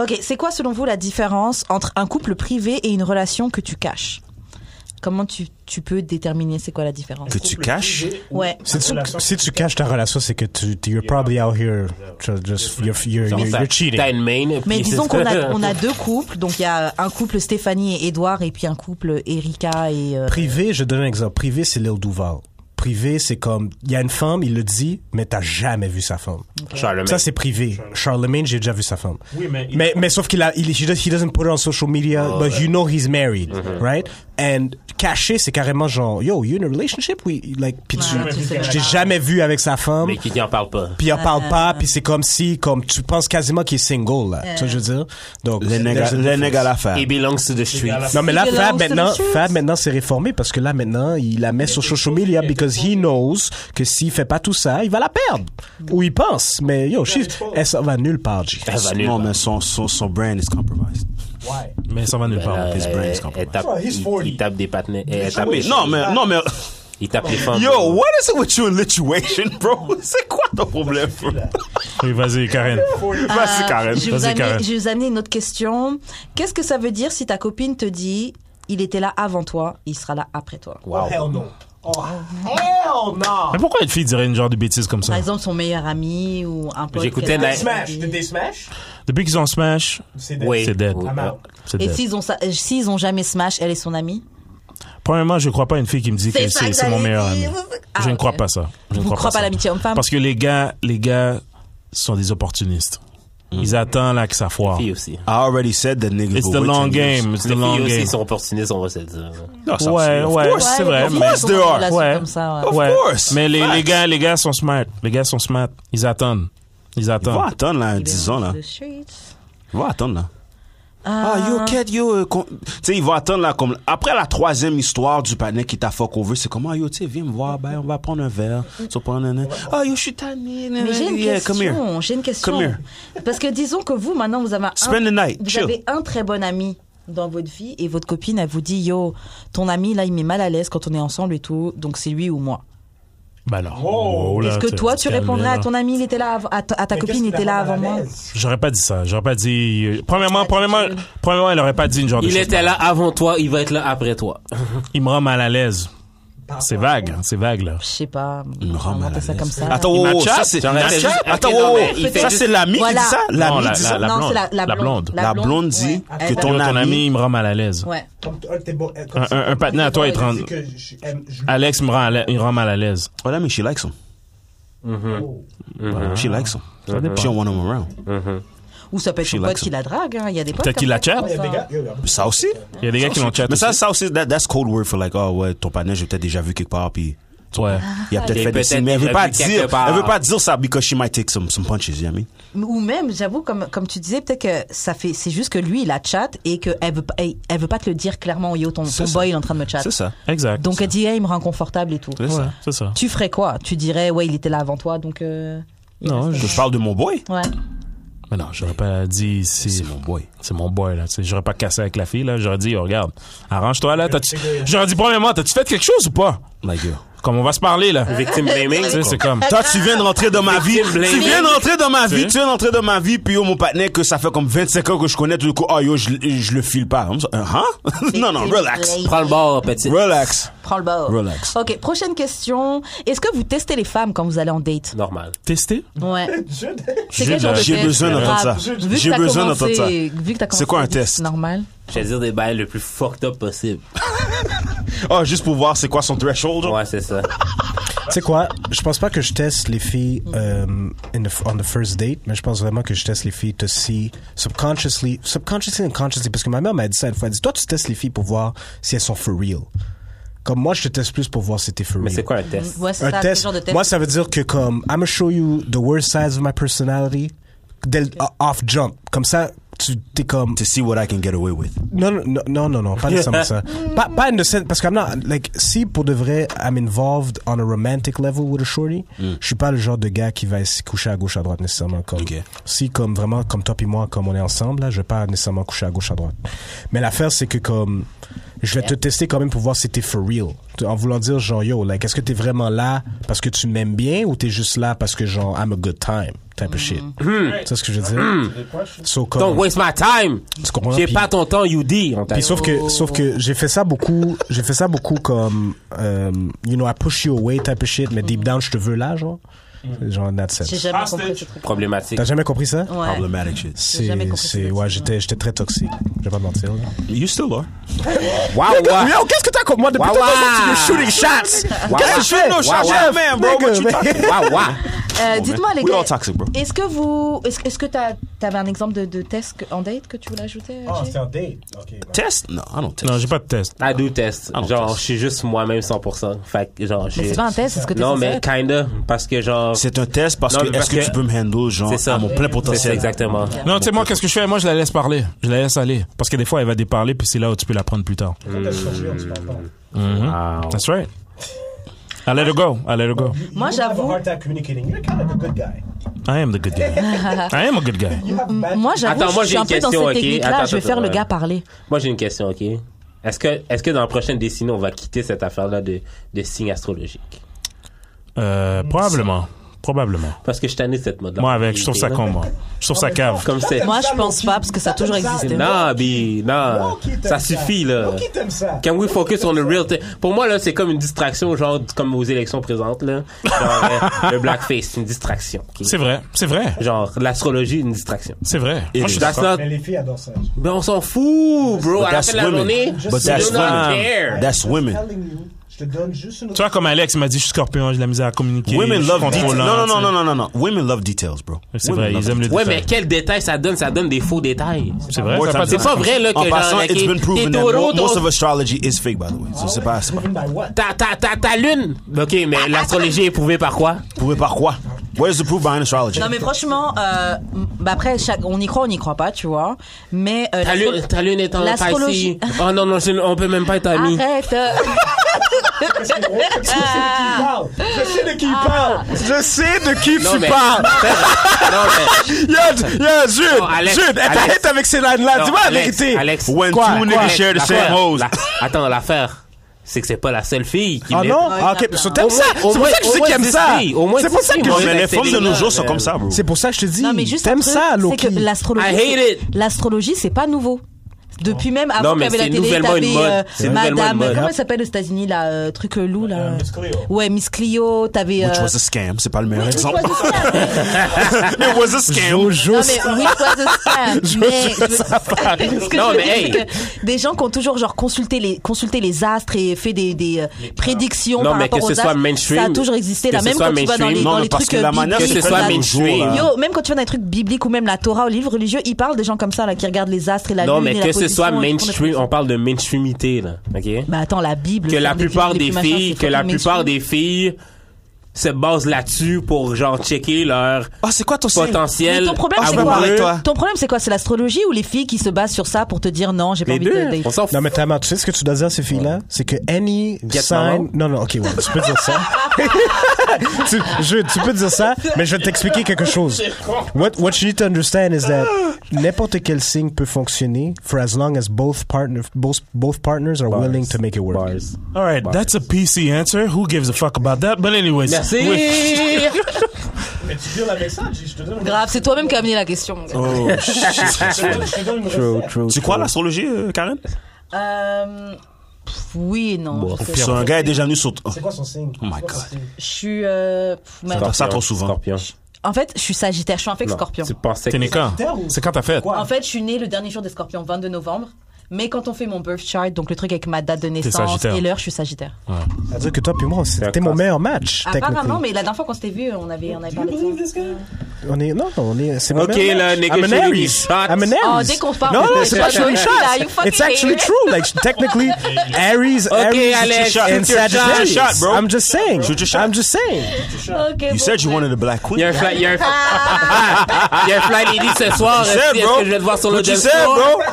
A: Ok, c'est quoi selon vous la différence entre un couple privé et une relation que tu caches Comment tu, tu peux déterminer c'est quoi la différence
E: Que tu caches.
A: Ouais.
C: Si tu, si tu caches ta relation, c'est que tu, tu- you're probably out here, ju- just, you're, you're,
B: Genre,
C: you're,
B: ça-
C: you're cheating.
B: T'as une main.
A: Mais
B: puis-
A: disons qu'on a, on a deux couples, donc il y a un couple Stéphanie et Edouard et puis un couple Erika et... euh,
C: Privé, je donne un exemple. Privé, c'est l'île Duval. Privé, c'est comme, il y a une femme, il le dit, mais t'as jamais vu sa femme.
B: Ah, Charlemagne.
C: Ça, c'est privé. Charlemagne, j'ai déjà vu sa femme.
F: Oui, mais il-
C: mais, sauf qu'il a, il, he, does- he doesn't put it on social media, but you know he's married, right? And caché, c'est carrément genre, yo, you in a relationship? Oui, like, puis tu,
A: Ouais, tu sais
C: je t'ai jamais vu avec sa femme.
B: Mais qui n'en parle pas.
C: Puis il en parle
A: Ah,
C: pas, puis c'est comme si, comme tu penses quasiment qu'il est single, là. Tu vois, je veux dire. Donc,
E: Les nègres
C: there's a
E: les
C: difference.
E: nègres à la faire.
B: He belongs to the streets.
C: Non, mais là,
A: Il
C: Fab
A: belongs to the
C: maintenant,
A: streets.
C: Fab maintenant s'est réformé parce que là, maintenant, il la met sur social media because he knows que s'il fait pas tout ça, il va la perdre. Ou il pense. Mais yo, she, elle s'en va nulle part, G.
B: Elle va nulle
E: Non,
B: part.
E: mais son, son, son brand is compromised.
F: Ouais.
D: Mais ça va nulle part.
B: Elle-
E: his brain is
B: elle-
E: compromised.
B: elle tape-
F: Bro, he's
B: Euh, il-
F: 40.
B: Il tape des patinets. Elle tape
E: Mais
B: des-
E: non, mais, non, mais.
B: Il tape les femmes.
E: Yo, what is it with you in lituation, bro? C'est quoi ton problème, bro?
D: Oui, vas-y, Karen. Ah,
E: Vas-y, Karen.
A: Euh, Je vais vous
D: Vas-y,
A: amener-
D: Karen.
A: je vais vous amener une autre question. Qu'est-ce que ça veut dire si ta copine te dit il était là avant toi, il sera là après toi
F: Oh, hell no. Oh, hell no.
D: Mais pourquoi une fille dirait une genre de bêtise comme
A: Par
D: ça?
A: exemple, son meilleur ami ou un pote.
B: J'écoutais
A: qu'elle a
B: la-
A: dit.
F: Smash. Did they smash?
D: Depuis qu'ils ont Smash,
F: C'est dead.
B: Oui.
D: c'est dead.
B: Oui.
F: I'm
E: Ah,
F: out.
D: C'est
A: Et
D: dead.
A: s'ils ont, sa- euh, s'ils ont jamais smash, elle est son amie
D: Premièrement, je crois pas à une fille qui me dit que
A: C'est ça
D: c'est
A: que
D: c'est mon
A: j'allais
D: meilleur ami.
A: dire. Ah,
D: je ne
A: ok.
D: crois pas ça. Je ne
A: Vous croyez
D: ça.
A: pas à l'amitié homme-femme
D: Parce que les gars, les gars sont des opportunistes.
A: Mm.
D: Ils attendent là que ça foire.
B: Filles aussi.
E: I already said that niggas
D: It's
E: will
D: the
E: wait
D: long
E: 10 years.
D: game. It's the
B: Les
D: long
B: filles aussi
D: game.
B: sont opportunistes, on va se le dire.
E: Non, ça,
D: Ouais,
E: of
D: ouais,
E: course.
D: c'est vrai.
E: of
D: mais-
E: course they are.
A: Relation comme ça, ouais.
E: Of
D: Ouais.
E: course.
D: Mais les, les
E: Facts.
D: gars, les gars sont smart. Les gars sont smart. Ils attendent. Ils
E: Va
D: attendent.
E: attendre là, 10 ans là.
A: The streets.
E: Va attendre là. Ah, yo, Kat, yo. euh, con- Tu sais, il va attendre là comme. Après la troisième histoire du panier qui t'a fuck over, c'est comme, ah, yo, tu sais, viens me voir, ben, on va prendre un verre. Tu vas prendre un. Ah, yo, je suis tanné.
A: Mais j'ai une
E: yeah, Come here.
A: question. J'ai une question.
E: Come here.
A: Parce que disons que vous, maintenant, vous avez un,
E: Spend the night.
A: vous
E: Chill.
A: avez un très bon ami dans votre vie et votre copine, elle vous dit Yo, ton ami, là, il met mal à l'aise quand on est ensemble et tout, donc c'est lui ou moi.
D: Bah alors.
F: Oh.
D: oh là,
A: Est-ce que
D: t'es-
A: toi,
D: t'es
A: tu
D: calmé,
A: répondrais à
D: là.
A: ton ami, il était là, av- à, ta- à ta
F: Mais qu'est-ce
A: copine, il
F: qui
A: était là
F: la
A: avant
F: rend mal à
A: moi
F: l'aise?
D: J'aurais pas dit ça. J'aurais pas dit. euh, Premièrement, premièrement, premièrement, elle aurait pas dit une genre de
B: Il
D: chose.
B: était là avant toi, il va être là après toi.
D: Il me rend mal à l'aise.
E: Ah,
D: C'est vague. hein, C'est vague là.
A: Je sais pas.
E: Il me
A: on va
E: rend mal
A: inventer
E: à
A: ça
E: l'aise.
A: comme ça.
E: Attends, oh, oh,
D: Matcha?
E: ça c'est.
B: J'aurais fait
E: Matcha?
B: juste-
E: Attends,
B: Ok,
E: oh,
B: non,
E: oh,
B: mais il fait
E: ça
B: juste-
E: c'est l'ami qui dit
A: Voilà.
E: ça? L'ami
D: Non, la-
E: dit ça?
D: la- la-
A: non, c'est la, la
D: La
A: blonde.
D: blonde.
E: La blonde dit
A: ouais.
E: que
A: Elle
E: ton
D: Yo, ton ami,
E: ami.
D: il me rend mal à l'aise.
A: Ouais.
F: Comme t- un de tes beaux- euh, comme
D: Un,
F: ça.
D: un, un partenaire à toi, il te rend.
F: Dit que je- aime- je-
D: Alex me rend, à l'aise- il me rend mal à l'aise.
E: Voilà, mais she likes him.
F: Oh.
A: Mm-hmm.
E: She likes him. She don't want him around.
A: Mm. Ou ça peut être
E: She
A: son pote
E: likes
A: qui
E: him.
A: la drague. hein. Il y a des potes.
D: Peut-être
A: comme
D: qu'il
A: ça
D: la
A: qui font
D: chatte.
F: Il y a
A: ça.
F: des gars- yo, yo, yo.
E: Ça aussi?
D: Il y a des gars qui l'ont chat.
E: Mais ça, ça aussi, that, that's code word for like, oh ouais, ton partenaire, j'ai peut-être déjà vu quelque part, puis
D: Ouais.
A: Ah.
E: il a peut-être
B: Il
E: fait des
B: peut-être
E: signes, mais elle veut
B: déjà
E: pas
B: vu quelque
E: dire,
B: part.
E: elle veut pas dire ça because she might take some, some punches, you know what I mean?
A: Ou même, j'avoue, comme, comme tu disais, peut-être que ça fait, c'est juste que lui, il la chatte et qu'elle veut, pas- elle, elle veut pas te le dire clairement. Yo, ton, ton
E: C'est ça.
A: boy, il est en train de me chatte.
E: C'est ça.
D: Exact.
A: Donc elle dit, hey, il me rend confortable et tout.
E: C'est ça.
D: C'est ça.
A: Tu ferais quoi Tu dirais, ouais, il était là avant toi, donc. euh, il
D: Non,
A: reste-
E: Je parle de mon boy.
A: Ouais.
D: Mais non, j'aurais pas dit si.
E: C'est mon boy.
D: C'est mon boy, là. Tu sais, J'aurais pas cassé avec la fille, là. J'aurais dit, oh, regarde, arrange-toi, là. T'as-tu- J'aurais dit, premièrement, t'as-tu fait quelque chose ou pas?
E: My girl.
D: Comme on va se parler, là.
B: Victim blaming.
D: Tu sais, c'est comme.
E: Toi, tu viens de rentrer dans ma vie.
B: Victime
E: Tu viens
B: blaming.
E: de rentrer dans ma vie.
D: Tu
E: Tu viens de rentrer dans ma vie. Puis, yo, mon partenaire, que ça fait comme 25 ans que je connais, tout le coup, oh, yo, je, je le file pas. Comme ça, euh, hein? non, non, relax.
B: Prends le bord, petit.
E: Relax.
A: Prends le bord.
E: Relax.
A: OK, prochaine question. Est-ce que vous testez les femmes quand vous allez en date?
B: Normal.
D: Tester?
A: Ouais. C'est
D: J'ai
A: quel genre de
D: besoin-
E: j'ai
A: test?
E: besoin d'entendre ça.
A: Grave. Vu que
E: J'ai
A: t'as
E: besoin d'entendre
A: commencé-
E: ça.
A: Vu que t'as
E: C'est quoi un
A: commencé à dire
E: test?
A: c'est normal.
B: Je vais dire des bails le plus fucked up possible.
E: Oh, juste pour voir c'est quoi son threshold. genre.
B: Ouais, c'est ça.
C: Tu sais quoi? Je pense pas que je teste les filles euh, in the, on the first date, mais je pense vraiment que je teste les filles to see subconsciously, subconsciously and consciously, parce que ma mère m'a dit ça une fois. Elle dit, toi, tu testes les filles pour voir si elles sont for real. Comme moi, je te teste plus pour voir si t'es for real.
B: Mais c'est quoi un test?
A: Ouais, c'est
C: un
A: ça, quel
C: test.
A: genre de test?
C: Moi, ça veut dire que comme I'm gonna show you the worst sides of my personality dès le- off jump. Comme ça, tu t'es comme
E: To see what I can get away with.
C: non non non, non non non pas nécessairement ça. Pas pas in the sense parce que I'm not like si pour de vrai I'm involved on a romantic level with a shorty, je suis pas le genre de gars qui va se coucher à gauche à droite nécessairement comme
E: Ok.
C: si comme vraiment comme toi et moi comme on est ensemble là, je vais pas nécessairement coucher à gauche à droite. Mais l'affaire c'est que comme je vais te tester quand même pour voir si t'es for real. En voulant dire genre yo, like est-ce que t'es vraiment là parce que tu m'aimes bien ou t'es juste là parce que genre I'm a good time type of shit. C'est ce que je veux dire. So, comme-
B: Don't waste my time!
C: Tu comprends?
B: J'ai
C: Puis-
B: pas ton temps, you D. On t'a
C: puis sauf que sauf que j'ai fait ça beaucoup, j'ai fait ça beaucoup comme euh, you know I push you away type of shit, mais deep down je te veux là genre. Genre that's
A: Mm. J'ai
C: it.
A: jamais
F: Ah,
A: compris
F: c'était-
A: ce truc.
B: problématique.
C: T'as jamais compris ça Ah,
A: Ouais. Euh,
E: Problematic shit.
C: C'est
A: jamais compris
C: c'est
A: ça.
C: ouais, j'étais j'étais très toxique. Je vais pas te mentir. Là.
E: You still are.
B: Wow, wow!
C: Yo, qu'est-ce que t'as contre moi depuis
B: Waouh,
C: tout le temps tu
B: waouh.
C: me shooting shots
B: Waouh,
C: Qu'est-ce que
B: waouh.
C: je fais
E: No shots,
B: Waouh,
E: man, bro. What you
C: Nigga,
E: talking
B: Wow, wow!
A: Euh, Dites-moi, les
E: We
A: gars.
E: all toxic, bro.
A: Est-ce que vous. Est-ce est-ce que t'as- t'avais un exemple de, de test que- en date que tu voulais ajouter?
B: Oh,
F: Ah,
A: Jay?
F: c'est un date. Ok.
E: Test? No, I don't test.
D: Non, j'ai pas de test.
B: I do test.
E: don't
B: Genre,
E: test.
B: je suis juste moi-même 100%. Fait que, genre, je
A: Mais c'est pas un test, c'est ce que tu
B: Non, mais kinda. Parce que, genre.
E: C'est un test parce
B: Non,
E: que
B: mais
E: est-ce
B: parce
E: que,
B: que-
E: tu peux me handle, genre,
B: C'est ça.
E: à mon plein
B: C'est ça,
E: potentiel?
B: exactement.
D: Non, tu sais, moi, qu'est-ce que je fais? Moi, je la laisse parler. Je la laisse aller. Parce que des fois, elle va déparler, puis c'est là où tu peux la prendre plus tard.
F: Faut que je sois tu comprends.
B: Wow.
D: That's right. I let her go. I let her go.
A: Moi,
F: You have a
A: j'avoue-
F: hard time communicating. You're kind of a good guy.
D: I am the good guy. I am a good guy.
F: You have bad-
A: Moi, j'avoue,
B: Attends, moi,
A: je
B: j'ai
A: suis un
B: une
A: peu dans cette
B: question, ok?
A: technique-là.
B: Attends,
A: je vais
B: attends,
A: faire le
B: ouais.
A: gars parler.
B: Moi, j'ai une question, OK? Est-ce que, est-ce que dans la prochaine décennie, on va quitter cette affaire-là de, de signes astrologiques?
D: Euh, probablement. Probablement.
B: Parce que je suis tanné de cette mode-là.
D: Moi, avec, je trouve ça con, moi. Je trouve ça cave.
B: Comme c'est.
A: Moi, je pense pas, parce que ça a toujours existé.
B: Non, Bi, non.
F: Non, qui t'aime
B: Ça suffit, là.
F: Non, qui t'aime ça?
B: Can we focus on the real thing? Pour moi, là, c'est comme une distraction, genre, comme aux élections présentes, là. Genre, euh, le blackface, c'est une distraction. ok?
D: C'est vrai. C'est vrai.
B: Genre, l'astrologie, une distraction.
D: C'est vrai. Moi, je suis
B: That's
D: d'accord.
B: not-
F: Mais les filles adorent ça.
B: Mais on s'en fout, bro.
E: But
B: à la
E: that's
B: fin de la
E: women.
B: journée,
E: But
B: we
E: that's
B: do not
E: women.
B: care.
E: That's women.
F: Telling you, je te donne juste une
D: Tu vois, comme Alex m'a dit, je suis scorpion, j'ai de la misère à communiquer. je
E: Women
D: suis
E: love details.
D: contrôlant,
E: Non, non, non,
D: tu sais.
E: non, non, non, non. Women love details, bro.
D: C'est
E: Women
D: vrai,
E: love
D: ils aiment le
B: Ouais, mais
D: détail.
B: quel détail ça donne? Ça donne des faux détails.
D: C'est vrai.
E: More
D: ça a pas
E: times
D: de
E: than
B: C'est
D: sens.
B: pas
E: not.
B: vrai, là, que
E: En
B: genre,
E: passant,
B: like,
E: it's been proven
B: t'es
E: that
B: taureau,
E: mo- most
B: ton-
E: of astrology is fake, by the way. So c'est pas, c'est pas.
F: Proven by what?
B: Ta, ta, ta, ta lune. OK, mais l'astrologie est prouvée par quoi?
E: Prouvé par quoi? Where's the proof behind astrology?
A: Non mais franchement, euh, m- bah après chaque, on y croit, on n'y croit pas, tu vois. Mais euh,
B: Ta lune,
A: l'astro-
B: ta lune est en
A: l'astrologie.
B: Pisces. Oh non, non, je- on peut même pas être amis.
A: Arrête. euh,
F: Parce que, oh, je sais de qui il
A: Ah.
F: parle. Je sais de qui il parle.
C: Je sais de qui
B: Non,
C: tu
B: mais-
C: parles.
B: Non, mais...
C: Yo, yo, Jude,
B: Non, Alex,
C: Jude, elle
B: Alex.
C: t'arrête avec ces
E: Ah,
C: lines-là.
B: Non,
C: Dis-moi la
B: Alex,
C: vérité.
B: Alex.
E: When
C: Quoi?
E: two
C: Quoi?
E: niggas share the same
B: L'affaire-
E: hose.
B: la- Attends, l'affaire, c'est que c'est pas la seule fille qui
C: Ah
B: l'est.
C: non?
B: Au
C: Ah, ok, so t'aimes
B: moins-
C: ça. C'est
B: au
C: pour
B: moins-
C: ça que je
B: au
C: sais
B: moins
C: qu'il aime
B: dix
C: ça.
B: filles, au moins
C: C'est pour
B: dix
C: ça que
B: filles,
E: Non,
C: je
B: moi,
E: mais
B: j'ai
E: les
B: cette
E: femmes de nos
B: ligne-là,
E: jours sont
B: euh,
E: comme ça, bro.
C: C'est pour ça que je te dis.
A: non mais juste un
C: T'aimes
A: truc,
C: ça,
A: c'est
C: Loki.
A: que l'astrologie,
B: I hate
A: c'est-
B: it.
A: l'astrologie c'est pas nouveau. Depuis même avant
B: Non,
A: qu'il y
B: mais
A: avait la
B: c'est
A: télé,
B: nouvellement une
A: t'avais
B: mode.
A: euh,
B: C'est nouvellement une
A: Madame,
B: mode.
A: comment elle s'appelle aux États-Unis là, euh, truc euh, loup là.
F: Miss Cleo.
A: Ouais, Miss Clio, t'avais.
E: Which
A: euh,
E: was a scam. C'est pas le meilleur exemple.
A: Which was a scam. Non,
E: It was a scam.
A: mais which was a scam. mais je veux- Ce que
B: Non,
A: je veux
B: mais
A: dire,
B: hey.
A: c'est que des gens qui ont toujours genre consulté les consulté les astres et fait des, des euh, prédictions
B: Non,
A: par
B: mais
A: rapport
B: que
A: aux
B: ce
A: astres.
B: soit mainstream,
A: ça a toujours existé.
B: que
A: Là,
B: ce
A: même
B: soit
A: quand tu vas dans les,
B: mainstream.
A: dans
E: Non, mais
A: les
E: parce
A: trucs euh,
E: que la manière
B: que
A: bibliques,
B: ce
E: c'est
B: soit
E: pas de nos
B: mainstream.
E: jours, là.
A: Yo, même quand tu vas dans les trucs bibliques ou même la Torah ou livre religieux, ils parlent des gens comme ça là qui regardent les astres et la
B: Non,
A: lune.
B: mais
A: et
B: que
A: la
B: ce
A: position et
B: soit
A: qui font des
B: mainstream,
A: trucs.
B: on parle de mainstreamité, là, OK?
A: Bah attends, la Bible.
B: que
A: c'est
B: la
A: un des
B: plupart
A: trucs les
B: des
A: plus machins,
B: filles,
A: c'est
B: que la
A: fucking
B: plupart
A: mainstream.
B: des filles se basent là-dessus pour genre checker leur
E: Ah, c'est quoi ton signe?
B: potentiel.
A: Mais ton problème,
E: Ah,
A: c'est
E: bon, avec
A: quoi
E: toi.
A: Ton problème, c'est quoi C'est l'astrologie ou les filles qui se basent sur ça pour te dire non, j'ai pas
B: Les
A: envie de
B: deux.
A: date
B: On s'en fout.
C: Non, mais Tamar, tu sais ce que tu dois dire à ces filles-là? C'est que any
B: Get
C: sign. Non, non, ok, ouais, tu peux dire ça. tu, je, tu peux dire ça, mais je vais t'expliquer quelque chose. What, what you need to understand is that n'importe quel signe peut fonctionner for as long as both, partner, both, both partners are willing to make it work.
B: Bars.
D: All right, that's a PC answer. Who gives a fuck about that? But anyways, with-
B: Merci.
A: Grave, c'est toi-même qui as amené la question. mon gars.
E: Oh, shit.
B: True, true,
E: tu crois à l'astrologie, euh, Karen?
A: Euh, pff, oui et non. je, sais.
E: Si un gars est déjà venu sur. oh,
F: C'est quoi son signe
E: Oh my
F: C'est quoi son
E: God.
F: signe
A: Je suis. euh, pff, ma-
E: Scorpion. Ça, trop souvent.
B: Scorpion.
A: En fait, je suis Sagittaire. Je suis un fake Scorpion.
B: Tu pensais
D: T'es né
B: que...
D: quand?
F: Terre ou-
D: C'est quand t'as fait?
F: Quoi
A: En fait, je suis née le dernier jour des Scorpions, 22 novembre. Mais quand on fait mon birth chart, donc le truc avec ma date de naissance
D: Sagittaire.
A: et l'heure, je suis Sagittaire.
C: C'est-à-dire que toi puis moi, c'était mon
B: classe.
C: meilleur match,
A: Apparemment,
C: techniquement.
A: mais la dernière fois qu'on s'était vu, on avait, on avait parlé de ça.
C: On est, non, non, on est, c'est mon
B: Ok,
C: meilleur
B: là,
C: match.
B: nigga,
C: I'm an
B: shooting
C: Aries.
B: shots.
C: I'm an
B: Ah,
A: Oh,
C: Aries.
A: dès qu'on se parle,
C: Non,
A: on
C: non,
A: fait
C: c'est
A: des
C: pas
A: shots,
C: shooting
A: là, you
C: shots.
A: fucking
C: It's actually
A: idiot.
C: true. Like, technically, Aries,
B: Okay,
C: Aries,
B: Alex, shoot
C: and
B: your shot.
C: Sagittarius.
B: Shot, bro.
C: I'm just saying.
E: Shoot your shot.
C: I'm just saying.
A: Ok, bon. Ah,
E: You said you wanted a black
B: Il y a
E: queen.
B: un fly, il y a un il y a un fly lady ce soir.
E: sais,
B: Est-ce que- est-ce
E: bro?
B: que je vais te voir sur le
E: What you
B: dance
E: said,
B: floor?
E: bro?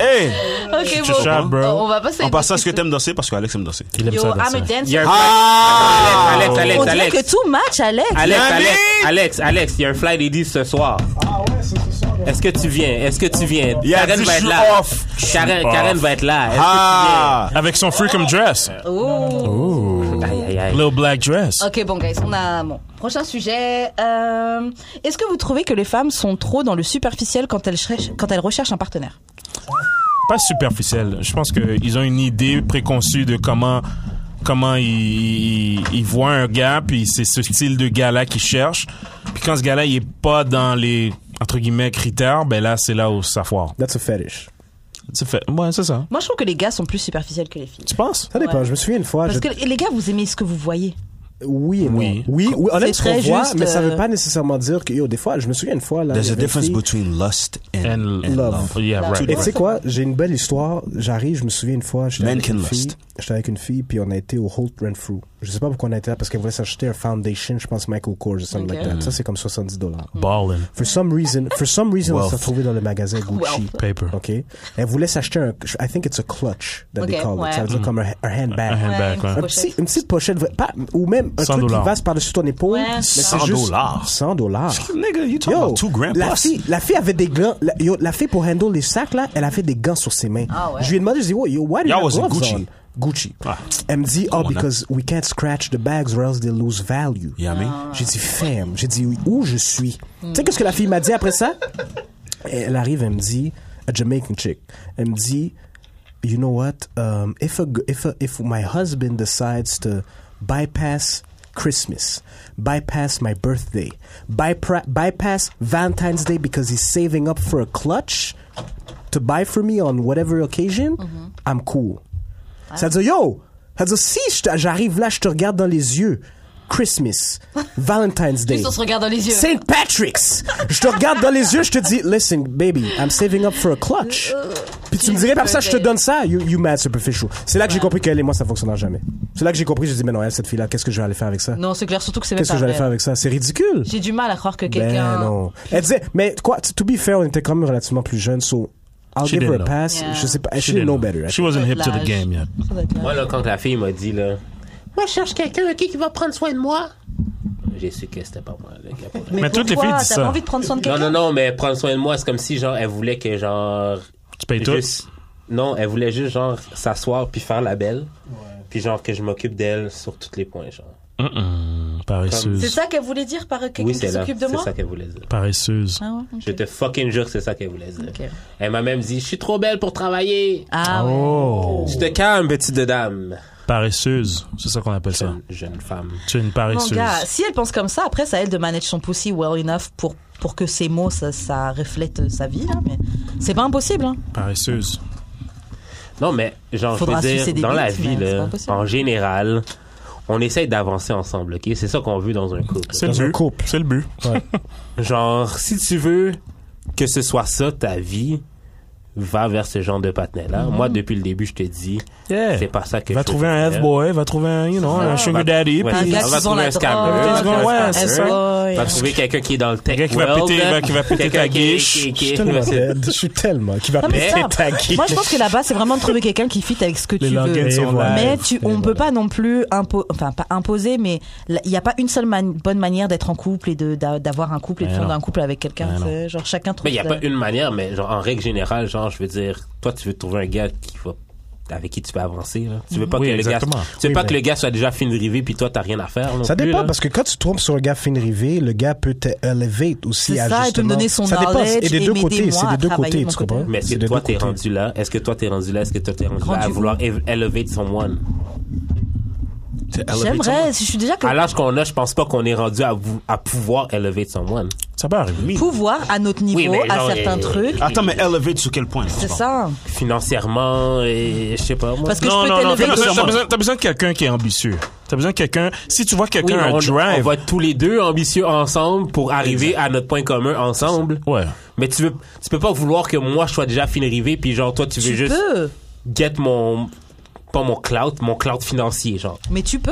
E: Hey!
A: Ok,
D: Tu
A: bon.
D: chapes, Ah, bro.
B: Oh,
A: On va passer.
E: En passant, est-ce que t'aimes danser? Parce qu'Alex aime danser.
D: Il aime
A: Yo,
D: ça,
A: I'm a
D: danser.
B: Il y a
A: dancer.
B: un
E: Ah!
B: fly. Alex, Alex,
A: On dirait
B: Alex,
A: que
B: Alex.
A: tout match, Alex.
B: Alex, Alex,
E: Yannick!
B: Alex, Alex, il y a un fly lady ce soir.
F: Ah ouais, c'est ce soir. donc.
B: Est-ce que tu viens? Est-ce que tu viens?
E: Il a
B: Karen
E: dit,
B: va
E: je
B: être
E: suis
B: là.
E: off.
B: Karen, Karen va être là. Est-ce
E: Ah!
D: Avec son freakum dress.
A: Oh.
B: que tu viens? Aïe, aïe, aïe.
D: Little black dress.
A: Ok, bon, guys, on a. Bon. Prochain sujet. euh, Est-ce que vous trouvez que les femmes sont trop dans le superficiel quand elles, cherchent- quand elles recherchent un partenaire
D: Pas superficiel. Je pense qu'ils ont une idée préconçue de comment comment ils, ils, ils voient un gars, puis c'est ce style de gars-là qu'ils cherchent. Puis quand ce gars-là, il est pas dans les, entre guillemets, critères, ben là, c'est là où ça foire.
C: That's a fetish.
D: C'est fait. Ouais, c'est ça.
A: Moi, je trouve que les gars sont plus superficiels que les filles.
D: Tu penses?
C: Ça dépend.
A: Ouais.
C: Je me souviens une fois.
A: Parce
C: Ah, je-
A: que les gars, vous aimez ce que vous voyez.
C: Oui et non.
D: Oui.
C: Oui, oui. On aime
A: C'est
C: ce qu'on
A: très
C: voit,
A: juste,
C: mais ça
A: euh,
C: veut pas nécessairement dire que, yo, des fois, je me souviens une fois, là.
E: There's
C: il y
E: a
C: avait une
E: difference
C: fille-
E: between lust and.
C: Love.
D: Yeah, right.
C: Et tu sais quoi, j'ai une belle histoire. J'arrive, je me souviens une fois, j'étais
E: Men
C: avec
E: can
C: une
E: lust.
C: fille, j'étais avec une fille, puis on a été au Holt Renfrew. Je sais pas pourquoi on a été là, parce qu'elle voulait s'acheter un foundation, je pense Michael Kors, or something
A: Ok.
C: like that. Ça c'est comme 70 dollars.
D: Ballin'.
C: For some reason, for some reason, on
E: Wealth.
C: s'est trouvé dans le magasin Gucci.
A: Wealth.
D: Paper.
C: Ok. Elle voulait s'acheter un, I think it's a clutch that they
A: Ok,
C: call
A: ouais.
C: it. Ça veut dire comme un, un handbag.
D: Un
B: Ben,
D: handbag,
A: Ouais,
D: ouais.
C: Un
A: Pochette.
C: petit- une petite pochette, vra- pas, ou même un
D: 100
C: truc qui
D: dollars.
C: passe par-dessus ton épaule.
A: Ouais.
C: mais c'est
E: 100
C: juste-
E: dollars.
C: 100 dollars.
E: Nigga, you talking
C: Yo,
E: about two grand
C: la
E: plus?
C: fille, la fille avait des gants. La, yo, la fille pour handle les sacs là, elle avait des gants sur ses mains.
A: Ah ouais.
C: Je lui ai demandé, je dis, oh, yo, why do you
E: Y'all
C: have
E: was in
C: gloves
E: Gucci.
C: on? Gucci.
E: Ah.
C: Elle me dit, oh,
E: on,
C: because we can't scratch the bags or else they lose value.
E: You know what I mean?
C: J'ai dit, femme. J'ai dit, où je suis? Tu sais qu'est-ce que la fille m'a dit après ça? Elle arrive, elle me dit, a Jamaican chick. Elle me dit, you know what? Um, if, a, g- if, a, if my husband decides to bypass Christmas, bypass my birthday, bypra- bypass Valentine's Day because he's saving up for a clutch to buy for me on whatever occasion,
A: Mm-hmm.
C: I'm cool.
A: Ah.
C: Ça veut dire, yo, ça veut dire, si je t'a- j'arrive là, je te regarde dans les yeux, Christmas, Valentine's Day.
A: Juste, on se regarde dans les yeux.
C: St. Patrick's. Je te regarde dans les yeux, je te dis, listen, baby, I'm saving up for a clutch.
A: Euh,
C: Puis tu me dirais, comme ça, je te donne ça. You, you mad superficial. C'est là que j'ai compris qu'elle et moi, ça fonctionnera jamais. C'est là que j'ai compris, j'ai dit, mais non, elle, cette fille-là, qu'est-ce que je vais aller faire avec ça?
A: Non, c'est clair, surtout que c'est même
C: Qu'est-ce que
A: pas
C: je vais aller
A: vrai.
C: faire avec ça? C'est ridicule.
A: J'ai du mal à croire que quelqu'un.
C: Ben non. Elle disait, mais quoi, t- to be fair, on était quand même relativement plus jeunes, so I'll
D: She
C: give her a
D: didn't know.
C: pass.
A: Yeah.
C: Je sais pas, she didn't know better.
D: She wasn't hip to the game yet.
A: Ça doit être là.
B: Moi, là, quand la fille m'a dit, là, moi, je cherche quelqu'un, ok, qui va prendre soin de moi. J'ai su que c'était pas moi, le gars. pour vrai.
D: Mais toutes les
A: pourquoi?
D: filles disent
A: T'as pas
D: ça.
A: envie de prendre soin de
B: Non,
A: quelqu'un
B: non, non, mais prendre soin de moi, c'est comme si, genre, elle voulait que, genre.
D: Tu payes tout?
B: juste- Non, elle voulait juste, genre, s'asseoir puis faire la belle. Puis, genre, que je m'occupe d'elle sur tous les points, genre.
D: Mm-mm.
A: C'est
D: Paresseuse.
A: ça qu'elle voulait dire par quelqu'un
B: Oui,
A: qui
B: c'est là.
A: s'occupe de
B: C'est
A: moi
B: ça qu'elle voulait dire.
D: Paresseuse.
A: Ah ouais, ok.
B: Je te fucking jure, c'est ça qu'elle voulait dire.
A: Ok.
B: Elle m'a même dit, je suis trop belle pour travailler.
A: Ah ouais.
D: Oh.
B: Tu te calmes, petite dame.
D: Paresseuse. C'est ça qu'on appelle ça.
B: Jeune, jeune femme.
D: Tu es une
A: Mon
D: paresseuse.
A: gars, si elle pense comme ça, après, c'est à elle de manager son pussy well enough pour, pour que ses mots, ça, ça reflète euh, sa vie. là, mais c'est pas impossible. Hein.
D: Paresseuse.
B: Non, mais genre,
A: Faudra
B: je veux
A: sucer
B: dire,
A: des
B: dans la
A: bites,
B: vie,
A: mais c'est
B: là,
A: pas possible.
B: en général, on essaye d'avancer ensemble, OK? C'est ça qu'on veut dans un couple.
D: C'est le
C: Dans un
D: but.
C: couple.
D: C'est le but.
B: Genre, si tu veux que ce soit ça, ta vie, va vers ce genre de partenaire-là. Moi, depuis le début, je te dis,
D: Yeah.
B: c'est pas ça que
D: Mm-hmm. Eh, Va
B: je
D: trouver un
B: choisirais.
D: F-boy, va trouver un, you know,
B: Ah,
D: un sugar
B: va-
D: daddy.
B: ouais,
D: puis-
A: Un gars
B: on
A: qui
B: va
A: vend
B: trouver
A: la
B: un scammer.
A: drogue, euh,
B: va trouver un scammer.
D: ouais, c'est ça.
A: boy.
B: Va trouver quelqu'un qui est dans le tech
D: gars qui va
B: world,
D: péter-
B: là.
D: qui va péter
B: Quelqu'un
D: ta
B: qui est-
D: guiche.
B: qui est- qui
C: Je
B: est-
C: suis tellement
B: c'est-
C: dead. Je suis tellement. Qui va
A: Non, mais
C: péter
A: ça,
C: ta gueule.
A: Moi, je pense que là-bas, c'est vraiment de trouver quelqu'un qui fit avec ce que
D: Les
A: tu veux.
D: logins
C: Et
D: sont
C: voilà.
D: là.
A: Mais tu,
C: Et
A: on ne peut pas
C: voilà.
A: non plus impo- enfin pas imposer, mais la- il n'y a pas une seule mani- bonne manière d'être en couple et de d'a- d'avoir un couple et de
D: Mais
A: fondre
D: non.
A: un couple avec quelqu'un.
D: Mais non.
A: C'est Genre chacun trouve.
B: Mais il n'y a
A: sa-
B: pas une manière, mais genre, en règle générale, genre, je veux dire, toi, tu veux trouver un gars qui va, avec qui tu peux avancer, là. Tu veux pas
D: Oui,
B: que le gars,
D: exactement.
B: tu veux
C: Oui,
B: pas
C: mais-
B: que le gars soit déjà fini de river puis toi, t'as rien à faire, non
C: Ça
B: plus,
C: dépend
B: là.
C: parce que quand tu tombes sur un gars fin de rivée, le gars peut t'élever aussi
A: C'est
C: à
A: ça, il peut
C: justement-
A: me donner son
C: ça dépend.
A: knowledge
C: Et
A: et
C: des deux
A: m'aider,
C: côtés,
A: moi,
C: c'est
A: à
C: des
A: travailler de
C: deux côtés,
A: mon
C: tu
A: côté.
C: comprends
B: Mais est-ce
C: C'est
B: que
C: des
B: toi,
C: deux
B: t'es
C: côtés.
B: rendu là? Est-ce que toi, t'es rendu là? Est-ce que toi, t'es rendu là à
A: Rendu où?
B: vouloir éve- élever someone?
A: J'aimerais, je suis déjà que
B: À l'âge qu'on a, je pense pas qu'on est rendu à, vou- à pouvoir élever someone.
D: Ça peut arriver.
A: pouvoir à notre niveau,
B: mais
A: à
B: genre,
A: certains
B: euh,
A: trucs.
E: Attends, mais elevate sur quel point?
A: Ah. C'est ça.
B: Financièrement, et je sais pas, moi.
A: Parce que
D: Non,
A: je
D: non,
A: peux
D: non, t'as
A: t'élever.
D: besoin,
A: comme-
D: t'as besoin- t'as besoin de quelqu'un qui est ambitieux. T'as besoin de quelqu'un, si tu vois
B: Oui,
D: quelqu'un un
B: on, on
D: drive.
B: va être tous les deux ambitieux ensemble pour arriver à notre point commun ensemble.
D: Ouais.
B: Mais tu veux, tu peux pas vouloir que moi je sois déjà fin arrivé puis genre toi tu veux
A: Tu
B: juste
A: peux,
B: get mon pas mon clout, mon clout financier genre.
A: mais tu peux.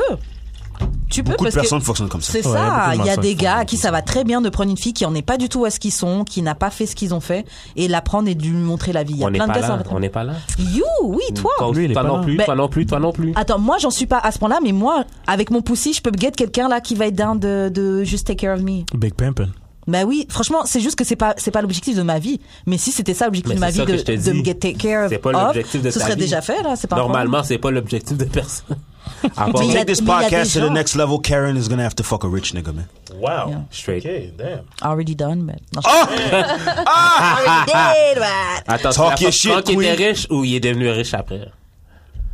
A: Tu peux
E: Beaucoup de
A: parce que
E: personnes fonctionnent comme ça.
A: C'est
D: Ouais,
A: ça,
D: beaucoup de
A: il y a
D: massacres
A: des gars à
D: font
A: qui
D: ça.
A: ça va très bien de prendre une fille qui en est pas du tout à ce qu'ils sont, qui n'a pas fait ce qu'ils ont fait, et la prendre et de lui montrer la vie. Il y a
B: on n'est
A: plein
B: pas
A: de gars ça
B: là,
A: va très
B: on n'est pas là.
A: bien. You, oui, toi.
B: Toi,
D: Ah, Lui, il est
B: toi
D: pas
B: non
D: là.
B: plus,
A: Ben-
B: toi non plus, toi non plus.
A: Attends, moi j'en suis pas à ce point-là, mais moi, avec mon poussi, je peux get quelqu'un là qui va être down de, de just take care of me.
D: Big Pimpin.
A: Bah oui, franchement, c'est juste que c'est pas c'est pas l'objectif de ma vie. Mais si c'était ça l'objectif
B: Mais
A: de ma
B: c'est
A: vie
B: ça que
A: de,
B: je te
A: de
B: dis.
A: me get take care of,
B: C'est pas l'objectif de
A: ce
B: ta
A: serait
B: vie.
A: déjà fait là, c'est pas un
B: Normalement, c'est pas l'objectif de personne. À part-
A: Mais il y a-
E: Take this
A: mais il y a des
E: podcast to the
A: gens-
E: next level. Karen is gonna have to fuck a rich nigga, man.
D: Wow.
B: Straight.
D: damn.
A: problème. already done, but non,
B: Ah
A: je- already did, but-
B: Attends,
E: Talk
B: c'est
E: your
B: la
E: shit,
B: shit, qu'il
E: queen.
B: était riche ou il est devenu riche après.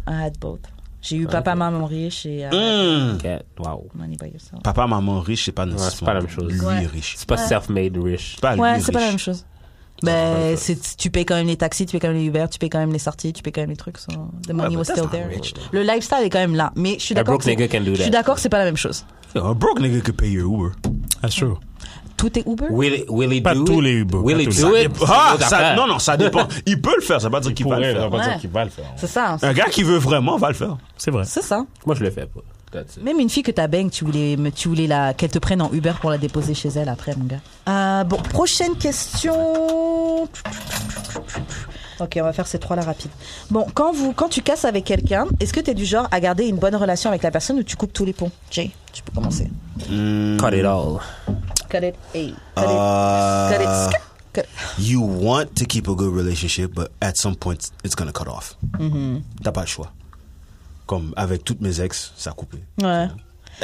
A: I had both. J'ai eu papa, maman riche et I had
E: Hmm.
B: Ok, wow.
A: money by yourself.
E: Papa, maman, riche, c'est pas nécessairement.
B: c'est pas la même chose.
E: Lui,
A: Ouais.
E: riche.
B: C'est pas self-made rich.
E: C'est pas
A: ouais,
E: lui,
A: c'est pas la
E: riche.
A: même chose.
B: pas la
A: Ben,
B: même chose.
A: c'est- tu payes quand même les taxis, tu payes quand même les Uber, tu payes quand même les sorties, tu payes quand même les trucs. so the money
E: but
A: was
E: that's
A: still
E: not
A: there.
E: rich, though.
A: Le lifestyle est quand même là, mais je suis
B: A
A: d'accord.
B: broke
A: que c'est-
B: nigga can do
A: Je suis
B: that.
A: d'accord, que c'est pas la même chose.
E: Yeah, a broke nigga could pay your Uber.
D: That's true.
A: Tout est Uber.
B: Will, it- will he
D: Pas
B: do
D: tous
B: it?
D: les Uber,
B: Will
D: pas
B: he
D: tous
B: do
D: les
B: it?
E: Ah,
B: C'est une autre
E: ça,
B: affaire.
E: non, non, ça dépend. Il peut le faire, ça veut pas dire qu'il va le faire.
A: pas dire Ouais. qu'il
D: va le faire.
A: C'est ça. hein.
E: Un gars qui veut vraiment va le faire.
D: C'est vrai.
A: C'est ça.
B: Moi, je le fais pas. That's it.
A: Même une fille que t'as bang, tu voulais, me- tu voulais la, qu'elle te prenne en Uber pour la déposer chez elle après, mon gars. Euh, bon, prochaine question. Ok, on va faire ces trois-là rapide. Bon, quand, vous, quand tu casses avec quelqu'un, est-ce que t'es du genre à garder une bonne relation avec la personne ou tu coupes tous les ponts Jay, tu peux commencer.
B: Cut it all.
A: Cut it. Hey, cut
E: Uh,
A: it. Cut it. skirt, cut it.
E: You want to keep a good relationship, but at some point, it's gonna cut off.
A: Mm-hmm.
E: T'as pas le choix. Comme avec toutes mes ex, ça a coupé.
A: Ouais.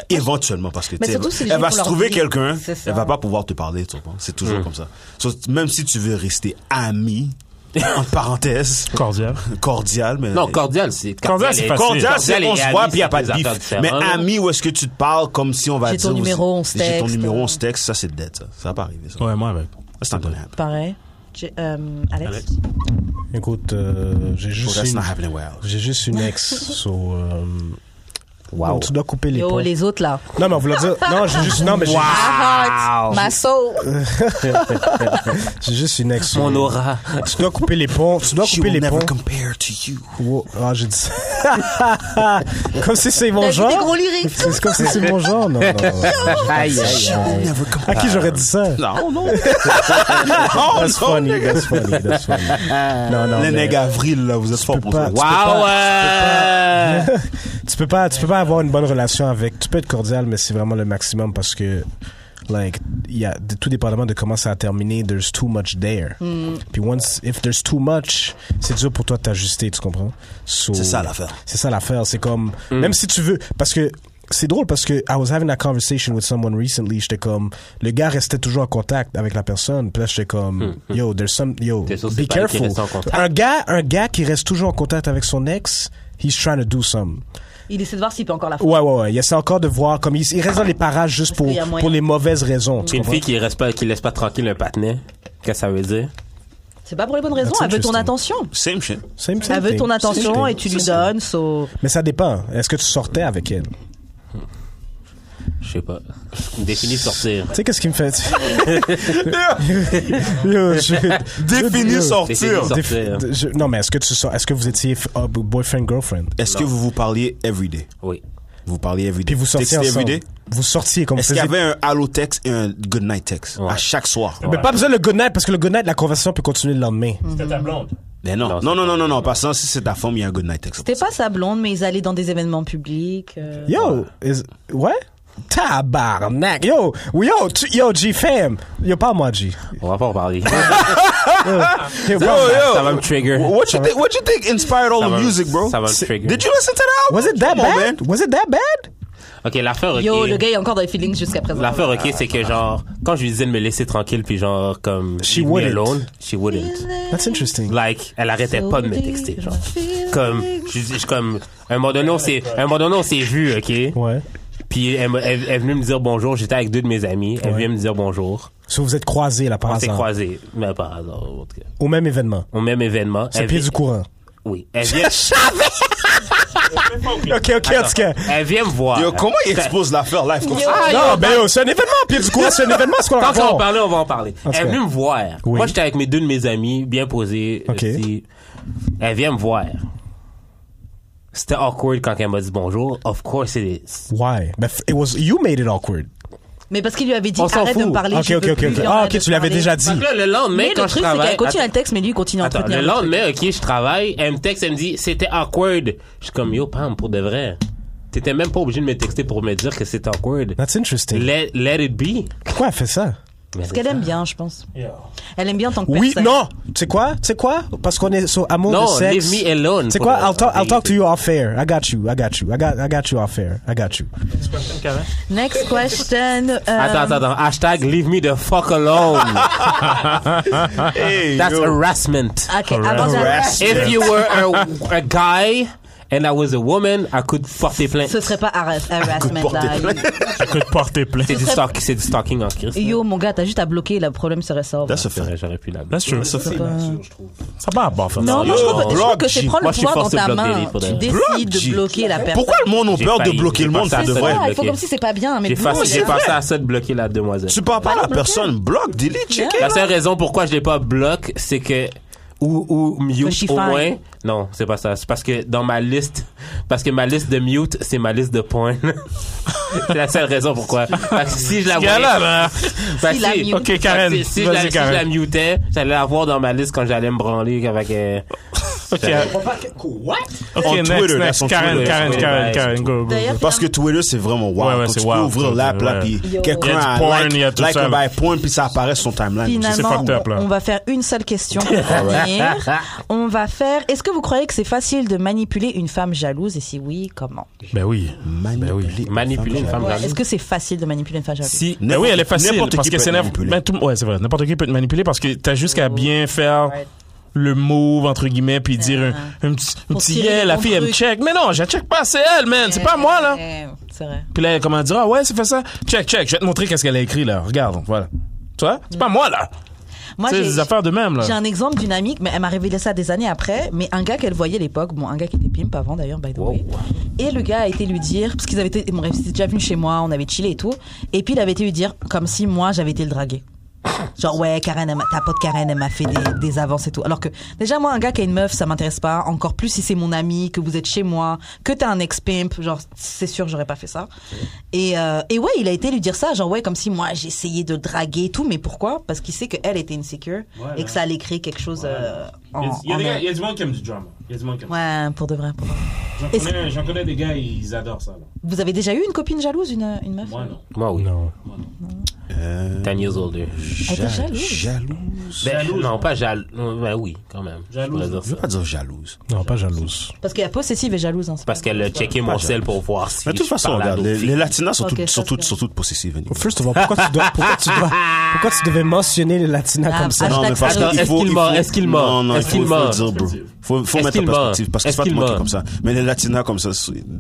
E: Éventuellement, parce que
A: Mais
E: tu sais,
A: surtout si les gens
E: elle va
A: font
E: se
A: leur
E: trouver
A: vie.
E: quelqu'un,
A: C'est ça. Mm.
E: elle va pas pouvoir te parler, tu comprends? C'est toujours comme ça. So, même si tu veux rester ami, en parenthèse,
D: Cordial.
E: cordial, mais.
B: Non, cordial, c'est
D: Cordial, c'est
B: et-
D: facile.
E: Cordial, c'est on
B: et
E: se voit
B: ami,
E: puis il n'y a
B: c'est
E: pas
B: deux
E: de
B: affaires Ah,
E: bif.
B: différentes.
E: Mais ami, où est-ce que tu te parles comme si on va
A: J'ai
E: dire.
A: ton numéro, on
E: aussi-
A: se
E: J'ai ton
A: texte.
E: numéro, on se texte. Ça, c'est dead, ça. Ça va pas arriver, ça.
D: Ouais, moi avec.
E: That's not gonna happen.
A: Pareil. Jay- euh, Alex.
C: Écoute, euh, j'ai
E: So
C: juste
E: that's
C: une,
E: not happening well.
C: j'ai juste une ex. so, euh,
B: Wow.
C: non, tu dois couper les
A: Yo,
C: ponts.
A: les autres là.
C: Non, mais on voulait dire. Non, j'ai juste. Non, mais j'ai
A: My heart, my soul.
C: j'ai juste une ex. euh,
B: Mon aura.
C: Tu dois couper les ponts. Tu dois
E: She
C: couper
E: will
C: les ponts.
E: never compare to you.
C: Wow. Ah, j'ai dit ça. comme si c'est mon
A: T'as dit des gros
C: genre.
A: lyrics.
C: C'est comme si c'est mon genre. Non, non, non.
B: Aïe, aïe, aïe.
E: Never
C: À
E: compare.
C: qui j'aurais dit ça?
E: Non, non.
C: That's funny, that's funny, that's funny.
B: Ah,
C: Non, non,
E: Les
C: mais
E: nègres avril, là, vous êtes forts
C: peux
E: pour
C: pas-
E: ça.
C: tu peux
B: Wow, ouais.
E: Ah
C: tu peux pas, tu peux pas avoir une bonne relation avec. Tu peux être cordial, mais c'est vraiment le maximum parce que, like, il y a de- tout dépendamment de comment ça a terminé. There's too much there. Puis once, if there's too much, c'est dur pour toi de t'ajuster, tu comprends? So-
E: C'est ça, l'affaire. Mm.
C: C'est ça l'affaire. C'est comme, même si tu veux, parce que c'est drôle parce que I was having a conversation with someone recently. J'étais comme, le gars restait toujours en contact avec la personne. Puis là, j'étais comme,
E: Mm.
C: yo, there's some, yo,
B: T'es sûr que
C: be
B: c'est pas lui qui
C: careful.
B: restait en contact?
C: Un gars, un gars qui reste toujours en contact avec son ex, he's trying to do something.
A: Il essaie de voir s'il peut encore la faire.
C: Ouais, ouais, ouais. Il essaie encore de voir comme il, il reste dans les parages juste
A: Parce
C: pour,
A: qu'il y a moyen.
C: pour les mauvaises raisons. Tu
B: Une
C: comprends?
B: fille qui reste pas, qui laisse pas tranquille un patinet. Qu'est-ce que ça veut dire?
A: C'est pas pour les bonnes raisons.
C: That's
A: Elle veut ton
C: interesting.
A: attention.
E: Same shit.
C: Same- same
A: Elle veut
C: thing.
A: ton attention
C: Same
A: et
C: thing.
A: tu lui donnes. So...
C: Mais ça dépend. Est-ce que tu sortais avec elle?
B: Je sais pas. Définis sortir.
C: Tu sais qu'est-ce qui me fait Yo, je-
E: Définis
C: Yo,
B: Définis
E: sortir.
B: sortir. hein.
C: défi- je- Non, mais est-ce que tu sors- Est-ce que vous étiez f- euh, boyfriend girlfriend
E: Est-ce que vous vous parliez everyday?
B: Oui.
E: Vous parliez everyday.
C: Puis vous sortiez
E: Textez
C: ensemble.
E: everyday?
C: Vous sortiez comme
E: Est-ce
C: vous
E: qu'il y
C: faisiez-
E: avait un hello text et un good night text
B: Ouais.
E: à chaque soir?
C: Mais pas besoin le good night parce que le good night, la conversation peut continuer le lendemain.
D: C'était ta blonde.
E: Mais non.
B: Non,
E: Non, non, non, non, non. Parce que si c'est ta femme, il y a un good night text.
A: C'était pas sa blonde, mais ils allaient dans des événements publics. euh.
C: Yo, is, ouais? Tabarnak. Yo, oui, yo, tu- yo, G fam. Yo, parle-moi, G.
B: On va pas en parler.
C: Yo, parle-moi.
E: yo.
B: Ça va me trigger.
E: What you think? What you think inspired all
B: Ça
E: the
B: va-
E: music, bro?
B: ça va me
E: C'est-
B: trigger.
E: Did you listen to that album?
C: Was it that
E: Come on,
C: bad?
E: man.
C: Was it that bad?
B: Ok, l'affaire, ok.
A: Yo, le gars est encore dans les feelings jusqu'à présent.
B: L'affaire, ok, c'est que genre, quand je lui disais de me laisser tranquille, puis genre, comme,
C: She
B: leave me
C: wouldn't.
B: alone, she wouldn't.
C: That's interesting.
B: Like, elle arrêtait pas de me texter, genre. Comme, je, je- comme, à un moment donné, on s'est, à un moment donné, on s'est vu, ok?
C: Ouais.
B: Puis elle, m'a- elle, elle est venue me dire bonjour, j'étais avec deux de mes amis, elle venait me dire bonjour.
C: Si vous êtes croisés, là, par
B: On s'est
C: hasard.
B: croisés, mais par hasard, en tout cas.
C: Au même événement.
B: Au même événement.
C: C'est
B: elle
C: pied
B: vient-
C: du courant.
B: Oui. Elle vient,
C: Ok, ok, en tout cas.
B: elle vient me voir.
E: Yo, comment il expose l'affaire live comme ça?
C: Non, ben yo, c'est un événement, pied du courant, c'est un événement, ce qu'on
B: Quand on va en
C: raconte.
B: parler, on va en parler.
C: En tout
B: Elle est
C: cas.
B: venue me voir.
C: Oui.
B: Moi, j'étais avec mes deux de mes amis, bien posés.
C: Ok.
B: aussi. Elle vient me voir. C'était awkward quand elle m'a dit bonjour. Of course it is.
C: Why? Ben, f- it was, you made it awkward.
A: Mais parce qu'il lui avait dit
B: On s'en
A: arrête de
B: fout.
A: me parler.
C: Ok,
A: je
C: ok,
A: veux
C: ok,
A: plus,
C: ok.
A: puis on
C: Ah,
A: arrête
C: ok,
A: de
C: tu l'avais
A: parler.
C: déjà dit.
B: Fait que là, le lendemain,
A: Mais
B: quand
A: le
B: je
A: truc, c'est
B: travaille.
A: qu'elle continue à
B: Attends,
A: le texte, mais lui, il continue à
B: Attends,
A: entretenir
B: le
A: truc.
B: lendemain, ok, je travaille, elle me texte, elle me dit, c'était awkward. Je suis comme, yo, Pam, pour de vrai. T'étais même pas obligé de me texter pour me dire que c'était awkward.
C: That's interesting.
B: Let, let it be.
C: Pourquoi elle fait ça?
B: Mais
A: Parce qu'elle aime bien, je pense. Elle aime bien en tant que
C: Oui,
A: personne.
C: non! Tu sais quoi? Tu sais quoi? Parce qu'on est sur amour
B: Non,
C: de sexe.
B: leave me alone.
C: Tu sais
B: pour
C: quoi?
B: le-
C: I'll, talk, I'll talk to you off air. I got you, I got you, I got, I got you off air. I got you.
A: Next question. euh,
B: Attends, attends, attends. Hashtag leave me the fuck alone.
E: Hey,
B: That's
E: yo.
B: harassment.
A: Ok, avant
E: Harassment.
A: d'aller.
B: If you were a, a guy and I was a woman, I could porter plainte.
A: Ce serait pas harass- harassment
E: porter
A: là.
D: Ça coûte porter plainte.
B: C'est du, stalk- c'est du stalking en Christ.
A: Yo, mon gars, t'as juste à bloquer, le problème se ressort.
E: That's a
B: C'est
E: fact.
B: vrai, J'aurais pu la
D: That's true.
A: Ça
D: Ça
A: va.
D: va à bord, faire ça.
A: Non, moi, je trouve, je trouve que c'est
E: Block,
A: prendre
B: Moi,
A: le
B: je suis
A: pouvoir dans
B: forcé de
A: ta
B: bloquer les
A: main.
B: potes. hein.
A: Tu
E: Block,
A: décides
E: G.
A: de bloquer la personne.
E: Pourquoi le monde a
B: J'ai
E: peur de
B: failli-
E: bloquer le
B: j'ai
E: monde
B: pensé à
E: pour de
B: ça.
E: vrai?
B: Ouais,
A: Il faut
B: bloquer.
A: comme si c'est pas bien, mais
B: J'ai
A: bloquer.
B: passé, j'ai passé à ça de bloquer la demoiselle.
E: Tu parles pas à la personne. Block, delete, check it
B: La
E: out.
B: seule raison pourquoi je l'ai pas bloqué, c'est que ou ou
A: Que
B: mute
A: she
B: au
A: fine.
B: moins. Non, c'est pas ça. C'est parce que dans ma liste, parce que ma liste de mute, c'est ma liste de points. c'est la seule raison pourquoi. Fait que si je la voyais,
D: Gars, là, là.
B: Fait que
A: Si la mute.
D: Ok, Karen.
B: fait que Si, si je la,
D: Vas-y,
B: si je
D: Karen.
B: la mutais, j'allais la voir dans ma liste quand j'allais me branler avec. euh,
D: Ok,
F: What?
D: ok,
E: On Twitter,
D: next,
E: là, son
D: next. Karen,
E: Twitter,
D: Karen,
B: son
D: Karen,
B: Twitter.
D: Karen, go, go, go.
A: D'ailleurs,
E: Parce que Twitter, c'est vraiment wild.
D: Ouais, ouais,
E: Quand
D: c'est
E: tu
D: wild,
E: peux ouvrir
D: ça,
E: l'app, là,
D: ouais.
E: puis
A: Yo.
E: quelqu'un
D: Il y a
E: a
D: du porn, il y a
E: like,
D: tout
E: like
D: ça,
E: un
D: là.
E: by point, puis ça apparaît sur son timeline.
D: c'est
A: Finalement,
D: fucked up, là.
A: on va faire une seule question pour
B: Ah
A: finir. On va faire. Est-ce que vous croyez que c'est facile de manipuler une femme jalouse Et si oui, comment
D: Ben oui. Ben oui.
E: Manipuler.
B: manipuler une femme
A: Est-ce
B: jalouse.
A: que c'est facile de manipuler une femme jalouse
B: Si
D: Ben oui, elle est facile.
E: N'importe qui
D: Parce que
E: peut
D: c'est
E: être
D: nev-
E: manipulé.
D: ben, tout- ouais, c'est vrai. N'importe qui peut te manipuler parce que t'as juste qu'à bien
A: Oh.
D: faire le move, entre guillemets, puis dire un, un petit, un
A: Ah. Pour
D: petit
A: tirer
D: yeah,
A: les
D: la
A: bons
D: fille, elle me
A: trucs.
D: check. Mais non, je la check pas, c'est elle, man. C'est pas moi, là.
A: Eh, C'est vrai.
D: Puis là, elle commence à dire, ah ouais, c'est fait ça. Check, check. Je vais te montrer qu'est-ce qu'elle a écrit, là. Regarde, voilà. Tu vois? C'est pas moi, là.
A: Moi,
D: Tu sais,
A: j'ai
D: des affaires de même, là.
A: j'ai un exemple dynamique, mais elle m'a révélé ça des années après. Mais un gars qu'elle voyait à l'époque, bon, un gars qui était pimp avant d'ailleurs, by the way. Et le gars a été lui dire, parce qu'ils avaient été, bon, bref, ils étaient déjà venus chez moi, on avait chillé et tout. Et puis il avait été lui dire, comme si moi j'avais été le draguer. Genre, ouais, Karen, elle m'a- ta pote Karen, elle m'a fait des, des avances et tout. Alors que, déjà, moi, un gars qui a une meuf, ça m'intéresse pas. Encore plus si c'est mon ami, que vous êtes chez moi, que t'es un ex-pimp. Genre, c'est sûr, j'aurais pas fait ça. Et, euh, et ouais, il a été lui dire ça. Genre, ouais, comme si moi, j'ai essayé de le draguer et tout. Mais pourquoi Parce qu'il sait qu'elle était insecure et que ça allait créer quelque chose euh, en, en elle.
G: y a du monde qui aime du drama. Il y a du monde qui aime.
A: Ouais, pour de vrai. Pour de vrai.
G: J'en
A: Est-ce-
G: connais, j'en connais des gars, ils adorent ça. Là.
A: Vous avez déjà eu une copine jalouse, une, une meuf
G: Moi, non.
B: moi oui.
C: Non.
B: 10 years older.
A: Elle était
E: Jal-
A: jalouse.
E: Jalouse.
B: Ben, non, pas jaloux. Ben oui, quand même. Je
G: Jalouse.
B: pourrais dire
E: Je veux
B: ça.
E: pas dire jalouse.
C: Non, pas jalouse.
A: Parce qu'elle est possessive et jalouse. hein, c'est
B: Parce qu'elle a checké mon
E: jalouse.
B: sel pour voir si.
E: Mais de toute
B: je
E: façon,
B: parlais à
E: regarde, les,
B: d'autres
E: les
B: filles.
E: latinas sont
A: Ok,
E: toutes,
A: ça,
E: sont
A: c'est
E: toutes,
A: bien.
E: sont toutes possessives. anyway.
C: First of all, pourquoi tu dois, pourquoi tu dois, pourquoi tu devais mentionner les latinas
A: Ah,
C: comme ça?
A: ah,
E: Non, mais parce
B: Attends,
E: qu'il
B: est-ce
E: faut.
B: qu'il
E: il
B: ment?
E: faut-
B: Est-ce qu'il ment?
E: Non, non, il
B: Est-ce
E: faut
B: qu'il
E: il faut
B: ment?
E: le dire, bro. Faut, faut
B: Est-ce
E: mettre en
B: qu'il ment?
E: perspective. Parce que c'est
B: Est-ce
E: pas tout le monde qui
B: qu'il
E: est comme ça. Mais les latinas comme ça,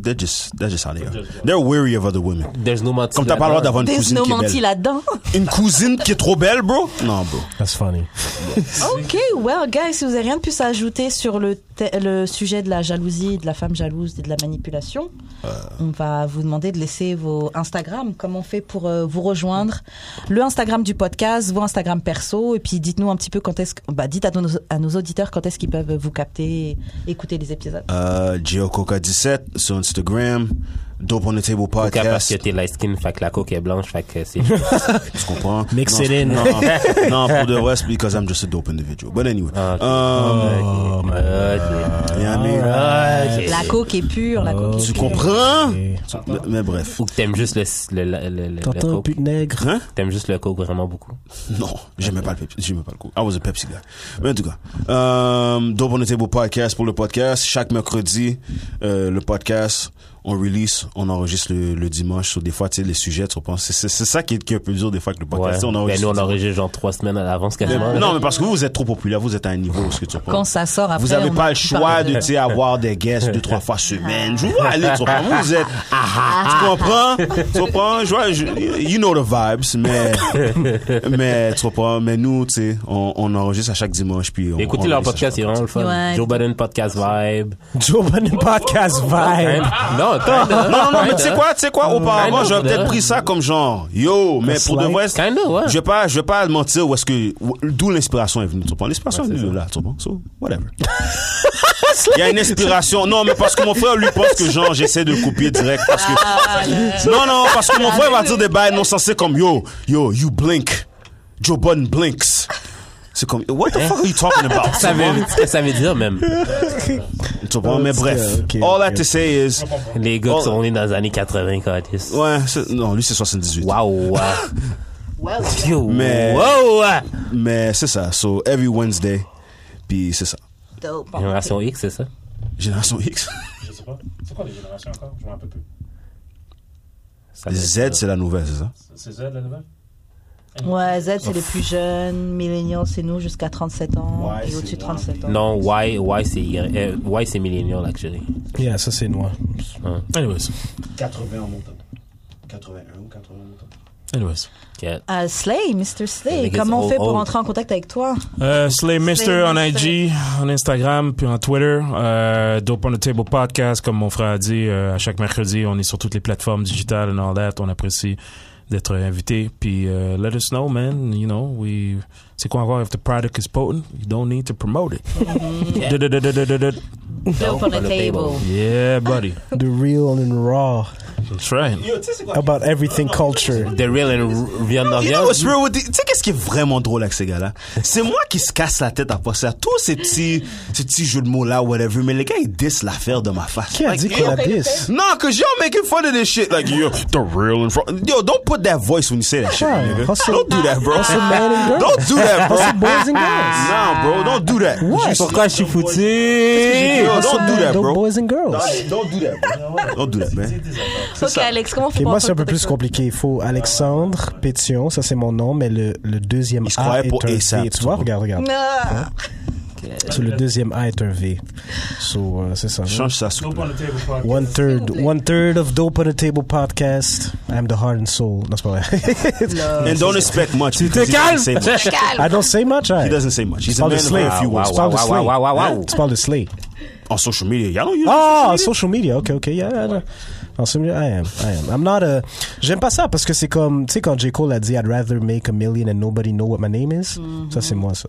E: they're just, they're just out of here. They're weary of other women.
B: There's no
E: Comme t'as pas le droit d'avoir une
A: There's
E: cousine
A: no
E: qui est
A: menti
E: belle.
A: là-dedans.
E: Une cousine qui est trop belle, bro? Non, bro.
C: That's funny.
A: Ok, well, guys, si vous avez rien de plus à ajouter sur le, thé- le sujet de la jalousie, de la femme jalouse et de la manipulation,
E: Euh.
A: on va vous demander de laisser vos Instagram, comme on fait pour euh, vous rejoindre. Le Instagram du podcast, vos Instagram perso, et puis dites-nous un petit peu quand est-ce que. Bah, dites à nos, à nos auditeurs quand est-ce qu'ils peuvent vous capter et écouter les épisodes.
E: Euh, Coca17 sur Instagram. Dope on the Table
B: Coca parce que
E: Podcast.
B: t'es light skin, fait que la coke est blanche, fait que c'est.
E: Tu comprends?
C: Mix
E: Non,
C: it in.
E: Non, non, pour the rest, because I'm just a dope individual. But anyway.
B: Ah, ok. Oh,
E: Um,
B: Ok. Ok.
E: you know what I mean?
B: Ah,
E: Euh.
B: Ok.
A: La coke est pure, la coke.
E: Tu comprends?
C: Et-
E: Mais, mais bref.
B: Ou que t'aimes juste le, le, le, le, le
C: T'entends,
B: coke.
C: pute nègre?
E: Hein?
B: T'aimes juste le coke vraiment beaucoup.
E: Non, j'aimais pas le Pepsi, j'aimais pas le coup. I was a Pepsi guy. Mais en tout cas, euh, Dope on the Table podcast pour le podcast. Chaque mercredi, euh, le podcast, on release, on enregistre le, le dimanche. So, des fois, tu sais, les sujets, tu penses, c'est, c'est- c'est ça qui est, qui est un peu dur des fois que le
B: Ouais.
E: podcast. tu sais, On
B: Ben,
E: enregistre.
B: nous, on enregistre genre trois semaines à l'avance quasiment.
E: Mais-
B: là.
E: non, mais parce que vous, vous êtes trop populaire, vous êtes à un niveau où ce que tu
A: Quand
E: penses.
A: ça sort après.
E: Vous n'avez
A: on
E: pas le
A: peut
E: choix de
A: parler.
E: tu sais, avoir des guests deux, trois fois semaine. Je vous vois aller, tu comprends? Vous, Vous êtes. ah, tu comprends? Tu comprends? Je vois, je- you know the vibes, mais. mais tu comprends? Mais nous, tu sais, on, on enregistre à chaque dimanche. Puis on,
B: Écoutez
E: on
B: leur
E: enregistre à
B: podcast, c'est
E: chaque
B: vraiment le fun.
A: Ouais.
B: Joe Biden Podcast Vibe.
C: Joe Budden Podcast vibe.
B: Hein? Non, kinda.
E: Non, non, non, mais tu sais quoi, tu sais quoi, auparavant,
B: Kinda,
E: j'aurais peut-être
B: kinda.
E: pris ça comme genre, yo, mais
C: That's
E: pour de
C: like-
E: vrai,
B: Kinda, ouais.
E: je vais pas, je vais pas mentir où est-ce que, où- d'où l'inspiration est venue, tu comprends? L'inspiration est venue de là, tu comprends? So, whatever. Il y a une inspiration. Non, mais parce que mon frère lui pense que genre, j'essaie de le copier direct parce que. Non, non, parce que mon frère va dire des bails non sensés comme yo, yo, you blink. Joe Budden blinks. C'est comme, what the fuck are you talking about?
B: Ça veut, ce que ça veut dire même.
E: Tu comprends? Mais bref.
C: Ok, ok,
E: All I
C: ok.
E: have to say is,
B: Les gars
E: Oh.
B: qui sont nés dans les années 80, Curtis.
E: ouais, c'est- non, lui c'est 78.
B: Wow. Yo.
E: Mais-
B: Wow.
E: Mais c'est ça. So, every Wednesday. Puis c'est ça.
A: Dope.
B: Génération X, c'est ça?
E: Génération X.
G: Je sais pas. C'est quoi les générations encore Je m'en rappelle plus.
B: Ça veut
E: Z,
B: dire-
E: c'est la nouvelle, c'est ça?
G: C'est- C'est Z la nouvelle
A: Ouais, Z, c'est les plus jeunes. Millennials, c'est nous jusqu'à 37 ans.
E: Ouais,
A: et
E: c'est
A: au-dessus de
E: moi.
A: 37 ans.
B: Non, Y, y c'est Y. euh, y, c'est millennial, actually.
C: Yeah, ça c'est noir.
D: Anyways.
F: 80 en montant. 81 ou 80 en montant.
D: Anyways.
B: Okay.
A: Ah, Slay, Mr. Slay,
B: Niggas
A: comment on fait
B: old,
A: pour
B: old.
A: entrer en contact avec toi
D: Euh, Slay Mister
A: Slay
D: en
A: Mister.
D: IG, en Instagram, puis en Twitter. Euh, Dope on the Table Podcast, comme mon frère a dit, euh, à chaque mercredi, on est sur toutes les plateformes digitales and all that. On apprécie d'être invité. Puis euh, let us know, man. You know, we... C'est quoi encore? If the product is potent, you don't need to promote it. Mm-hmm. Da-da-da-da-da-da-da.
A: Dope on the table.
D: Yeah, buddy.
C: The real and raw
D: That's right.
C: about everything culture.
B: The real and r- viande dans
E: You know
B: viande.
E: what's real with the- Tu sais qu'est-ce qui est vraiment drôle avec ces gars-là? C'est moi qui se casse la tête à penser à tous ces petits, ces petits jeux de mots-là, whatever, mais les gars, ils dissent l'affaire de ma face.
C: Qui a
E: Like,
C: dit
E: yo,
C: qu'on a 10?
E: Non, cause y'all making fun of this shit. Like, yo, the real in front. Yo, don't put that voice when you say that shit.
C: Right.
E: nigga.
C: Hustle-
E: Don't do that, bro.
C: man and girl.
E: Don't do that, bro.
C: Hustle boys and girls.
E: Non, bro, don't do that. Just-
B: Pourquoi je suis foutu?
E: Yo, don't do that,
C: Dope
E: bro.
C: boys and girls.
E: Don't do that, bro. Don't do that, man.
A: Ok, Alex, comment on fait
C: Ok,
A: pour
C: moi,
A: entrer
C: c'est un peu
A: en
C: plus
A: contact
C: compliqué. Il faut Alexandre Pétion, ça c'est mon nom, mais le, le deuxième
E: Il se
C: A
E: croyait
C: est
E: pour
C: un
E: ASAP,
C: V. Tu vois,
E: tout
C: regarde,
A: avec
C: regarde.
A: toi? Ah.
C: So, le deuxième A est un V. So, euh, c'est ça.
E: Change ça, s'il te
G: Dope on
E: plaît.
G: the table podcast.
C: One third, one third of Dope on the Table podcast. I'm the heart and soul. Non, c'est pas vrai.
E: And don't expect much. Tu
C: te calmes.
E: He doesn't say much.
C: I don't say much, I.
E: He doesn't say much. He's a
C: parle de
E: man of
C: slave.
E: a few
B: Wow,
E: words.
C: Tu parles de
B: wow,
C: Slay.
B: wow, wow, wow.
C: Tu parles de Slay.
E: On social media, y'all don't use
C: Ah,
E: social
C: social media. Ok, ok. Yeah, yeah, yeah. On social media, I am. I am. I'm not a. J'aime pas ça parce que c'est comme. Tu sais, quand J. Cole a dit I'd rather make a million and nobody know what my name is, ça c'est moi ça.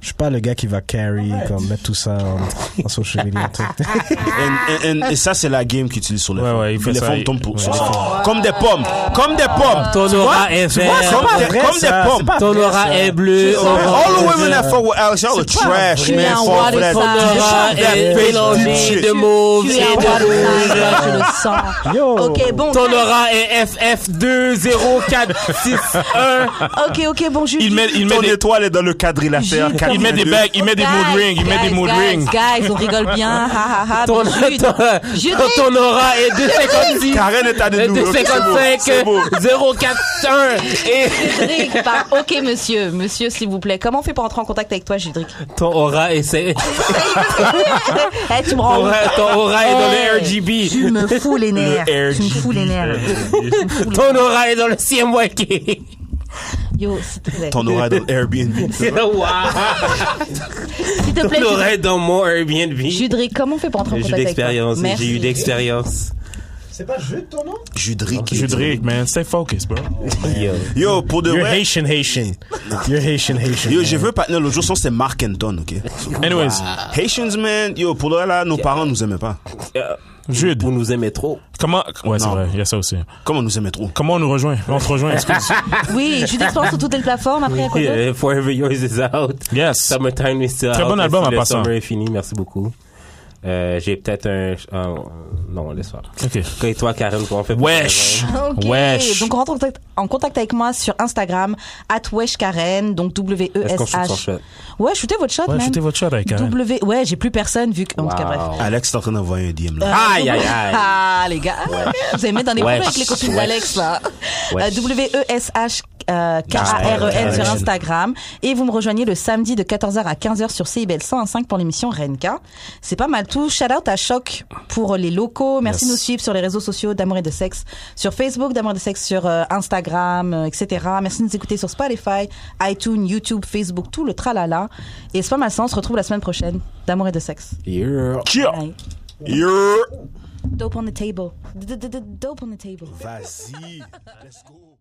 C: Je suis pas le gars qui va carry, comme mettre tout ça en, en social media. tu sais.
E: media? And- and- and- et ça, c'est la game qu'ils utilisent sur les
D: Ouais,
E: phones.
D: ouais, il fait
E: les
D: ça,
E: phones
D: il-
E: tombent pour-
D: ouais.
E: sur les phones. Comme des pommes. Comme des pommes.
B: Ah, Ton
E: Tu
B: aura
E: vois?
B: est
E: Tu vois,
B: verte.
E: comme
C: pas
E: des-
C: vrai,
E: comme des
C: ça. C'est
E: pommes.
C: pas
B: Ton
C: vrai,
B: aura
C: ça.
B: est bleue.
E: Man, all the women
B: orange.
E: that fuck with Alex, y'all are trash,
B: Tu es
E: man.
B: un
E: Fuck
B: roi de
E: that.
B: ton aura
E: Fuck that
B: est
E: fake
B: mélangée
E: shit.
B: de mauve
A: Tu es
B: et
A: un
B: de
A: roi de
B: rouge.
A: singe, je le sens.
C: Yo.
A: Ok, bon.
B: Ton aura est FF20461.
A: Ok, ok, bon, Julie.
D: Il met, il met
E: Ton
D: des,
E: étoile est dans le quadrilatère.
D: il met des
E: 82.
D: bagues, il met des
A: Guys,
D: mood rings, il met des
A: guys,
D: mood
A: guys,
D: rings.
A: Guys, on rigole bien. Ha ha ha.
B: Ton,
A: mais Jude,
B: ton,
A: Jude,
B: ton aura est Euh, 256.
E: Karen est à des nouveaux. C'est beau, c'est beau.
B: 255 041 et
A: Judric, par- Ok, monsieur, monsieur, s'il vous plaît. Comment on fait pour entrer en contact avec toi, Judric
B: ton aura est c'est-
A: Eh, tu me
B: ton
A: rends.
B: aura, ton aura est dans
A: Hey.
B: le RGB
A: Oh. Tu me fous les nerfs. Tu me fous les nerfs.
B: ton aura est dans le CMYK
A: Yo, s'il te plaît.
E: Ton aura dans Airbnb.
B: Wow!
A: S'il te plaît.
B: On
A: Judric.
B: aurait dans mon Airbnb. J'ai
A: Judric, comment on fait pour entrer en
B: eu
A: contact avec toi?
B: d'expérience.
A: Merci.
B: J'ai eu d'expérience.
F: C'est pas Jude ton nom
E: Judric.
D: Judric, man, stay focused, bro.
B: Yo.
E: Yo, pour de
C: You're
E: vrai.
C: Haitian, Haitian. You're Haitian, Haitian.
E: Yo,
C: man.
E: j'ai vu un partenaire l'autre jour, son c'est Mark Anton, ok?
D: Anyways,
E: Haitians, man, yo, pour de vrai, là, nos parents nous aimaient pas.
B: Euh,
D: Jude,
B: Vous nous aimez trop.
D: comment. Ouais, c'est
E: Non.
D: vrai, il y a ça aussi.
E: Comment on nous aimait trop?
D: Comment on nous rejoint On te rejoint, excuse.
A: Oui, Judric Sport sur toutes les plateformes. Après, à quoi
D: euh,
A: d'autre?
B: Yeah, Forever Yours is out.
D: Yes.
B: Summertime is still
D: Très
B: out.
D: bon
B: Merci,
D: album en
B: le
D: passant.
B: summer est fini, merci beaucoup. Euh, j'ai peut-être un... ah, non, laisse faire.
D: Ok.
B: Et toi, Karen, comment on fait pour
D: Wesh.
A: Ok.
D: Wesh.
A: Donc, rentre en contact, en contact avec moi sur Instagram, at WeshKaren, donc
B: Est-ce qu'on shoot son
A: W-E-S-H.
B: shot?
A: Ouais, shootez votre shot,
D: Ouais,
A: man.
D: shootez votre shot avec hein. Karen.
A: W, ouais, j'ai plus personne vu que. En tout cas, bref.
B: Wow.
E: Alex est en train d'envoyer un DM, là.
B: Aïe, aïe, aïe.
A: Ah, les gars. Vous allez mettre dans des
B: Wesh,
A: problèmes avec les copines
B: wesh.
A: d'Alex, là.
B: Wesh.
A: Euh,
B: Ah,
A: W-E-S-H-K-A-R-E-N E sur Instagram. Et vous me rejoignez le samedi de 14h à 15h sur CIBL 101.5 pour l'émission Renka. C'est pas mal tout. Shout out à Choc pour les locaux. Merci de nous suivre sur les réseaux sociaux d'Amour et de Sexe sur Facebook, d'Amour et de Sexe sur euh, Instagram, euh, etc. Merci de nous écouter sur Spotify, iTunes, YouTube, Facebook, tout le tralala. Et c'est pas mal ça. On se retrouve la semaine prochaine d'Amour et de Sexe.
B: Yeah.
A: Bye.
E: Yo!
A: Dope on the table. D- d- d- Dope on the table.
E: Vas-y, let's go.